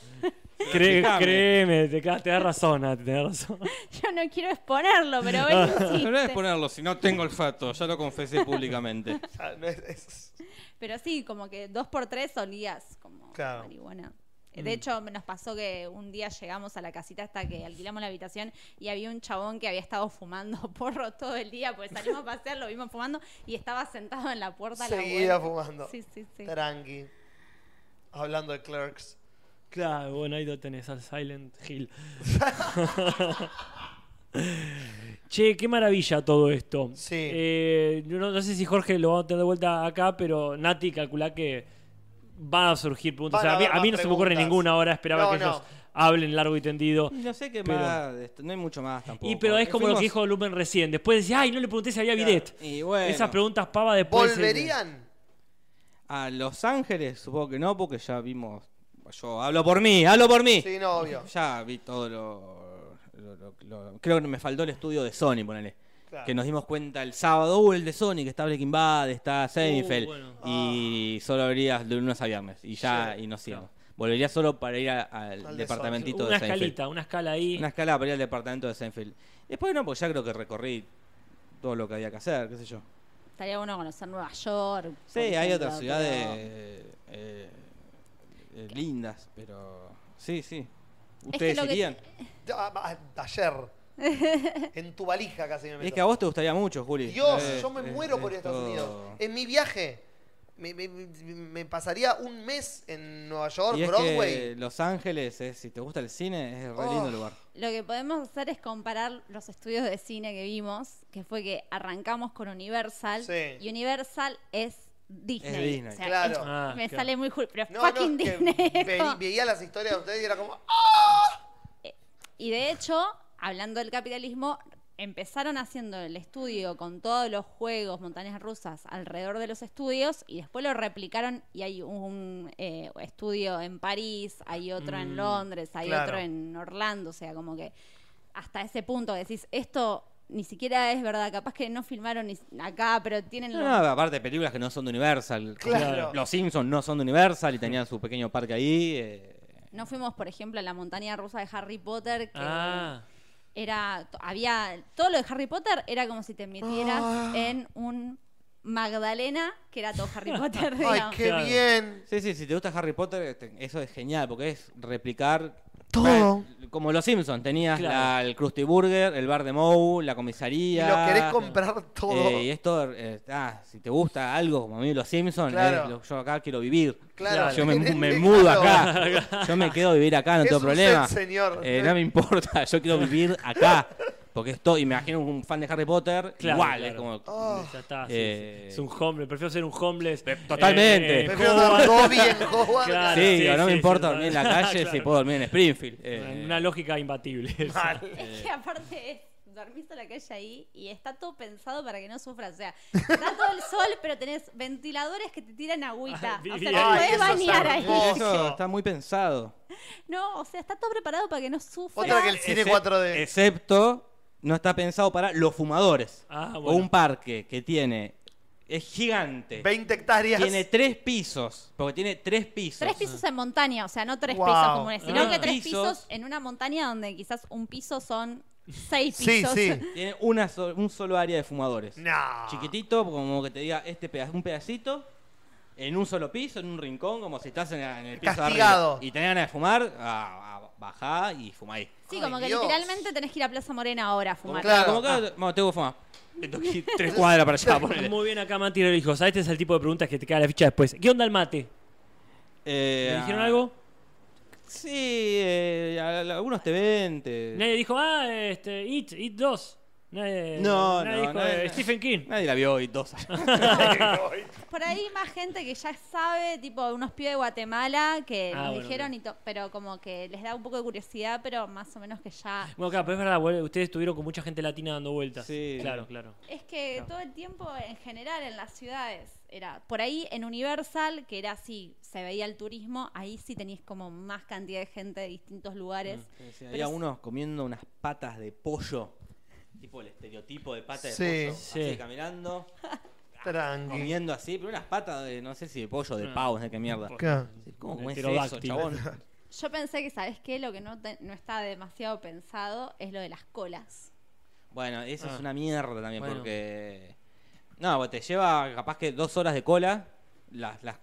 Speaker 5: Cre-
Speaker 2: Fijame.
Speaker 5: créeme, te, ca- te da razón, Nati, te da razón.
Speaker 12: Yo no quiero exponerlo, pero bueno,
Speaker 2: No debes ponerlo, si no tengo olfato, ya lo confesé públicamente.
Speaker 3: Ah, no es- es-
Speaker 4: Pero sí, como que dos por tres olías como
Speaker 3: Claro. Mm.
Speaker 4: marihuana. Eh, De hecho, nos pasó que un día llegamos a la casita hasta que alquilamos la habitación y había un chabón que había estado fumando porro todo el día, pues salimos a pasear, lo vimos fumando y estaba sentado en la puerta. a la
Speaker 3: Seguía
Speaker 4: vuelta.
Speaker 3: fumando.
Speaker 4: Sí, sí, sí.
Speaker 3: Tranqui. Hablando de clerks.
Speaker 5: Claro, bueno, ahí lo tenés al Silent Hill. che, qué maravilla todo esto.
Speaker 3: Sí.
Speaker 5: Eh, yo no, no sé si Jorge lo va a tener de vuelta acá, pero Nati, calcula que va a surgir preguntas.
Speaker 3: Van a
Speaker 5: O sea,
Speaker 3: haber
Speaker 5: a, mí, a mí no
Speaker 3: más
Speaker 5: se me ocurre
Speaker 3: preguntas.
Speaker 5: ninguna ahora. Esperaba
Speaker 3: No,
Speaker 5: que
Speaker 3: no.
Speaker 5: ellos hablen largo y tendido.
Speaker 2: No sé qué
Speaker 5: Pero-
Speaker 2: más, de esto, no hay mucho más tampoco.
Speaker 5: Y pero es como lo que
Speaker 2: Eh,
Speaker 5: dijo
Speaker 2: Fuimos-
Speaker 5: Lumen recién. Después decía, ay, no le pregunté si había bidet.
Speaker 2: Y bueno.
Speaker 5: Esas preguntas pava después. eh,
Speaker 3: ¿Volverían?
Speaker 2: A Los Ángeles, supongo que no, porque ya vimos. Yo hablo por mí, hablo por mí.
Speaker 3: Sí, no, obvio.
Speaker 2: Ya vi todo lo, lo- lo- lo- Creo que me faltó el estudio de Sony, ponele.
Speaker 3: Claro.
Speaker 2: Que nos dimos cuenta el sábado, uh, el de Sony, que está Breaking Bad, está Seinfeld.
Speaker 5: bueno.
Speaker 2: Y solo habrías de lunes a viernes. Y ya, y nos íbamos. Volvería solo para ir a- al
Speaker 3: Sony.
Speaker 2: departamentito
Speaker 5: una
Speaker 2: de Seinfeld.
Speaker 5: escalita, una escala ahí.
Speaker 2: Una escala para ir al departamento de Seinfeld. Después no, pues ya creo que recorrí todo lo que había que hacer, qué sé yo.
Speaker 4: Estaría bueno conocer Nueva York.
Speaker 2: Sí,
Speaker 4: por
Speaker 2: hay
Speaker 4: ejemplo,
Speaker 2: otras
Speaker 4: pero-
Speaker 2: ciudades eh, eh, eh, lindas, pero sí, sí. Ustedes
Speaker 4: lo que-
Speaker 2: irían.
Speaker 3: Ah, ah, Ayer. En tu valija casi me meto.
Speaker 2: Es que a vos te gustaría mucho, Juli.
Speaker 3: Dios,
Speaker 2: Eh,
Speaker 3: yo me
Speaker 2: es-
Speaker 3: muero por ir a
Speaker 2: es
Speaker 3: Estados
Speaker 2: todo.
Speaker 3: Unidos. En mi viaje. Me, me- me pasaría un mes en Nueva York,
Speaker 2: Y es que
Speaker 3: Broadway.
Speaker 2: Los Ángeles, eh, si te gusta el cine, es re
Speaker 3: Oh.
Speaker 2: lindo lugar.
Speaker 4: Lo que podemos hacer es comparar los estudios de cine que vimos, que fue que arrancamos con Universal.
Speaker 3: Sí.
Speaker 4: Y Universal es Disney.
Speaker 2: Es Disney.
Speaker 4: O sea,
Speaker 3: Claro.
Speaker 4: es-
Speaker 5: Ah,
Speaker 4: me
Speaker 5: claro.
Speaker 4: sale muy jul, pero
Speaker 3: No,
Speaker 4: fucking
Speaker 3: no, es que
Speaker 4: Disney.
Speaker 3: ve- veía las historias de ustedes y era como. ¡ah!
Speaker 4: Y de hecho, hablando del capitalismo, empezaron haciendo el estudio con todos los juegos, montañas rusas alrededor de los estudios y después lo replicaron y hay un eh, estudio en París, hay otro en
Speaker 3: Mm,
Speaker 4: Londres, hay
Speaker 3: claro.
Speaker 4: otro en Orlando, o sea, como que hasta ese punto decís, esto ni siquiera es verdad, capaz que no filmaron ni acá, pero tienen
Speaker 2: No,
Speaker 4: los-
Speaker 2: no, aparte películas que no son de Universal.
Speaker 3: Claro.
Speaker 2: Los Simpsons no son de Universal y tenían su pequeño parque ahí. eh,
Speaker 4: No fuimos, por ejemplo, a la montaña rusa de Harry Potter, que
Speaker 5: Ah,
Speaker 4: era to- había todo lo de Harry Potter era como si te metieras
Speaker 3: Ah.
Speaker 4: en un Magdalena que era todo Harry Potter
Speaker 3: Ay,
Speaker 4: digamos.
Speaker 3: qué
Speaker 5: Claro.
Speaker 3: bien.
Speaker 2: Sí, sí, si te gusta Harry Potter, este, eso es genial, porque es replicar
Speaker 3: Todo.
Speaker 2: Ver, Como los Simpsons, tenías
Speaker 5: Claro.
Speaker 2: la- el Krusty Burger, el bar de Moe, la
Speaker 3: Y
Speaker 2: comisaría.
Speaker 3: lo querés comprar todo.
Speaker 2: Eh, y esto, eh, ah, si te gusta algo como a mí los Simpsons,
Speaker 3: Claro.
Speaker 2: eh, lo- yo acá quiero vivir.
Speaker 3: Claro.
Speaker 2: Yo me,
Speaker 3: Claro.
Speaker 2: me mudo acá. Yo me quedo a vivir acá, no
Speaker 3: Es
Speaker 2: tengo
Speaker 3: un
Speaker 2: problema.
Speaker 3: set, señor.
Speaker 2: Eh, no me importa, yo quiero vivir acá. Porque estoy, imagino un fan de Harry Potter,
Speaker 5: Claro,
Speaker 2: igual,
Speaker 5: claro.
Speaker 2: es como...
Speaker 3: Oh,
Speaker 5: ya está. sí,
Speaker 2: Eh,
Speaker 5: sí. Es un homeless. Prefiero ser un homeless. eh,
Speaker 2: totalmente.
Speaker 3: prefiero
Speaker 5: Hobart.
Speaker 3: dar Gobi en Hogwarts.
Speaker 5: Oh, Claro,
Speaker 2: sí, digo, no me
Speaker 5: sí,
Speaker 2: importa
Speaker 5: sí,
Speaker 2: dormir en la
Speaker 5: total.
Speaker 2: calle si
Speaker 5: Claro.
Speaker 2: puedo dormir en Springfield. Eh,
Speaker 5: Una lógica imbatible. esa.
Speaker 4: Es que aparte es, dormís a la calle ahí y está todo pensado para que no sufras. O sea, está todo el sol, pero tenés ventiladores que te tiran agüita.
Speaker 5: Ay,
Speaker 4: o sea,
Speaker 5: Vivi.
Speaker 4: no
Speaker 5: Ay,
Speaker 4: podés
Speaker 3: eso es
Speaker 4: bañar ahí.
Speaker 3: hermoso.
Speaker 2: Eso está muy pensado.
Speaker 4: No, o sea, está todo preparado para que no sufras.
Speaker 3: Otra que el cine
Speaker 2: Excep-
Speaker 3: 4D.
Speaker 2: Excepto, no está pensado para los fumadores.
Speaker 5: Ah,
Speaker 2: O
Speaker 5: bueno.
Speaker 2: un parque que tiene. Es gigante.
Speaker 3: 20 hectáreas.
Speaker 2: Tiene tres pisos. Porque tiene tres pisos.
Speaker 4: Tres pisos en montaña, o sea, no tres
Speaker 3: Wow.
Speaker 4: pisos comunes, sino
Speaker 5: Ah.
Speaker 4: que tres
Speaker 2: Pisos.
Speaker 4: pisos en una montaña donde quizás un piso son seis
Speaker 3: Sí,
Speaker 4: pisos.
Speaker 3: sí.
Speaker 2: Tiene una so- un solo área de fumadores.
Speaker 3: No.
Speaker 2: Chiquitito, como que te diga este peda- un pedacito. En un solo piso, en un rincón, como si estás en, en el piso de
Speaker 3: Castigado.
Speaker 2: arriba. Y tenés ganas de fumar, ah, ah, bajá y fumáis.
Speaker 4: Sí,
Speaker 3: Ay,
Speaker 4: como que
Speaker 3: Dios.
Speaker 4: literalmente tenés que ir a Plaza Morena ahora a
Speaker 2: Como,
Speaker 4: fumar.
Speaker 3: Claro.
Speaker 2: como que, bueno, tengo que fumar. Tengo que ir Ah. tres cuadras para allá, ponele.
Speaker 5: Muy bien acá, Mati, lo dijo. ¿Sabes? Este es el tipo de preguntas que te queda la ficha después. ¿Qué onda el mate?
Speaker 2: Eh,
Speaker 5: ¿Le dijeron
Speaker 2: ah,
Speaker 5: algo?
Speaker 2: Sí, eh, a- a- algunos te ven, te-
Speaker 5: Nadie dijo, ah, este, It, It 2. Nadie,
Speaker 2: No,
Speaker 5: nadie
Speaker 2: no,
Speaker 5: dijo,
Speaker 2: nadie-
Speaker 5: eh, Stephen King.
Speaker 2: Nadie la vio y dos.
Speaker 4: Por ahí más gente que ya sabe, tipo unos pibes de Guatemala que
Speaker 5: Ah,
Speaker 4: nos
Speaker 5: bueno,
Speaker 4: dijeron, y to- pero como que les da un poco de curiosidad, pero más o menos que ya...
Speaker 5: Bueno, claro, pero es verdad, bueno, ustedes estuvieron con mucha gente latina dando vueltas.
Speaker 2: Sí.
Speaker 5: Claro, claro.
Speaker 4: Es que todo el tiempo en general en las ciudades era... Por ahí en Universal, que era así, se veía el turismo, ahí sí tenías como más cantidad de gente de distintos lugares.
Speaker 5: Mm.
Speaker 2: Había unos comiendo unas patas de pollo. Tipo el estereotipo de pata de
Speaker 3: Sí.
Speaker 2: pollo.
Speaker 5: Sí.
Speaker 2: Así caminando,
Speaker 3: Tranqui.
Speaker 2: comiendo así, pero unas patas de, no sé si de pollo, de
Speaker 5: Ah.
Speaker 2: pavo, no sé qué mierda.
Speaker 3: Claro.
Speaker 2: ¿Cómo
Speaker 5: Un
Speaker 2: comés eso,
Speaker 5: pterodáctilo.
Speaker 2: chabón?
Speaker 4: Yo pensé que, ¿sabes qué? Lo que no, te- no está demasiado pensado es lo de las colas.
Speaker 2: Bueno, eso
Speaker 5: Ah.
Speaker 2: es una mierda también,
Speaker 5: Bueno.
Speaker 2: porque. No, pues te lleva capaz que dos horas de cola, las, las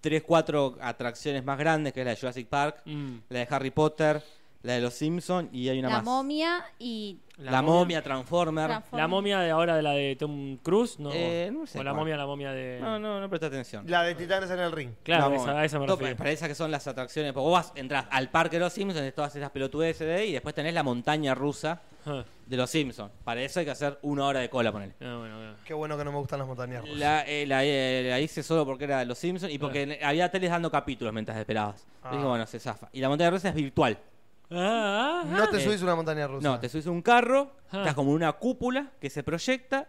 Speaker 2: tres, cuatro atracciones más grandes, que es la de Jurassic Park,
Speaker 5: Mm.
Speaker 2: la de Harry Potter, la de los Simpsons y hay una
Speaker 4: la
Speaker 2: más.
Speaker 4: momia y...
Speaker 2: La, momia, Transformer.
Speaker 4: Transform-
Speaker 5: La momia de ahora de la de Tom Cruise, ¿no?
Speaker 2: Eh, no sé
Speaker 5: o la
Speaker 2: cuál.
Speaker 5: momia, la momia de.
Speaker 2: Eh, No, no, no presta atención.
Speaker 3: La de Titanes en el ring.
Speaker 5: Claro,
Speaker 2: La
Speaker 5: esa-
Speaker 2: momia.
Speaker 5: a esa me
Speaker 2: No,
Speaker 5: refiero.
Speaker 2: Para esas que son las atracciones, porque vos vas, entras al parque de los Simpsons, tenés todas esas pelotudeces de ahí, y después tenés la montaña rusa
Speaker 5: Ah,
Speaker 2: de los Simpsons. Para eso hay que hacer una hora de cola, ponele.
Speaker 5: ah, bueno, bueno.
Speaker 3: Qué bueno que no me gustan las montañas rusas.
Speaker 2: La, eh, la, eh, la hice solo porque era de los Simpsons y porque había teles dando capítulos mientras esperabas.
Speaker 3: Ah.
Speaker 2: Dije, bueno, se zafa. Y la montaña rusa es virtual.
Speaker 5: Ah, ah,
Speaker 3: No te
Speaker 2: Eh,
Speaker 3: subís a una montaña rusa.
Speaker 2: No, te subís a un carro,
Speaker 5: Ah.
Speaker 2: estás como en una cúpula que se proyecta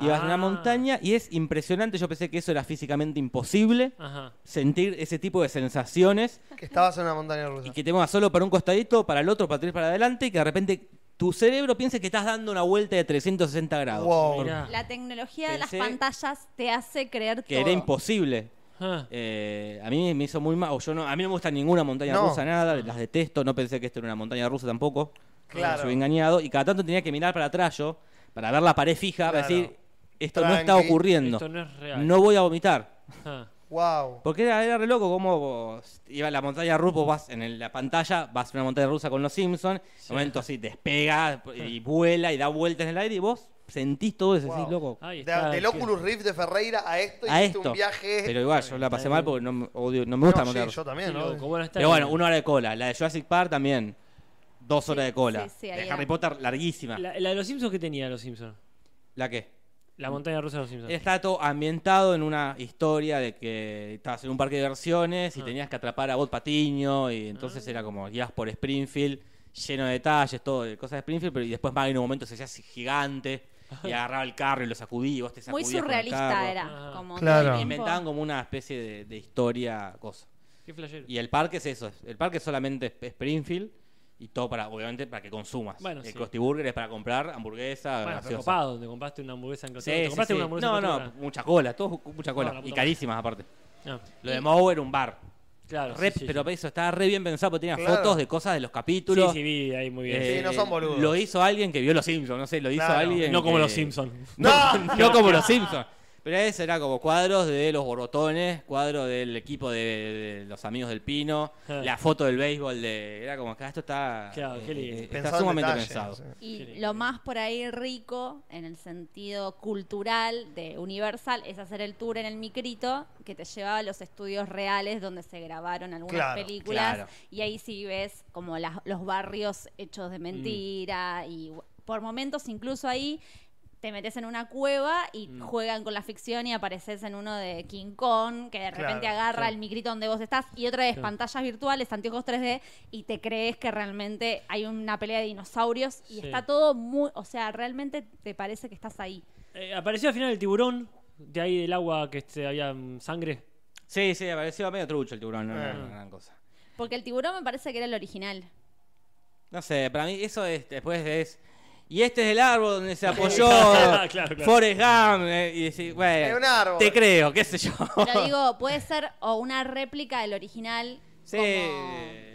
Speaker 2: y vas a
Speaker 5: Ah.
Speaker 2: una montaña y es impresionante. Yo pensé que eso era físicamente imposible,
Speaker 5: Ajá.
Speaker 2: sentir ese tipo de sensaciones
Speaker 3: Que estabas en una montaña
Speaker 2: y
Speaker 3: rusa.
Speaker 2: que te muevas solo para un costadito, para el otro, para atrás, para adelante y que de repente tu cerebro piense que estás dando una vuelta de 360 grados.
Speaker 3: Wow.
Speaker 5: Mirá.
Speaker 4: La tecnología de las
Speaker 2: Pensé
Speaker 4: pantallas te hace creer
Speaker 2: Que
Speaker 4: todo.
Speaker 2: era imposible.
Speaker 5: Ah.
Speaker 2: Eh, a mí me hizo muy mal. o Yo no, a mí no me gusta ninguna montaña
Speaker 3: No.
Speaker 2: rusa, nada. Las detesto. No pensé que esto era una montaña rusa tampoco.
Speaker 3: Claro.
Speaker 2: Soy engañado. Y cada tanto tenía que mirar para atrás yo, para ver la pared fija, para
Speaker 3: Claro.
Speaker 2: decir, esto no
Speaker 3: Tranqui.
Speaker 2: está ocurriendo.
Speaker 5: Esto no es real.
Speaker 2: No voy a vomitar.
Speaker 5: Ah.
Speaker 3: Wow.
Speaker 2: Porque era, era re loco como vos iba a la montaña rusa, vos vas en el- la pantalla, vas a una montaña rusa con los Simpsons, en un momento sí, despega y vuela y da vueltas en el aire y vos sentís todo eso,
Speaker 3: Wow.
Speaker 2: decís, loco.
Speaker 5: Ahí
Speaker 3: De-
Speaker 5: está,
Speaker 3: del
Speaker 5: qué-
Speaker 3: Oculus Rift de Ferreira a esto
Speaker 2: A
Speaker 3: hiciste
Speaker 2: esto.
Speaker 3: un viaje.
Speaker 2: Pero igual, yo la pasé
Speaker 5: Está
Speaker 2: mal
Speaker 5: bien.
Speaker 2: porque no, me- odio, no me
Speaker 3: No,
Speaker 2: gusta la
Speaker 3: sí,
Speaker 2: montaña rusa.
Speaker 3: yo
Speaker 5: qué
Speaker 3: también, ¿no?
Speaker 5: loco, bueno, está
Speaker 2: Pero Eh, bueno,
Speaker 5: bien.
Speaker 2: una hora de cola. La de Jurassic Park también. Dos horas de cola.
Speaker 4: sí, sí, ahí
Speaker 2: de
Speaker 4: era.
Speaker 2: Harry Potter, larguísima. ¿La,
Speaker 5: La, la de los Simpsons que tenía los Simpsons.
Speaker 2: qué? Mm.
Speaker 5: La montaña rusa de los Simpsons.
Speaker 2: Está todo ambientado en una historia de que estabas en un parque de diversiones y
Speaker 5: Ah.
Speaker 4: Ah.
Speaker 2: tenías que atrapar a Bot Patiño. Y entonces era como guías por Springfield. lleno de detalles, todo, de cosas de Springfield, pero y después Maggie en un momento se hacía así gigante y agarraba el carro y lo sacudía, y vos te
Speaker 6: Muy
Speaker 2: sacudías con el carro.
Speaker 6: surrealista era.
Speaker 5: Ah.
Speaker 6: Como todo
Speaker 3: Claro.
Speaker 6: el tiempo.
Speaker 2: Inventaban como una especie de, de historia, cosa.
Speaker 5: Qué flashero.
Speaker 2: Y el parque es eso, el parque es solamente Sp- Springfield y todo para, obviamente, para que consumas.
Speaker 5: Bueno,
Speaker 2: el
Speaker 5: sí.
Speaker 2: Krusty Burger es para comprar hamburguesa,
Speaker 5: Bueno, pero
Speaker 2: gaseosa.
Speaker 5: copado, donde compraste una hamburguesa en
Speaker 2: Sí,
Speaker 5: Cotón. ¿Te
Speaker 2: sí,
Speaker 5: compraste
Speaker 2: sí.
Speaker 5: una hamburguesa
Speaker 2: No,
Speaker 5: en
Speaker 2: no,
Speaker 5: Cotón?
Speaker 2: mucha cola, todo cu- mucha cola.
Speaker 5: No, la puta
Speaker 2: y
Speaker 5: madre.
Speaker 2: carísimas aparte.
Speaker 5: Ah,
Speaker 2: Lo de Moe era un bar.
Speaker 5: claro.
Speaker 2: Re-
Speaker 5: Ah, sí, sí,
Speaker 2: pero
Speaker 5: sí.
Speaker 2: eso estaba re bien pensado, porque tenía
Speaker 3: Claro.
Speaker 2: fotos de cosas de los capítulos.
Speaker 5: Sí, sí, vi ahí muy bien.
Speaker 3: Sí,
Speaker 2: Eh,
Speaker 3: no son boludos.
Speaker 2: Lo hizo alguien que vio Los Simpsons, no sé, lo hizo
Speaker 3: Claro.
Speaker 2: alguien.
Speaker 5: no como
Speaker 2: que-
Speaker 5: los Simpsons.
Speaker 2: eh, No, no como Los Simpsons. Pero ese era como cuadros de los borbotones, cuadros del equipo de, de los amigos del Pino,
Speaker 5: Ah.
Speaker 2: la foto del béisbol de. Era como que esto está, eh,
Speaker 5: Claro, qué lindo.
Speaker 2: está
Speaker 3: Pensado en
Speaker 2: sumamente
Speaker 3: detalle,
Speaker 2: pensado.
Speaker 3: sí.
Speaker 4: Y
Speaker 5: Sí.
Speaker 4: lo más por ahí rico en el sentido cultural de Universal es hacer el tour en el Micrito que te llevaba a los estudios reales donde se grabaron algunas
Speaker 3: Claro,
Speaker 4: películas
Speaker 2: claro.
Speaker 4: y ahí sí ves como las- los barrios hechos de mentira y bu- por momentos incluso ahí te metes en una cueva y juegan con la ficción y apareces en uno de King Kong que de repente
Speaker 3: Claro,
Speaker 4: agarra
Speaker 5: claro.
Speaker 4: el micrito donde vos estás y otra vez
Speaker 5: Claro.
Speaker 4: pantallas virtuales, anteojos 3D y te crees que realmente hay una pelea de dinosaurios y
Speaker 5: Sí.
Speaker 4: está todo muy, o sea, realmente te parece que estás ahí.
Speaker 5: Eh, apareció al final el tiburón, de ahí del agua que este, había mm, sangre.
Speaker 2: Sí, sí, parecía medio trucho el tiburón, no no
Speaker 3: Eh.
Speaker 2: era una gran cosa.
Speaker 4: Porque el tiburón me parece que era el original.
Speaker 2: No sé, para mí eso es, después es. Y este es el árbol donde se apoyó
Speaker 5: Claro, claro.
Speaker 2: Forrest Gump. eh, y decís, bueno,
Speaker 3: Es un árbol.
Speaker 2: te creo, qué sé yo.
Speaker 4: Pero digo, puede ser o una réplica del original.
Speaker 2: sí.
Speaker 4: como-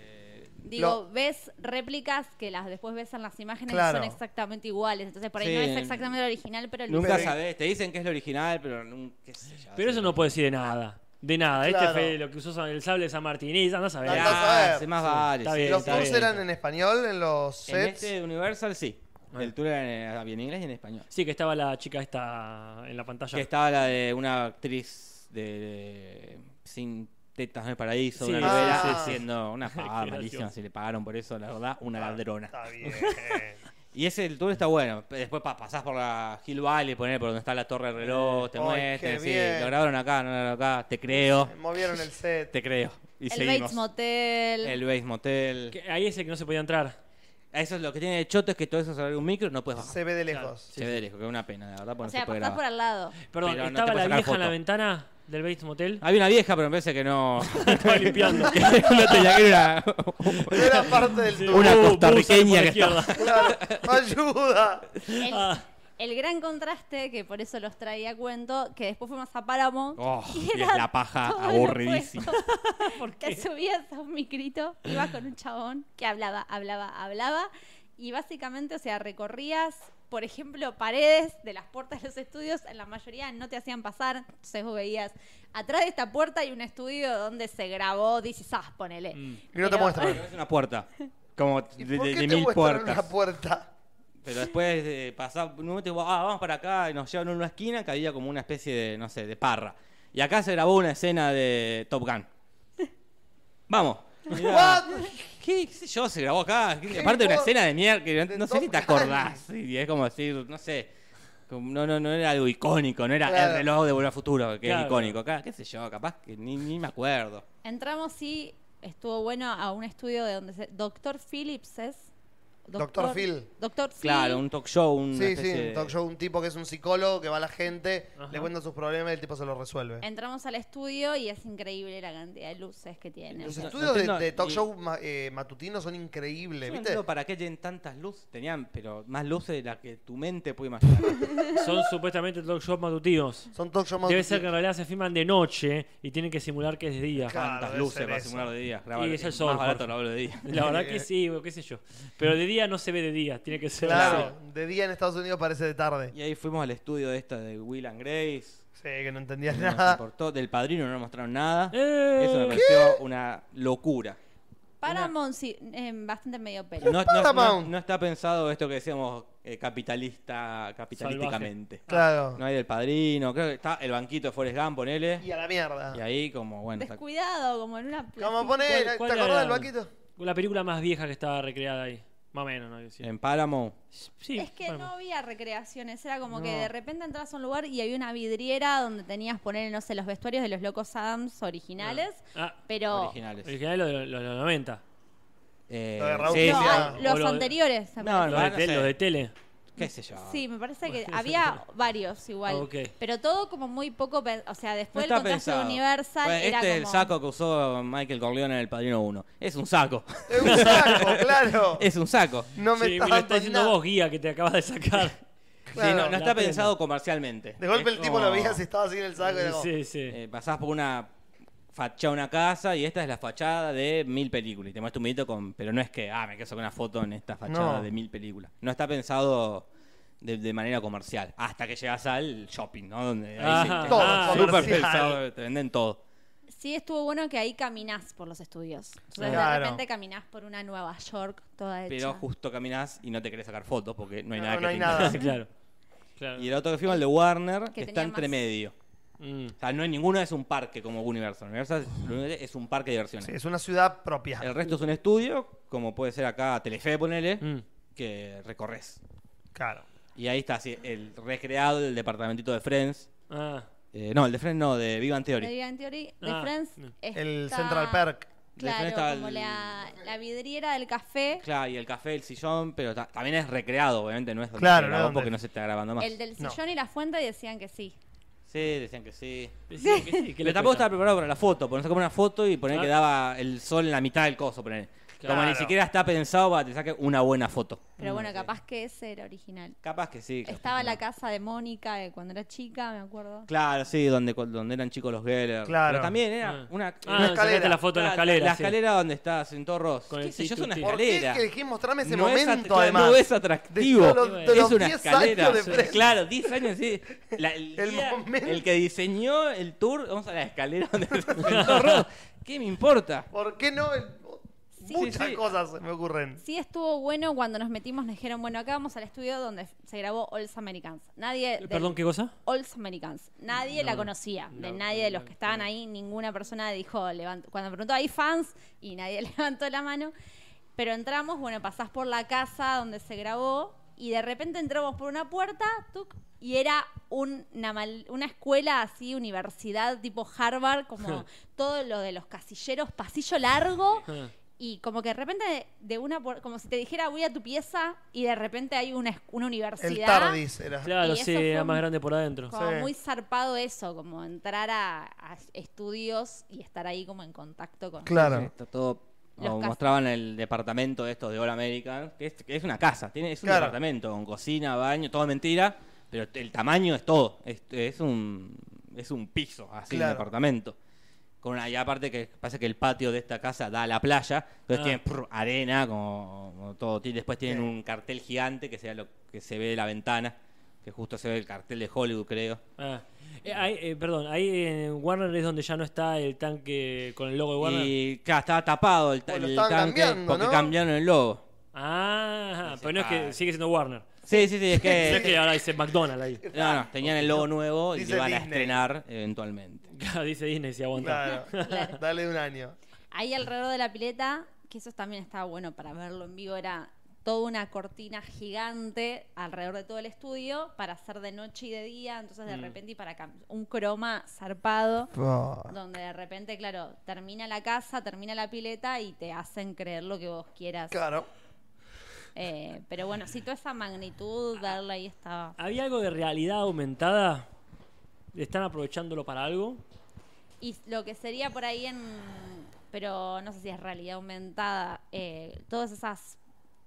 Speaker 4: digo,
Speaker 3: Lo-
Speaker 4: ves réplicas que las después ves en las imágenes
Speaker 3: Claro.
Speaker 4: y son exactamente iguales. Entonces por ahí
Speaker 2: Sí.
Speaker 4: no es exactamente el original, pero el
Speaker 2: Nunca
Speaker 3: Pero-
Speaker 2: sabés, te dicen que es lo original, pero nunca, qué sé yo.
Speaker 5: Pero eso no puede decir de nada. De nada.
Speaker 3: Claro.
Speaker 5: Este fue lo que usó el sable de San Martín. Y anda a saber.
Speaker 3: Andá a
Speaker 5: Ah,
Speaker 2: Ah,
Speaker 3: saber.
Speaker 2: sí, más
Speaker 5: Sí,
Speaker 2: vale.
Speaker 5: está
Speaker 2: sí.
Speaker 5: bien,
Speaker 3: ¿Los
Speaker 5: está
Speaker 3: tours
Speaker 5: bien.
Speaker 3: eran en español en los
Speaker 2: En
Speaker 3: sets?
Speaker 2: este Universal sí. El tour era en- bien en inglés y en español.
Speaker 5: Sí, que estaba la chica esta en la pantalla.
Speaker 2: Que estaba la de una actriz de, de- sin tetas en el paraíso,
Speaker 5: Sí,
Speaker 2: una
Speaker 5: sí,
Speaker 2: novela,
Speaker 3: sí, sí.
Speaker 2: haciendo una pagada
Speaker 5: Qué
Speaker 2: malísima,
Speaker 5: gracioso. Ah,
Speaker 2: si le pagaron por eso, la verdad, una ladrona.
Speaker 3: Ah, Está bien.
Speaker 2: Y ese el tour está bueno. Después pa- pasás por la Hill Valley, poner por donde está la torre del reloj, te
Speaker 3: Ay,
Speaker 2: muestran,
Speaker 3: qué
Speaker 2: sí,
Speaker 3: bien.
Speaker 2: lo grabaron acá, no lo grabaron acá, te creo,
Speaker 3: Movieron el set.
Speaker 2: te creo. Y
Speaker 4: el
Speaker 2: seguimos.
Speaker 4: Bates Motel.
Speaker 2: El Bates Motel.
Speaker 5: Que ahí es el que no se podía entrar.
Speaker 2: Eso es lo que tiene de choto, es que todo eso sobre un micro no puedes bajar.
Speaker 3: Se ve de lejos.
Speaker 2: Se ve de lejos, que es una pena, la verdad, porque
Speaker 4: o
Speaker 2: no
Speaker 4: sea,
Speaker 2: se puede
Speaker 4: pasás por
Speaker 2: grabar.
Speaker 4: al lado.
Speaker 5: Perdón,
Speaker 2: Pero no te
Speaker 5: estaba
Speaker 2: puedes
Speaker 5: la vieja en
Speaker 2: sacar
Speaker 5: la
Speaker 2: foto. Ah,
Speaker 5: ventana del Bates Motel.
Speaker 2: Había una vieja, pero me parece que no.
Speaker 5: Estaba limpiando.
Speaker 2: que no tenía que era
Speaker 3: No era parte del tour.
Speaker 2: Una
Speaker 5: Bu-
Speaker 2: costarriqueña
Speaker 5: buzo ahí por la
Speaker 2: que
Speaker 5: izquierda.
Speaker 3: Claro. ¡Ayuda!
Speaker 4: El,
Speaker 5: Ah.
Speaker 4: el gran contraste, que por eso los traía a cuento, que después fuimos a Páramo.
Speaker 2: Oh,
Speaker 4: Y
Speaker 2: y es
Speaker 4: era
Speaker 2: la paja
Speaker 4: todo lo
Speaker 2: aburridísima.
Speaker 4: opuesto.
Speaker 5: ¿Por qué?
Speaker 4: Te subías a un micrito, ibas con un chabón que hablaba, hablaba, hablaba. Y básicamente, o sea, recorrías, por ejemplo, paredes de las puertas de los estudios. En la mayoría no te hacían pasar. Entonces vos veías, atrás de esta puerta hay un estudio donde se grabó This Is Us, ponele.
Speaker 2: Mm.
Speaker 3: Y no te
Speaker 4: Pero-
Speaker 3: muestran.
Speaker 2: Es una puerta. Como
Speaker 3: ¿Y
Speaker 2: de,
Speaker 3: por
Speaker 2: de-
Speaker 3: qué
Speaker 2: de
Speaker 3: te
Speaker 2: mil
Speaker 3: muestran
Speaker 2: puertas.
Speaker 3: una puerta?
Speaker 2: Pero después eh, pasaba un momento y vos, ah, vamos para acá y nos llevan a una esquina que había como una especie de, no sé, de parra. Y acá se grabó una escena de Top Gun. Vamos. Mirá.
Speaker 3: What?
Speaker 2: ¿Qué, qué sé yo? Se grabó acá. Aparte de una
Speaker 3: vos-
Speaker 2: escena de mierda que no,
Speaker 3: de
Speaker 2: no sé
Speaker 3: Top
Speaker 2: si te
Speaker 3: Gun.
Speaker 2: acordás. Y es como decir, no sé. como- No, no, no era algo icónico, no era
Speaker 3: Claro.
Speaker 2: el reloj de Volver al Futuro, que es
Speaker 5: Claro.
Speaker 2: icónico. Acá, qué sé yo, capaz que ni, ni me acuerdo.
Speaker 4: Entramos y estuvo bueno a un estudio de donde se... Doctor Phillips es.
Speaker 3: Doctor Phil.
Speaker 4: Doctor Phil.
Speaker 2: Claro, un talk show, un.
Speaker 3: Sí, sí, un talk show, un tipo que es un psicólogo, que va a la gente,
Speaker 5: Ajá.
Speaker 3: le cuenta sus problemas y el tipo se los resuelve.
Speaker 4: Entramos al estudio y es increíble la cantidad de luces que tiene.
Speaker 3: Los
Speaker 2: No, no
Speaker 3: estudios de,
Speaker 2: entiendo,
Speaker 3: de talk
Speaker 2: y-
Speaker 3: show ma- eh, matutinos son increíbles,
Speaker 2: Yo no
Speaker 3: ¿viste?
Speaker 2: entiendo para qué tienen tantas luces. Tenían, pero más luces de las que tu mente puede imaginar.
Speaker 5: Son supuestamente talk shows matutinos.
Speaker 3: Son talk show
Speaker 5: Debe ser que
Speaker 3: matutinos.
Speaker 5: en realidad se filman de noche y tienen que simular que es de día.
Speaker 3: Claro,
Speaker 2: Tantas
Speaker 3: debe
Speaker 2: luces
Speaker 3: ser
Speaker 2: para
Speaker 3: eso.
Speaker 2: simular de día.
Speaker 5: Y
Speaker 2: Grabar,
Speaker 5: es el
Speaker 2: es
Speaker 5: sol,
Speaker 2: más barato
Speaker 5: Jorge.
Speaker 2: grabarlo de día.
Speaker 5: La verdad que sí, o qué sé yo. Pero de día no se ve de día, tiene que ser. de
Speaker 3: Claro,
Speaker 5: noche.
Speaker 3: de día en Estados Unidos parece de tarde.
Speaker 2: Y ahí fuimos al estudio de esta de Will and Grace.
Speaker 3: Sí, que no entendías
Speaker 2: No nos
Speaker 3: nada.
Speaker 2: importó. Del padrino no nos mostraron nada.
Speaker 5: Eh,
Speaker 2: Eso me pareció una locura.
Speaker 4: Paramount sí, em, bastante medio pelo.
Speaker 2: No, no- no-
Speaker 3: Paramount.
Speaker 2: no está pensado esto que decíamos eh, capitalista, capitalísticamente.
Speaker 3: Claro.
Speaker 2: No hay del padrino. Creo que está el banquito de Forrest Gump, ponele.
Speaker 3: Y a la mierda.
Speaker 2: Y ahí, como bueno. está-
Speaker 4: Descuidado, como en una.
Speaker 3: ¿Cómo poner?
Speaker 5: ¿Cuál-
Speaker 3: ¿Te
Speaker 5: cuál
Speaker 3: acordás
Speaker 5: era?
Speaker 3: del vaquito?
Speaker 5: La película más vieja que estaba recreada ahí. Más o menos, ¿no? Sí.
Speaker 2: En Paramount.
Speaker 5: Sí,
Speaker 4: Es que
Speaker 5: bueno.
Speaker 4: no había recreaciones, era como que
Speaker 2: No.
Speaker 4: de repente entras a un lugar y había una vidriera donde tenías poner, no sé, los vestuarios de los locos Adams originales,
Speaker 5: Ah,
Speaker 4: pero
Speaker 2: Originales.
Speaker 5: original de los, los- los 90.
Speaker 2: Eh,
Speaker 3: Lo de Raúl
Speaker 2: sí,
Speaker 4: No,
Speaker 2: sí,
Speaker 4: a-
Speaker 2: ah.
Speaker 5: O
Speaker 4: los
Speaker 5: lo de-
Speaker 4: anteriores. me
Speaker 2: No,
Speaker 4: parece.
Speaker 5: Los de,
Speaker 2: Bueno,
Speaker 5: tel-
Speaker 2: sí.
Speaker 5: los de tele.
Speaker 2: ¿Qué sé yo?
Speaker 4: Sí, me parece que
Speaker 5: Bueno,
Speaker 4: había varios igual.
Speaker 5: Ah, ok.
Speaker 4: Pero todo como muy poco. pen- O sea,
Speaker 2: No
Speaker 4: después del
Speaker 2: está
Speaker 4: contrato de
Speaker 2: pensado.
Speaker 4: Universal.
Speaker 2: Bueno,
Speaker 4: era
Speaker 2: este es el
Speaker 4: como-
Speaker 2: saco que usó Michael Corleone en El Padrino 1. Es un saco.
Speaker 3: Es un saco, claro.
Speaker 2: es un saco.
Speaker 3: No me
Speaker 5: sí,
Speaker 3: está
Speaker 5: me lo está
Speaker 3: dando
Speaker 5: diciendo
Speaker 3: nada.
Speaker 5: vos, guía, que te acabas de sacar.
Speaker 2: Sí,
Speaker 3: Claro.
Speaker 2: no, no
Speaker 5: La
Speaker 2: está
Speaker 5: pena.
Speaker 2: pensado comercialmente.
Speaker 3: De golpe
Speaker 2: Es
Speaker 3: el tipo
Speaker 2: como,
Speaker 3: lo veía si estaba así en el saco. y era como,
Speaker 5: sí, sí.
Speaker 2: eh, pasás por una fachada una casa y esta es la fachada de mil películas. Y te muestro un videito con. Pero no es que, ah, me quiero sacar una foto en esta fachada
Speaker 3: No.
Speaker 2: de mil películas. No está pensado de, de manera comercial. Hasta que llegas al shopping, ¿no? Donde
Speaker 4: Ah.
Speaker 2: ahí
Speaker 5: Ajá.
Speaker 2: sí,
Speaker 5: Todo
Speaker 2: está súper
Speaker 3: comercial.
Speaker 2: pensado, te venden todo.
Speaker 4: Sí, estuvo bueno que ahí caminás por los estudios. Entonces, de
Speaker 3: Claro.
Speaker 4: repente caminás por una Nueva York toda hecha.
Speaker 2: Pero justo caminás y no te querés sacar fotos porque no hay
Speaker 3: No,
Speaker 2: nada
Speaker 3: no
Speaker 2: que
Speaker 3: hay
Speaker 2: te
Speaker 3: nada.
Speaker 2: interese.
Speaker 5: Claro. claro.
Speaker 2: Y el otro que firma, el de Warner, que está
Speaker 4: tenía
Speaker 2: entre
Speaker 4: más.
Speaker 2: medio.
Speaker 5: Mm.
Speaker 2: O sea, no hay ninguno es un parque como Universal. Universal es un parque de diversiones.
Speaker 3: Sí, es una ciudad propia.
Speaker 2: El resto es un estudio, como puede ser acá Telefe, ponele,
Speaker 5: Mm.
Speaker 2: que recorres.
Speaker 3: Claro.
Speaker 2: Y ahí está, sí, el recreado, el departamentito de Friends.
Speaker 5: Ah,
Speaker 2: Eh, no, el de Friends no, de Vivan
Speaker 4: La
Speaker 2: Theory.
Speaker 4: Big Bang Theory de
Speaker 5: Ah,
Speaker 4: Friends.
Speaker 5: no.
Speaker 3: El
Speaker 4: está-
Speaker 3: Central Perk.
Speaker 4: Claro,
Speaker 2: Friends está
Speaker 4: como
Speaker 2: el-
Speaker 4: la, la vidriera del café.
Speaker 2: Claro, y el café, el sillón, pero ta- también es recreado, obviamente, no es donde
Speaker 3: Claro,
Speaker 2: se
Speaker 3: no
Speaker 2: grabó
Speaker 3: es donde-
Speaker 2: porque no se está grabando más.
Speaker 4: El del
Speaker 3: No.
Speaker 4: sillón y la fuente decían que sí.
Speaker 2: Sí, decían que sí.
Speaker 5: decía que sí, que
Speaker 2: Pero
Speaker 5: le cuesta.
Speaker 2: tampoco estaba preparado para la foto, ponerse como una foto y poner
Speaker 5: Ah.
Speaker 2: que daba el sol en la mitad del coso, poner. Como ni
Speaker 3: Claro.
Speaker 2: siquiera está pensado para que te saque una buena foto.
Speaker 4: Pero bueno, capaz que ese era original.
Speaker 2: Capaz que Mm, sí. capaz
Speaker 4: Estaba
Speaker 2: que
Speaker 4: la
Speaker 2: no.
Speaker 4: casa de Mónica de cuando era chica, me acuerdo.
Speaker 2: Claro, sí, donde, donde eran chicos los Geller.
Speaker 3: Claro.
Speaker 2: Pero también era
Speaker 5: Ah.
Speaker 2: una,
Speaker 5: Ah,
Speaker 2: una
Speaker 3: escalera.
Speaker 5: sacaste la foto en la escalera.
Speaker 2: La
Speaker 5: sí.
Speaker 2: escalera donde está Sentó Ross.
Speaker 5: Con
Speaker 2: ¿Qué
Speaker 5: el
Speaker 2: sé yo? Es una
Speaker 5: sí, tú,
Speaker 3: ¿Por qué es
Speaker 2: escalera.
Speaker 3: que dejé mostrarme ese
Speaker 2: No es
Speaker 3: momento,
Speaker 2: atr- claro,
Speaker 3: además?
Speaker 2: No es
Speaker 3: De
Speaker 2: atractivo.
Speaker 3: todos los- de
Speaker 2: es
Speaker 3: los
Speaker 2: una
Speaker 3: 10
Speaker 2: escalera.
Speaker 3: años de
Speaker 2: Sí.
Speaker 3: prensa.
Speaker 2: Claro, 10 años, sí. La- el,
Speaker 3: El
Speaker 2: guía-
Speaker 3: momento.
Speaker 2: el que diseñó el tour, vamos a la escalera donde está Sentó Ross. ¿Qué me importa?
Speaker 3: ¿Por qué no? El- Muchas
Speaker 2: sí.
Speaker 3: cosas se me ocurren.
Speaker 4: Sí estuvo bueno cuando nos metimos, nos dijeron, bueno, acá vamos al estudio donde se grabó All Americans. Nadie...
Speaker 5: Eh,
Speaker 4: del-
Speaker 5: Perdón, ¿qué cosa?
Speaker 4: All Americans. Nadie la conocía. de
Speaker 5: no,
Speaker 4: nadie de los
Speaker 5: no,
Speaker 4: que estaban ahí, ninguna persona dijo, levantó, cuando preguntó, ¿hay fans? Y nadie levantó la mano. Pero entramos, bueno, pasás por la casa donde se grabó y de repente entramos por una puerta tuc, y era un- una, mal- una escuela así, universidad tipo Harvard, como todo lo de los casilleros, pasillo largo.
Speaker 5: Ah.
Speaker 4: Y como que de repente, de, una puer- como si te dijera, voy a tu pieza y de repente hay una, es- una
Speaker 3: El
Speaker 4: universidad.
Speaker 3: Tardis era.
Speaker 5: Claro,
Speaker 4: Y eso
Speaker 5: sí,
Speaker 4: fue
Speaker 5: era
Speaker 4: un-
Speaker 5: más grande por adentro.
Speaker 4: Como
Speaker 3: Sí.
Speaker 4: muy zarpado eso, como entrar a, a estudios y estar ahí como en contacto con...
Speaker 2: Sí,
Speaker 3: Claro.
Speaker 2: Está todo.
Speaker 4: Los
Speaker 2: o
Speaker 4: cas-
Speaker 2: mostraban el departamento de estos de All American, que es, que es una casa, tiene, es un
Speaker 3: Claro.
Speaker 2: departamento con cocina, baño, todo mentira, pero el tamaño es todo, es, es un es un piso así
Speaker 3: Claro.
Speaker 2: el departamento. Con una, y aparte que pasa que el patio de esta casa da a la playa, entonces
Speaker 5: Ah.
Speaker 2: tienen prr, arena, como, como todo, y después tienen
Speaker 3: Sí.
Speaker 2: un cartel gigante que sea lo que se ve de la ventana, que justo se ve el cartel de Hollywood, creo.
Speaker 5: Ah. Eh, ahí, eh, perdón, ahí en Warner es donde ya no está el tanque con el logo de Warner.
Speaker 2: Y claro, estaba tapado el, ta-
Speaker 3: O Pues lo
Speaker 2: el
Speaker 3: estaban
Speaker 2: tanque
Speaker 3: cambiando,
Speaker 2: porque
Speaker 3: ¿no?
Speaker 2: cambiaron el logo.
Speaker 5: Ah, pero no es que
Speaker 2: Ah. Eh.
Speaker 5: sigue siendo Warner.
Speaker 2: Sí, sí, sí, es
Speaker 5: No
Speaker 2: que
Speaker 5: es que ahora dice McDonald's ahí.
Speaker 2: No, no, tenían el logo nuevo y
Speaker 3: Dice
Speaker 2: le van a
Speaker 3: Disney.
Speaker 2: estrenar eventualmente.
Speaker 5: Claro, dice Disney si aguanta.
Speaker 3: Claro. Dale un año.
Speaker 4: Ahí alrededor de la pileta, que eso también estaba bueno para verlo en vivo, era toda una cortina gigante alrededor de todo el estudio para hacer de noche y de día, entonces de repente y para cam- un croma zarpado. Donde de repente, claro, termina la casa, termina la pileta y te hacen creer lo que vos quieras.
Speaker 3: Claro.
Speaker 4: Eh, pero bueno, si toda esa magnitud, verla ahí estaba.
Speaker 5: ¿Había algo de realidad aumentada? ¿Están aprovechándolo para algo?
Speaker 4: Y lo que sería por ahí en. Pero no sé si es realidad aumentada. eh, todos esos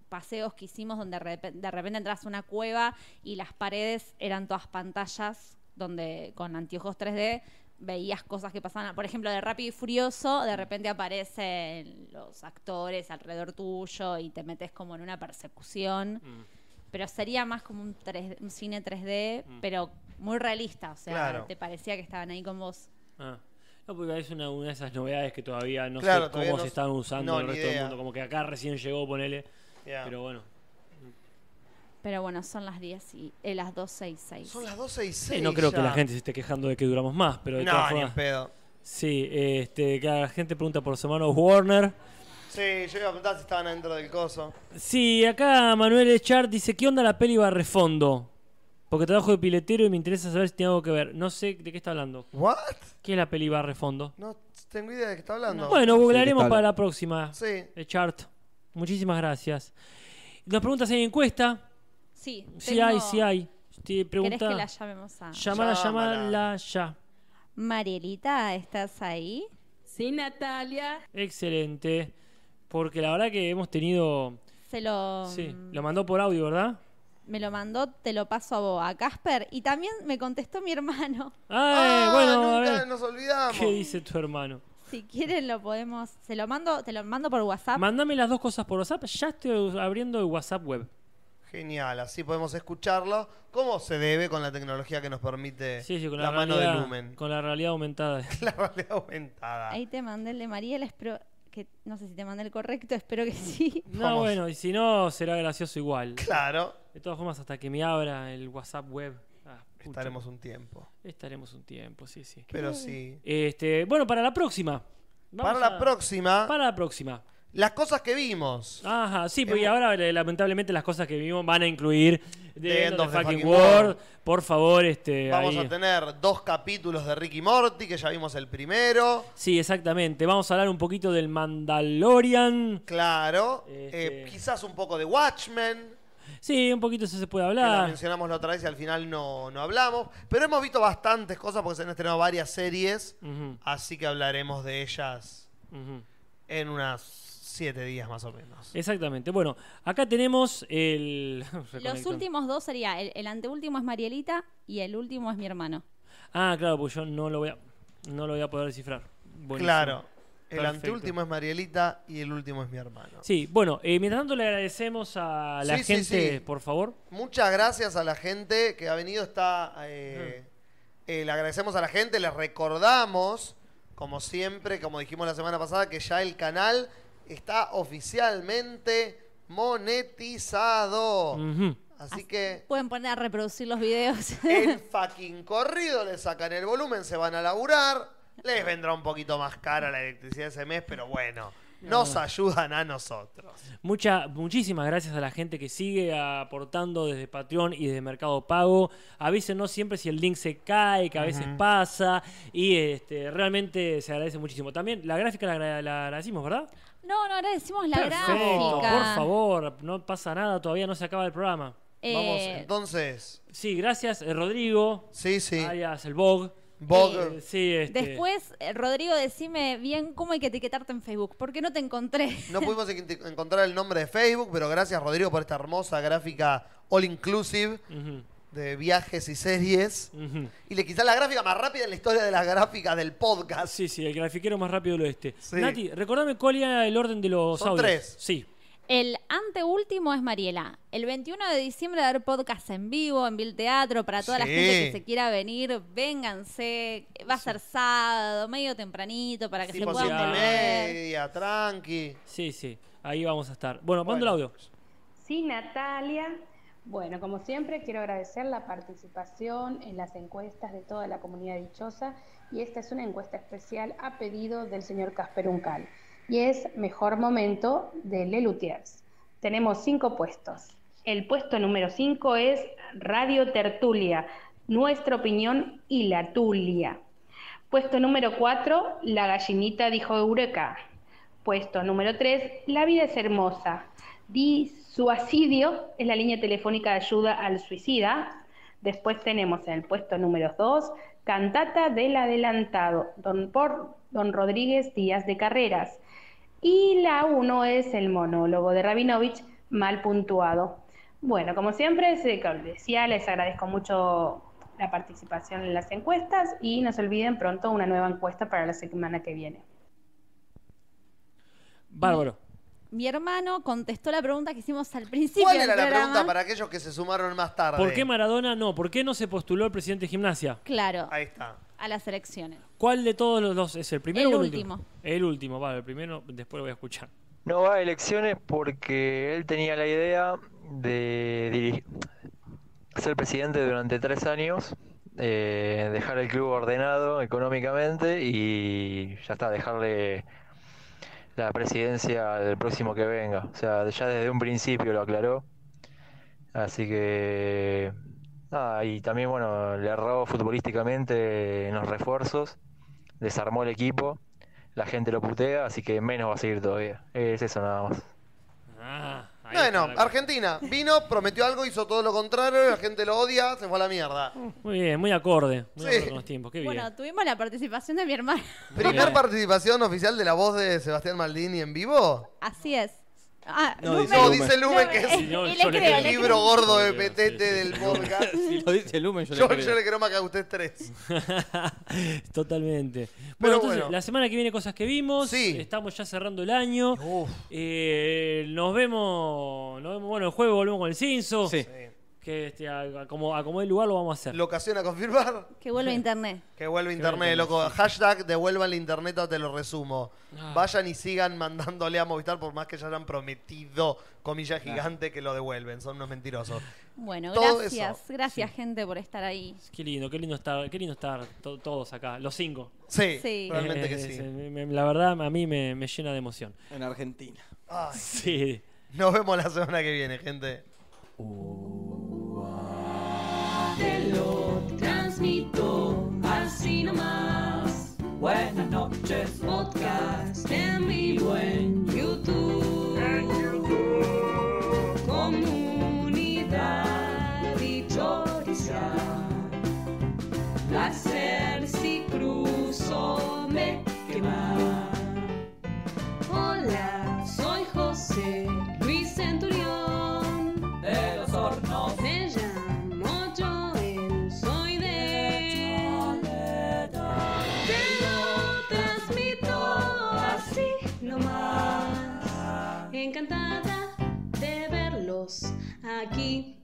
Speaker 4: paseos que hicimos donde repe- de repente entras a una cueva y las paredes eran todas pantallas donde con anteojos 3D veías cosas que pasaban. Por ejemplo, de Rápido y Furioso, de repente aparecen los actores alrededor tuyo y te metes como en una persecución. Pero sería más como un, 3D un cine 3D, pero muy realista. O sea,
Speaker 3: Claro.
Speaker 4: te parecía que estaban ahí con vos.
Speaker 5: Ah. No, porque es una, una de esas novedades que todavía no
Speaker 3: Claro,
Speaker 5: sé
Speaker 3: todavía
Speaker 5: cómo
Speaker 3: no
Speaker 5: se
Speaker 3: s-
Speaker 5: están usando
Speaker 3: no,
Speaker 5: en el
Speaker 3: ni
Speaker 5: resto del
Speaker 3: idea.
Speaker 5: mundo. Como que acá recién llegó, ponele.
Speaker 3: Ya.
Speaker 5: Pero bueno.
Speaker 4: Pero bueno, son las 10 y eh, las 12 y 6.
Speaker 3: Son las 12 y 6.
Speaker 5: Sí, no creo que la gente se esté quejando de que duramos más, pero de
Speaker 3: No,
Speaker 5: todas
Speaker 3: ni en
Speaker 5: formas.
Speaker 3: pedo.
Speaker 5: Sí, este, que la gente pregunta por los hermanos Warner.
Speaker 3: Sí, yo iba a preguntar si estaban adentro del coso.
Speaker 5: Sí, acá Manuel Echar dice, ¿qué onda la peli Barrefondo? Porque trabajo de piletero y me interesa saber si tiene algo que ver. No sé de qué está hablando.
Speaker 3: ¿What?
Speaker 5: ¿Qué es la peli Barrefondo?
Speaker 3: No tengo idea de qué está hablando.
Speaker 5: Bueno, Eh,
Speaker 2: Sí, que
Speaker 5: googlearemos
Speaker 2: está-
Speaker 5: para la próxima.
Speaker 3: Sí.
Speaker 5: Echart. Muchísimas gracias. Nos preguntas en encuesta.
Speaker 4: Sí.
Speaker 5: Si
Speaker 4: tengo-
Speaker 5: hay, si hay. Te
Speaker 4: ¿Querés
Speaker 5: pregunta.
Speaker 4: que la llamemos a
Speaker 5: Llamala, llamala ya.
Speaker 4: Marielita? ¿Estás ahí?
Speaker 13: Sí, Natalia.
Speaker 5: Excelente. Porque la verdad que hemos tenido.
Speaker 4: Se lo, mm,
Speaker 5: Sí, lo mandó por audio, ¿verdad?
Speaker 4: me lo mandó, te lo paso a vos, a Casper. Y también me contestó mi hermano.
Speaker 5: Ah, bueno, a
Speaker 3: nunca
Speaker 5: ver.
Speaker 3: nos olvidamos.
Speaker 5: ¿Qué dice tu hermano?
Speaker 4: Si quieren lo podemos, se lo mando, te lo mando por WhatsApp.
Speaker 5: Mándame las dos cosas por WhatsApp. Ya estoy abriendo el WhatsApp web.
Speaker 3: Genial, así podemos escucharlo como se debe con la tecnología que nos permite
Speaker 5: Sí, sí, con la,
Speaker 3: Eh, la, mano de
Speaker 5: realidad-
Speaker 3: Lumen.
Speaker 5: Con la realidad aumentada.
Speaker 3: La realidad aumentada.
Speaker 4: Ahí te mandé el de Mariel, espero que no sé si te mandé el correcto, espero que sí.
Speaker 5: No,
Speaker 3: Vamos.
Speaker 5: bueno, y si no, será gracioso igual.
Speaker 3: Claro,
Speaker 5: De todas formas, hasta que me abra el WhatsApp web. ah, pucha,
Speaker 3: estaremos un tiempo.
Speaker 5: Estaremos un tiempo, sí, sí.
Speaker 3: Pero sí.
Speaker 5: Este, bueno, para la próxima. Vamos
Speaker 3: Para la
Speaker 5: a-
Speaker 3: próxima,
Speaker 5: Para Ah, la próxima.
Speaker 3: las cosas que vimos.
Speaker 5: Ajá, sí, porque ahora eh, lamentablemente las cosas que vimos van a incluir
Speaker 3: The
Speaker 5: The End of the Fucking
Speaker 3: World.
Speaker 5: World. Por favor, este.
Speaker 3: Vamos
Speaker 5: ahí.
Speaker 3: a tener dos capítulos de Ricky Morty, que ya vimos el primero.
Speaker 5: Sí, exactamente. Vamos a hablar un poquito del Mandalorian.
Speaker 3: Claro.
Speaker 5: Este-
Speaker 3: Eh, quizás un poco de Watchmen.
Speaker 5: Sí, un poquito eso se puede
Speaker 3: Que lo
Speaker 5: hablar.
Speaker 3: mencionamos la otra vez y al final no, no hablamos. Pero hemos visto bastantes cosas porque se han estrenado varias series.
Speaker 5: Ujú,
Speaker 3: Así que hablaremos de ellas
Speaker 5: ujú.
Speaker 3: en unas siete días más o menos.
Speaker 5: Exactamente. Bueno, acá tenemos el.
Speaker 4: Los
Speaker 5: Reconecto.
Speaker 4: últimos dos sería, el, el anteúltimo es Marielita y el último es mi hermano.
Speaker 5: Ah, claro, pues yo no lo voy a, no lo voy a poder descifrar. Buenísimo.
Speaker 3: Claro. El
Speaker 5: Perfecto.
Speaker 3: anteúltimo es Marielita y el último es mi hermano.
Speaker 5: Sí, bueno, eh, mientras tanto le agradecemos a la
Speaker 3: Sí, sí,
Speaker 5: gente,
Speaker 3: sí.
Speaker 5: por favor.
Speaker 3: Muchas gracias a la gente que ha venido. Está, eh, eh, le agradecemos a la gente, les recordamos, como siempre, como dijimos la semana pasada, que ya el canal está oficialmente monetizado.
Speaker 5: Ujú.
Speaker 3: Así que
Speaker 4: Pueden poner a reproducir los videos.
Speaker 3: en fucking corrido le sacan el volumen, se van a laburar. Les vendrá un poquito más cara la electricidad ese mes, pero bueno, nos ayudan a nosotros.
Speaker 5: Mucha, muchísimas gracias a la gente que sigue aportando desde Patreon y desde Mercado Pago. Avísenos siempre si el link se cae, que a veces pasa. Y este, realmente se agradece muchísimo. También la gráfica la, agra- la agradecimos, ¿verdad?
Speaker 4: No, no agradecimos la
Speaker 5: Perfecto,
Speaker 4: gráfica.
Speaker 5: por favor. No pasa nada, todavía no se acaba el programa.
Speaker 4: Eh,
Speaker 3: Vamos, entonces.
Speaker 5: Sí, gracias, eh, Rodrigo.
Speaker 3: Sí,
Speaker 2: Ah,
Speaker 3: sí.
Speaker 5: Alias, el Bog.
Speaker 3: Bogger.
Speaker 5: Eh, sí, este,
Speaker 4: Después, eh, Rodrigo, decime bien cómo hay que etiquetarte en Facebook, porque no te encontré.
Speaker 3: No pudimos en- encontrar el nombre de Facebook, pero gracias Rodrigo por esta hermosa gráfica all inclusive
Speaker 5: Ujú,
Speaker 3: de viajes y series.
Speaker 5: ujú.
Speaker 3: Y le quizás la gráfica más rápida en la historia de las gráficas del podcast.
Speaker 5: Ah, Sí, sí, el grafiquero más rápido del oeste.
Speaker 3: Sí.
Speaker 5: Nati, recordame cuál era el orden de los
Speaker 3: Son
Speaker 5: audios.
Speaker 3: tres.
Speaker 5: Sí.
Speaker 4: El anteúltimo es Mariela. El 21 de diciembre va a haber podcast en vivo, en Vil Teatro, para toda la
Speaker 3: Sí.
Speaker 4: gente que se quiera venir, vénganse. Va a ser sábado, medio tempranito, para que se
Speaker 3: Tipo
Speaker 4: puedan
Speaker 3: siete y
Speaker 4: ver.
Speaker 3: media, tranqui.
Speaker 5: Sí, sí, ahí vamos a estar. Bueno, mando el
Speaker 3: Bueno. pues.
Speaker 5: audio.
Speaker 13: Sí, Natalia. Bueno, como siempre, quiero agradecer la participación en las encuestas de toda la comunidad dichosa y esta es una encuesta especial a pedido del señor Casper Uncal y es Mejor Momento de Lelutiers. Tenemos cinco puestos. El puesto número cinco es Radio Tertulia, Nuestra Opinión y La Tulia. Puesto número 4, La gallinita dijo Eureka. Puesto número 3, La vida es hermosa. Disuasidio es la línea telefónica de ayuda al suicida. Después tenemos en el puesto número 2, Cantata del Adelantado, don, por Don Rodríguez Díaz de Carreras. Y la 1 es el monólogo de Rabinovich, mal puntuado. Bueno, como siempre, se- como les decía, les agradezco mucho la participación en las encuestas y no se olviden pronto una nueva encuesta para la semana que viene.
Speaker 5: Bárbaro.
Speaker 4: Mi hermano contestó la pregunta que hicimos al principio.
Speaker 3: ¿Cuál
Speaker 4: del
Speaker 3: era la
Speaker 4: programa.
Speaker 3: pregunta para aquellos que se sumaron más tarde?
Speaker 5: ¿Por qué Maradona no? ¿Por qué no se postuló el presidente de gimnasia?
Speaker 4: Claro,
Speaker 3: Ahí está.
Speaker 4: a las elecciones.
Speaker 5: ¿Cuál de todos los dos es el primero
Speaker 4: El
Speaker 5: o el
Speaker 4: último.
Speaker 5: El último, vale, el primero, después lo voy a escuchar.
Speaker 14: No va a elecciones porque él tenía la idea de diri- ser presidente durante tres años, eh, dejar el club ordenado económicamente y ya está, dejarle la presidencia al próximo que venga. O sea, ya desde un principio lo aclaró. Así que, nada, y también, bueno, le erró futbolísticamente en los refuerzos, desarmó el equipo la gente lo putea, así que menos va a seguir todavía. Es eso nada más.
Speaker 5: Ah, ahí
Speaker 3: Bueno,
Speaker 5: está la cosa.
Speaker 3: Argentina vino, prometió algo, hizo todo lo contrario, la gente lo odia, se fue a la mierda.
Speaker 5: Muy bien, muy acorde. Muy
Speaker 3: Sí.
Speaker 5: acorde con los tiempos. Qué bien.
Speaker 4: Bueno, tuvimos la participación de mi hermana.
Speaker 3: ¿Primer participación oficial de la voz de Sebastián Maldini en vivo?
Speaker 4: Así es. Ah,
Speaker 2: No,
Speaker 4: Lumen.
Speaker 2: dice Lumen.
Speaker 3: Dice Lumen que
Speaker 4: Y le
Speaker 3: es
Speaker 4: creo, le creo.
Speaker 3: el libro gordo de petete del podcast.
Speaker 2: Si lo dice Lumen, yo,
Speaker 3: Yo,
Speaker 2: le creo.
Speaker 3: yo le creo más que a ustedes tres.
Speaker 5: Totalmente.
Speaker 3: Pero
Speaker 5: Bueno, entonces,
Speaker 3: bueno.
Speaker 5: la semana que viene cosas que vimos.
Speaker 3: Sí.
Speaker 5: Estamos ya cerrando el año. Eh, nos vemos. Nos vemos. Bueno, el jueves volvemos con el Cinso.
Speaker 2: Sí.
Speaker 5: Que este, a, a como, a como el lugar lo vamos a hacer.
Speaker 3: Locación a confirmar.
Speaker 4: Que vuelve internet.
Speaker 3: Que vuelve internet,
Speaker 5: internet.
Speaker 3: loco. Hashtag devuelvan el internet o te lo resumo. Vayan y sigan mandándole a Movistar por más que ya hayan prometido comillas gigante que lo devuelven. Son unos mentirosos.
Speaker 4: Bueno,
Speaker 3: Todo
Speaker 4: gracias.
Speaker 3: eso.
Speaker 4: Gracias, gente, por estar ahí.
Speaker 5: Qué lindo, qué lindo estar, qué lindo estar to- todos acá, los cinco.
Speaker 3: Sí,
Speaker 4: Sí.
Speaker 3: realmente que
Speaker 5: Eh,
Speaker 3: sí.
Speaker 5: se- me- me- la verdad a mí me, me llena de emoción.
Speaker 2: En Argentina.
Speaker 3: Ay,
Speaker 5: Sí.
Speaker 3: Nos vemos la semana que viene, gente.
Speaker 13: Te lo transmito así nomás. Buenas noches, podcast en vivo en YouTube. Comunidad y choriza. Placer si cruzo me quema. Hola, soy José Luis Centurión.
Speaker 15: De los hornos.
Speaker 13: Me llamo Joel, soy de. Te lo transmito así nomás. Encantada de verlos aquí.